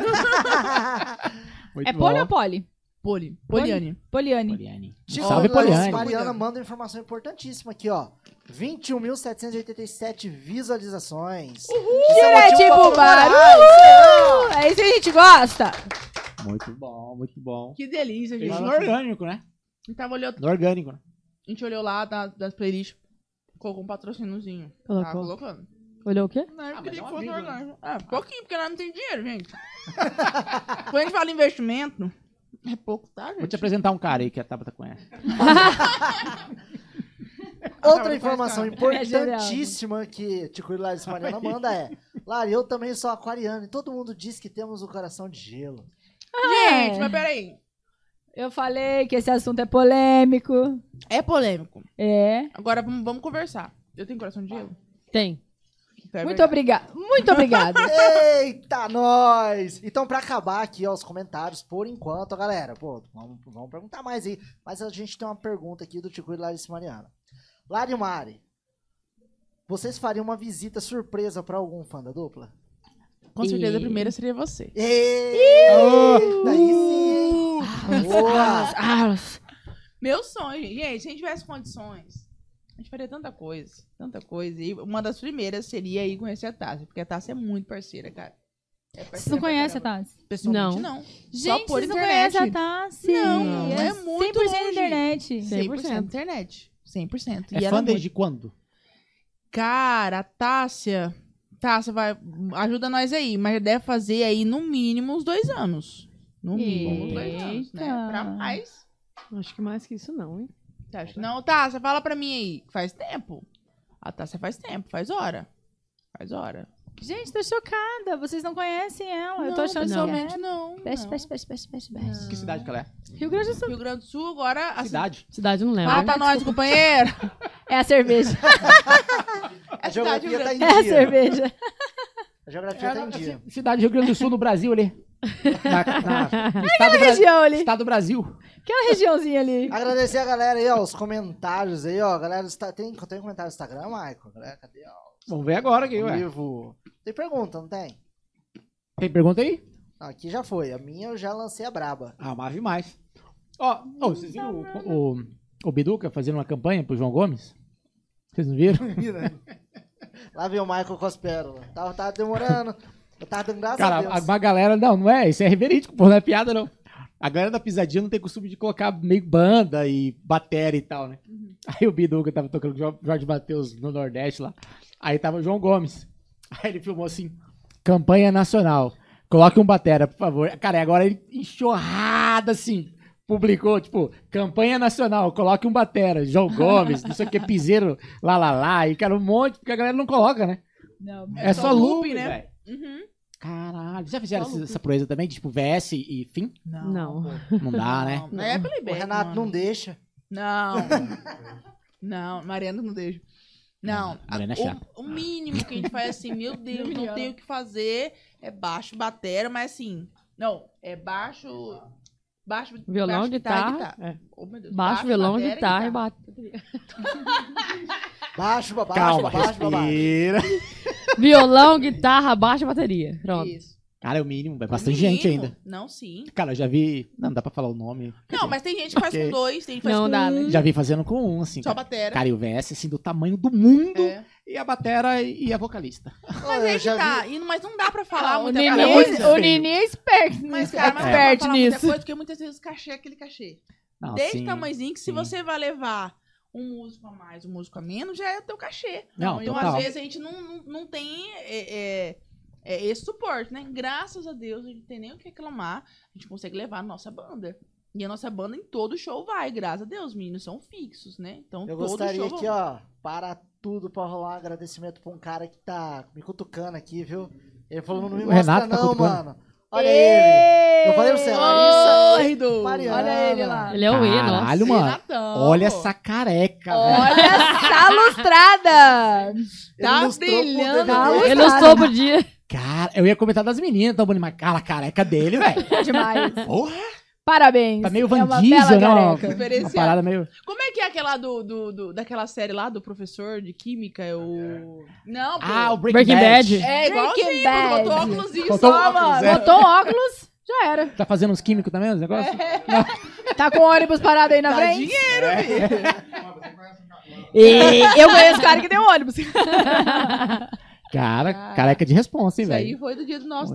[SPEAKER 3] Muito
[SPEAKER 2] É
[SPEAKER 3] bom.
[SPEAKER 2] poli ou poli?
[SPEAKER 4] Poli.
[SPEAKER 2] Poli.
[SPEAKER 4] Poliane.
[SPEAKER 2] Poliane.
[SPEAKER 3] Poliane.
[SPEAKER 1] Chico
[SPEAKER 3] Um Salve,
[SPEAKER 1] Lanz
[SPEAKER 3] Poliane.
[SPEAKER 1] Mariana manda uma informação importantíssima aqui, ó. 21.787 visualizações. é Uhul!
[SPEAKER 2] Direte pro bar. né, tipo, Uhul! É isso que a gente gosta.
[SPEAKER 3] Muito bom, muito bom.
[SPEAKER 4] Que delícia, gente.
[SPEAKER 3] Isso no orgânico, né?
[SPEAKER 4] A gente tava olhando-
[SPEAKER 3] No orgânico, né?
[SPEAKER 4] a gente olhou lá da- das playlists, colocou um patrocíniozinho. Tá
[SPEAKER 5] Colocou.
[SPEAKER 4] colocando.
[SPEAKER 5] Olhou o quê?
[SPEAKER 4] Não, eu
[SPEAKER 3] mas
[SPEAKER 4] queria
[SPEAKER 3] é um
[SPEAKER 4] que fosse
[SPEAKER 3] amigo, né?
[SPEAKER 4] orgânico. É, pouquinho, porque nós não tem dinheiro, gente. Quando a gente fala investimento, é pouco, tá,
[SPEAKER 3] Vou te
[SPEAKER 4] gente?
[SPEAKER 3] apresentar um cara aí que a Tabata conhece.
[SPEAKER 1] Outra informação
[SPEAKER 4] É
[SPEAKER 1] importantíssima que Tico e Laris Mariana manda é: Lari, eu também sou aquariano e todo mundo diz que temos o coração de gelo.
[SPEAKER 4] Ah, Gente, mas peraí.
[SPEAKER 2] É. Eu falei que esse assunto é polêmico.
[SPEAKER 4] É polêmico.
[SPEAKER 2] É.
[SPEAKER 3] Ah,
[SPEAKER 4] Agora vamos, vamos conversar. Eu tenho coração de gelo?
[SPEAKER 5] Tem.
[SPEAKER 4] Então é
[SPEAKER 2] Muito
[SPEAKER 4] verdade.
[SPEAKER 2] obrigada. Muito obrigada.
[SPEAKER 1] Eita, nós! Então, pra acabar aqui, ó, os comentários, por enquanto, ó, galera, pô, vamos, vamos perguntar mais aí. Mas a gente tem uma pergunta aqui do Tico e Larissa Mariana. Lari e Mari, vocês fariam uma visita surpresa pra algum fã da dupla?
[SPEAKER 4] Com certeza a primeira seria você.
[SPEAKER 1] Eita, aí sim! Boa!
[SPEAKER 5] Ah,
[SPEAKER 4] Meu sonho, gente, gente, se a gente tivesse condições, a gente faria tanta coisa, tanta coisa. E uma das primeiras seria ir conhecer a Tassi, porque a Tassi é muito parceira, cara. É parceira
[SPEAKER 2] Vocês não
[SPEAKER 4] pra
[SPEAKER 2] conhecem a
[SPEAKER 4] caramba.
[SPEAKER 2] Tassi?
[SPEAKER 4] Pessoalmente,
[SPEAKER 5] Não.
[SPEAKER 4] não.
[SPEAKER 2] Gente,
[SPEAKER 4] por
[SPEAKER 2] vocês não
[SPEAKER 4] internet.
[SPEAKER 2] conhecem a Tassi?
[SPEAKER 4] Não, é muito
[SPEAKER 2] 100%
[SPEAKER 4] longe.
[SPEAKER 2] internet.
[SPEAKER 4] 100% internet. 100%.
[SPEAKER 3] É
[SPEAKER 4] ela
[SPEAKER 3] fã
[SPEAKER 4] muito-
[SPEAKER 3] desde quando?
[SPEAKER 4] Cara, a Tássia. Tássia, vai, ajuda nós aí, mas deve fazer aí no mínimo uns dois anos. No mínimo uns dois anos, né?
[SPEAKER 2] Eita.
[SPEAKER 4] Pra mais.
[SPEAKER 5] Acho que mais que isso não, hein?
[SPEAKER 4] Tá, acho que- Não, Tássia, fala pra mim aí. Faz tempo. A Tássia faz tempo, faz hora. Faz hora.
[SPEAKER 2] Gente, tô chocada. Vocês não conhecem ela. Ah, Eu tô
[SPEAKER 4] Não,
[SPEAKER 2] achando
[SPEAKER 4] pessoalmente
[SPEAKER 2] que
[SPEAKER 4] não.
[SPEAKER 2] Peste,
[SPEAKER 4] não.
[SPEAKER 2] peste, peste, peste, peste, peste.
[SPEAKER 3] Que cidade que ela é?
[SPEAKER 2] Rio Grande do Sul.
[SPEAKER 4] Rio Grande do Sul agora... a
[SPEAKER 3] Cidade? né?
[SPEAKER 5] Cidade eu não lembro.
[SPEAKER 4] Fala pra nós, companheiro.
[SPEAKER 2] É a cerveja.
[SPEAKER 1] A
[SPEAKER 4] É cidade Rio
[SPEAKER 1] geografia tá
[SPEAKER 4] Grande.
[SPEAKER 1] em
[SPEAKER 2] É a
[SPEAKER 1] dia.
[SPEAKER 2] cerveja.
[SPEAKER 4] Tá.
[SPEAKER 1] A geografia tá em dia.
[SPEAKER 10] Cidade do Rio Grande do Sul, no Brasil ali. Na, na-
[SPEAKER 4] é
[SPEAKER 10] estado, do
[SPEAKER 2] Aquela
[SPEAKER 10] Brasil,
[SPEAKER 2] região ali.
[SPEAKER 10] estado do Brasil.
[SPEAKER 2] Aquela regiãozinha ali.
[SPEAKER 1] Agradecer a galera aí, ó, os comentários aí, ó. Galera, do Insta- tem, tem um comentário no Instagram, Maicon? Galera, cadê, ó?
[SPEAKER 3] Vamos ver agora aqui,
[SPEAKER 1] Ao
[SPEAKER 3] ué.
[SPEAKER 1] vivo. Tem pergunta, não tem?
[SPEAKER 3] Tem pergunta aí?
[SPEAKER 1] Não, aqui já foi. A minha eu já lancei a braba.
[SPEAKER 3] Ah, mas demais. Ó, ô, vocês viram o, o, o Biduca fazendo uma campanha pro João Gomes? Vocês não viram?
[SPEAKER 1] Lá vem o Michael com as pérolas. Tava, tava demorando. Eu tava dando graças a
[SPEAKER 3] Cara,
[SPEAKER 1] Deus.
[SPEAKER 3] a, uma galera, não, não é, isso é verídico, pô, não é piada não. A galera da pisadinha não tem costume de colocar meio banda e bateria e tal, né? Aí o Biduca tava tocando com o Jo- Jorge Matheus no Nordeste lá. Aí tava o João Gomes. Aí ele filmou assim, campanha nacional. Coloque um batera, por favor. Cara, e agora ele enxurrada assim. Publicou, tipo, campanha nacional, coloque um batera, João Gomes, não sei o que, piseiro, lá, lá, lá, e cara, um monte, porque a galera não coloca, né?
[SPEAKER 2] Não,
[SPEAKER 3] É, só, loop, né?
[SPEAKER 4] Uhum.
[SPEAKER 3] Caralho, já fizeram essa, essa proeza também? de, Tipo, VS e fim?
[SPEAKER 5] Não.
[SPEAKER 3] Não dá, né?
[SPEAKER 4] Não, É pelo
[SPEAKER 1] O Renato não deixa.
[SPEAKER 4] Não. não, Mariana não deixa. Não.
[SPEAKER 3] Mariana é
[SPEAKER 4] O-
[SPEAKER 3] chata.
[SPEAKER 4] O, mínimo que a gente faz assim, meu Deus, não
[SPEAKER 2] Mariana.
[SPEAKER 4] tenho o que fazer. É baixo, batera, mas assim. Não, é baixo. Baixo,
[SPEAKER 5] Violão,
[SPEAKER 4] baixo,
[SPEAKER 5] guitarra. é.
[SPEAKER 4] Oh, meu Deus.
[SPEAKER 5] Baixo, violão,
[SPEAKER 4] batera e
[SPEAKER 5] guitarra e bateria.
[SPEAKER 1] Baixo, baixo,
[SPEAKER 3] Calma,
[SPEAKER 1] baixo, baixo.
[SPEAKER 3] respira.
[SPEAKER 5] Violão, guitarra, baixo e bateria. Pronto.
[SPEAKER 4] Isso.
[SPEAKER 3] Cara, é o mínimo, é bastante
[SPEAKER 4] Mínimo.
[SPEAKER 3] gente ainda.
[SPEAKER 4] Não, sim.
[SPEAKER 3] Cara, eu já vi. Não, não dá pra falar o nome.
[SPEAKER 4] Não, mas tem gente que faz
[SPEAKER 3] Ok.
[SPEAKER 4] com dois, tem gente que faz
[SPEAKER 5] Não
[SPEAKER 4] com
[SPEAKER 5] dá, né?
[SPEAKER 4] um,
[SPEAKER 3] Já vi fazendo com um, assim.
[SPEAKER 4] só
[SPEAKER 3] Cara,
[SPEAKER 4] batera.
[SPEAKER 3] Cara, e o VS, assim, do tamanho do mundo.
[SPEAKER 4] É.
[SPEAKER 3] E a batera e a vocalista.
[SPEAKER 4] Mas
[SPEAKER 1] Ó,
[SPEAKER 4] aí
[SPEAKER 1] eu
[SPEAKER 4] que
[SPEAKER 1] já
[SPEAKER 4] tá.
[SPEAKER 1] vi.
[SPEAKER 4] E, mas não dá pra falar
[SPEAKER 5] o
[SPEAKER 4] muita
[SPEAKER 5] Nenê,
[SPEAKER 4] coisa.
[SPEAKER 3] é muito
[SPEAKER 5] o
[SPEAKER 3] feio.
[SPEAKER 5] Nenê é esperto.
[SPEAKER 4] Mas, cara, mas não dá pra
[SPEAKER 5] Expert
[SPEAKER 4] falar muita
[SPEAKER 5] nisso.
[SPEAKER 4] coisa, porque muitas vezes o cachê é aquele cachê.
[SPEAKER 3] Não,
[SPEAKER 4] Desde
[SPEAKER 3] assim,
[SPEAKER 4] o tamanhozinho que se
[SPEAKER 3] sim.
[SPEAKER 4] você vai levar um músico a mais, um músico a menos, já é o teu cachê.
[SPEAKER 3] Não,
[SPEAKER 4] então,
[SPEAKER 3] total.
[SPEAKER 4] às vezes, a gente não, não, não tem é, é, é, esse suporte, né? Graças a Deus, a gente tem nem o que reclamar. A gente consegue levar a nossa banda. E a nossa banda em todo show vai, graças a Deus, meninos são fixos, né? Então,
[SPEAKER 1] Eu
[SPEAKER 4] todo
[SPEAKER 1] gostaria
[SPEAKER 4] show
[SPEAKER 1] aqui, ó, para tudo pra rolar um agradecimento pra um cara que tá me cutucando aqui, viu? Ele falou, não me
[SPEAKER 3] O
[SPEAKER 1] mostra
[SPEAKER 3] Renato tá
[SPEAKER 1] não,
[SPEAKER 3] cutucando.
[SPEAKER 1] mano. Olha ele. Eu falei pra você, Larissa.
[SPEAKER 4] Corrido!
[SPEAKER 1] Mariana.
[SPEAKER 2] Olha ele
[SPEAKER 1] Hum.
[SPEAKER 2] lá.
[SPEAKER 5] Ele é o E, nossa.
[SPEAKER 3] Caralho, mano. Olha essa careca, velho.
[SPEAKER 2] Olha essa lustrada!
[SPEAKER 1] Ele
[SPEAKER 4] Tá
[SPEAKER 1] mostrou pro
[SPEAKER 4] brilhando.
[SPEAKER 1] DVD.
[SPEAKER 5] Ele não soube o dia.
[SPEAKER 3] Cara, eu ia comentar das meninas, tão bonito, mas cara, a careca dele, velho.
[SPEAKER 2] Demais.
[SPEAKER 3] Porra!
[SPEAKER 2] Parabéns.
[SPEAKER 3] Tá meio
[SPEAKER 2] é
[SPEAKER 3] Van
[SPEAKER 2] uma
[SPEAKER 3] Diesel,
[SPEAKER 2] bela
[SPEAKER 3] né? Uma,
[SPEAKER 2] careca.
[SPEAKER 3] uma parada meio.
[SPEAKER 4] Como é que é aquela do, do, do- daquela série lá do professor de química? É o. Não, pô.
[SPEAKER 3] Ah, o Breaking,
[SPEAKER 5] Breaking Bad.
[SPEAKER 4] É igual
[SPEAKER 2] Breaking Bad.
[SPEAKER 4] botou óculos e
[SPEAKER 3] Botou
[SPEAKER 4] só,
[SPEAKER 3] óculos,
[SPEAKER 4] mano.
[SPEAKER 3] é.
[SPEAKER 2] Botou um óculos, já era.
[SPEAKER 3] Tá fazendo uns químicos também, os negócios?
[SPEAKER 2] Tá com o ônibus parado aí na
[SPEAKER 4] Dá
[SPEAKER 2] frente?
[SPEAKER 4] dinheiro, filho.
[SPEAKER 2] E eu conheço o cara que deu ônibus.
[SPEAKER 3] Cara,
[SPEAKER 4] Cara.
[SPEAKER 3] careca de responsa, hein,
[SPEAKER 4] Isso aí
[SPEAKER 3] velho.
[SPEAKER 4] foi do dia do nosso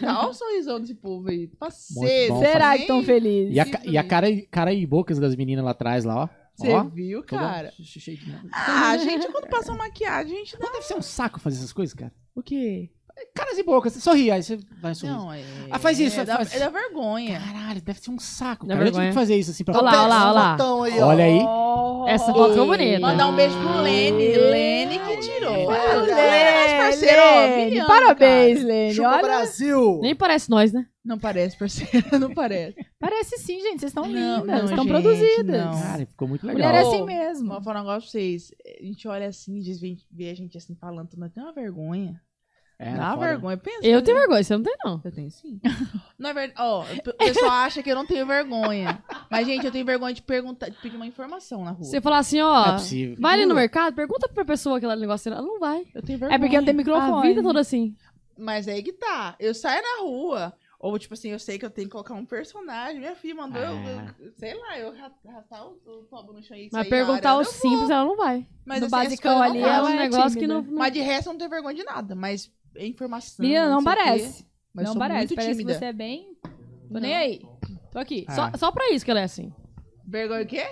[SPEAKER 4] Tá, olha o sorrisão desse povo aí. Tá
[SPEAKER 3] Muito
[SPEAKER 4] Parceiro.
[SPEAKER 3] bom,
[SPEAKER 2] Será que tão felizes?
[SPEAKER 3] E a, ca- e a cara, e- cara e bocas das meninas lá atrás, lá, ó.
[SPEAKER 4] Você
[SPEAKER 3] Ó,
[SPEAKER 4] viu,
[SPEAKER 3] toda-
[SPEAKER 4] cara?
[SPEAKER 3] Cheio de-
[SPEAKER 4] Ah, gente, quando passa maquiagem, a gente dá.
[SPEAKER 3] Mas deve ser um saco fazer essas coisas, cara.
[SPEAKER 4] O quê?
[SPEAKER 3] Caras e bocas, você sorri, aí você vai sorrir.
[SPEAKER 4] Não, é.
[SPEAKER 3] Ah, faz isso,
[SPEAKER 4] É, dá,
[SPEAKER 3] faz-
[SPEAKER 4] é da vergonha.
[SPEAKER 3] Caralho, deve ser um saco.
[SPEAKER 5] Dá
[SPEAKER 3] Cara. Eu tive
[SPEAKER 5] vergonha.
[SPEAKER 3] que fazer isso assim pra
[SPEAKER 5] Olha lá,
[SPEAKER 1] Pega
[SPEAKER 5] olha lá,
[SPEAKER 1] esse
[SPEAKER 5] olha lá.
[SPEAKER 1] um botão aí, ó.
[SPEAKER 3] Olha aí.
[SPEAKER 2] Oh.
[SPEAKER 5] Essa foto ficou
[SPEAKER 3] né?
[SPEAKER 5] bonita.
[SPEAKER 4] Mandar um beijo pro Lene. Lene que tirou.
[SPEAKER 1] Olha,
[SPEAKER 4] Lene, nosso parceiro, ó,
[SPEAKER 2] Lene,
[SPEAKER 4] brilhante,
[SPEAKER 2] parabéns, Lene.
[SPEAKER 1] Chupa
[SPEAKER 2] Olha,
[SPEAKER 1] Brasil.
[SPEAKER 5] Nem parece nós, né?
[SPEAKER 4] Não parece, parceira, não parece.
[SPEAKER 2] Parece sim, gente. Vocês estão
[SPEAKER 4] Não,
[SPEAKER 2] lindas,
[SPEAKER 4] não,
[SPEAKER 2] estão
[SPEAKER 4] gente,
[SPEAKER 2] produzidas.
[SPEAKER 4] não.
[SPEAKER 3] Cara, ficou muito
[SPEAKER 2] Mulher
[SPEAKER 3] legal.
[SPEAKER 2] é
[SPEAKER 4] Ô,
[SPEAKER 2] assim mesmo.
[SPEAKER 4] Vou falar um negócio pra vocês. A gente olha assim, às vezes vê- vê a gente assim falando, tudo, mas tem uma vergonha.
[SPEAKER 3] É,
[SPEAKER 4] Dá uma
[SPEAKER 3] foda.
[SPEAKER 4] vergonha. Pensa.
[SPEAKER 5] Eu
[SPEAKER 4] né?
[SPEAKER 5] tenho vergonha, você não tem, não.
[SPEAKER 4] Eu tenho sim. Na verdade, ó, o pessoal acha que eu não tenho vergonha. Mas, gente, eu tenho vergonha de perguntar, de pedir uma informação na rua.
[SPEAKER 5] Você falar assim,
[SPEAKER 3] Não é
[SPEAKER 5] ó,
[SPEAKER 3] possível.
[SPEAKER 5] vai ali no mercado, pergunta pra pessoa aquele negócio. Ela não vai.
[SPEAKER 4] Eu tenho vergonha.
[SPEAKER 2] É porque não tem
[SPEAKER 5] A vida
[SPEAKER 2] microfone.
[SPEAKER 5] toda assim.
[SPEAKER 4] Mas aí que tá. Eu saio na rua. Ou, tipo assim, eu sei que eu tenho que colocar um personagem. Minha filha mandou, eu-
[SPEAKER 3] Ah.
[SPEAKER 4] eu, sei lá, eu ra- ratar o, o tobo no chão e
[SPEAKER 5] Mas
[SPEAKER 4] sair
[SPEAKER 5] perguntar o
[SPEAKER 4] arando, eu vou.
[SPEAKER 5] simples, ela não vai.
[SPEAKER 4] Mas,
[SPEAKER 2] no
[SPEAKER 4] assim, essas
[SPEAKER 2] basicão
[SPEAKER 4] coisas eu
[SPEAKER 2] ali,
[SPEAKER 4] não
[SPEAKER 5] é
[SPEAKER 2] ela
[SPEAKER 5] um
[SPEAKER 4] faço.
[SPEAKER 2] é
[SPEAKER 5] negócio que
[SPEAKER 2] tímida.
[SPEAKER 5] não. não-
[SPEAKER 4] Mas de resto eu não tenho vergonha de nada. Mas é informação.
[SPEAKER 2] Menina, não
[SPEAKER 4] sei o quê.
[SPEAKER 2] parece.
[SPEAKER 4] Mas
[SPEAKER 2] não
[SPEAKER 4] sou
[SPEAKER 2] parece.
[SPEAKER 4] muito
[SPEAKER 2] Parece que
[SPEAKER 4] tímida.
[SPEAKER 2] você é bem. Tô
[SPEAKER 4] Não.
[SPEAKER 2] nem aí. Tô aqui.
[SPEAKER 3] Ah.
[SPEAKER 5] Só, só pra isso que ela é assim.
[SPEAKER 4] Vergonha o quê?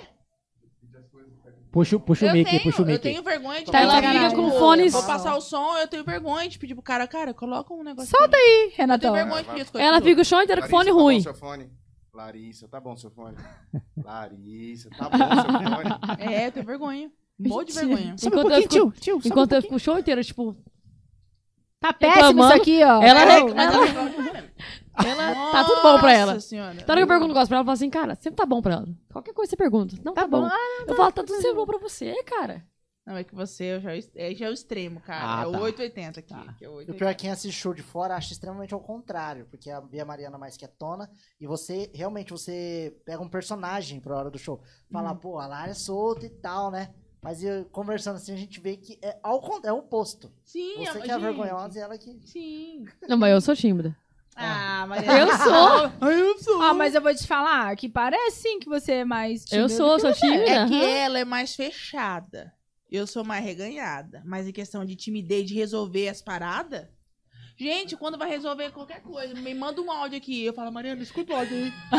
[SPEAKER 3] Puxa, puxa o
[SPEAKER 4] eu
[SPEAKER 3] mic,
[SPEAKER 4] tenho,
[SPEAKER 3] puxa o
[SPEAKER 4] eu
[SPEAKER 3] mic.
[SPEAKER 4] tenho vergonha de
[SPEAKER 5] Tá,
[SPEAKER 4] falar,
[SPEAKER 5] ela fica
[SPEAKER 4] cara,
[SPEAKER 5] com
[SPEAKER 4] tipo,
[SPEAKER 5] fones-
[SPEAKER 4] Vou passar o som, eu tenho vergonha de pedir pro cara, cara, coloca um negócio.
[SPEAKER 2] Solta
[SPEAKER 4] aí.
[SPEAKER 2] Ih,
[SPEAKER 4] Eu tenho
[SPEAKER 2] Renatão.
[SPEAKER 4] vergonha de pedir as coisas.
[SPEAKER 5] então. Ela
[SPEAKER 4] pros
[SPEAKER 5] fica o chão inteiro com
[SPEAKER 11] Larissa,
[SPEAKER 5] fone
[SPEAKER 11] tá bom
[SPEAKER 5] ruim.
[SPEAKER 11] seu fone? Larissa, tá bom seu fone? Larissa, tá bom seu fone?
[SPEAKER 4] outros. É, eu tenho vergonha. Um monte de
[SPEAKER 2] Mentira.
[SPEAKER 4] vergonha.
[SPEAKER 3] Sobe
[SPEAKER 5] Enquanto eu
[SPEAKER 3] um pouquinho, tio, tio, sobe um
[SPEAKER 5] Enquanto eu
[SPEAKER 3] pouquinho.
[SPEAKER 5] fico o show inteiro, tipo.
[SPEAKER 2] Tá péssimo isso
[SPEAKER 5] reclamando.
[SPEAKER 2] aqui, ó.
[SPEAKER 4] É,
[SPEAKER 5] Ela
[SPEAKER 2] Não,
[SPEAKER 5] reclama.
[SPEAKER 2] ela-
[SPEAKER 5] Ela, tá tudo bom pra ela.
[SPEAKER 4] Nossa senhora.
[SPEAKER 5] Toda hora que eu pergunto um negócio pra ela, ela fala assim, cara, sempre tá bom pra ela. Qualquer coisa você pergunta. Não, tá,
[SPEAKER 2] Tá
[SPEAKER 5] bom.
[SPEAKER 2] bom. Ah,
[SPEAKER 5] eu falo, tá tudo sempre bom pra você, cara.
[SPEAKER 4] Não, é que você eu já, é, já é o extremo, cara.
[SPEAKER 3] Ah,
[SPEAKER 4] é o
[SPEAKER 3] tá.
[SPEAKER 4] 880 aqui. que é o
[SPEAKER 1] E o
[SPEAKER 4] 880.
[SPEAKER 1] pior é que quem assiste show de fora acha extremamente ao contrário, porque a Bia Mariana é mais quietona e você, realmente, você pega um personagem pra hora do show. Fala,
[SPEAKER 5] Uhum.
[SPEAKER 1] pô, a Lara é solta e tal, né? Mas eu, conversando assim, a gente vê que é ao con- é o oposto.
[SPEAKER 4] Sim,
[SPEAKER 1] Você
[SPEAKER 4] eu-
[SPEAKER 1] que é
[SPEAKER 4] gente,
[SPEAKER 1] vergonhosa e ela
[SPEAKER 3] Uhum.
[SPEAKER 1] que...
[SPEAKER 4] Sim.
[SPEAKER 5] Não, mas eu sou tímida.
[SPEAKER 4] Ah, mas
[SPEAKER 5] Eu sou,
[SPEAKER 2] Ah, mas eu vou te falar que parece sim que você é mais. tímida
[SPEAKER 5] eu sou, eu
[SPEAKER 2] do que
[SPEAKER 5] sou tímida.
[SPEAKER 4] É que ela é mais fechada. Eu sou mais reganhada. Mas em questão de timidez, de resolver as paradas. Gente, quando vai resolver qualquer coisa, me manda um áudio aqui. Eu falo, Mariana, escuta o áudio aí.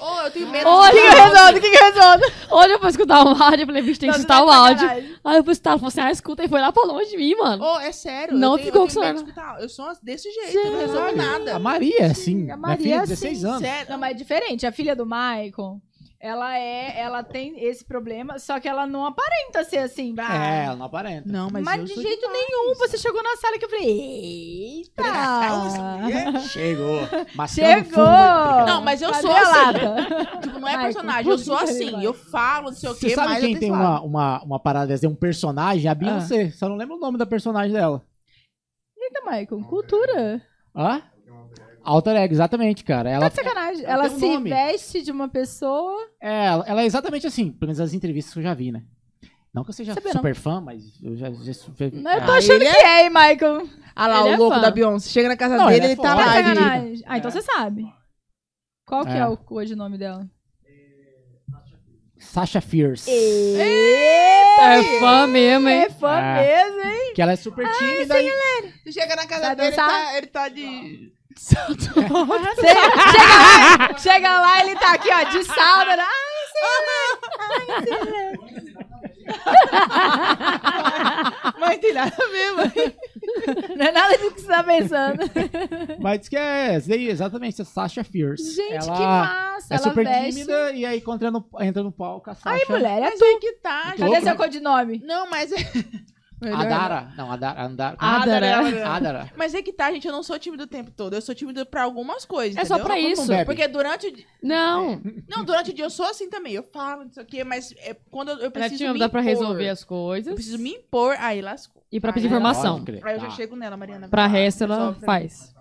[SPEAKER 4] Ô, eu tenho medo
[SPEAKER 5] Olha,
[SPEAKER 4] de
[SPEAKER 5] eu
[SPEAKER 4] escutar
[SPEAKER 5] resolvo,
[SPEAKER 4] áudio.
[SPEAKER 5] Hoje eu fui escutar um áudio, eu falei, bicho, tem que
[SPEAKER 2] Não,
[SPEAKER 5] escutar
[SPEAKER 2] não
[SPEAKER 5] o
[SPEAKER 2] é
[SPEAKER 5] áudio.
[SPEAKER 2] sacanagem.
[SPEAKER 5] Aí eu fui escutar, ela falou assim, ah, escuta, e foi lá pra longe de mim, mano.
[SPEAKER 4] Ô, é sério.
[SPEAKER 5] Não
[SPEAKER 4] eu tenho,
[SPEAKER 5] ficou
[SPEAKER 4] eu tenho
[SPEAKER 5] com
[SPEAKER 4] medo de
[SPEAKER 5] sono.
[SPEAKER 4] escutar. Eu sou uma desse jeito, eu não resolvo
[SPEAKER 3] A
[SPEAKER 4] nada.
[SPEAKER 3] Maria, assim.
[SPEAKER 2] a Maria
[SPEAKER 3] A Maria, filha
[SPEAKER 2] é
[SPEAKER 3] de 16 anos.
[SPEAKER 4] Sério.
[SPEAKER 2] Não, mas é diferente. A filha do Michael, ela é, ela tem esse problema, só que ela não aparenta ser assim.
[SPEAKER 3] É,
[SPEAKER 2] Ah,
[SPEAKER 3] ela não aparenta.
[SPEAKER 4] Não, mas,
[SPEAKER 2] mas
[SPEAKER 4] eu
[SPEAKER 2] de
[SPEAKER 4] sou
[SPEAKER 2] jeito nenhum. Você chegou na sala que eu falei, eita!
[SPEAKER 3] Chegou. Mascando
[SPEAKER 2] Chegou!
[SPEAKER 3] fumo.
[SPEAKER 4] Não, mas eu
[SPEAKER 2] Cadê
[SPEAKER 4] sou
[SPEAKER 2] a
[SPEAKER 4] assim.
[SPEAKER 2] lata?
[SPEAKER 4] Tipo, não é
[SPEAKER 2] Michael,
[SPEAKER 4] personagem, eu
[SPEAKER 2] puta
[SPEAKER 4] sou
[SPEAKER 2] que
[SPEAKER 4] assim.
[SPEAKER 2] pariu.
[SPEAKER 4] Eu falo, não sei o quê,
[SPEAKER 3] Você sabe
[SPEAKER 4] mas eu
[SPEAKER 3] quem tem
[SPEAKER 4] tenho esse lado.
[SPEAKER 3] uma, uma, uma parada dessa, um personagem? A Beyoncé.
[SPEAKER 2] Ah.
[SPEAKER 3] Só não lembro o nome da personagem dela.
[SPEAKER 2] Eita, Michael, cultura.
[SPEAKER 3] Hã? Alter Ego, exatamente, cara.
[SPEAKER 2] Tá
[SPEAKER 3] Ela,
[SPEAKER 2] de sacanagem.
[SPEAKER 3] ela
[SPEAKER 2] Ela,
[SPEAKER 3] tem um
[SPEAKER 2] se
[SPEAKER 3] nome.
[SPEAKER 2] veste de uma pessoa.
[SPEAKER 3] é, ela- ela é exatamente assim, pelo menos as entrevistas que eu já vi, né? Não que eu seja
[SPEAKER 2] Sabia, não.
[SPEAKER 3] super fã, mas eu já. já super-
[SPEAKER 2] Não, eu tô
[SPEAKER 3] Ah,
[SPEAKER 2] achando
[SPEAKER 4] ele
[SPEAKER 2] que é, hein, Michael.
[SPEAKER 4] Ah lá,
[SPEAKER 5] Ele
[SPEAKER 4] o
[SPEAKER 5] é
[SPEAKER 4] louco
[SPEAKER 5] fã.
[SPEAKER 4] da Beyoncé. Chega na casa
[SPEAKER 3] Não,
[SPEAKER 4] dele,
[SPEAKER 3] ele é
[SPEAKER 4] ele, tá
[SPEAKER 2] Tá
[SPEAKER 3] fã.
[SPEAKER 2] de
[SPEAKER 4] lá.
[SPEAKER 3] Ele é
[SPEAKER 4] de-
[SPEAKER 2] sacanagem. Ah, então você sabe. Qual que é,
[SPEAKER 3] É.
[SPEAKER 2] o codinome dela?
[SPEAKER 3] Ah, Sasha Fierce.
[SPEAKER 2] É Eita!
[SPEAKER 5] É fã mesmo, hein?
[SPEAKER 2] É fã
[SPEAKER 3] É.
[SPEAKER 2] mesmo, hein?
[SPEAKER 3] Que ela é
[SPEAKER 2] Ah,
[SPEAKER 3] super tímida. e-
[SPEAKER 4] Você chega na casa
[SPEAKER 2] Vai
[SPEAKER 4] dele, ele
[SPEAKER 2] dançar?
[SPEAKER 4] tá, ele tá de.
[SPEAKER 2] Cê- chega, lá, chega lá, ele tá aqui, ó, de sábado. né? Ai,
[SPEAKER 4] Mãe, tem nada a ver, mãe.
[SPEAKER 2] não é nada disso que você tá pensando.
[SPEAKER 3] Mas diz que é essa daí, exatamente, a Sasha Fierce.
[SPEAKER 2] Gente,
[SPEAKER 3] ela
[SPEAKER 2] que massa.
[SPEAKER 3] É
[SPEAKER 2] ela
[SPEAKER 3] super
[SPEAKER 2] veste.
[SPEAKER 3] tímida e aí entra no, entra no palco a Sasha.
[SPEAKER 2] Aí, mulher, é
[SPEAKER 4] Mas
[SPEAKER 2] tu.
[SPEAKER 4] é que tá,
[SPEAKER 3] Muito
[SPEAKER 4] gente.
[SPEAKER 2] Cadê
[SPEAKER 3] louco,
[SPEAKER 2] seu
[SPEAKER 3] né?
[SPEAKER 2] codinome?
[SPEAKER 4] Não, mas é.
[SPEAKER 3] Adara. Não, Adara. Andara,
[SPEAKER 5] Adara.
[SPEAKER 3] Adara.
[SPEAKER 4] Mas é que tá, gente. Eu não sou tímida o tempo todo. Eu sou tímida pra algumas coisas.
[SPEAKER 5] É só
[SPEAKER 4] entendeu?
[SPEAKER 5] pra isso.
[SPEAKER 3] bebe.
[SPEAKER 4] Porque durante o dia.
[SPEAKER 5] Não,
[SPEAKER 4] Não, durante o dia eu sou assim também. Eu falo, não sei o quê, mas é quando eu, eu
[SPEAKER 5] ela é
[SPEAKER 4] preciso. me
[SPEAKER 5] tímida pra
[SPEAKER 4] impor.
[SPEAKER 5] resolver as
[SPEAKER 4] Eu
[SPEAKER 5] coisas
[SPEAKER 4] preciso me impor. Aí lascou.
[SPEAKER 5] e pra
[SPEAKER 4] Aí
[SPEAKER 5] pedir
[SPEAKER 4] ela-
[SPEAKER 5] informação.
[SPEAKER 3] Pode crer.
[SPEAKER 4] Aí eu já
[SPEAKER 3] Tá.
[SPEAKER 4] chego nela, Mariana.
[SPEAKER 5] Pra
[SPEAKER 4] vai lá,
[SPEAKER 5] resto, ela
[SPEAKER 4] resolve pra mim.
[SPEAKER 5] faz.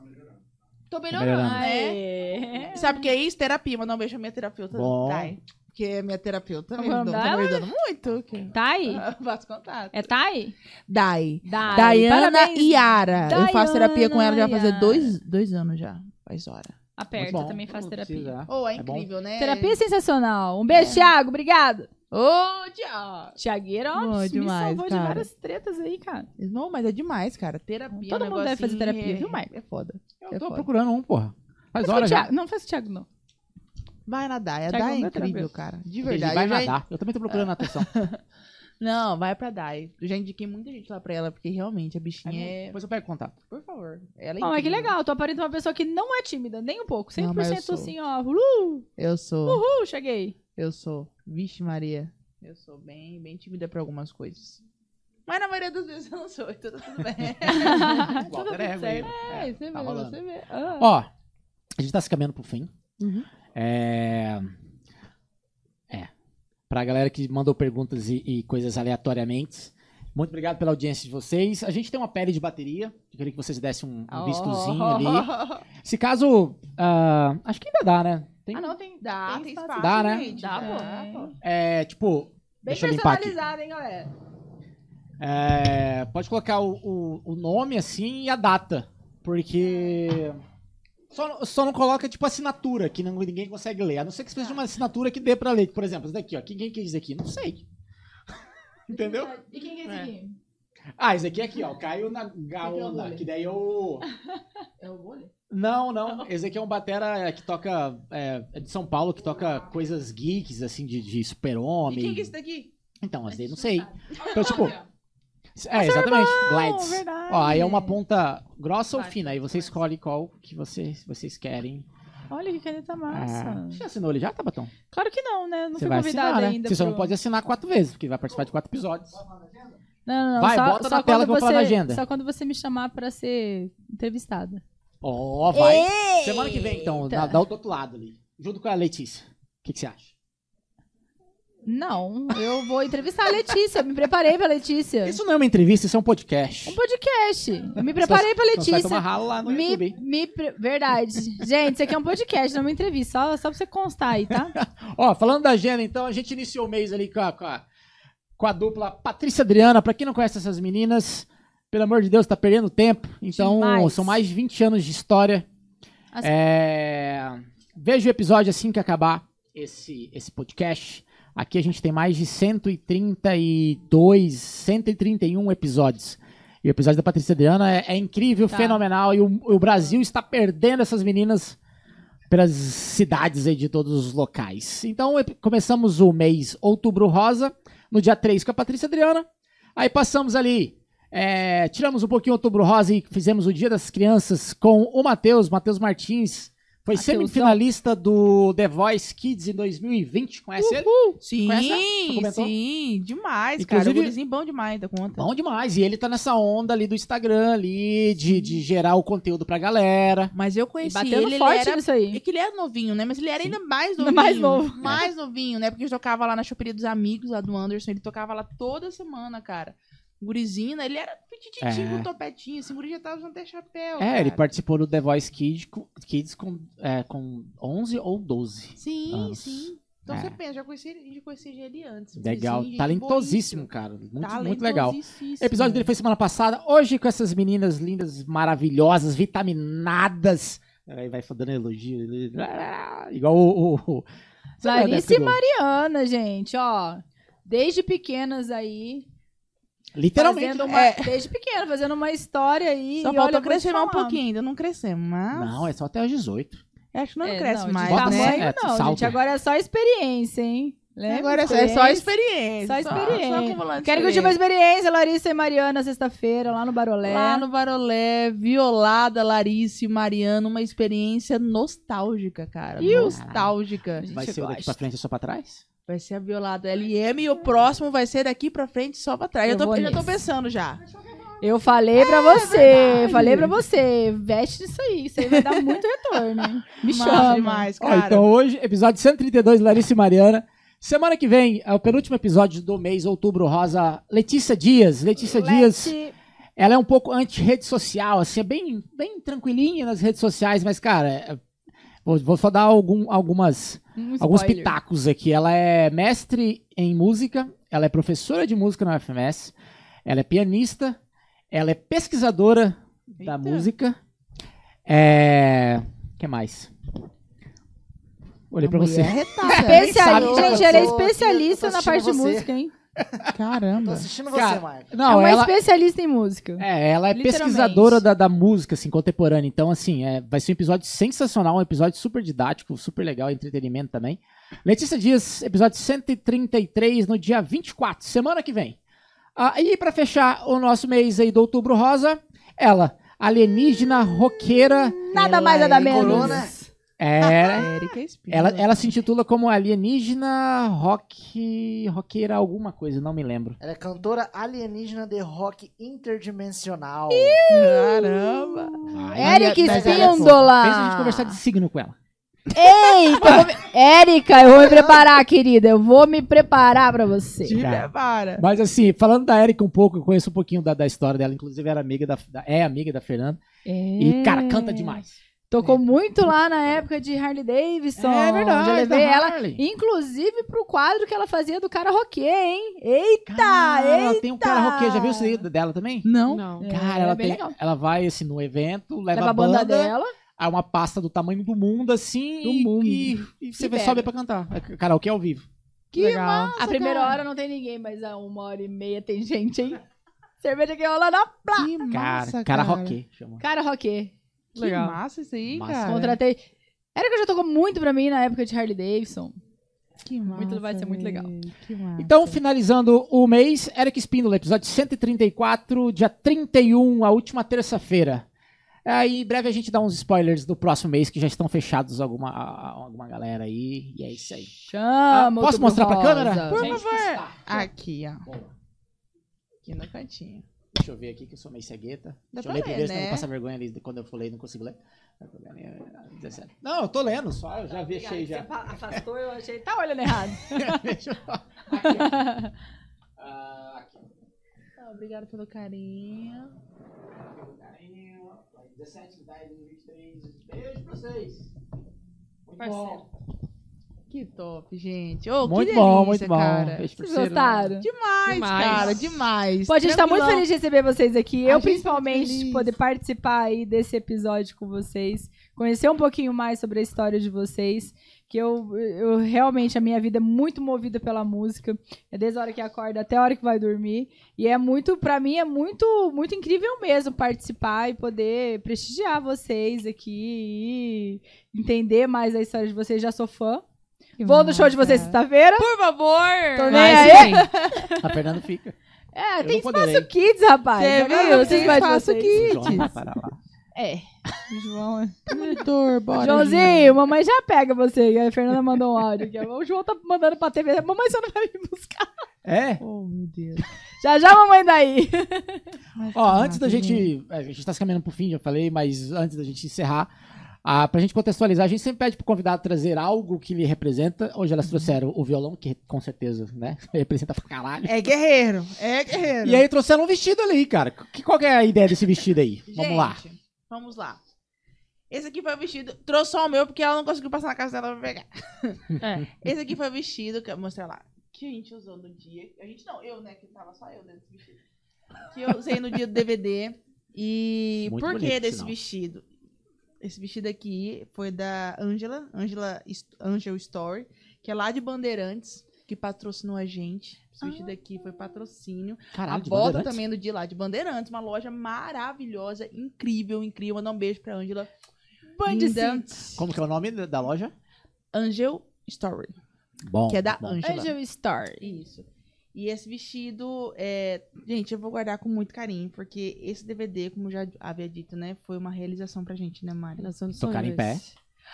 [SPEAKER 4] Tô melhorando,
[SPEAKER 3] melhorando.
[SPEAKER 4] né?
[SPEAKER 2] É.
[SPEAKER 4] Sabe o que é isso? Terapia. Mandar um beijo à minha terapeuta.
[SPEAKER 3] Bom.
[SPEAKER 4] Thay, que é minha terapeuta. Me
[SPEAKER 2] Vamos
[SPEAKER 4] ajudou,
[SPEAKER 2] dar
[SPEAKER 4] tá
[SPEAKER 2] ela?
[SPEAKER 4] me ajudando muito. que-
[SPEAKER 2] Thay?
[SPEAKER 4] Eu faço contato.
[SPEAKER 2] É Thay?
[SPEAKER 4] Dai.
[SPEAKER 2] Dai.
[SPEAKER 4] Dayana
[SPEAKER 2] Parabéns.
[SPEAKER 4] e Yara. Eu
[SPEAKER 2] Dayana
[SPEAKER 4] faço terapia com ela já vai fazer
[SPEAKER 2] Yara.
[SPEAKER 4] dois, dois anos já. Faz hora.
[SPEAKER 2] Aperta,
[SPEAKER 3] Muito Tá bom.
[SPEAKER 2] também faz
[SPEAKER 3] Não
[SPEAKER 2] terapia.
[SPEAKER 3] precisa.
[SPEAKER 4] Oh, é,
[SPEAKER 3] É bom.
[SPEAKER 4] incrível, né?
[SPEAKER 2] Terapia é sensacional. Um beijo, Thiago. Obrigado.
[SPEAKER 4] Ô, oh, Tiago.
[SPEAKER 2] Tiagueira, ó,
[SPEAKER 4] Bom
[SPEAKER 2] me
[SPEAKER 4] demais,
[SPEAKER 2] salvou de
[SPEAKER 4] cara.
[SPEAKER 2] várias tretas aí, cara.
[SPEAKER 4] Não, mas é demais, cara. Terapia.
[SPEAKER 2] Todo
[SPEAKER 4] é um
[SPEAKER 2] mundo deve fazer
[SPEAKER 4] negocinho,
[SPEAKER 2] terapia,
[SPEAKER 4] é-
[SPEAKER 2] viu, Maicon?
[SPEAKER 4] É foda.
[SPEAKER 3] Eu
[SPEAKER 4] É
[SPEAKER 3] tô
[SPEAKER 4] foda.
[SPEAKER 3] procurando um, porra. Faz
[SPEAKER 2] Faz com o
[SPEAKER 3] hora já.
[SPEAKER 2] Thiago. Não, faz o Thiago, não.
[SPEAKER 4] Vai na Dai. A
[SPEAKER 2] Tiago é
[SPEAKER 4] Dai é
[SPEAKER 2] meu
[SPEAKER 4] incrível,
[SPEAKER 2] terapeuta.
[SPEAKER 4] cara. De
[SPEAKER 3] Porque ele
[SPEAKER 4] verdade.
[SPEAKER 3] Vai
[SPEAKER 4] eu já-
[SPEAKER 3] nadar. Eu também tô procurando natação.
[SPEAKER 4] Não, vai pra Dai. Eu já indiquei muita gente lá pra ela, porque realmente a bichinha é.
[SPEAKER 3] Depois eu pego contato.
[SPEAKER 4] Por favor. Ela é
[SPEAKER 2] Ó, mas que
[SPEAKER 4] incrível.
[SPEAKER 2] legal. Tu aparenta uma pessoa que não é tímida, nem um pouco. 100%
[SPEAKER 4] Não, mas eu sou.
[SPEAKER 2] assim, ó. Uhul,
[SPEAKER 4] Eu sou.
[SPEAKER 2] uhul, cheguei.
[SPEAKER 4] Eu sou. Vixe, Maria. Eu sou bem, bem tímida pra algumas coisas. Mas na maioria das vezes eu não sou, então tá tudo bem.
[SPEAKER 3] Igual,
[SPEAKER 2] tudo
[SPEAKER 3] alter ego aí.
[SPEAKER 2] certo.
[SPEAKER 3] É,
[SPEAKER 2] você
[SPEAKER 3] tá
[SPEAKER 2] vê,
[SPEAKER 3] rolando.
[SPEAKER 2] você vê. Ah.
[SPEAKER 3] Ó, A gente tá se caminhando pro fim.
[SPEAKER 5] Uhum.
[SPEAKER 3] É... É. Pra galera que mandou perguntas e, e coisas aleatoriamente, muito obrigado pela audiência de vocês. A gente tem uma pele de bateria. Eu queria que vocês dessem um, um vistozinho ali. Se caso... ah, acho que ainda dá, né? Tem-
[SPEAKER 2] Ah, não, tem.
[SPEAKER 4] Dá, tem espaço.
[SPEAKER 3] Dá, né?
[SPEAKER 4] gente,
[SPEAKER 5] Dá,
[SPEAKER 4] dá,
[SPEAKER 2] pô.
[SPEAKER 3] É, tipo...
[SPEAKER 2] Bem
[SPEAKER 3] deixa eu limpar aqui.
[SPEAKER 2] personalizado, hein, galera?
[SPEAKER 3] É, pode colocar o, o- o nome assim e a data. Porque. Só, só não coloca, tipo, assinatura, que não- ninguém consegue ler. A não ser que seja uma assinatura que dê pra ler. Por exemplo, esse daqui, ó. Quem, quem que é esse daqui? Não sei. Entendeu?
[SPEAKER 2] E quem que é esse aqui?
[SPEAKER 3] Ah, esse aqui é aqui, ó. Caiu na gaona. Que daí eu.
[SPEAKER 2] É o Bolha?
[SPEAKER 3] Não, não. Esse aqui é um batera é, que toca. É, é de São Paulo, que toca coisas geeks, assim, de, de
[SPEAKER 4] E quem
[SPEAKER 3] super-homem.
[SPEAKER 4] que é esse daqui?
[SPEAKER 3] Então, esse daí não sei. Então, tipo. É,
[SPEAKER 4] seu
[SPEAKER 3] exatamente. Glides.
[SPEAKER 4] verdade.
[SPEAKER 3] Ó, aí é uma ponta grossa ou
[SPEAKER 4] Vai,
[SPEAKER 3] fina. Aí você
[SPEAKER 4] vai.
[SPEAKER 3] escolhe qual que vocês, vocês querem.
[SPEAKER 2] Olha que caneta massa.
[SPEAKER 3] Ah, você assinou ele já, tá, Batom?
[SPEAKER 2] Claro que não, né? Não
[SPEAKER 3] Você
[SPEAKER 2] fui
[SPEAKER 3] vai
[SPEAKER 2] convidada
[SPEAKER 3] assinar, né?
[SPEAKER 2] ainda.
[SPEAKER 3] Você só
[SPEAKER 2] pro-
[SPEAKER 3] não pode assinar quatro vezes, porque vai participar de quatro episódios.
[SPEAKER 2] Não, não, não.
[SPEAKER 3] Vai,
[SPEAKER 2] só, só
[SPEAKER 3] bota na tela
[SPEAKER 2] quando
[SPEAKER 3] que eu vou
[SPEAKER 2] você,
[SPEAKER 3] falar da agenda.
[SPEAKER 2] Só quando você me chamar pra ser entrevistada.
[SPEAKER 3] Ó, vai. Semana que vem, então. Dá, dá o do outro lado ali. Junto com a Letícia. O que, que você acha?
[SPEAKER 2] Não, eu vou entrevistar a Letícia. Me preparei pra Letícia.
[SPEAKER 3] Isso não é uma entrevista, isso é um
[SPEAKER 2] Um
[SPEAKER 3] podcast.
[SPEAKER 2] podcast. Eu me preparei pra
[SPEAKER 3] Então você vai
[SPEAKER 2] Letícia.
[SPEAKER 3] tomar ralo lá no
[SPEAKER 2] Me,
[SPEAKER 3] YouTube. hein?
[SPEAKER 2] me pre- Verdade. Gente, isso aqui é um podcast, não é uma entrevista. Só, só pra você constar aí, tá?
[SPEAKER 3] Ó, falando da agenda, então, a gente iniciou o mês ali com a, com a, com a dupla Patrícia Adriana. Pra quem não conhece essas meninas, pelo amor de Deus, tá perdendo tempo. Então,
[SPEAKER 2] Demais.
[SPEAKER 3] são mais de 20 anos de história.
[SPEAKER 2] As-
[SPEAKER 3] É, Veja o episódio assim que acabar esse, esse podcast. Aqui a gente tem mais de 132, 131 episódios. E o episódio da Patrícia Adriana é, é incrível,
[SPEAKER 2] Tá.
[SPEAKER 3] fenomenal. E o, o Brasil está perdendo essas meninas pelas cidades aí de todos os locais. Então ep- começamos o mês Outubro Rosa, no dia 3 com a Patrícia Adriana. Aí passamos ali, é, tiramos um pouquinho Outubro Rosa e fizemos o Dia das Crianças com o Matheus, Matheus Martins. Foi
[SPEAKER 2] Mateusão.
[SPEAKER 3] semifinalista do The Voice Kids em 2020, conhece ele?
[SPEAKER 4] Sim,
[SPEAKER 3] Conhece ela? Você comentou?
[SPEAKER 4] sim, demais, cara.
[SPEAKER 3] Inclusive-
[SPEAKER 4] O gurizinho bom demais da conta.
[SPEAKER 3] Bom demais, e ele tá nessa onda ali do Instagram ali, de, de gerar o conteúdo pra galera.
[SPEAKER 4] Mas eu conheci
[SPEAKER 2] Batendo
[SPEAKER 4] ele,
[SPEAKER 2] forte
[SPEAKER 4] ele
[SPEAKER 5] né?
[SPEAKER 4] era...
[SPEAKER 2] nisso aí.
[SPEAKER 4] É que ele era novinho, né? Mas ele era ainda mais
[SPEAKER 2] Ainda
[SPEAKER 4] novinho.
[SPEAKER 2] mais novo.
[SPEAKER 4] Mais novinho, né? Porque eu tocava lá na choperia dos amigos, lá do Anderson. Ele tocava lá toda semana, cara. Gurizinho, né? ele era
[SPEAKER 3] É.
[SPEAKER 4] pititinho, com topetinho. Esse guri já tava usando até chapéu,
[SPEAKER 3] É, ele
[SPEAKER 4] cara.
[SPEAKER 3] participou do The Voice Kids com, Kids com, é, com 11 ou 12.
[SPEAKER 4] Sim,
[SPEAKER 3] Anos.
[SPEAKER 4] sim. Então
[SPEAKER 3] É.
[SPEAKER 4] você pensa, já conheci, já conheci ele antes.
[SPEAKER 3] Legal,
[SPEAKER 4] Gurizinho, gente
[SPEAKER 3] talentosíssimo,
[SPEAKER 4] boníssimo.
[SPEAKER 3] cara. Muito, muito legal.
[SPEAKER 4] Talentosíssimo.
[SPEAKER 3] O episódio dele foi semana passada. Hoje, com essas meninas lindas, maravilhosas, vitaminadas. Aí vai dando elogio. Igual o. o, o... Sabe a
[SPEAKER 2] Larissa
[SPEAKER 3] época
[SPEAKER 2] e
[SPEAKER 3] do-
[SPEAKER 2] Mariana, gente, ó. Desde pequenas aí.
[SPEAKER 3] Literalmente.
[SPEAKER 2] fazendo uma- Desde pequena, fazendo uma história aí.
[SPEAKER 4] né? É.
[SPEAKER 2] e olha,
[SPEAKER 4] Só
[SPEAKER 2] eu
[SPEAKER 4] faltou
[SPEAKER 2] vou te
[SPEAKER 4] crescer mais um
[SPEAKER 2] falar.
[SPEAKER 4] pouquinho, ainda não crescemos, mas.
[SPEAKER 3] Não, é só até os 18.
[SPEAKER 4] Eu Acho que não
[SPEAKER 2] É,
[SPEAKER 4] cresce
[SPEAKER 2] não, de
[SPEAKER 4] mais.
[SPEAKER 3] Bota
[SPEAKER 4] né?
[SPEAKER 2] tamanho
[SPEAKER 3] mais, é,
[SPEAKER 2] não,
[SPEAKER 3] salta.
[SPEAKER 2] gente. Agora é só experiência, hein? Lembra?
[SPEAKER 4] Agora é só, é só
[SPEAKER 2] Experiência.
[SPEAKER 4] experiência.
[SPEAKER 2] Só experiência.
[SPEAKER 4] acumulando
[SPEAKER 2] Quero curtir uma
[SPEAKER 4] experiência.
[SPEAKER 2] experiência, Larissa e Mariana, sexta-feira, lá no Barolé.
[SPEAKER 4] um Lá no Barolé, Violada, Larissa e Mariana, uma experiência nostálgica, cara.
[SPEAKER 2] Ih,
[SPEAKER 4] nostálgica.
[SPEAKER 3] Vai ser o daqui pra frente e só pra trás?
[SPEAKER 4] Vai ser a Violada LM e o próximo vai ser daqui pra frente só pra trás.
[SPEAKER 2] Eu
[SPEAKER 4] Eu, tô,
[SPEAKER 2] vou
[SPEAKER 4] eu já tô
[SPEAKER 2] nesse.
[SPEAKER 4] pensando já.
[SPEAKER 2] Eu falei
[SPEAKER 3] É
[SPEAKER 2] pra você, falei pra você, veste nisso aí, isso aí vai dar muito retorno, hein? Me
[SPEAKER 4] Massa
[SPEAKER 2] chama.
[SPEAKER 4] demais,
[SPEAKER 3] Ó,
[SPEAKER 4] cara.
[SPEAKER 3] então hoje, episódio 132, Larissa e Mariana. Semana que vem, é o penúltimo episódio do mês, outubro rosa. Letícia Dias. Letícia Dias.
[SPEAKER 2] Leti,
[SPEAKER 3] Ela é um pouco anti-rede social, assim, é bem, bem tranquilinha nas redes sociais, mas, cara, é- vou, vou só dar algum, algumas,
[SPEAKER 12] Um
[SPEAKER 3] alguns
[SPEAKER 12] spoiler.
[SPEAKER 3] pitacos aqui. Ela é mestre em música, ela é professora de música na UFMS, ela é pianista, ela é pesquisadora da
[SPEAKER 4] Eita.
[SPEAKER 3] música. É. O que mais? Olhei pra você.
[SPEAKER 4] Mulher retada.
[SPEAKER 3] sabe
[SPEAKER 2] Especialista,
[SPEAKER 3] que
[SPEAKER 2] gente,
[SPEAKER 1] eu
[SPEAKER 2] ela é
[SPEAKER 1] tô-
[SPEAKER 2] especialista
[SPEAKER 1] eu tô
[SPEAKER 2] na parte de
[SPEAKER 1] assistindo você.
[SPEAKER 2] música, hein?
[SPEAKER 1] Tô
[SPEAKER 4] Caramba.
[SPEAKER 1] assistindo
[SPEAKER 3] Cara,
[SPEAKER 1] você, Marco.
[SPEAKER 3] Não,
[SPEAKER 2] é uma
[SPEAKER 3] ela,
[SPEAKER 2] especialista em música.
[SPEAKER 3] É, ela é
[SPEAKER 2] Literalmente.
[SPEAKER 3] pesquisadora da, da música, assim, contemporânea. Então, assim, é, vai ser um episódio sensacional, um episódio super didático, super legal, entretenimento também. Letícia Dias, episódio 133, no dia 24, semana que vem. Ah, e pra fechar o nosso mês aí do Outubro Rosa, ela, é alienígena, roqueira,
[SPEAKER 2] Nada mais nada menos.
[SPEAKER 1] corona.
[SPEAKER 4] tá
[SPEAKER 3] É,
[SPEAKER 4] Érica Espírito.
[SPEAKER 3] ela, ela se intitula como alienígena rock, roqueira alguma coisa, não me lembro.
[SPEAKER 1] Ela é cantora alienígena de rock interdimensional.
[SPEAKER 4] Caramba!
[SPEAKER 2] Eric
[SPEAKER 1] mas ela é
[SPEAKER 2] Espíndola!
[SPEAKER 3] Pensa a gente conversar de signo com ela.
[SPEAKER 2] Eita, eu vou me- Érica, eu vou me preparar, querida. Eu vou me preparar pra você.
[SPEAKER 4] Te
[SPEAKER 3] Cara.
[SPEAKER 4] prepara.
[SPEAKER 3] Mas assim, falando da Erika um pouco, eu conheço um pouquinho da, da história dela, inclusive era amiga da, da- é amiga da Fernanda.
[SPEAKER 2] É.
[SPEAKER 3] E, cara, canta demais.
[SPEAKER 2] Tocou muito lá na época de Harley Davidson.
[SPEAKER 3] É
[SPEAKER 2] Já levei
[SPEAKER 3] da
[SPEAKER 2] ela,
[SPEAKER 3] Harley.
[SPEAKER 2] inclusive, pro quadro que ela fazia do cara roquê, hein? Eita,
[SPEAKER 3] Cara,
[SPEAKER 2] eita!
[SPEAKER 3] ela tem um cara roqueiro, já viu o CD dela também?
[SPEAKER 4] Não?
[SPEAKER 5] Não.
[SPEAKER 3] Cara,
[SPEAKER 2] É,
[SPEAKER 3] ela,
[SPEAKER 2] bem
[SPEAKER 3] tem,
[SPEAKER 2] legal.
[SPEAKER 3] ela vai assim no evento, leva,
[SPEAKER 2] Leva a banda, dela.
[SPEAKER 3] a uma pasta do tamanho do mundo assim
[SPEAKER 4] Do
[SPEAKER 3] e,
[SPEAKER 4] mundo.
[SPEAKER 3] e, e você
[SPEAKER 2] E
[SPEAKER 3] vê,
[SPEAKER 2] pega.
[SPEAKER 3] sobe pra cantar. É karaokê ao vivo.
[SPEAKER 2] Que
[SPEAKER 4] Legal.
[SPEAKER 2] a primeira hora não tem ninguém, mas a uma hora e meia tem gente, hein? Cerveja que rola na
[SPEAKER 4] Que
[SPEAKER 3] Cara,
[SPEAKER 4] massa,
[SPEAKER 3] cara
[SPEAKER 4] cara.
[SPEAKER 3] roquê, chama.
[SPEAKER 2] cara roquê.
[SPEAKER 4] Que
[SPEAKER 5] Legal.
[SPEAKER 4] massa isso aí,
[SPEAKER 3] Massa.
[SPEAKER 4] cara.
[SPEAKER 2] Contratei. Era que já tocou muito pra mim na época de Harley Davidson.
[SPEAKER 3] Ah,
[SPEAKER 4] Que
[SPEAKER 2] Muito- vai ser muito legal.
[SPEAKER 4] velho. Que massa.
[SPEAKER 3] Então, finalizando o mês, Eric Espíndola, episódio 134, dia 31, a última terça-feira. Aí, em breve a gente dá uns spoilers do próximo mês que já estão fechados alguma, a- a- alguma galera aí. E é isso aí.
[SPEAKER 2] Chama!
[SPEAKER 3] Ah,
[SPEAKER 2] Outubro
[SPEAKER 3] posso mostrar pra
[SPEAKER 2] Rosa.
[SPEAKER 3] câmera?
[SPEAKER 4] Por
[SPEAKER 3] Gente,
[SPEAKER 4] favor. Aqui, ó.
[SPEAKER 3] Boa.
[SPEAKER 4] Aqui no cantinho.
[SPEAKER 3] Deixa eu ver aqui que eu sou meio cegueta.
[SPEAKER 4] Dá
[SPEAKER 3] Deixa
[SPEAKER 4] pra
[SPEAKER 3] eu ler primeiro,
[SPEAKER 4] ler,
[SPEAKER 3] senão eu
[SPEAKER 4] né?
[SPEAKER 3] vou passar vergonha ali de- quando eu for ler e não consigo ler. Eu tô lendo, é, 17. Não, eu tô lendo só,
[SPEAKER 4] Tá,
[SPEAKER 3] eu já vi, achei já.
[SPEAKER 2] Afastou, eu achei. Tá olhando errado.
[SPEAKER 3] Deixa eu... Aqui, ó. Ah, aqui.
[SPEAKER 4] Ah, Obrigada pelo carinho.
[SPEAKER 3] Beijo pra vocês.
[SPEAKER 4] Parceiro. Que top, gente. Ô,
[SPEAKER 3] Muito
[SPEAKER 4] que
[SPEAKER 3] bom,
[SPEAKER 4] delícia,
[SPEAKER 3] muito bom.
[SPEAKER 4] Cara.
[SPEAKER 3] Beijo pra
[SPEAKER 2] Vocês
[SPEAKER 3] você,
[SPEAKER 2] gostaram?
[SPEAKER 4] Demais,
[SPEAKER 5] Demais.
[SPEAKER 4] cara, demais.
[SPEAKER 2] Pô, a gente tá muito
[SPEAKER 4] Tranquilão.
[SPEAKER 2] feliz de receber vocês aqui.
[SPEAKER 4] A
[SPEAKER 2] Eu,
[SPEAKER 4] gente tá
[SPEAKER 2] principalmente,
[SPEAKER 4] feliz.
[SPEAKER 2] poder participar aí desse episódio com vocês. Conhecer um pouquinho mais sobre a história de vocês. Que eu, eu realmente, a minha vida é muito movida pela música. É desde a hora que acorda até a hora que vai dormir. E é muito, pra mim, é muito, muito incrível mesmo participar e poder prestigiar vocês aqui e entender mais a história de vocês. Já sou fã. Vou no show de vocês sexta-feira.
[SPEAKER 5] Por favor!
[SPEAKER 2] Tô nem
[SPEAKER 5] Vai,
[SPEAKER 2] aí.
[SPEAKER 5] sim.
[SPEAKER 3] A Fernanda fica.
[SPEAKER 4] Ah,
[SPEAKER 2] É,
[SPEAKER 3] Eu
[SPEAKER 2] tem
[SPEAKER 3] não
[SPEAKER 2] espaço
[SPEAKER 3] poderei.
[SPEAKER 2] kids, rapaz.
[SPEAKER 4] Você
[SPEAKER 2] Agora
[SPEAKER 4] viu?
[SPEAKER 2] vocês
[SPEAKER 4] Tem
[SPEAKER 2] mais de
[SPEAKER 4] espaço
[SPEAKER 2] vocês.
[SPEAKER 4] kids.
[SPEAKER 3] O João vai parar lá.
[SPEAKER 4] É. João, é. monitor, bora.
[SPEAKER 2] Joãozinho, mamãe já pega você. E aí a Fernanda mandou um áudio aqui. ó. O João tá mandando pra TV. Mamãe, você não vai me buscar.
[SPEAKER 3] É?
[SPEAKER 4] gente. Oh, meu Deus.
[SPEAKER 2] Já já, mamãe, daí.
[SPEAKER 4] Mas
[SPEAKER 3] Ó,
[SPEAKER 4] que
[SPEAKER 3] antes da
[SPEAKER 4] massa,
[SPEAKER 3] gente. A gente tá se caminhando pro fim, já falei, mas antes da gente encerrar, ah, pra gente contextualizar, a gente sempre pede pro convidado trazer algo que lhe representa. Hoje
[SPEAKER 4] Uhum.
[SPEAKER 3] elas trouxeram o violão, que com certeza, né? Representa pra caralho.
[SPEAKER 4] É guerreiro, é guerreiro.
[SPEAKER 3] E aí trouxeram um vestido ali, cara. Que, qual que é a ideia desse vestido aí? Vamos lá.
[SPEAKER 4] Gente, Vamos lá. Esse aqui foi o vestido. Trouxe só o meu porque ela não conseguiu passar na casa dela pra pegar.
[SPEAKER 5] É.
[SPEAKER 4] Esse aqui foi o vestido que eu mostrei lá. Que a gente usou no dia. A gente não, eu, né? Que tava só eu dentro desse vestido. Que eu usei no dia do DVD. E
[SPEAKER 3] Muito
[SPEAKER 4] por que
[SPEAKER 3] bonito,
[SPEAKER 4] desse
[SPEAKER 3] sinal.
[SPEAKER 4] vestido? Esse vestido aqui foi da Angela, Angela Is- Angel Story, que é lá de Bandeirantes, que patrocinou a gente. Esse vestido aqui foi patrocínio. A
[SPEAKER 3] Caralho, de
[SPEAKER 4] bota
[SPEAKER 3] bandeirantes?
[SPEAKER 4] também é do dia lá de Bandeirantes, uma loja maravilhosa, incrível, incrível. Mandar um beijo pra Angela. Linda.
[SPEAKER 3] Como que é o nome da loja?
[SPEAKER 4] Angel Story,
[SPEAKER 3] Bom.
[SPEAKER 4] que é da
[SPEAKER 3] bom.
[SPEAKER 4] Angela.
[SPEAKER 2] Story.
[SPEAKER 4] Isso. E esse vestido, é... gente, eu vou guardar com muito carinho, porque esse DVD, como eu já havia dito, né, foi uma realização pra gente, né, Mari?
[SPEAKER 5] Realização de
[SPEAKER 3] Tocar em
[SPEAKER 5] sonhos.
[SPEAKER 3] pé.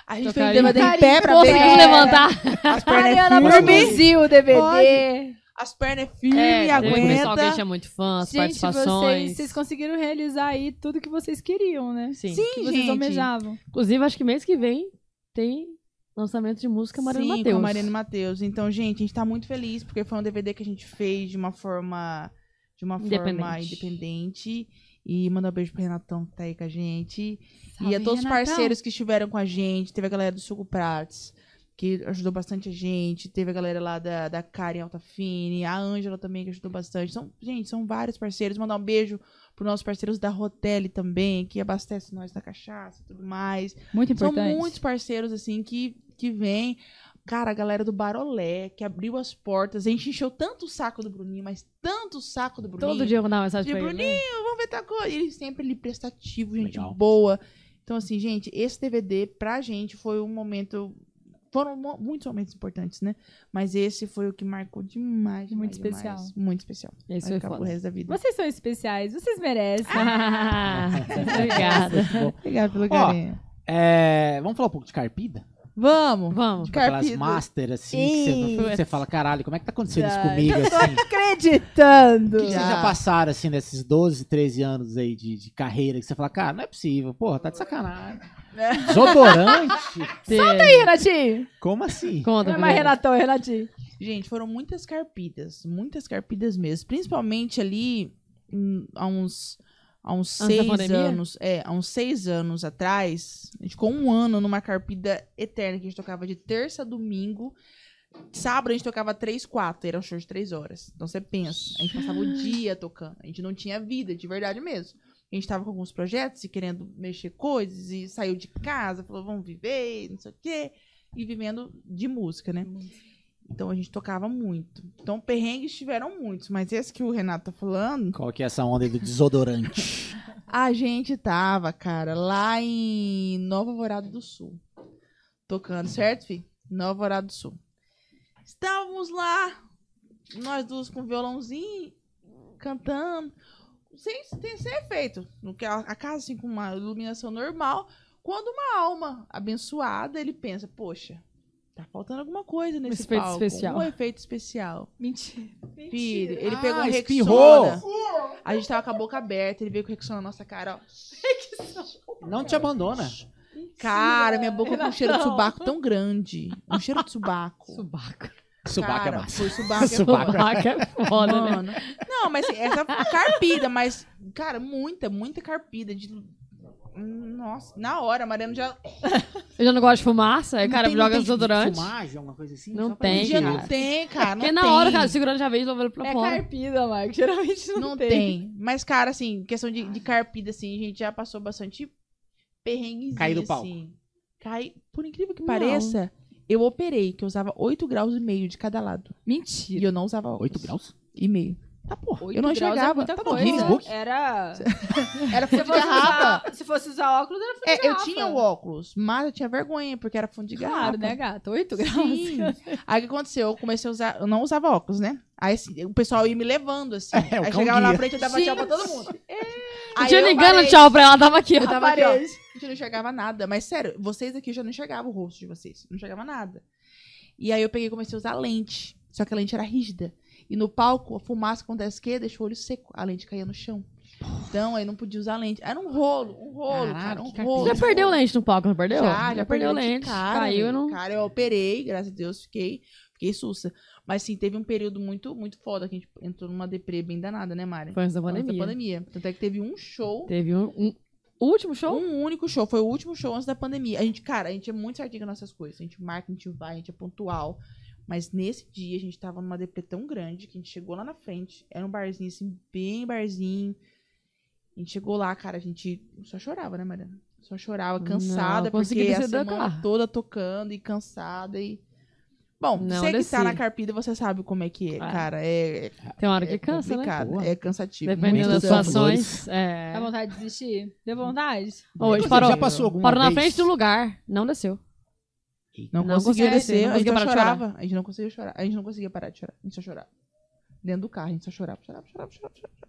[SPEAKER 4] A gente fez um
[SPEAKER 5] Tocar em
[SPEAKER 4] DVD em pé pra ver
[SPEAKER 5] Conseguimos levantar.
[SPEAKER 4] as pernas é
[SPEAKER 2] Mariana
[SPEAKER 4] firme,
[SPEAKER 2] produziu o DVD.
[SPEAKER 4] as pernas é firme,
[SPEAKER 5] teve que começar Alguém
[SPEAKER 4] aguenta.
[SPEAKER 5] tinha muito fã, as
[SPEAKER 2] Gente,
[SPEAKER 5] participações.
[SPEAKER 2] vocês, vocês conseguiram realizar aí tudo que vocês queriam, né?
[SPEAKER 5] Sim.
[SPEAKER 2] Que vocês
[SPEAKER 4] gente.
[SPEAKER 2] almejavam.
[SPEAKER 5] Inclusive, acho que mês que vem tem lançamento de música Mariana
[SPEAKER 4] Sim,
[SPEAKER 5] Mateus.
[SPEAKER 4] com a Mariana Matheus. Então, gente, a gente tá muito feliz porque foi um DVD que a gente fez de uma forma de uma forma
[SPEAKER 5] Independente.
[SPEAKER 4] independente e mandar um beijo pro Renatão que tá aí com a gente e a todos os parceiros que estiveram com a gente. Teve a galera do Suco Prates que ajudou bastante a gente, teve a galera lá da, da Karen Altafine, a Ângela também que ajudou bastante. São, gente, são vários parceiros. Mandar um beijo pros nossos parceiros da Rotelli também, que abastece nós da cachaça e tudo mais.
[SPEAKER 2] Muito
[SPEAKER 4] São
[SPEAKER 2] importante.
[SPEAKER 4] muitos parceiros, assim, que, que vêm. Cara, a galera do Barolé, que abriu as portas. A gente encheu tanto o saco do Bruninho, mas tanto o saco do Bruninho.
[SPEAKER 5] Todo dia eu vou dar uma mensagem
[SPEAKER 4] De
[SPEAKER 5] pra ele. né?
[SPEAKER 4] Vamos ver tal coisa. Ele sempre ali prestativo, gente
[SPEAKER 3] Legal.
[SPEAKER 4] boa. Então, assim, gente, esse DVD, pra gente, foi um momento... Foram mo- muitos momentos importantes, né? Mas esse foi o que marcou demais, demais
[SPEAKER 2] Muito
[SPEAKER 4] demais.
[SPEAKER 2] especial.
[SPEAKER 4] Muito especial.
[SPEAKER 5] Esse
[SPEAKER 4] Vai
[SPEAKER 5] foi
[SPEAKER 4] ficar pro
[SPEAKER 5] foda.
[SPEAKER 4] resto da vida.
[SPEAKER 2] Vocês são especiais, vocês merecem.
[SPEAKER 5] Ah, obrigada.
[SPEAKER 4] Obrigado pelo
[SPEAKER 3] Ó,
[SPEAKER 4] carinho.
[SPEAKER 7] É, vamos falar um pouco de carpida?
[SPEAKER 4] Vamos.
[SPEAKER 5] Vamos.
[SPEAKER 4] De
[SPEAKER 7] Aquelas
[SPEAKER 4] carpido.
[SPEAKER 7] master, assim, que você,
[SPEAKER 5] Ih.
[SPEAKER 7] você fala, caralho, como é que tá acontecendo isso
[SPEAKER 2] Já.
[SPEAKER 7] comigo, assim?
[SPEAKER 2] Acreditando.
[SPEAKER 7] que vocês já passaram, assim, nesses 12, 13 anos aí de, de carreira, que você fala, cara, não é possível, porra, tá de sacanagem. Desodorante?
[SPEAKER 5] Solta
[SPEAKER 2] Ih, Renatinho.
[SPEAKER 7] Como assim?
[SPEAKER 5] Conta,
[SPEAKER 2] Não é mais
[SPEAKER 5] Fernanda.
[SPEAKER 2] Renatão, é Renatinho.
[SPEAKER 4] Gente, foram muitas carpidas, muitas carpidas mesmo. Principalmente ali hum, há uns, há
[SPEAKER 5] Antes
[SPEAKER 4] uns
[SPEAKER 5] da
[SPEAKER 4] seis
[SPEAKER 5] pandemia?
[SPEAKER 4] anos. É, há uns seis anos atrás, a gente ficou um ano numa carpida eterna que a gente tocava de terça a domingo. Sábado a gente tocava três, quatro, era um show de três horas. Então você pensa, a gente passava o dia tocando. A gente não tinha vida, de verdade mesmo. A gente tava com alguns projetos e querendo mexer coisas e saiu de casa, falou, vamos viver, não sei o quê. E vivendo de música, né? Então a gente tocava muito. Então perrengues tiveram muitos, mas esse que o Renato tá falando,
[SPEAKER 7] Qual que é essa onda aí do desodorante?
[SPEAKER 4] a gente tava, cara, lá em Nova Alvorada do Sul. Tocando, certo, fi? Nova Alvorada do Sul. Estávamos lá, nós duas com violãozinho, cantando, sem, sem ser efeito. No que a, a casa, assim, com uma iluminação normal. Quando uma alma abençoada, ele pensa, poxa, tá faltando alguma coisa nesse
[SPEAKER 5] efeito
[SPEAKER 4] palco.
[SPEAKER 5] especial.
[SPEAKER 4] Um efeito especial.
[SPEAKER 2] Mentira.
[SPEAKER 4] Filho, ele
[SPEAKER 7] Ah,
[SPEAKER 4] pegou o
[SPEAKER 7] espirrou.
[SPEAKER 4] Rexona. A gente tava com a boca aberta, ele veio com o Rexona na nossa cara, ó.
[SPEAKER 7] Não te abandona.
[SPEAKER 4] Cara, minha boca com um cheiro de
[SPEAKER 2] Renatão.
[SPEAKER 4] subaco tão grande. Um cheiro de subaco.
[SPEAKER 5] Subaco.
[SPEAKER 7] Subaca é
[SPEAKER 4] Cara,
[SPEAKER 7] massa.
[SPEAKER 4] Foi subaco. é
[SPEAKER 7] Subaco.
[SPEAKER 4] foda.
[SPEAKER 5] Subaco é foda, né?
[SPEAKER 4] Mano. Não, mas assim, essa carpida, mas, cara, muita, muita carpida. De... Nossa, na hora, a Mariana já.
[SPEAKER 5] Eu já não gosto de fumaça, aí o
[SPEAKER 7] Não
[SPEAKER 5] cara
[SPEAKER 7] tem- não
[SPEAKER 5] joga
[SPEAKER 7] tem
[SPEAKER 5] desodorante.
[SPEAKER 7] Fumagem, alguma coisa assim?
[SPEAKER 5] Não
[SPEAKER 7] Só pra
[SPEAKER 5] tem,
[SPEAKER 4] Um dia
[SPEAKER 7] gente-
[SPEAKER 5] cara.
[SPEAKER 4] não tem, cara. Não
[SPEAKER 5] Porque na
[SPEAKER 4] tem.
[SPEAKER 5] hora, cara, segurando já veio, jogando pra
[SPEAKER 2] É
[SPEAKER 5] fora.
[SPEAKER 2] carpida, Maico. Geralmente não,
[SPEAKER 4] Não, tem. Mas, cara, assim, questão de, de carpida, assim, a gente já passou bastante perrenguezinho,
[SPEAKER 7] Cair do palco.
[SPEAKER 4] assim. Cai, por incrível que
[SPEAKER 5] Não.
[SPEAKER 4] pareça, eu operei, que eu usava 8 graus e meio de cada lado. E
[SPEAKER 2] Mentira.
[SPEAKER 4] eu não usava óculos.
[SPEAKER 7] 8 graus?
[SPEAKER 4] E meio.
[SPEAKER 7] Tá, porra.
[SPEAKER 4] Ah, eu não enxergava.
[SPEAKER 2] É muita
[SPEAKER 4] Tá no
[SPEAKER 2] coisa.
[SPEAKER 7] Guinness Book?
[SPEAKER 2] Era.
[SPEAKER 4] Era
[SPEAKER 2] Se
[SPEAKER 4] fundo de
[SPEAKER 2] fosse,
[SPEAKER 4] garrafa.
[SPEAKER 2] usar, se fosse usar óculos, era fundo de
[SPEAKER 4] É, eu
[SPEAKER 2] garrafa.
[SPEAKER 4] tinha o óculos, mas eu tinha vergonha, porque era fundo de garrafa.
[SPEAKER 2] Claro, né, gata? Oito graus.
[SPEAKER 4] Sim. Aí o que aconteceu? Eu comecei a usar. Eu não usava óculos, né? Aí assim, o pessoal ia me levando, assim.
[SPEAKER 7] É, o
[SPEAKER 4] Aí
[SPEAKER 7] cão
[SPEAKER 4] chegava na
[SPEAKER 7] guia.
[SPEAKER 4] frente, eu dava tchau pra todo mundo.
[SPEAKER 5] Não
[SPEAKER 4] Aí
[SPEAKER 5] tinha
[SPEAKER 4] eu
[SPEAKER 5] ligando
[SPEAKER 4] parei.
[SPEAKER 5] tchau pra ela, tava aqui, ó.
[SPEAKER 4] Eu tava aqui, ó. A gente não enxergava nada. Mas sério, vocês aqui eu já não enxergavam o rosto de vocês. Não enxergava nada. E aí eu peguei e comecei a usar lente. Só que a lente era rígida. E no palco, a fumaça acontece o quê? Deixa o olho seco. A lente caía no chão. Então aí não podia usar lente. Era um rolo, um rolo,
[SPEAKER 7] Caraca,
[SPEAKER 4] cara, um
[SPEAKER 7] que capeta.
[SPEAKER 4] rolo.
[SPEAKER 5] Já perdeu lente no palco, não perdeu?
[SPEAKER 4] Já, já perdeu lente. Cara,
[SPEAKER 5] Caiu e
[SPEAKER 4] velho.
[SPEAKER 5] não.
[SPEAKER 4] Cara, eu operei, graças a Deus, fiquei, fiquei sussa. Mas sim, teve um período muito, muito foda que a gente entrou numa deprê bem danada, né, Mari?
[SPEAKER 5] Foi antes da
[SPEAKER 4] Antes da
[SPEAKER 5] pandemia.
[SPEAKER 4] pandemia. Tanto é que teve um show
[SPEAKER 5] Teve um, um último show?
[SPEAKER 4] um único show, foi o último show antes da pandemia. A gente, cara, a gente é muito certinho com nossas coisas. A gente marca, a gente vai, a gente é pontual. Mas nesse dia a gente tava numa deprê tão grande que a gente chegou lá na frente. Era um barzinho, assim, bem barzinho. A gente chegou lá, cara, a gente só chorava, né, Mariana? Só chorava,
[SPEAKER 5] Não,
[SPEAKER 4] cansada,
[SPEAKER 5] consegui
[SPEAKER 4] porque a
[SPEAKER 5] descer do
[SPEAKER 4] semana
[SPEAKER 5] carro.
[SPEAKER 4] toda tocando e cansada e... Bom,
[SPEAKER 5] Não,
[SPEAKER 4] você que
[SPEAKER 5] desci.
[SPEAKER 4] tá na carpida, você sabe como é que é,
[SPEAKER 5] Ah.
[SPEAKER 4] cara. É, é,
[SPEAKER 5] Tem hora que
[SPEAKER 4] é
[SPEAKER 5] cansa, né?
[SPEAKER 4] complicado,
[SPEAKER 7] Boa.
[SPEAKER 4] é cansativo.
[SPEAKER 5] Dependendo
[SPEAKER 4] muito
[SPEAKER 5] das
[SPEAKER 7] Muitas
[SPEAKER 5] situações. É.
[SPEAKER 2] Dá vontade de desistir? Deu vontade?
[SPEAKER 5] Hoje
[SPEAKER 7] Você
[SPEAKER 5] parou.
[SPEAKER 7] Já passou alguma
[SPEAKER 5] Parou na
[SPEAKER 7] vez?
[SPEAKER 5] frente do lugar. Não desceu.
[SPEAKER 4] Não,
[SPEAKER 5] Não conseguia
[SPEAKER 4] conseguia descer,
[SPEAKER 5] descer, não
[SPEAKER 4] a gente
[SPEAKER 5] conseguia
[SPEAKER 4] só
[SPEAKER 5] parar de
[SPEAKER 4] chorava. A gente não conseguia chorar. A gente não conseguia parar de chorar. A gente só chorava. Dentro do carro, a gente só chorava, chorava, chorava, chorava. chorava.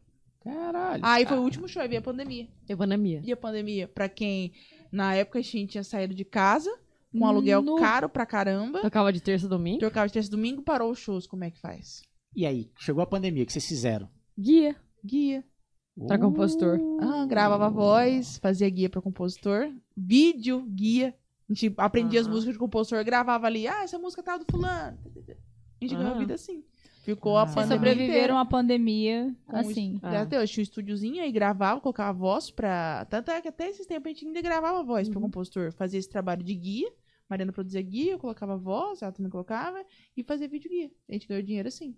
[SPEAKER 7] Caralho.
[SPEAKER 4] Aí foi o último show, aí veio a pandemia.
[SPEAKER 5] Eu pandemia.
[SPEAKER 4] E a pandemia, pra quem. Na época a gente tinha saído de casa, com um aluguel
[SPEAKER 5] No-
[SPEAKER 4] caro pra caramba.
[SPEAKER 5] Tocava de terça a domingo.
[SPEAKER 4] Trocava de terça e domingo, parou os shows. Como é que faz?
[SPEAKER 7] E aí, chegou a pandemia, o que vocês fizeram?
[SPEAKER 5] Guia
[SPEAKER 4] Guia.
[SPEAKER 3] Uh,
[SPEAKER 5] pra compositor.
[SPEAKER 4] Ah, gravava voz, fazia guia pra compositor. Vídeo, guia. A gente aprendia as
[SPEAKER 5] Ah.
[SPEAKER 4] músicas de compositor, gravava ali. Ah, essa música tal do fulano. A gente ganhou a
[SPEAKER 5] Ah.
[SPEAKER 4] vida assim. Ficou a
[SPEAKER 7] Vocês
[SPEAKER 4] pandemia. inteira.
[SPEAKER 2] Sobreviveram à pandemia,
[SPEAKER 4] Com
[SPEAKER 2] assim.
[SPEAKER 4] Ah. Até eu tinha um estúdiozinho aí, gravava, colocava a voz pra. Tanto é que até esses tempos a gente ainda gravava a voz pro compositor. Fazia esse trabalho de guia. Mariana produzia guia, eu colocava a voz, ela também colocava, e fazia vídeo guia. A gente ganhou dinheiro assim.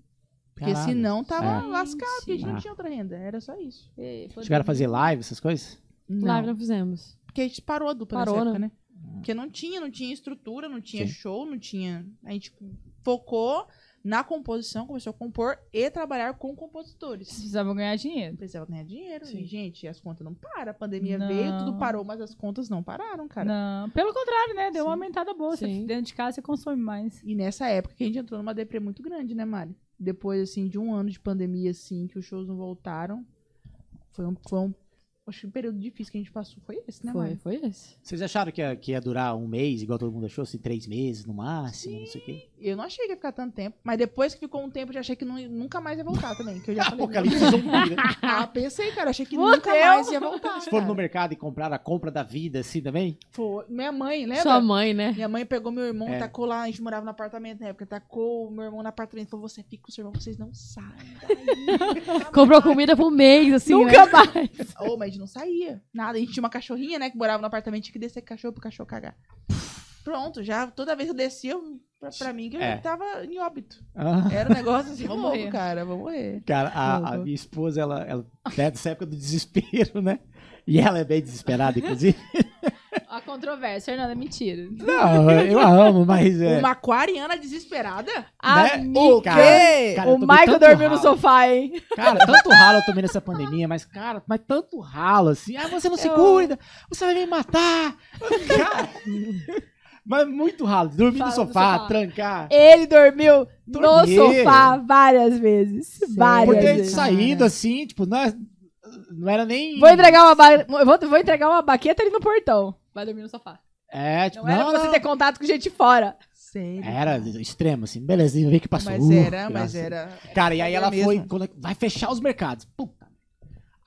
[SPEAKER 4] Porque
[SPEAKER 7] Caralho.
[SPEAKER 4] senão tava
[SPEAKER 7] É.
[SPEAKER 4] lascado, porque a gente não
[SPEAKER 7] Ah.
[SPEAKER 4] tinha outra renda. Era só isso.
[SPEAKER 7] Chegaram a fazer live, essas coisas?
[SPEAKER 5] Live não fizemos.
[SPEAKER 4] Porque a gente parou a dupla
[SPEAKER 5] Parou,
[SPEAKER 4] nessa época, né? Porque não tinha, não tinha estrutura, não tinha
[SPEAKER 7] Sim.
[SPEAKER 4] show, não tinha. A gente focou na composição, começou a compor e trabalhar com compositores.
[SPEAKER 2] Vocês precisavam ganhar dinheiro.
[SPEAKER 4] precisava ganhar dinheiro.
[SPEAKER 2] Sim.
[SPEAKER 4] E, gente, as contas não param. A pandemia
[SPEAKER 2] Não.
[SPEAKER 4] veio, tudo parou, mas as contas não pararam, cara.
[SPEAKER 2] Não, pelo contrário, né? Deu uma aumentada boa. Você,
[SPEAKER 5] Sim.
[SPEAKER 2] dentro de casa, você consome mais.
[SPEAKER 4] E nessa época que a gente entrou numa deprê muito grande, né, Mari? Depois, assim, de um ano de pandemia, assim, que os shows não voltaram. Foi um, foi um Acho que o período difícil que a gente passou foi esse, né,
[SPEAKER 5] Foi,
[SPEAKER 4] Mário?
[SPEAKER 5] foi esse.
[SPEAKER 3] Vocês acharam que ia, que ia durar um mês, igual todo mundo achou? Assim, três meses no máximo, não sei o quê.
[SPEAKER 4] Eu não achei que ia ficar tanto tempo. Mas depois que ficou um tempo, eu já achei que não- nunca mais ia voltar também. Que eu já falei,
[SPEAKER 3] Apocalipse zumbi, né?
[SPEAKER 4] "Não". Ah, pensei, cara. Achei que
[SPEAKER 2] Meu
[SPEAKER 4] nunca
[SPEAKER 2] Deus!
[SPEAKER 4] mais ia voltar.
[SPEAKER 3] Vocês foram no
[SPEAKER 4] cara.
[SPEAKER 3] mercado e compraram a compra da vida, assim, também?
[SPEAKER 4] Foi. Minha mãe, lembra?
[SPEAKER 5] Sua mãe, né?
[SPEAKER 4] Minha mãe pegou meu irmão,
[SPEAKER 3] É.
[SPEAKER 4] tacou lá, a gente morava no apartamento na época, tacou o meu irmão no apartamento, falou, você fica com o seu irmão, vocês não saem daí.
[SPEAKER 5] Comprou comida por um mês, assim, Nunca né? mais.
[SPEAKER 4] Oh, mas a gente não saía, nada, a gente tinha uma cachorrinha, né, que morava no apartamento, tinha que descer com o cachorro pro cachorro cagar. Pronto, já, toda vez que eu descia, eu- pra, pra mim, que eu
[SPEAKER 3] É.
[SPEAKER 4] tava em óbito.
[SPEAKER 3] Ah.
[SPEAKER 4] Era um negócio assim,
[SPEAKER 2] Vou
[SPEAKER 4] vamos morrer,
[SPEAKER 2] morrer.
[SPEAKER 4] cara, vamos morrer.
[SPEAKER 3] Cara, a, a minha esposa, ela, ela é dessa época do desespero, né? E ela é bem desesperada, inclusive.
[SPEAKER 2] A controvérsia, Fernanda, é mentira.
[SPEAKER 3] Não, eu a amo, mas é.
[SPEAKER 4] Uma aquariana desesperada?
[SPEAKER 3] Né? Ô, cara, cara, eu
[SPEAKER 2] o
[SPEAKER 3] tomei
[SPEAKER 2] Michael
[SPEAKER 3] tanto
[SPEAKER 2] dormiu no
[SPEAKER 3] ralo.
[SPEAKER 2] sofá, hein?
[SPEAKER 3] Cara, tanto ralo eu tomei nessa pandemia, mas, cara, mas tanto ralo assim. Ah, você não se
[SPEAKER 2] Eu-
[SPEAKER 3] cuida, você vai me matar. Cara, mas muito ralo. Dormir
[SPEAKER 2] Fala
[SPEAKER 3] no
[SPEAKER 2] do
[SPEAKER 3] sofá,
[SPEAKER 2] sofá.
[SPEAKER 3] trancar.
[SPEAKER 2] Ele dormiu no
[SPEAKER 3] Dormi.
[SPEAKER 2] sofá várias vezes.
[SPEAKER 3] Por
[SPEAKER 2] Várias
[SPEAKER 3] ter
[SPEAKER 2] É, vezes. né?
[SPEAKER 3] saído assim, tipo, não, é- não era nem.
[SPEAKER 2] Vou entregar uma, ba... vou, vou entregar uma baqueta ali no portão. Vai dormir no sofá.
[SPEAKER 3] É,
[SPEAKER 2] Não,
[SPEAKER 3] tipo,
[SPEAKER 2] era
[SPEAKER 3] não,
[SPEAKER 2] pra você
[SPEAKER 3] não.
[SPEAKER 2] ter contato com gente fora.
[SPEAKER 4] Sério.
[SPEAKER 3] Era extremo, assim. Beleza, eu vi que passou.
[SPEAKER 4] Mas
[SPEAKER 3] Uh,
[SPEAKER 4] era, mas
[SPEAKER 3] graças a
[SPEAKER 4] era.
[SPEAKER 3] Cara, e aí
[SPEAKER 4] É
[SPEAKER 3] ela
[SPEAKER 4] mesmo.
[SPEAKER 3] foi. quando- vai fechar os mercados. Puta.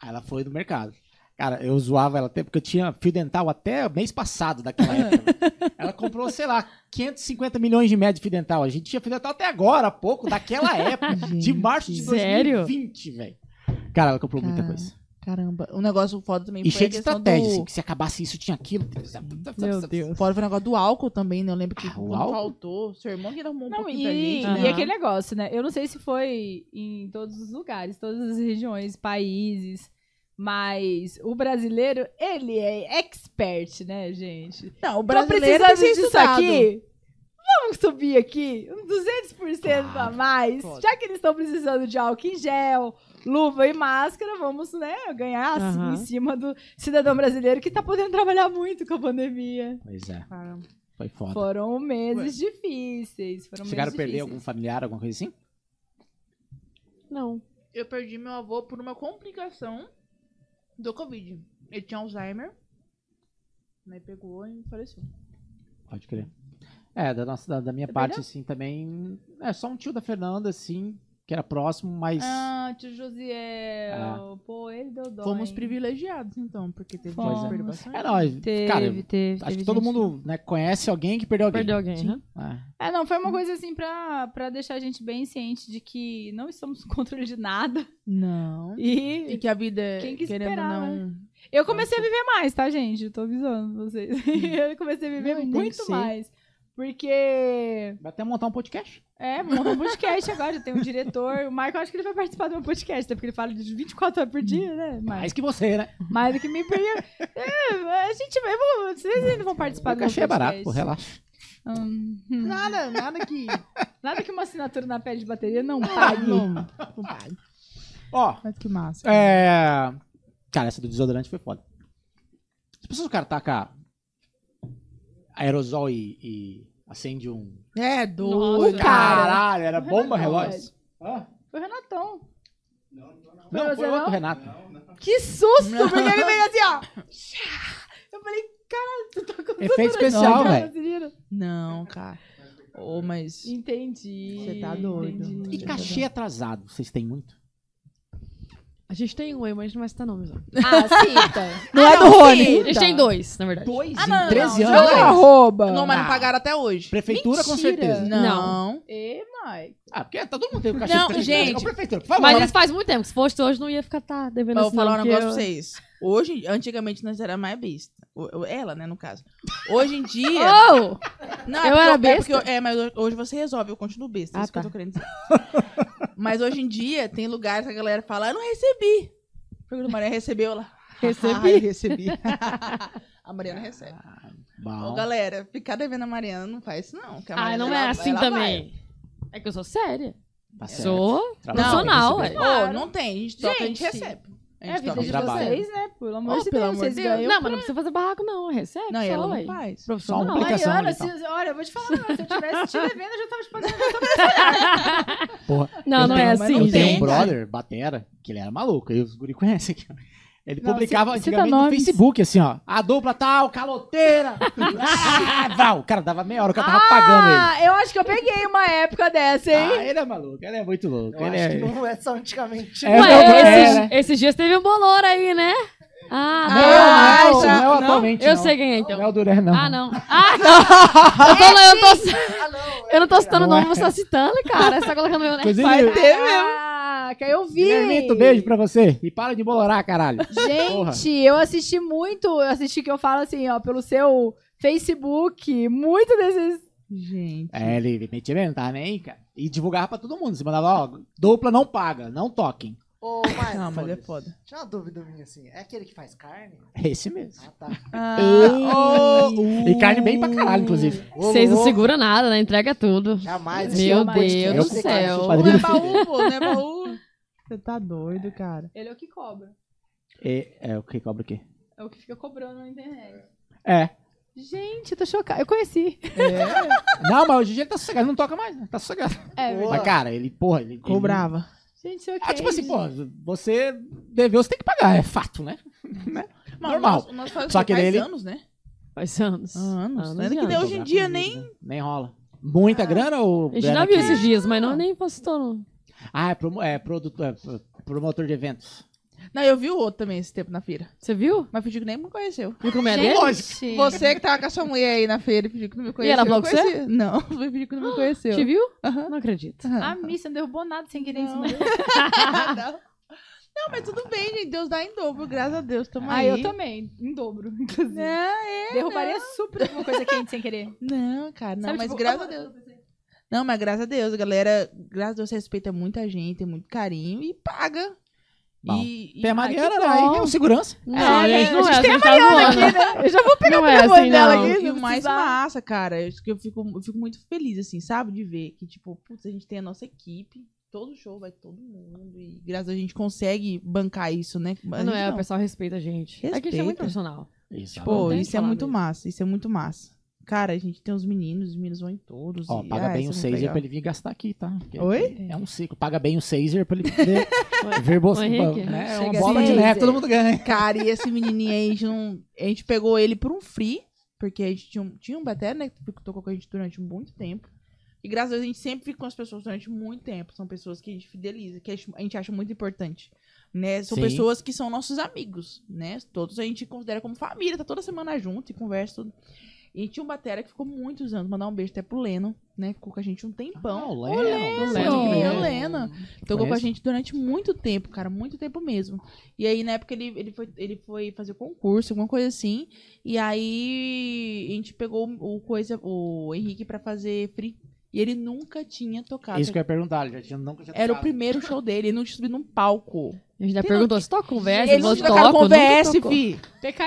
[SPEAKER 3] Aí ela foi no mercado. Cara, eu zoava ela até porque eu tinha fio dental até mês passado daquela época. né? ela comprou, sei lá, 550 milhões de média de fio dental. A gente tinha fio dental até agora, há pouco, daquela época, de março de
[SPEAKER 5] Sério?
[SPEAKER 3] 2020, velho. Cara, ela comprou muita
[SPEAKER 4] Cara,
[SPEAKER 3] coisa.
[SPEAKER 4] Caramba, um negócio foda também
[SPEAKER 3] E
[SPEAKER 4] foi
[SPEAKER 3] cheio
[SPEAKER 4] a
[SPEAKER 3] de
[SPEAKER 4] questão
[SPEAKER 3] estratégia,
[SPEAKER 4] do-
[SPEAKER 3] assim, que se acabasse isso, tinha aquilo.
[SPEAKER 5] Meu Deus.
[SPEAKER 4] Fora foi o negócio do álcool também, né? Eu lembro que
[SPEAKER 3] Ah, o
[SPEAKER 4] quando
[SPEAKER 3] álcool?
[SPEAKER 4] faltou, seu irmão que arrumou um
[SPEAKER 2] Não,
[SPEAKER 4] pouquinho
[SPEAKER 2] e,
[SPEAKER 4] da gente,
[SPEAKER 2] e
[SPEAKER 5] né?
[SPEAKER 4] né?
[SPEAKER 5] Aham.
[SPEAKER 2] aquele negócio, né? Eu não sei se foi em todos os lugares, todas as regiões, países, mas o brasileiro, ele é expert, né, gente?
[SPEAKER 4] Não, o
[SPEAKER 2] Tô
[SPEAKER 4] brasileiro
[SPEAKER 2] precisando
[SPEAKER 4] tem que ser
[SPEAKER 2] disso
[SPEAKER 4] estudado.
[SPEAKER 2] aqui. Vamos subir aqui um uns 200% a mais.
[SPEAKER 4] pode.
[SPEAKER 2] Já que eles estão precisando de álcool em gel, luva e máscara, vamos, né, ganhar assim,
[SPEAKER 5] Aham.
[SPEAKER 2] em cima do cidadão brasileiro que tá podendo trabalhar muito com a pandemia.
[SPEAKER 3] Pois é,
[SPEAKER 4] Caramba.
[SPEAKER 3] foi foda.
[SPEAKER 2] Foram meses difíceis. Foram
[SPEAKER 3] Chegaram a
[SPEAKER 2] meses
[SPEAKER 3] perder
[SPEAKER 2] difíceis.
[SPEAKER 3] algum familiar, alguma coisa assim?
[SPEAKER 5] Não.
[SPEAKER 4] Eu perdi meu avô por uma complicação do Covid. Ele tinha Alzheimer. Aí pegou e faleceu.
[SPEAKER 3] Pode crer. É, da, nossa, da, da minha
[SPEAKER 4] Tá
[SPEAKER 3] parte,
[SPEAKER 4] vendo?
[SPEAKER 3] assim, também. É só um tio da Fernanda, assim, que era próximo, mas.
[SPEAKER 2] Ah, tio Josiel.
[SPEAKER 3] Ah.
[SPEAKER 2] Pô, ele deu dó.
[SPEAKER 4] Fomos
[SPEAKER 2] hein?
[SPEAKER 4] privilegiados, então, porque teve
[SPEAKER 2] Fomos.
[SPEAKER 4] gente que perdeu bastante.
[SPEAKER 3] é, não,
[SPEAKER 2] Teve,
[SPEAKER 3] cara,
[SPEAKER 2] teve, teve.
[SPEAKER 3] acho que todo
[SPEAKER 2] gente.
[SPEAKER 3] mundo né, conhece alguém que perdeu alguém.
[SPEAKER 5] Perdeu alguém, né?
[SPEAKER 3] Ah,
[SPEAKER 2] É, não, foi uma coisa assim pra, pra deixar a gente bem ciente de que não estamos no controle de nada.
[SPEAKER 4] Não.
[SPEAKER 2] E
[SPEAKER 4] E que a vida, é,
[SPEAKER 2] Quem que
[SPEAKER 4] querendo
[SPEAKER 2] esperava,
[SPEAKER 4] ou não...
[SPEAKER 2] eu comecei a viver mais, tá, gente? Eu tô avisando vocês.
[SPEAKER 3] Hum.
[SPEAKER 2] eu comecei a viver
[SPEAKER 4] Não, e tem que
[SPEAKER 2] muito
[SPEAKER 4] ser.
[SPEAKER 2] mais. Porque.
[SPEAKER 3] vai até montar um podcast.
[SPEAKER 2] É, monta um podcast agora, já tem um diretor. O Michael acho que ele vai participar do meu podcast, até porque ele fala de 24 horas por dia, né? Mas,
[SPEAKER 3] Mais que você, né?
[SPEAKER 2] mais do que me perder. É, a gente vai. eu vou- Vocês ainda vão participar
[SPEAKER 3] O
[SPEAKER 2] do meu um podcast.
[SPEAKER 3] cachê é barato, pô, relaxa.
[SPEAKER 2] Hum,
[SPEAKER 4] Nada, nada que... Ah.
[SPEAKER 2] nada que uma assinatura na pele de bateria não tá. pague.
[SPEAKER 4] Não, não vale.
[SPEAKER 3] Ó,
[SPEAKER 4] Tá Mas que massa.
[SPEAKER 3] é. Cara, essa do desodorante foi foda. As pessoas, cara, taca aerosol e, e acende um.
[SPEAKER 4] É,
[SPEAKER 2] Nossa,
[SPEAKER 4] doido.
[SPEAKER 2] o cara.
[SPEAKER 3] Caralho, era bomba relógio.
[SPEAKER 2] Foi o Renatão.
[SPEAKER 3] Não,
[SPEAKER 2] você
[SPEAKER 3] foi outro
[SPEAKER 2] é não?
[SPEAKER 3] Renato.
[SPEAKER 2] Que susto! Porque ele veio assim, ó. Eu falei, caralho, tu tá com tudo
[SPEAKER 3] Efeito
[SPEAKER 2] na
[SPEAKER 3] especial,
[SPEAKER 2] cara,
[SPEAKER 3] velho.
[SPEAKER 2] esse menino.
[SPEAKER 4] Não, cara. Ô, mas...
[SPEAKER 2] Entendi.
[SPEAKER 4] Você tá doido.
[SPEAKER 2] entendi.
[SPEAKER 3] E cachê atrasado, vocês têm muito?
[SPEAKER 5] A gente tem um aí, mas a gente não vai citar nomes, não.
[SPEAKER 2] Ah, cita.
[SPEAKER 5] Não é do Rony. A gente tem dois, na verdade.
[SPEAKER 3] Dois
[SPEAKER 2] Ah, não,
[SPEAKER 3] em
[SPEAKER 2] não,
[SPEAKER 3] 13
[SPEAKER 2] não.
[SPEAKER 3] anos.
[SPEAKER 2] Joga arroba.
[SPEAKER 4] Não, mas não
[SPEAKER 3] Ah.
[SPEAKER 4] pagaram até hoje.
[SPEAKER 3] Prefeitura, com
[SPEAKER 2] Mentira.
[SPEAKER 3] certeza.
[SPEAKER 4] Não.
[SPEAKER 2] Ê, Mike.
[SPEAKER 3] Ah, porque todo mundo tem o cachê
[SPEAKER 4] Não,
[SPEAKER 3] de 13
[SPEAKER 4] gente.
[SPEAKER 3] anos. Ô, prefeitura, por favor.
[SPEAKER 5] Mas isso faz muito tempo. Se fosse hoje, não ia ficar tá devendo
[SPEAKER 4] Mas eu
[SPEAKER 5] esse
[SPEAKER 4] vou falar um
[SPEAKER 5] nome,
[SPEAKER 4] negócio pra
[SPEAKER 5] porque eu-
[SPEAKER 4] vocês. Hoje, antigamente nós era mais besta. O- eu- Ela, né, no caso. Hoje em dia.
[SPEAKER 5] Oh!
[SPEAKER 4] não, é
[SPEAKER 5] eu
[SPEAKER 4] porque
[SPEAKER 5] era
[SPEAKER 4] é
[SPEAKER 5] besta?
[SPEAKER 4] porque eu- É, mas hoje você resolve, eu continuo besta. é
[SPEAKER 5] Ah,
[SPEAKER 4] isso que eu
[SPEAKER 5] tá.
[SPEAKER 4] tô querendo dizer. mas hoje em dia tem lugares que a galera fala, eu não recebi. Pergunta, Maria, recebeu lá?
[SPEAKER 5] Recebi.
[SPEAKER 4] Ai, recebi. a Mariana recebe. Ô,
[SPEAKER 3] Bom,
[SPEAKER 4] galera, ficar devendo a Mariana não faz isso, não. que a
[SPEAKER 5] Ah,
[SPEAKER 4] Mariana,
[SPEAKER 5] não é
[SPEAKER 4] ela-
[SPEAKER 5] assim
[SPEAKER 4] ela
[SPEAKER 5] também. É que eu sou séria.
[SPEAKER 1] É.
[SPEAKER 3] tá certo.
[SPEAKER 5] Sou
[SPEAKER 3] Trabalho
[SPEAKER 5] profissional,
[SPEAKER 3] tem que
[SPEAKER 5] ué.
[SPEAKER 3] receber.
[SPEAKER 4] vai. Ô, não tem. A gente toca, a gente
[SPEAKER 2] Gente.
[SPEAKER 4] recebe. A
[SPEAKER 2] É a
[SPEAKER 4] gente
[SPEAKER 2] vida
[SPEAKER 4] toca, a
[SPEAKER 2] de
[SPEAKER 4] gente
[SPEAKER 3] trabalho.
[SPEAKER 4] recebe.
[SPEAKER 2] vocês, né? Pelo amor
[SPEAKER 4] Oh,
[SPEAKER 2] de
[SPEAKER 4] pelo
[SPEAKER 2] Deus,
[SPEAKER 4] amor
[SPEAKER 2] vocês
[SPEAKER 4] de Deus.
[SPEAKER 2] ganham.
[SPEAKER 5] não, mas não precisa fazer barraco, não. Recebe.
[SPEAKER 4] Não, e ela
[SPEAKER 5] é só,
[SPEAKER 4] não
[SPEAKER 5] ué.
[SPEAKER 4] faz.
[SPEAKER 5] Profissional. é
[SPEAKER 3] Só um
[SPEAKER 5] Mas-
[SPEAKER 3] aplicação
[SPEAKER 2] Mariana,
[SPEAKER 3] ali, então.
[SPEAKER 2] se- olha, eu vou te falar, se eu tivesse te devendo, eu já tava te pagando.
[SPEAKER 5] Não,
[SPEAKER 3] Eu
[SPEAKER 5] não
[SPEAKER 3] tenho-
[SPEAKER 5] é
[SPEAKER 4] mas
[SPEAKER 5] assim,
[SPEAKER 3] Eu tenho um
[SPEAKER 5] gente.
[SPEAKER 3] brother, Batera, que ele era maluco. E os guri conhecem aqui. Ele
[SPEAKER 2] Não,
[SPEAKER 3] publicava
[SPEAKER 2] cita- cita
[SPEAKER 3] antigamente no
[SPEAKER 2] nomes.
[SPEAKER 3] Facebook, assim, ó. A dupla tal, caloteira. Ah, Val. Cara, dava meia hora que eu tava apagando ele.
[SPEAKER 2] Ah, eu acho que eu peguei uma época dessa, hein?
[SPEAKER 3] Ah, ele é maluco, ele é muito louco.
[SPEAKER 1] Eu
[SPEAKER 3] ele
[SPEAKER 1] acho
[SPEAKER 3] é...
[SPEAKER 1] que não é então, só antigamente.
[SPEAKER 3] É,
[SPEAKER 5] Ué,
[SPEAKER 3] não,
[SPEAKER 5] esses,
[SPEAKER 3] é, né?
[SPEAKER 5] esses dias teve um bolor aí, né? Ah,
[SPEAKER 2] Ah,
[SPEAKER 3] não, não,
[SPEAKER 2] já-
[SPEAKER 3] não é o
[SPEAKER 2] não?
[SPEAKER 3] atualmente,
[SPEAKER 5] eu
[SPEAKER 3] não.
[SPEAKER 5] sei quem é, então.
[SPEAKER 3] Não é o Duré, não.
[SPEAKER 5] Ah, não. Ah, não. Eu, tô, eu, não tô,
[SPEAKER 1] Ah, não.
[SPEAKER 5] eu não tô citando o
[SPEAKER 3] Não é.
[SPEAKER 5] nome, você tá citando, cara. Você tá colocando meu nome.
[SPEAKER 3] Inclusive,
[SPEAKER 2] Caraca, eu vi.
[SPEAKER 3] Guilhermito, beijo pra você. E para de bolorar, caralho. Porra.
[SPEAKER 2] Gente, eu assisti muito, eu assisti que eu falo assim, ó, pelo seu Facebook, muito desses.
[SPEAKER 4] Gente.
[SPEAKER 3] É, ele metia mesmo, tá nem, cara. E divulgava pra todo mundo. Você mandava, ó, dupla não paga, não toquem.
[SPEAKER 1] Ô, mas,
[SPEAKER 4] Não, mas é foda.
[SPEAKER 1] Tinha uma dúvida minha, assim. É aquele que faz carne?
[SPEAKER 3] É esse mesmo.
[SPEAKER 1] Ah, tá.
[SPEAKER 2] Ah,
[SPEAKER 3] E carne bem pra caralho, inclusive.
[SPEAKER 5] Vocês não seguram nada, né? Entrega tudo.
[SPEAKER 1] Jamais. esse
[SPEAKER 5] Meu
[SPEAKER 1] é um podcast
[SPEAKER 5] Deus
[SPEAKER 1] que eu
[SPEAKER 5] do
[SPEAKER 1] sei que é
[SPEAKER 5] céu.
[SPEAKER 1] isso.
[SPEAKER 4] Não
[SPEAKER 3] Padrinho
[SPEAKER 4] é baú, pô, não é baú. Você tá doido, cara.
[SPEAKER 2] ele é o que cobra.
[SPEAKER 3] É, é o que cobra o quê?
[SPEAKER 2] É o que fica cobrando na internet.
[SPEAKER 3] É.
[SPEAKER 2] Gente, eu tô chocada. Eu conheci.
[SPEAKER 3] Não, mas hoje em dia ele tá sossegado, ele não toca mais, né? Tá sossegado.
[SPEAKER 2] É,
[SPEAKER 1] Boa.
[SPEAKER 3] Mas, cara, ele, porra, ele. ele...
[SPEAKER 4] Cobrava.
[SPEAKER 2] gente, isso é
[SPEAKER 3] Ah, tipo
[SPEAKER 2] ok,
[SPEAKER 3] assim,
[SPEAKER 2] gente.
[SPEAKER 3] pô, você deveu, você tem que pagar, é fato, né?
[SPEAKER 4] Mas
[SPEAKER 3] Normal.
[SPEAKER 4] o nosso- o nosso faz
[SPEAKER 3] Só
[SPEAKER 4] o quê?
[SPEAKER 3] que
[SPEAKER 4] Faz
[SPEAKER 3] ele-
[SPEAKER 4] anos, né?
[SPEAKER 5] Faz anos.
[SPEAKER 4] Ah, anos.
[SPEAKER 5] Anos
[SPEAKER 4] Tanto
[SPEAKER 5] e
[SPEAKER 4] que
[SPEAKER 5] anos.
[SPEAKER 4] hoje em dia nem...
[SPEAKER 3] é né? Nem rola. Muita grana ou.
[SPEAKER 5] A gente
[SPEAKER 3] grana
[SPEAKER 5] já viu
[SPEAKER 3] que-
[SPEAKER 5] esses dias, mas não nem postou. não.
[SPEAKER 3] Ah, é, promo... é, produto... é pro- promotor de eventos.
[SPEAKER 4] Não, eu vi o outro também esse tempo na feira.
[SPEAKER 5] Você viu?
[SPEAKER 4] Mas fingiu que nem me conheceu.
[SPEAKER 5] Viu como é
[SPEAKER 2] Gente,
[SPEAKER 5] dele?
[SPEAKER 4] Você que tava com a sua mulher aí na feira e fingiu que não me conheceu.
[SPEAKER 5] ela falou
[SPEAKER 4] Eu
[SPEAKER 5] com você? Tipo,
[SPEAKER 4] conheci. Não, foi fingiu que não me conheceu.
[SPEAKER 5] Te viu?
[SPEAKER 4] Aham.
[SPEAKER 5] Não acredito.
[SPEAKER 2] Ah, Mi, você não derrubou nada sem querer isso,
[SPEAKER 4] Não.
[SPEAKER 2] né?
[SPEAKER 4] não. Não, mas tudo bem, gente. Deus dá em dobro, graças a Deus. Tamo
[SPEAKER 2] Ah,
[SPEAKER 4] aí.
[SPEAKER 2] eu também, em dobro, inclusive.
[SPEAKER 4] Não, é,
[SPEAKER 2] Derrubaria super alguma coisa quente sem querer.
[SPEAKER 4] Não, cara, não,
[SPEAKER 2] Sabe,
[SPEAKER 4] mas
[SPEAKER 2] tipo,
[SPEAKER 4] graças
[SPEAKER 2] ah,
[SPEAKER 4] a Deus. Não, mas graças a Deus, a galera, graças a Deus, respeita muita gente, tem muito carinho e paga.
[SPEAKER 3] Bom,
[SPEAKER 4] E, e-
[SPEAKER 3] Tem a Mariana,
[SPEAKER 5] que
[SPEAKER 3] né? Aí
[SPEAKER 5] bom.
[SPEAKER 3] é o segurança.
[SPEAKER 5] Não,
[SPEAKER 2] É,
[SPEAKER 5] gente, não
[SPEAKER 2] a
[SPEAKER 5] é.
[SPEAKER 2] gente tem
[SPEAKER 5] a tá zoando.
[SPEAKER 2] né? Eu já vou
[SPEAKER 5] Não é
[SPEAKER 2] telefone
[SPEAKER 5] assim,
[SPEAKER 2] dela
[SPEAKER 5] não.
[SPEAKER 2] aqui.
[SPEAKER 4] e
[SPEAKER 2] não
[SPEAKER 4] o mais
[SPEAKER 2] precisava.
[SPEAKER 4] massa, cara, isso que eu fico, eu fico muito feliz, assim, sabe? De ver que, tipo, putz, a gente tem a nossa equipe, todo show vai todo mundo. E graças a Deus, a gente consegue bancar isso, né? A
[SPEAKER 5] Não
[SPEAKER 4] gente
[SPEAKER 5] é, o pessoal respeita a gente. É que a gente é muito
[SPEAKER 4] Respeita.
[SPEAKER 5] profissional.
[SPEAKER 3] Isso.
[SPEAKER 4] Pô,
[SPEAKER 5] Não tem o que
[SPEAKER 4] isso é
[SPEAKER 5] falar
[SPEAKER 4] muito
[SPEAKER 5] mesmo.
[SPEAKER 4] massa, isso é muito massa. Cara, a gente tem os meninos, os meninos vão em todos.
[SPEAKER 3] Ó,
[SPEAKER 4] e-
[SPEAKER 3] paga
[SPEAKER 4] ah,
[SPEAKER 3] bem o
[SPEAKER 4] isso é muito
[SPEAKER 3] Caesar
[SPEAKER 4] legal.
[SPEAKER 3] pra ele vir gastar aqui, tá? Porque
[SPEAKER 4] Oi?
[SPEAKER 3] É um ciclo. Paga bem o Caesar pra ele poder ver bolsa.
[SPEAKER 5] Ô, Henrique,
[SPEAKER 3] Né? É
[SPEAKER 5] chega
[SPEAKER 3] uma
[SPEAKER 5] assim,
[SPEAKER 3] bola de neve, todo mundo ganha.
[SPEAKER 4] Cara, e esse menininho aí, a gente, não- a gente pegou ele por um free, porque a gente tinha um, tinha um batera, né, que tocou com a gente durante muito tempo. E graças a Deus, a gente sempre fica com as pessoas durante muito tempo. São pessoas que a gente fideliza, que a gente- a gente acha muito importante. Né? São
[SPEAKER 3] Sim.
[SPEAKER 4] pessoas que são nossos amigos, né? Todos a gente considera como família, tá toda semana junto e conversa tudo. E tinha um batera que ficou muitos anos, mandar um beijo até pro Leno, né? Ficou com a gente um tempão.
[SPEAKER 3] o Leno.
[SPEAKER 4] Leno,
[SPEAKER 3] Leno.
[SPEAKER 4] o Leno. Tocou com a
[SPEAKER 3] Conheço.
[SPEAKER 4] gente durante muito tempo, cara, muito tempo mesmo. E aí, na época, ele, ele, foi, ele foi fazer concurso, alguma coisa assim. E aí, a gente pegou o, coisa, o Henrique pra fazer free. E ele nunca tinha tocado.
[SPEAKER 3] Isso que eu ia perguntar, ele já tinha, nunca tinha
[SPEAKER 4] Era o
[SPEAKER 3] tocado.
[SPEAKER 4] primeiro show dele, ele não tinha subido num palco.
[SPEAKER 5] A gente já
[SPEAKER 4] Tem
[SPEAKER 5] perguntou, se toca com VS?
[SPEAKER 4] ele
[SPEAKER 5] Ele
[SPEAKER 4] não
[SPEAKER 5] falou,
[SPEAKER 4] tinha tocado
[SPEAKER 5] toco,
[SPEAKER 4] com VS,
[SPEAKER 5] toco.
[SPEAKER 4] fi.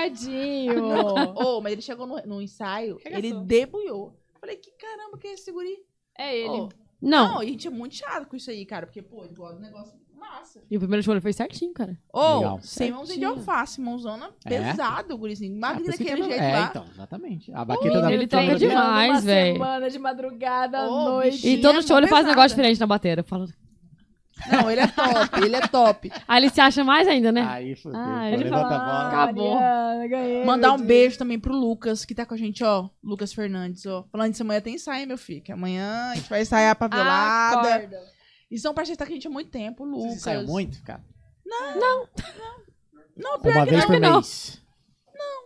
[SPEAKER 2] Pecadinho.
[SPEAKER 4] Ô, mas ele chegou no, no ensaio, ele
[SPEAKER 2] Arregaçou.
[SPEAKER 4] debulhou. Falei, que caramba que é esse guri?
[SPEAKER 2] É ele.
[SPEAKER 4] Ô,
[SPEAKER 5] Não.
[SPEAKER 4] não, e a gente é muito chato com isso aí, cara, porque, pô, ele gosta de um negócio massa.
[SPEAKER 5] E o primeiro show ele foi certinho, cara.
[SPEAKER 4] Ou,
[SPEAKER 3] Legal. É?
[SPEAKER 4] sem mãozinha de
[SPEAKER 5] Certinho.
[SPEAKER 4] alface, mãozona pesado, gurizinho.
[SPEAKER 3] Ah,
[SPEAKER 4] Magro
[SPEAKER 3] por isso que
[SPEAKER 4] daquele
[SPEAKER 3] ele-
[SPEAKER 4] jeito
[SPEAKER 3] é,
[SPEAKER 4] lá.
[SPEAKER 3] então, exatamente. A baqueta da
[SPEAKER 5] Ele
[SPEAKER 3] da-
[SPEAKER 5] toca demais, velho.
[SPEAKER 2] semana de madrugada à
[SPEAKER 4] Ô,
[SPEAKER 2] noite.
[SPEAKER 5] E
[SPEAKER 4] Sim,
[SPEAKER 5] todo
[SPEAKER 4] é
[SPEAKER 5] show ele faz um
[SPEAKER 4] pesada.
[SPEAKER 5] negócio diferente na bateria. Fala...
[SPEAKER 4] Não, ele é top, ele é top.
[SPEAKER 5] Aí "Ah, ele se acha mais ainda, né?
[SPEAKER 3] Aí, fudeu.
[SPEAKER 5] Ah,
[SPEAKER 3] ele
[SPEAKER 5] ele
[SPEAKER 2] Ah,
[SPEAKER 3] levanta a bola.
[SPEAKER 5] Acabou.
[SPEAKER 2] Mariana, ganhei.
[SPEAKER 4] Mandar um beijo também pro Lucas, que tá com a gente, ó. Lucas Fernandes, ó. Falando disso, amanhã tem ensaio, meu filho. Que amanhã a gente vai ensaiar
[SPEAKER 5] Ah,
[SPEAKER 4] pra violada.
[SPEAKER 2] Acorda.
[SPEAKER 4] E são parceiros que tá com a gente há muito tempo, o
[SPEAKER 3] Vocês
[SPEAKER 4] Lucas.
[SPEAKER 3] ensaiam muito, cara?
[SPEAKER 4] Não, pior
[SPEAKER 3] Uma
[SPEAKER 4] que
[SPEAKER 3] vez
[SPEAKER 4] não.
[SPEAKER 3] por
[SPEAKER 5] não.
[SPEAKER 3] mês.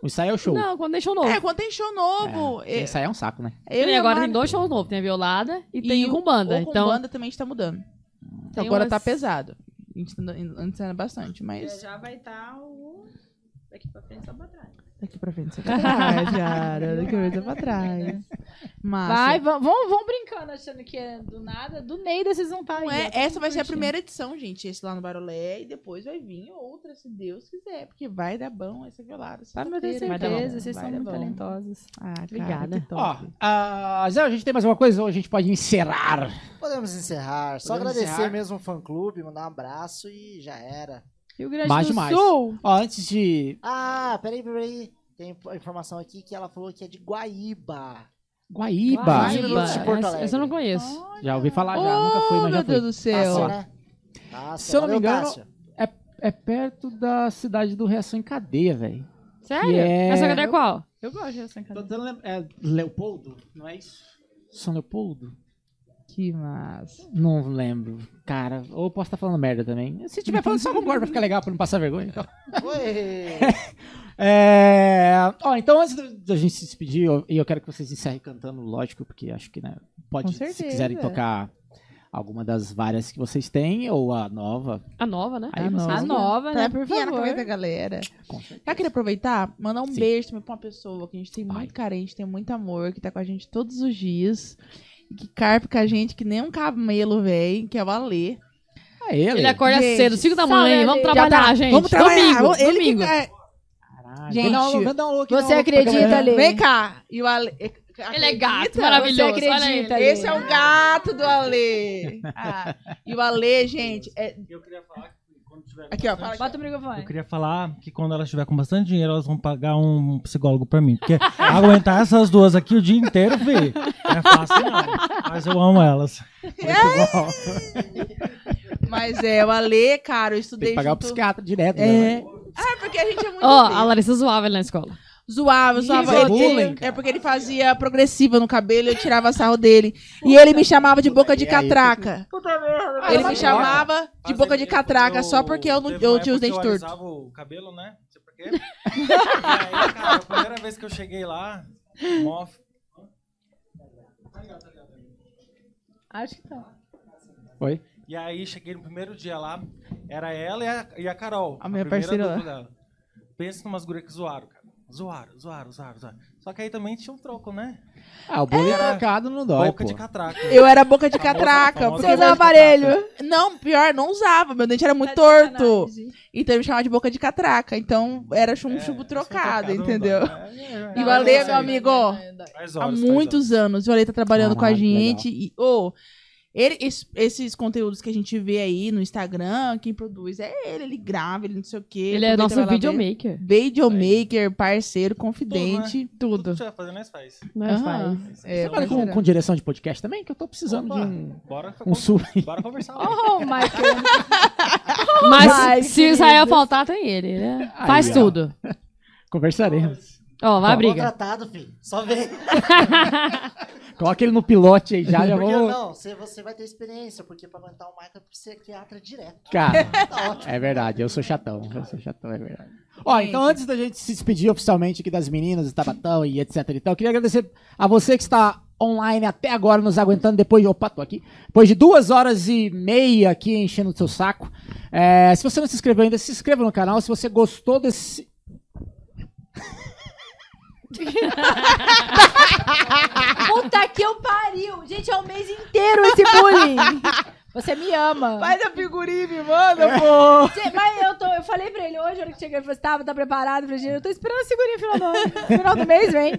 [SPEAKER 3] O ensaio é o show.
[SPEAKER 5] Não, quando tem show novo.
[SPEAKER 4] É, quando tem show novo.
[SPEAKER 3] É,
[SPEAKER 4] É,
[SPEAKER 3] Ensaiar é um saco, né?
[SPEAKER 4] eu
[SPEAKER 5] e
[SPEAKER 4] e a
[SPEAKER 5] agora
[SPEAKER 4] Mari-
[SPEAKER 5] tem dois shows novos. Tem a Violada e, tem
[SPEAKER 4] E
[SPEAKER 5] o com
[SPEAKER 4] ou
[SPEAKER 5] banda.
[SPEAKER 4] com
[SPEAKER 5] então,
[SPEAKER 4] banda também a gente tá mudando. Então
[SPEAKER 5] Tem
[SPEAKER 4] agora tá
[SPEAKER 5] umas- É,
[SPEAKER 4] pesado. A gente tá andando- antes era bastante, mas...
[SPEAKER 13] É, Já vai estar o. Daqui pra frente, só pra trás.
[SPEAKER 4] Daqui pra frente você vai pra trás, Yara. Daqui pra frente você vai pra trás. Massa.
[SPEAKER 2] Vai, vão, vão, vão brincando, achando que é do nada. Do Neida vocês vão estar aí.
[SPEAKER 4] Não é,
[SPEAKER 2] ó, tão
[SPEAKER 4] essa vai ser a
[SPEAKER 2] curtindo.
[SPEAKER 4] primeira edição, gente. Esse lá no Barolé. E depois vai vir outra, se Deus quiser. Porque vai dar bom essa violada.
[SPEAKER 2] Ah, mas eu tenho
[SPEAKER 4] sexta-feira. Vai dar bom,
[SPEAKER 2] certeza, vocês
[SPEAKER 4] vai
[SPEAKER 2] são
[SPEAKER 4] dar
[SPEAKER 2] muito
[SPEAKER 4] bom.
[SPEAKER 2] talentosos.
[SPEAKER 4] Ah, cara,
[SPEAKER 5] Obrigada.
[SPEAKER 4] que top.
[SPEAKER 3] Ó, ah, Zé, a gente tem mais alguma coisa ou a gente pode encerrar?
[SPEAKER 1] Podemos encerrar. Só
[SPEAKER 3] Podemos
[SPEAKER 1] agradecer
[SPEAKER 3] encerrar.
[SPEAKER 1] mesmo o fã-clube, mandar um abraço e já era.
[SPEAKER 2] Rio Grande
[SPEAKER 3] Mas
[SPEAKER 2] do
[SPEAKER 3] demais.
[SPEAKER 2] Sul.
[SPEAKER 3] Ó, antes de.
[SPEAKER 1] Ah, peraí, peraí. Tem info- informação aqui que ela falou que é de Guaíba.
[SPEAKER 3] Guaíba.
[SPEAKER 1] Guaíba.
[SPEAKER 5] Essa-
[SPEAKER 1] Porto
[SPEAKER 5] essa,
[SPEAKER 1] Alegre.
[SPEAKER 5] eu não conheço.
[SPEAKER 3] Já ouvi falar, já.
[SPEAKER 4] Oh,
[SPEAKER 3] Nunca fui, mas já
[SPEAKER 4] meu
[SPEAKER 3] fui.
[SPEAKER 1] Tá
[SPEAKER 4] Deus do céu.
[SPEAKER 1] Tássio,
[SPEAKER 3] ó.
[SPEAKER 1] né? Tássio,
[SPEAKER 3] Se eu não me
[SPEAKER 1] valeu,
[SPEAKER 3] engano,
[SPEAKER 1] Tássio.
[SPEAKER 3] É perto da cidade do Reação em Cadeia, velho.
[SPEAKER 5] Sério?
[SPEAKER 3] Yeah.
[SPEAKER 5] Essa cadeia é qual?
[SPEAKER 14] Eu gosto de Reação em Cadeia.
[SPEAKER 7] É Leopoldo, não é isso?
[SPEAKER 3] São Leopoldo?
[SPEAKER 4] Que massa.
[SPEAKER 3] Não lembro. Cara, ou posso estar falando merda também. Se tiver falando, só concordo pra ficar legal, pra não passar vergonha.
[SPEAKER 1] Oi!
[SPEAKER 3] É... Ó, então antes da- da gente se despedir, eu- e eu, quero que vocês encerrem cantando, lógico, porque acho que, né, pode,
[SPEAKER 4] Com
[SPEAKER 3] se
[SPEAKER 4] certeza.
[SPEAKER 3] quiserem tocar alguma das várias que vocês têm, ou a nova.
[SPEAKER 5] A nova, né?
[SPEAKER 3] Aí vocês-
[SPEAKER 2] A nova, né? Por
[SPEAKER 4] Tapinha Tá na
[SPEAKER 2] favor.
[SPEAKER 4] cabeça da galera.
[SPEAKER 3] Com certeza.
[SPEAKER 4] Já queria aproveitar, mandar um
[SPEAKER 3] Sim.
[SPEAKER 4] beijo também pra uma pessoa que a gente tem
[SPEAKER 3] Ai.
[SPEAKER 4] muito carente, tem muito amor, que tá com a gente todos os dias. e Que carpe com a gente, que nem um camelo, véi, que é o Alê.
[SPEAKER 3] Aê, Ah, ele,
[SPEAKER 5] Ele é- acorda
[SPEAKER 4] Gente,
[SPEAKER 5] cedo, 5 da
[SPEAKER 14] salve,
[SPEAKER 5] manhã. Vamos
[SPEAKER 14] Ale.
[SPEAKER 5] trabalhar, gente.
[SPEAKER 4] tá. Vamos trabalhar.
[SPEAKER 5] Domingo.
[SPEAKER 4] Ele que-
[SPEAKER 5] domingo.
[SPEAKER 4] é,
[SPEAKER 3] Caralho.
[SPEAKER 4] Gente,
[SPEAKER 3] Dá um alô, dá um alô aqui, dá um
[SPEAKER 14] Você
[SPEAKER 3] alô pra
[SPEAKER 14] acredita,
[SPEAKER 3] galera.
[SPEAKER 14] Ale?
[SPEAKER 4] Vem cá. E o Ale...
[SPEAKER 5] Ele é gato,
[SPEAKER 4] acredita?
[SPEAKER 5] maravilhoso.
[SPEAKER 14] você
[SPEAKER 5] olha
[SPEAKER 14] acredita,
[SPEAKER 5] ele.
[SPEAKER 14] Ale?
[SPEAKER 4] Esse é o gato do Ale. Ah, e o Ale, gente, é...
[SPEAKER 15] Eu queria falar que quando tiver.
[SPEAKER 4] Aqui, ó, fala aqui.
[SPEAKER 14] Bota o
[SPEAKER 15] Eu
[SPEAKER 14] microfone.
[SPEAKER 15] queria falar que quando elas estiver com bastante dinheiro, elas vão pagar um psicólogo pra mim. Porque aguentar essas duas aqui o dia inteiro, vi. Não é fácil, não. Mas eu amo elas.
[SPEAKER 4] Mas é, o Ale, cara, eu
[SPEAKER 3] Tem
[SPEAKER 4] estudei
[SPEAKER 3] que pagar o
[SPEAKER 4] junto...
[SPEAKER 3] psiquiatra direto.
[SPEAKER 4] É.
[SPEAKER 3] né?
[SPEAKER 4] Ah, porque a gente é muito...
[SPEAKER 5] Ó, a
[SPEAKER 4] dele.
[SPEAKER 5] Larissa zoava ele na escola.
[SPEAKER 4] Zoava, zoava.
[SPEAKER 3] Isso é
[SPEAKER 4] Ele-
[SPEAKER 3] bullying,
[SPEAKER 4] é porque ele fazia progressiva no cabelo, eu tirava sarro dele. E ele me chamava de boca de catraca. Ele me chamava de boca de catraca só porque eu, não, eu tinha os dentes
[SPEAKER 15] é Eu
[SPEAKER 4] tortos.
[SPEAKER 15] alisava o cabelo, né? Não sei por quê. e aí, cara, a primeira vez que eu cheguei lá, mó
[SPEAKER 14] Acho que tá.
[SPEAKER 3] Oi?
[SPEAKER 15] E aí, cheguei no primeiro dia lá, era ela e a, e a Carol.
[SPEAKER 4] A minha
[SPEAKER 15] primeira
[SPEAKER 4] parceira lá.
[SPEAKER 15] dupla dela. Pensa numas gurias que zoaram, cara. Zoaram, zoaram, zoaram, zoaram. Só que aí também tinha um troco, né?
[SPEAKER 3] Ah, o bullying
[SPEAKER 15] É.
[SPEAKER 3] trocado não dói,
[SPEAKER 15] Boca
[SPEAKER 3] pô.
[SPEAKER 15] de catraca.
[SPEAKER 4] Eu era boca de
[SPEAKER 15] Famosa-
[SPEAKER 4] catraca.
[SPEAKER 15] famosa
[SPEAKER 4] porque
[SPEAKER 14] Você
[SPEAKER 15] boca
[SPEAKER 14] usava
[SPEAKER 15] de catraca.
[SPEAKER 14] aparelho.
[SPEAKER 4] Não, pior, não usava. Meu dente era muito
[SPEAKER 14] Tá de
[SPEAKER 4] torto.
[SPEAKER 14] sacanagem.
[SPEAKER 4] Então ele me chamava de boca de catraca. Então era chum
[SPEAKER 15] É,
[SPEAKER 4] chumbo
[SPEAKER 15] se for
[SPEAKER 4] trocado,
[SPEAKER 15] não dá.
[SPEAKER 4] entendeu?
[SPEAKER 15] É, é,
[SPEAKER 4] E
[SPEAKER 15] é,
[SPEAKER 4] o Ale,
[SPEAKER 15] é,
[SPEAKER 4] meu amigo, ó,
[SPEAKER 15] faz
[SPEAKER 4] há
[SPEAKER 15] horas, faz
[SPEAKER 4] muitos anos. O Ale tá trabalhando com a
[SPEAKER 3] Caralho, que
[SPEAKER 4] gente. E, ô, ele, es- esses conteúdos que a gente vê aí no Instagram, quem produz é ele, ele grava, ele não sei o quê.
[SPEAKER 5] Ele é
[SPEAKER 4] aproveita, vai
[SPEAKER 5] nosso
[SPEAKER 4] lá ver.
[SPEAKER 5] videomaker.
[SPEAKER 4] Videomaker, parceiro, confidente,
[SPEAKER 15] Tudo
[SPEAKER 4] tudo.
[SPEAKER 15] que você vai fazer, nós faz.
[SPEAKER 5] Nós
[SPEAKER 4] Aham.
[SPEAKER 5] faz.
[SPEAKER 4] É,
[SPEAKER 3] Você trabalha com,
[SPEAKER 4] parceiro.
[SPEAKER 3] com direção de podcast também? Que eu tô precisando
[SPEAKER 15] né, Opa.
[SPEAKER 3] de um,
[SPEAKER 15] Bora,
[SPEAKER 3] um sub.
[SPEAKER 15] bora conversar. lá.
[SPEAKER 14] Oh, Michael.
[SPEAKER 5] Mas
[SPEAKER 14] Vai,
[SPEAKER 5] se Israel faltar, tem ele. ele é-
[SPEAKER 3] Aí,
[SPEAKER 5] faz
[SPEAKER 3] ó.
[SPEAKER 5] tudo.
[SPEAKER 3] Conversaremos.
[SPEAKER 5] Ó, vai a
[SPEAKER 3] Ó,
[SPEAKER 5] briga.
[SPEAKER 1] Contratado, filho. Só vem.
[SPEAKER 3] Coloca ele no pilote aí já, já
[SPEAKER 1] Porque
[SPEAKER 3] vou...
[SPEAKER 1] não, você, você vai ter experiência, porque pra aguentar o Michael é psiquiatra direto.
[SPEAKER 3] Cara,
[SPEAKER 1] Tá ótimo.
[SPEAKER 3] é verdade, eu sou chatão. Eu sou chatão, é verdade. Ó, então antes da gente se despedir oficialmente aqui das meninas, do Tabatão e etc e tal, eu queria agradecer a você que está online até agora, nos aguentando depois de... Opa, tô aqui. Depois de duas horas e meia aqui enchendo o seu saco. É, se você não se inscreveu ainda, se inscreva no canal. Se você gostou desse...
[SPEAKER 14] Puta que eu pariu. Gente, é o mês inteiro esse bullying. Você me ama.
[SPEAKER 4] Faz a figurinha, me manda, pô.
[SPEAKER 14] Gente, Mas eu, tô, eu falei pra ele hoje, a hora que cheguei, ele falou, tava, tá preparado? Eu falei, gente, eu tô esperando a segurinha final do ano. Final do mês, vem.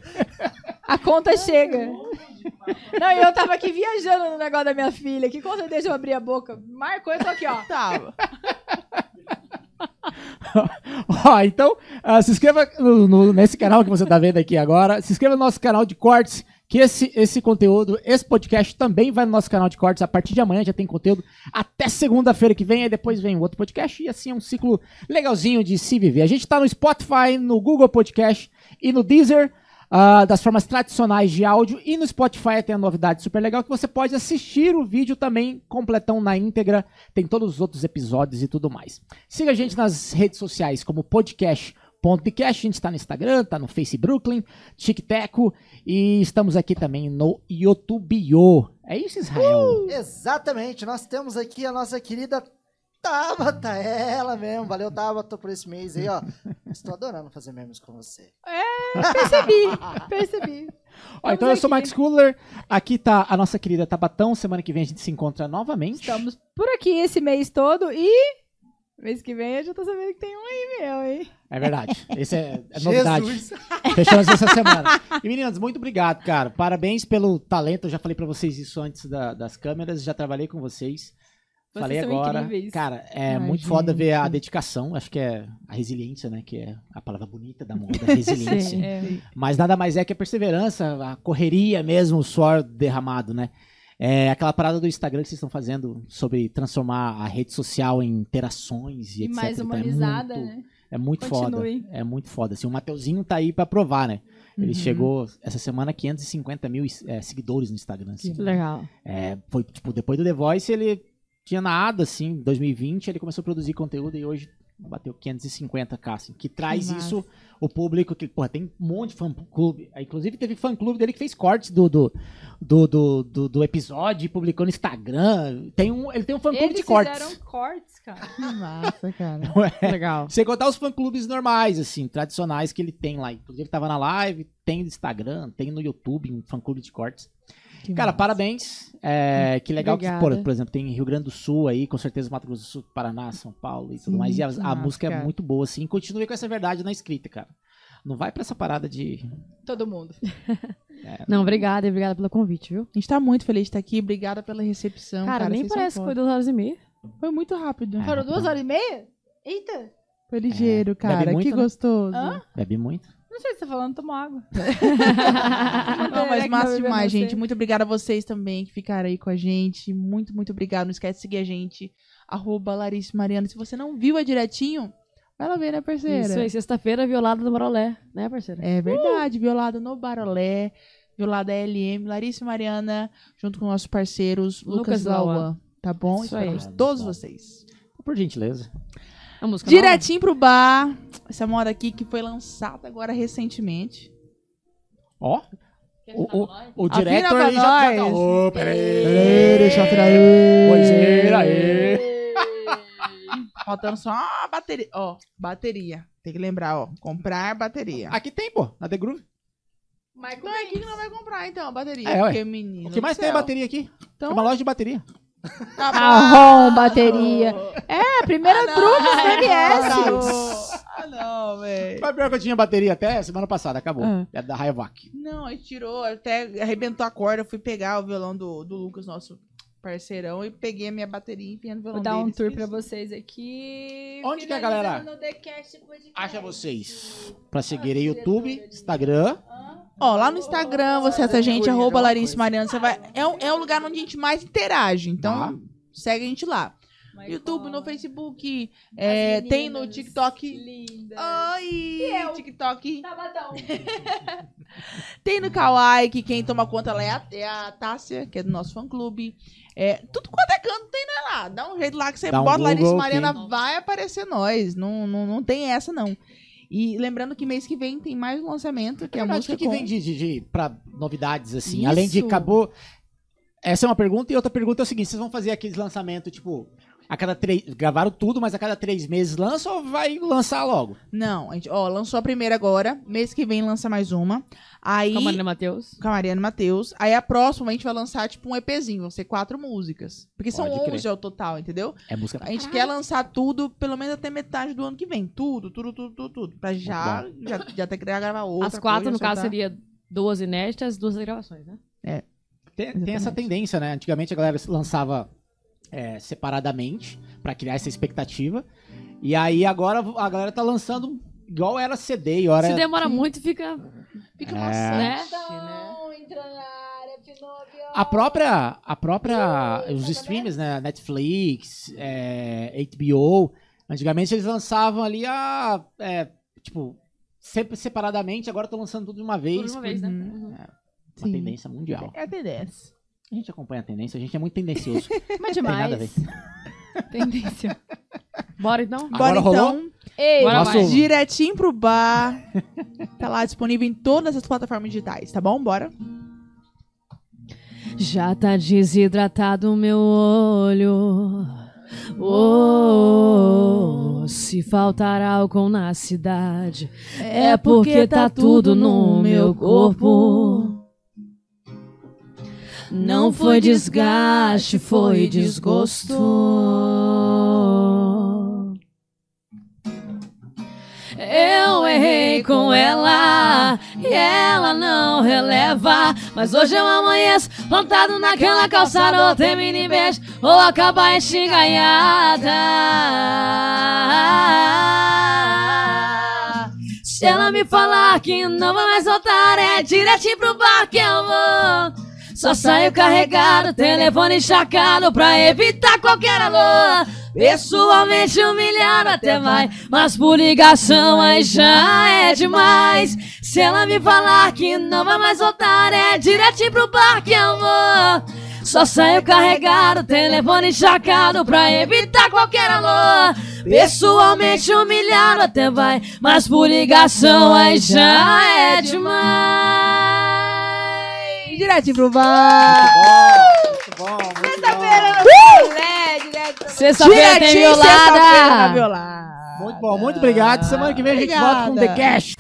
[SPEAKER 14] A conta chega. Não, e eu tava aqui viajando no negócio da minha filha, que com certeza eu abri a boca. Marcou, eu tô aqui, ó.
[SPEAKER 4] Tava.
[SPEAKER 3] Ó, então, ah, se inscreva no- no- nesse canal que você tá vendo aqui agora. Se inscreva no nosso canal de cortes, que esse, esse conteúdo, esse podcast também vai no nosso canal de cortes. A partir de amanhã já tem conteúdo até segunda-feira que vem, aí depois vem outro podcast. E assim é um ciclo legalzinho de se viver. A gente tá no Spotify, no Google Podcast e no Deezer. ah, das formas tradicionais de áudio e no Spotify tem a novidade super legal que você pode assistir o vídeo também completão na íntegra, tem todos os outros episódios e tudo mais. Siga a gente nas redes sociais como podcast. a gente tá no Instagram, tá no Facebook, TikTok e estamos aqui também no YouTube. É isso, Israel?
[SPEAKER 1] Exatamente, nós temos aqui a nossa querida Tabata, é ela mesmo. Valeu, Tabata, por esse mês aí, ó. Estou adorando fazer memes com você.
[SPEAKER 14] Percebi, percebi.
[SPEAKER 3] Ó, então eu sou o Max Cooler, aqui tá a nossa querida Tabatão. Semana que vem a gente se encontra novamente.
[SPEAKER 14] Estamos por aqui esse mês todo e... Mês que vem eu já tô sabendo que tem um aí meu, hein?
[SPEAKER 3] É verdade. Esse é, é novidade. Fechamos essa semana. E meninas, muito obrigado, cara. Parabéns pelo talento. Eu já falei pra vocês isso antes da- das câmeras, já trabalhei com vocês.
[SPEAKER 2] Vocês
[SPEAKER 3] falei
[SPEAKER 2] são
[SPEAKER 3] agora.
[SPEAKER 2] incríveis.
[SPEAKER 3] Cara, é
[SPEAKER 4] Ai,
[SPEAKER 3] muito foda ver a
[SPEAKER 4] gente.
[SPEAKER 3] dedicação, acho que é a resiliência, né, que é a palavra bonita da moda, resiliência.
[SPEAKER 2] É.
[SPEAKER 3] Mas nada mais é que a perseverança, a correria mesmo, o suor derramado, né? É, aquela parada do Instagram que vocês estão fazendo sobre transformar a rede social em interações e,
[SPEAKER 2] E
[SPEAKER 3] etc.
[SPEAKER 2] mais
[SPEAKER 3] tá?
[SPEAKER 2] humanizada,
[SPEAKER 3] é muito,
[SPEAKER 2] né?
[SPEAKER 3] É muito
[SPEAKER 2] Continue.
[SPEAKER 3] foda. É muito foda. Assim, o Mateuzinho tá aí pra provar, né? Ele chegou essa semana a 550 mil é, seguidores no Instagram. assim.
[SPEAKER 5] Legal.
[SPEAKER 3] É, foi, tipo, depois do The Voice ele tinha nada, assim, em 2020 ele começou a produzir conteúdo e hoje bateu 550k, assim, que traz
[SPEAKER 5] massa.
[SPEAKER 3] isso o público, que, porra, tem um monte de fã-clube, Ah, inclusive teve fã-clube dele que fez cortes do, do, do, do, do- do episódio e publicou no Instagram, tem um, ele tem um fã-clube
[SPEAKER 2] Eles
[SPEAKER 3] de cortes.
[SPEAKER 2] fizeram cortes, cara.
[SPEAKER 4] Que massa, cara.
[SPEAKER 5] Legal.
[SPEAKER 3] Sem contar os fã-clubes normais, assim, tradicionais que ele tem lá. Inclusive, tava na live, tem no Instagram, tem no YouTube, um fã-clube de cortes.
[SPEAKER 4] Que
[SPEAKER 3] Cara,
[SPEAKER 4] massa.
[SPEAKER 3] parabéns. É, que legal que,
[SPEAKER 5] Obrigada.
[SPEAKER 3] por, por exemplo, tem Rio Grande do Sul aí, com certeza Mato Grosso do Sul, Paraná, São Paulo e tudo
[SPEAKER 4] Sim,
[SPEAKER 3] mais. E a,
[SPEAKER 4] que
[SPEAKER 3] a
[SPEAKER 4] massa,
[SPEAKER 3] música
[SPEAKER 4] cara.
[SPEAKER 3] é muito boa, assim. Continue com essa verdade na escrita, cara. Não vai pra essa parada de.
[SPEAKER 2] Todo mundo.
[SPEAKER 5] É. Não, obrigada, e obrigada pelo convite, viu?
[SPEAKER 4] A gente tá muito feliz de estar aqui. Obrigada pela recepção. Cara,
[SPEAKER 5] cara, nem
[SPEAKER 4] vocês são
[SPEAKER 5] parece que
[SPEAKER 4] foda.
[SPEAKER 5] foi É. duas horas e meia.
[SPEAKER 4] Foi muito rápido.
[SPEAKER 3] Ah,
[SPEAKER 2] Foram
[SPEAKER 3] tá
[SPEAKER 2] duas horas e meia? Eita!
[SPEAKER 5] É.
[SPEAKER 4] Foi ligeiro, cara.
[SPEAKER 3] muito,
[SPEAKER 4] que
[SPEAKER 3] né?
[SPEAKER 4] gostoso.
[SPEAKER 2] Hã?
[SPEAKER 3] Bebe muito.
[SPEAKER 2] Não sei se tá falando, tomo água.
[SPEAKER 4] Ah,
[SPEAKER 5] É,
[SPEAKER 4] Não, mas
[SPEAKER 2] que
[SPEAKER 4] massa
[SPEAKER 2] vai beber
[SPEAKER 4] demais,
[SPEAKER 2] você.
[SPEAKER 4] gente. Muito obrigada a vocês também que ficaram aí com a gente. Muito, muito obrigado. Não esquece de seguir a gente. Arroba Larissa Mariano. Se você não viu a direitinho, vai lá ver, né, parceira?
[SPEAKER 5] Isso aí, sexta-feira, violada do Barolé, né, parceira?
[SPEAKER 4] É verdade. Violada no Barolé. Violada LM. Larissa Mariana, junto com nossos parceiros Lucas,
[SPEAKER 5] Lucas
[SPEAKER 4] Lauan.
[SPEAKER 5] Lauan.
[SPEAKER 4] Tá bom?
[SPEAKER 5] Isso aí.
[SPEAKER 4] Esperamos todos vocês.
[SPEAKER 3] Por gentileza.
[SPEAKER 4] É.
[SPEAKER 5] A música
[SPEAKER 4] Direitinho pro bar. Essa moda aqui que foi lançada agora recentemente.
[SPEAKER 3] Ó,
[SPEAKER 5] nova? tá
[SPEAKER 3] o, o, o
[SPEAKER 4] Avisa
[SPEAKER 3] diretor
[SPEAKER 4] pra
[SPEAKER 3] aí já.
[SPEAKER 4] nós.
[SPEAKER 3] Ô, peraí.
[SPEAKER 4] Ei, deixa eu tirar aí.
[SPEAKER 3] Pois é, aí.
[SPEAKER 4] Tá Faltando só a bateria. Ó, bateria. Tem que lembrar, ó. Comprar bateria.
[SPEAKER 3] Aqui tem, pô, na The Groove.
[SPEAKER 2] Michael
[SPEAKER 4] Não é aqui que não vai comprar, então, a bateria.
[SPEAKER 3] É, ué.
[SPEAKER 4] porque, menino.
[SPEAKER 3] O que mais
[SPEAKER 4] do
[SPEAKER 3] tem é
[SPEAKER 4] céu.
[SPEAKER 3] bateria aqui.
[SPEAKER 4] Então-
[SPEAKER 3] É uma loja de bateria.
[SPEAKER 4] Tá bom.
[SPEAKER 2] Marrom, bateria. Ah, É, a primeira
[SPEAKER 4] Ah, não.
[SPEAKER 2] truque do CBS.
[SPEAKER 4] Ah, não. Ah, não, velho.
[SPEAKER 3] Mas pior que eu tinha bateria até semana passada, acabou.
[SPEAKER 5] Ah.
[SPEAKER 3] É da Rayovac.
[SPEAKER 4] Não, ele tirou, até arrebentou a corda. Eu fui pegar o violão do, do Lucas, nosso parceirão, e peguei a minha bateria e enfiei no violão
[SPEAKER 2] Vou dar um
[SPEAKER 4] dele,
[SPEAKER 2] tour pra
[SPEAKER 4] esqueci.
[SPEAKER 2] vocês aqui.
[SPEAKER 3] Onde que a galera
[SPEAKER 2] Finalizando o TheCast Podcast.
[SPEAKER 3] Acha vocês pra seguir aí YouTube, Instagram.
[SPEAKER 4] Ó, lá no Instagram, você acha a gente,
[SPEAKER 3] é
[SPEAKER 4] arroba Larissa Mariana, você vai... É, o- é o lugar onde a gente mais interage,
[SPEAKER 3] Ah.
[SPEAKER 4] então segue a gente lá. No YouTube, no Facebook,
[SPEAKER 2] é
[SPEAKER 4] é,
[SPEAKER 2] As
[SPEAKER 4] tem no
[SPEAKER 2] meninas é
[SPEAKER 4] TikTok...
[SPEAKER 2] Linda.
[SPEAKER 4] Oi!
[SPEAKER 2] eu?
[SPEAKER 4] TikTok.
[SPEAKER 2] Sabadão.
[SPEAKER 4] Tem no Kawaii, que quem toma conta lá é a, é a Tássia, que é do nosso fã-clube. É, tudo quanto é canto tem né, lá. Dá um jeito lá que você
[SPEAKER 3] Dá um
[SPEAKER 4] bota Larissa
[SPEAKER 3] Google,
[SPEAKER 4] Mariana,
[SPEAKER 3] tem.
[SPEAKER 4] vai aparecer nós. Não, não, não tem essa, não. E lembrando que mês que vem tem mais um lançamento, que é a
[SPEAKER 3] Verdade, o
[SPEAKER 4] música
[SPEAKER 3] que, que
[SPEAKER 4] com-
[SPEAKER 3] vem de, de, de- pra novidades, assim?
[SPEAKER 4] Isso.
[SPEAKER 3] Além de acabou. Essa é uma pergunta, e outra pergunta é o seguinte: vocês vão fazer aqueles lançamentos, tipo, a cada três. Gravaram tudo, mas a cada três meses lança ou vai lançar logo?
[SPEAKER 4] Não, a gente, ó, lançou a primeira agora. Mês que vem lança mais uma. Aí.
[SPEAKER 5] Com a Marina Matheus.
[SPEAKER 4] Com a Mariana Matheus. Aí a próxima a gente vai lançar, tipo, um EPzinho. Vão ser quatro músicas. Porque são
[SPEAKER 3] Pode crer.
[SPEAKER 4] 11 ao total, entendeu?
[SPEAKER 3] É música.
[SPEAKER 5] Tá
[SPEAKER 4] A gente quer lançar tudo, pelo menos até metade do ano que vem. Tudo, tudo, tudo, tudo, tudo. Pra já, já, já até criar gravar outra.
[SPEAKER 5] As quatro, no
[SPEAKER 4] coisa, tá.
[SPEAKER 5] caso,
[SPEAKER 4] soltar.
[SPEAKER 5] seria duas inéditas, duas gravações, né?
[SPEAKER 3] Tem, tem essa tendência, né? Antigamente a galera lançava é, separadamente pra criar essa expectativa. E aí agora a galera tá lançando igual era CD e hora
[SPEAKER 5] Se demora muito, fica.
[SPEAKER 4] Fica
[SPEAKER 3] É.
[SPEAKER 4] maçante, né?
[SPEAKER 2] Então, entra na área, Pinóquio.
[SPEAKER 3] A própria, a própria, os streams, né, Netflix, é, HBO, antigamente eles lançavam ali a, é, tipo, sempre separadamente, agora estão lançando tudo de uma
[SPEAKER 5] Tudo de
[SPEAKER 3] vez,
[SPEAKER 5] uma
[SPEAKER 3] uma
[SPEAKER 5] vez, né?
[SPEAKER 4] Uhum.
[SPEAKER 5] Uhum.
[SPEAKER 4] Sim.
[SPEAKER 3] tendência mundial.
[SPEAKER 4] É a tendência.
[SPEAKER 3] A gente acompanha a tendência, a gente é muito tendencioso.
[SPEAKER 2] Mas
[SPEAKER 3] nada a ver.
[SPEAKER 2] demais.
[SPEAKER 5] Tendência. Bora então?
[SPEAKER 4] Bora
[SPEAKER 3] Agora rolou?
[SPEAKER 4] então,
[SPEAKER 2] Ei,
[SPEAKER 5] Bora
[SPEAKER 3] Nosso-
[SPEAKER 5] mais.
[SPEAKER 4] direitinho pro bar. Tá lá disponível em todas as plataformas digitais, tá bom? Bora.
[SPEAKER 5] Já tá desidratado o meu olho. Oh, se faltar álcool na cidade, é porque tá tudo no meu corpo. Não foi desgaste, foi desgosto. Eu errei com ela e ela não releva. Mas hoje eu amanheço plantado naquela calçada. Ou tem mini beijo ou acaba enxinganhada. Se ela me falar que não vai mais voltar, é direto pro bar que eu vou. Só saio carregado, telefone encharcado pra evitar qualquer alô. Pessoalmente humilhado até vai, mas por ligação aí já é demais. Se ela me falar que não vai mais voltar, é direto pro parque, amor. Só saio carregado, telefone encharcado pra evitar qualquer alô. Pessoalmente humilhado até vai, mas por ligação aí já é demais.
[SPEAKER 2] Direto pro bar.
[SPEAKER 1] Muito bom, muito bom.
[SPEAKER 14] Sexta-feira no Filé, direto pra
[SPEAKER 5] Uh! Sexta-feira tem
[SPEAKER 4] Direitinho, sexta-feira na
[SPEAKER 5] violada.
[SPEAKER 4] violada.
[SPEAKER 7] Muito bom, muito obrigado. Semana que vem a gente volta com The Cash.